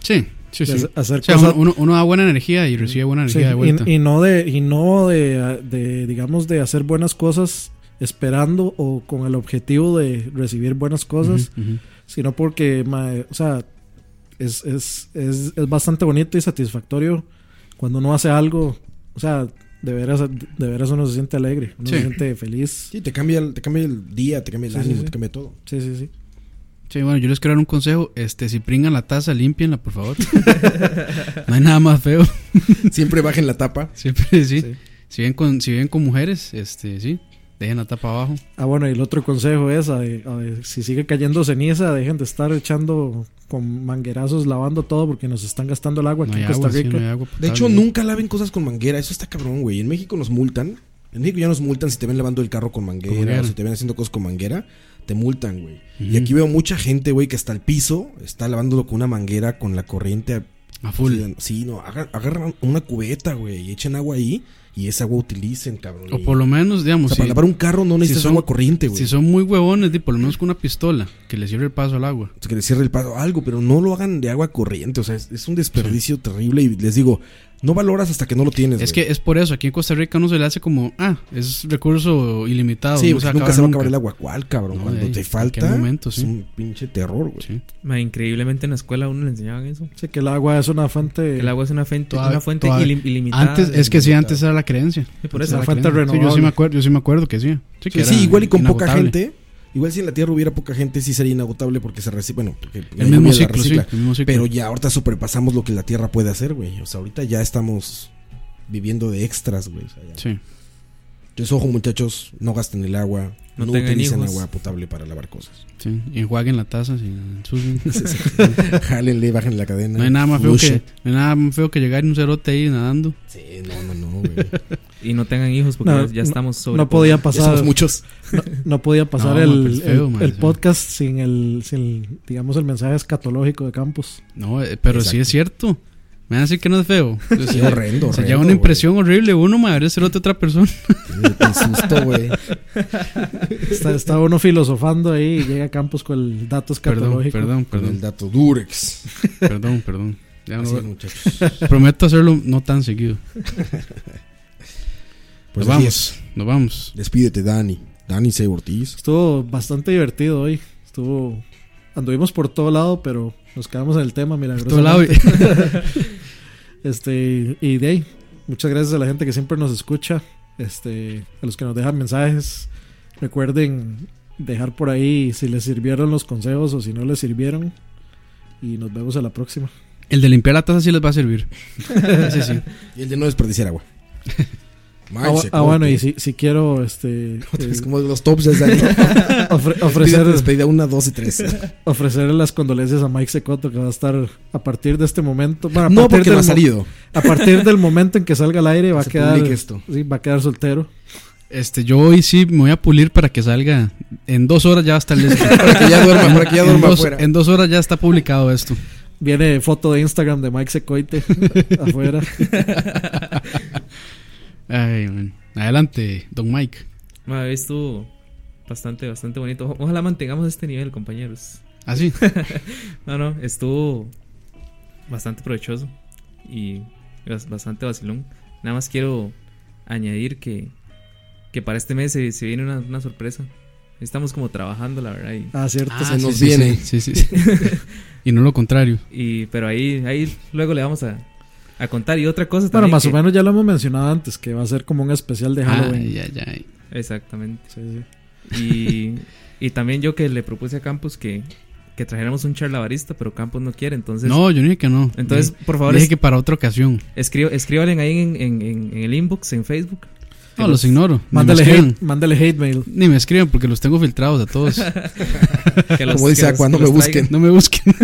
Speaker 5: Sí, sí,
Speaker 6: De
Speaker 5: sí.
Speaker 6: hacer
Speaker 5: O sea,
Speaker 6: cosas-
Speaker 5: uno, uno- uno da buena energía y recibe buena
Speaker 6: Sí,
Speaker 5: energía de vuelta.
Speaker 6: y, y no de, y no de, de, digamos, de hacer buenas cosas esperando o con el objetivo de recibir buenas cosas,
Speaker 5: Ujú, ujú.
Speaker 6: sino porque, mae, o sea, es, es, es, es bastante bonito y satisfactorio cuando uno hace algo, o sea, de veras, de veras uno se siente alegre, uno
Speaker 5: Sí.
Speaker 6: se siente feliz.
Speaker 4: Sí, te cambia, el- te cambia el día, te cambia el
Speaker 6: Sí, sí,
Speaker 4: ánimo,
Speaker 6: sí.
Speaker 4: te cambia todo.
Speaker 6: Sí, sí, sí.
Speaker 5: Sí, bueno, yo les quiero dar un consejo. Este, si pringan la taza, límpienla, por favor. no hay nada más feo.
Speaker 4: Siempre bajen la tapa.
Speaker 5: Siempre sí.
Speaker 6: Sí.
Speaker 5: Si ven con, si ven con mujeres, este, sí, dejen la tapa abajo.
Speaker 6: Ah, bueno, y el otro consejo es, a- a- si sigue cayendo ceniza, dejen de estar echando con manguerazos, lavando todo, porque nos están gastando el agua
Speaker 5: No
Speaker 6: aquí
Speaker 5: hay
Speaker 6: en Costa
Speaker 5: agua, sí,
Speaker 6: Rica.
Speaker 5: no hay agua
Speaker 4: De
Speaker 5: potable.
Speaker 4: hecho, nunca laven cosas con manguera. Eso está cabrón, güey. En México nos multan. En México ya nos multan si te ven lavando el carro con manguera,
Speaker 5: Con manguera.
Speaker 4: o si te ven haciendo cosas con manguera. Te multan, güey. Y aquí veo mucha gente, güey, que hasta el piso está lavándolo con una manguera con la corriente.
Speaker 5: A full.
Speaker 4: Sí, Sí, no. agar- Agarran una cubeta, güey, y echen agua ahí. Y esa agua utilicen, cabrón.
Speaker 5: O por lo menos,
Speaker 4: O
Speaker 5: digamos,
Speaker 4: sea, para
Speaker 5: si-
Speaker 4: lavar un carro no necesitas
Speaker 5: son-
Speaker 4: agua corriente, güey.
Speaker 5: Si son muy huevones, di, por lo menos con una pistola que le cierre el paso al agua.
Speaker 4: que le cierre el paso algo, pero no lo hagan de agua corriente. O sea, es, es un desperdicio terrible. Y les digo, no valoras hasta que no lo tienes.
Speaker 5: Es
Speaker 4: güey.
Speaker 5: que es por eso, aquí en Costa Rica no se le hace como, ah, es recurso ilimitado.
Speaker 4: Sí,
Speaker 5: no
Speaker 4: porque nunca se va a acabar el
Speaker 5: nunca.
Speaker 4: agua. ¿Cuál, cabrón?
Speaker 5: No,
Speaker 4: Cuando
Speaker 5: ahí,
Speaker 4: te
Speaker 5: en
Speaker 4: falta.
Speaker 5: cualquier momento, sí.
Speaker 4: Es un pinche terror, güey.
Speaker 5: Sí.
Speaker 7: Ma, increíblemente en la escuela a uno le enseñaban eso.
Speaker 6: Sí, que el agua es una fuente, ah,
Speaker 7: El agua es una fuente,
Speaker 5: Toda-
Speaker 7: una fuente
Speaker 5: toda-
Speaker 7: ilim- ilimitada.
Speaker 5: Antes, es que sí,
Speaker 7: ilimitada.
Speaker 5: antes era la creencia.
Speaker 7: Sí, por
Speaker 5: Antes
Speaker 7: eso.
Speaker 5: era
Speaker 6: la fuente
Speaker 5: creencia. Sí, yo, sí
Speaker 6: renovable.
Speaker 5: me acuerdo, yo sí me acuerdo que sí. Sí, que
Speaker 4: Que sí,
Speaker 5: era
Speaker 4: igual y con poca
Speaker 5: inagotable.
Speaker 4: gente. Igual si en la Tierra hubiera poca gente, sí sería inagotable porque se recibe. Bueno, porque la
Speaker 5: El
Speaker 4: lluvia
Speaker 5: mismo,
Speaker 4: la
Speaker 5: ciclo, sí,
Speaker 4: recicla.
Speaker 5: el mismo ciclo.
Speaker 4: Pero ya ahorita sobrepasamos lo que la Tierra puede hacer, güey. O sea, ahorita ya estamos viviendo de extras, güey. O sea, ya.
Speaker 5: Sí.
Speaker 4: Entonces, ojo, muchachos, no gasten el agua. No,
Speaker 7: No tengan
Speaker 4: utilicen
Speaker 7: hijos.
Speaker 4: agua potable para lavar cosas.
Speaker 5: Sí, enjuaguen la taza, sí, ensucien.
Speaker 4: Jálenle, bajen la cadena.
Speaker 5: No hay nada más feo
Speaker 4: Flush
Speaker 5: que,
Speaker 4: it.
Speaker 5: no hay nada más feo que llegar en un cerote ahí nadando.
Speaker 4: Sí, no, no, no, güey.
Speaker 7: Y no tengan hijos porque
Speaker 6: No,
Speaker 7: ya estamos sobre.
Speaker 6: no podía
Speaker 4: Ya
Speaker 6: pasar,
Speaker 4: somos muchos.
Speaker 6: no podía pasar
Speaker 5: No,
Speaker 6: el,
Speaker 7: pues
Speaker 5: pero es feo,
Speaker 6: el-
Speaker 5: man,
Speaker 6: el
Speaker 5: sí.
Speaker 6: podcast sin el, sin el, digamos, el mensaje escatológico de Campos.
Speaker 5: No, eh, pero sí
Speaker 4: Exacto.
Speaker 5: es cierto. Me van a decir que no es feo.
Speaker 4: Sí, horrendo,
Speaker 5: Se
Speaker 4: horrendo,
Speaker 5: lleva una
Speaker 4: güey.
Speaker 5: impresión horrible. Uno, madre, es cerote a otra persona.
Speaker 4: Sí, Qué susto, güey.
Speaker 6: Está, está uno filosofando ahí y llega Campos con el dato
Speaker 5: Perdón,
Speaker 6: escatológico.
Speaker 5: perdón,
Speaker 4: Con el
Speaker 5: perdón,
Speaker 4: dato Durex.
Speaker 5: perdón, perdón. Ya no
Speaker 4: Así
Speaker 5: lo-
Speaker 4: es, muchachos.
Speaker 5: prometo hacerlo no tan seguido.
Speaker 4: Pues vamos.
Speaker 5: Nos vamos, nos vamos.
Speaker 4: Pues Despídete, Dani. Dani C. Ortiz.
Speaker 6: Estuvo bastante divertido hoy. Estuvo, anduvimos por todo lado, pero nos quedamos en el tema, mira.
Speaker 5: Todo lado y-
Speaker 6: Este, y de ahí, muchas gracias a la gente que siempre nos escucha, este, a los que nos dejan mensajes. Recuerden dejar por ahí si les sirvieron los consejos o si no les sirvieron. Y nos vemos a la próxima.
Speaker 5: El de limpiar la taza sí les va a servir. Ese sí.
Speaker 4: Y el de no desperdiciar agua. Mike
Speaker 6: Ah, bu-
Speaker 4: se
Speaker 6: ah, bueno,
Speaker 4: corte.
Speaker 6: y si, si quiero este,
Speaker 4: Es
Speaker 6: eh,
Speaker 4: como de los tops de Dani.
Speaker 6: ofre-
Speaker 4: Ofrecer
Speaker 6: ofrecer,
Speaker 4: despedida 1, 2 y 3.
Speaker 6: ofrecer las condolencias a Mike Secoto que va a estar a partir de este momento. bueno, a
Speaker 4: No
Speaker 6: partir
Speaker 4: porque
Speaker 6: del
Speaker 4: no ha
Speaker 6: mo-
Speaker 4: salido.
Speaker 6: A partir del momento en que salga al aire va a
Speaker 4: Se
Speaker 6: quedar,
Speaker 4: publique esto.
Speaker 6: sí, va a quedar soltero.
Speaker 5: Este, yo hoy sí me voy a pulir para que salga. En dos horas ya va a estar listo.
Speaker 4: Para que ya duerma, para que ya
Speaker 5: En
Speaker 4: duerma
Speaker 5: dos-
Speaker 4: afuera.
Speaker 5: en dos horas ya está publicado esto.
Speaker 6: Viene foto de Instagram de Mike Secoite afuera.
Speaker 5: Ay, man. Adelante, don Mike.
Speaker 7: Ma, estuvo Ah, bastante, bastante bonito. O- Ojalá mantengamos este nivel, compañeros.
Speaker 5: Así.
Speaker 7: No, no, estuvo bastante provechoso y bas- bastante vacilón. Nada más quiero añadir que, que para este mes se, se viene una, una sorpresa. Estamos como trabajando, la verdad. y-
Speaker 6: Ah, cierto,
Speaker 5: Ah, sí, sí, Sí, sí. sí. y no lo contrario.
Speaker 7: Y, pero ahí, ahí luego le vamos a, a contar. Y otra cosa
Speaker 6: Bueno,
Speaker 7: también.
Speaker 6: más o
Speaker 7: que-
Speaker 6: menos ya lo hemos mencionado antes, que va a ser como un especial de Halloween.
Speaker 7: Ah, Exactamente. Y, y también yo que le propuse a Campos que, que trajéramos un charlabarista, pero Campos no quiere, entonces...
Speaker 5: No, yo no dije que no.
Speaker 7: Entonces,
Speaker 5: Dije-
Speaker 7: por favor...
Speaker 5: dije
Speaker 7: es-
Speaker 5: que para otra ocasión.
Speaker 7: escri- escríbanle ahí en, en- en- en el inbox, en Facebook.
Speaker 5: No, los ignoro. Ni
Speaker 7: Mándale
Speaker 5: me escriban.
Speaker 7: hate- mándale hate mail.
Speaker 5: Ni me escriben porque los tengo filtrados a todos.
Speaker 7: Que los- Como dice que los- Aqua, no que me los busquen. traigan.
Speaker 5: No me busquen.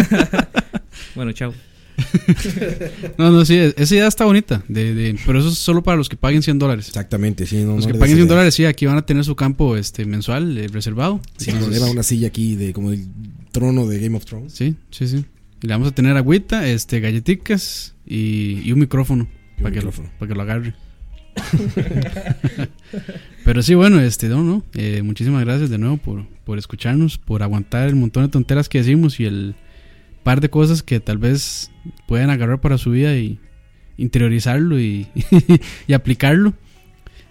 Speaker 7: Bueno, chao.
Speaker 5: no, no, sí, e-, esa idea está bonita. De, de- pero eso es solo para los que paguen 100 dólares.
Speaker 4: Exactamente, sí. No,
Speaker 5: Los
Speaker 4: no
Speaker 5: que
Speaker 4: le
Speaker 5: paguen
Speaker 4: des
Speaker 5: 100
Speaker 4: idea.
Speaker 5: dólares, sí, aquí van a tener su campo este mensual eh, reservado.
Speaker 4: Sí,
Speaker 5: Entonces-
Speaker 4: era una silla aquí de como el trono de Game of Thrones.
Speaker 5: Sí, sí, sí. Y le vamos a tener agüita, este, galletitas y, y un micrófono. para, Que lo, para que lo agarre. Pero sí, bueno, este, no, no. eh, muchísimas gracias de nuevo por, por escucharnos, por aguantar el montón de tonteras que decimos y el par de cosas que tal vez pueden agarrar para su vida y interiorizarlo y, y aplicarlo.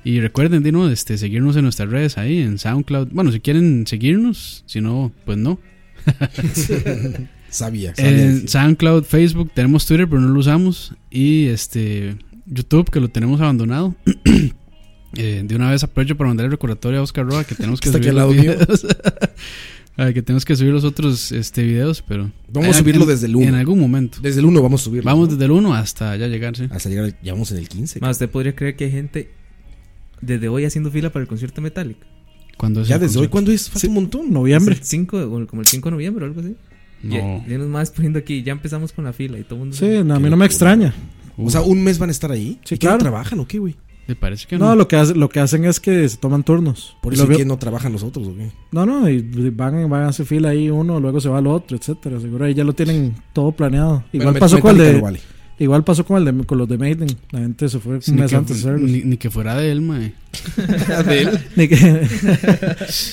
Speaker 5: Y recuerden, de nuevo, este, seguirnos en nuestras redes ahí, en SoundCloud. Bueno, si quieren seguirnos, si no, pues no.
Speaker 4: Sabía, sabía
Speaker 5: En
Speaker 4: decir.
Speaker 5: SoundCloud, Facebook, tenemos Twitter, pero no lo usamos. Y este YouTube, que lo tenemos abandonado. Eh, de una vez aprovecho para mandar el recordatorio a Oscar Roa que tenemos que
Speaker 4: Está aquí
Speaker 5: subir
Speaker 4: al
Speaker 5: los
Speaker 4: lado mío.
Speaker 5: videos. Ay, que tenemos que subir los otros este, videos, pero...
Speaker 4: Vamos a
Speaker 5: en-
Speaker 4: subirlo
Speaker 5: en-
Speaker 4: desde el uno.
Speaker 5: En algún momento.
Speaker 4: Desde el 1 vamos a subirlo.
Speaker 5: Vamos desde el 1 hasta ya llegar, sí.
Speaker 4: Hasta llegar, al- ya vamos en el 15.
Speaker 7: Más, ¿usted podría creer que hay gente desde hoy haciendo fila para el concierto de Metallica?
Speaker 5: Cuando
Speaker 4: Ya desde hoy, ¿cuándo es? Falta un montón.
Speaker 7: Es el cinco, o como el 5 de noviembre o algo así.
Speaker 4: No.
Speaker 7: Y, y unos más poniendo aquí, ya empezamos con la fila y todo el mundo...
Speaker 6: Sí, no, a mí no me extraña.
Speaker 4: O sea, un mes van a estar ahí.
Speaker 6: Sí,
Speaker 4: ¿Y qué no
Speaker 6: claro.
Speaker 4: trabajan o qué, güey?
Speaker 5: Me parece
Speaker 6: No, lo, que hace- lo que hacen es que se toman turnos.
Speaker 4: Por
Speaker 6: Y
Speaker 4: eso
Speaker 6: lo veo-
Speaker 4: que no trabajan nosotros, güey.
Speaker 6: No, no, y van, van a hacer fila ahí uno, luego se va al otro, etcétera. Seguro ahí ya lo tienen todo planeado. Igual
Speaker 4: Met-
Speaker 6: pasó con el
Speaker 4: Metallica
Speaker 6: de.
Speaker 4: lo vale.
Speaker 6: Igual pasó con el de con los de Maiden. La gente se fue
Speaker 5: Sí,
Speaker 6: un
Speaker 5: ni,
Speaker 6: mes
Speaker 5: que,
Speaker 6: antes de hacerlo.
Speaker 5: ni- ni que fuera de él, mae.
Speaker 6: ni, que,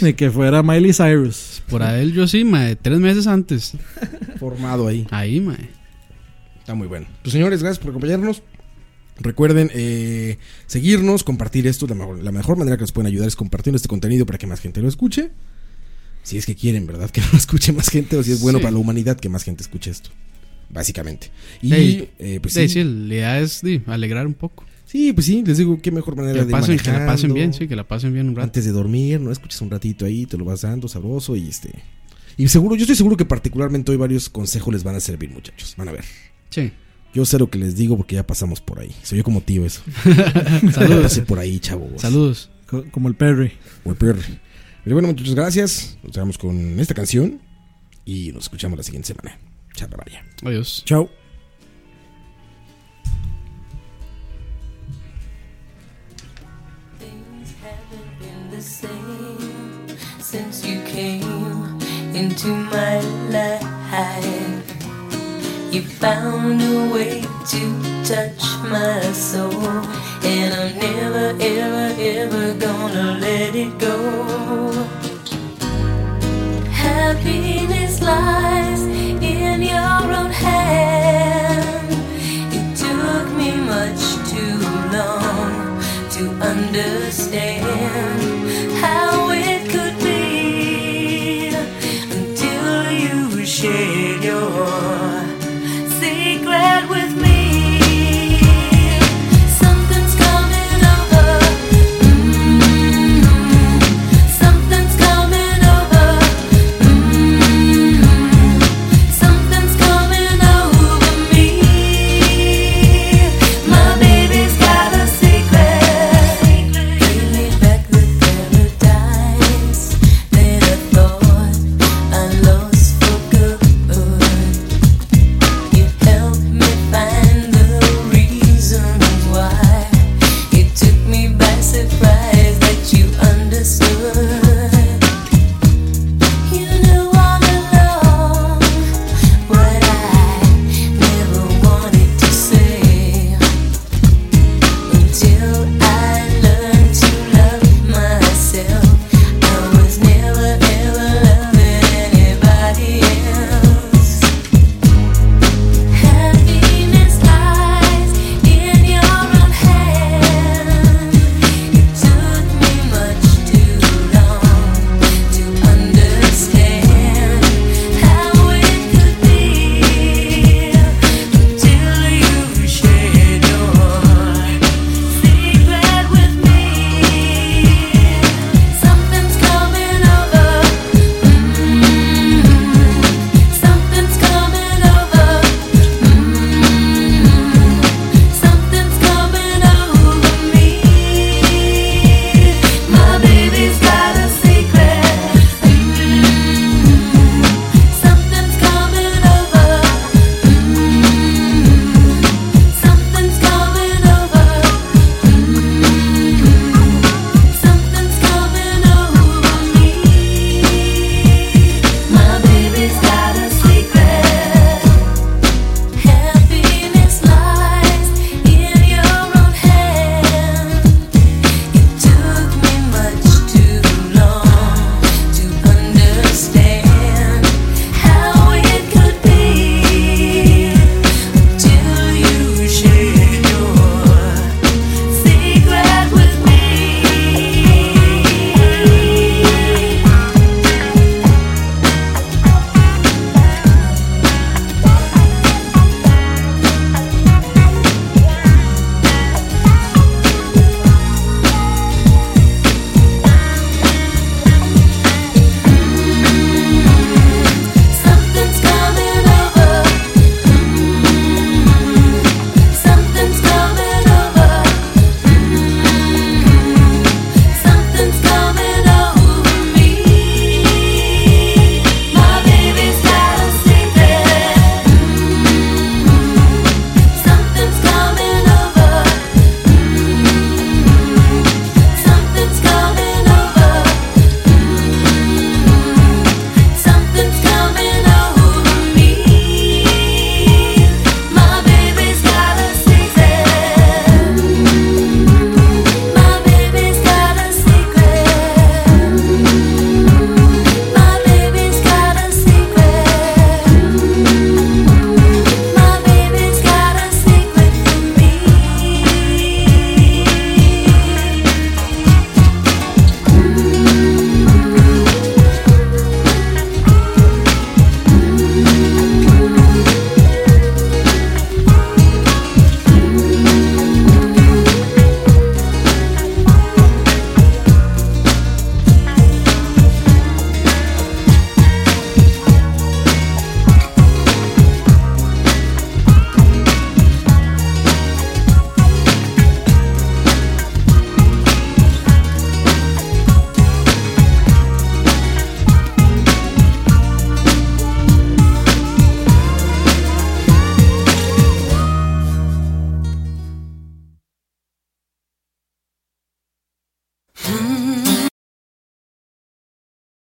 Speaker 6: ni que fuera Miley Cyrus.
Speaker 5: Por a él yo sí, mae. Tres meses antes.
Speaker 4: Formado ahí.
Speaker 5: Ahí, mae.
Speaker 4: Está muy bueno. Pues señores, gracias por acompañarnos. Recuerden eh, seguirnos, compartir esto. La mejor, la mejor manera que nos pueden ayudar es compartiendo este contenido para que más gente lo escuche. Si es que quieren, ¿verdad? Que lo escuche más gente o si es bueno
Speaker 5: Sí.
Speaker 4: para la humanidad que más gente escuche esto. Básicamente. Y
Speaker 5: Ey,
Speaker 4: eh, pues
Speaker 5: ey,
Speaker 4: sí,
Speaker 5: sí, la idea es di, alegrar un poco.
Speaker 4: Sí, pues sí, les digo qué mejor manera
Speaker 5: Que la
Speaker 4: de
Speaker 5: pasen- que la pasen
Speaker 4: manejando.
Speaker 5: bien, sí, que la pasen bien un rato.
Speaker 4: Antes de dormir, ¿no? Escuches un ratito ahí, te lo vas dando sabroso y este... Y seguro, yo estoy seguro que particularmente hoy varios consejos les van a servir, muchachos. Van a ver.
Speaker 5: Sí.
Speaker 4: Yo sé lo que les digo porque ya pasamos por ahí. Soy yo como tío eso.
Speaker 5: Saludos.
Speaker 4: Ya pasé por ahí, chavo.
Speaker 5: Saludos.
Speaker 6: Co- Como el Perry.
Speaker 4: O el peor. Pero bueno, muchachos, gracias. Nos vemos con esta canción y nos escuchamos la siguiente semana. Charla vaya.
Speaker 5: Adiós.
Speaker 4: Chao.
Speaker 9: Things haven't been the same since you came into my life. You found a way to touch my soul, and I'm never, ever, ever gonna let it go. Happiness lies in your own hand. It took me much too long to understand. Mm-hmm. Mm-hmm. Mm-hmm. Mm-hmm. Mm-hmm. Mm-hmm. Mm-hmm. Mm-hmm. Mm-hmm.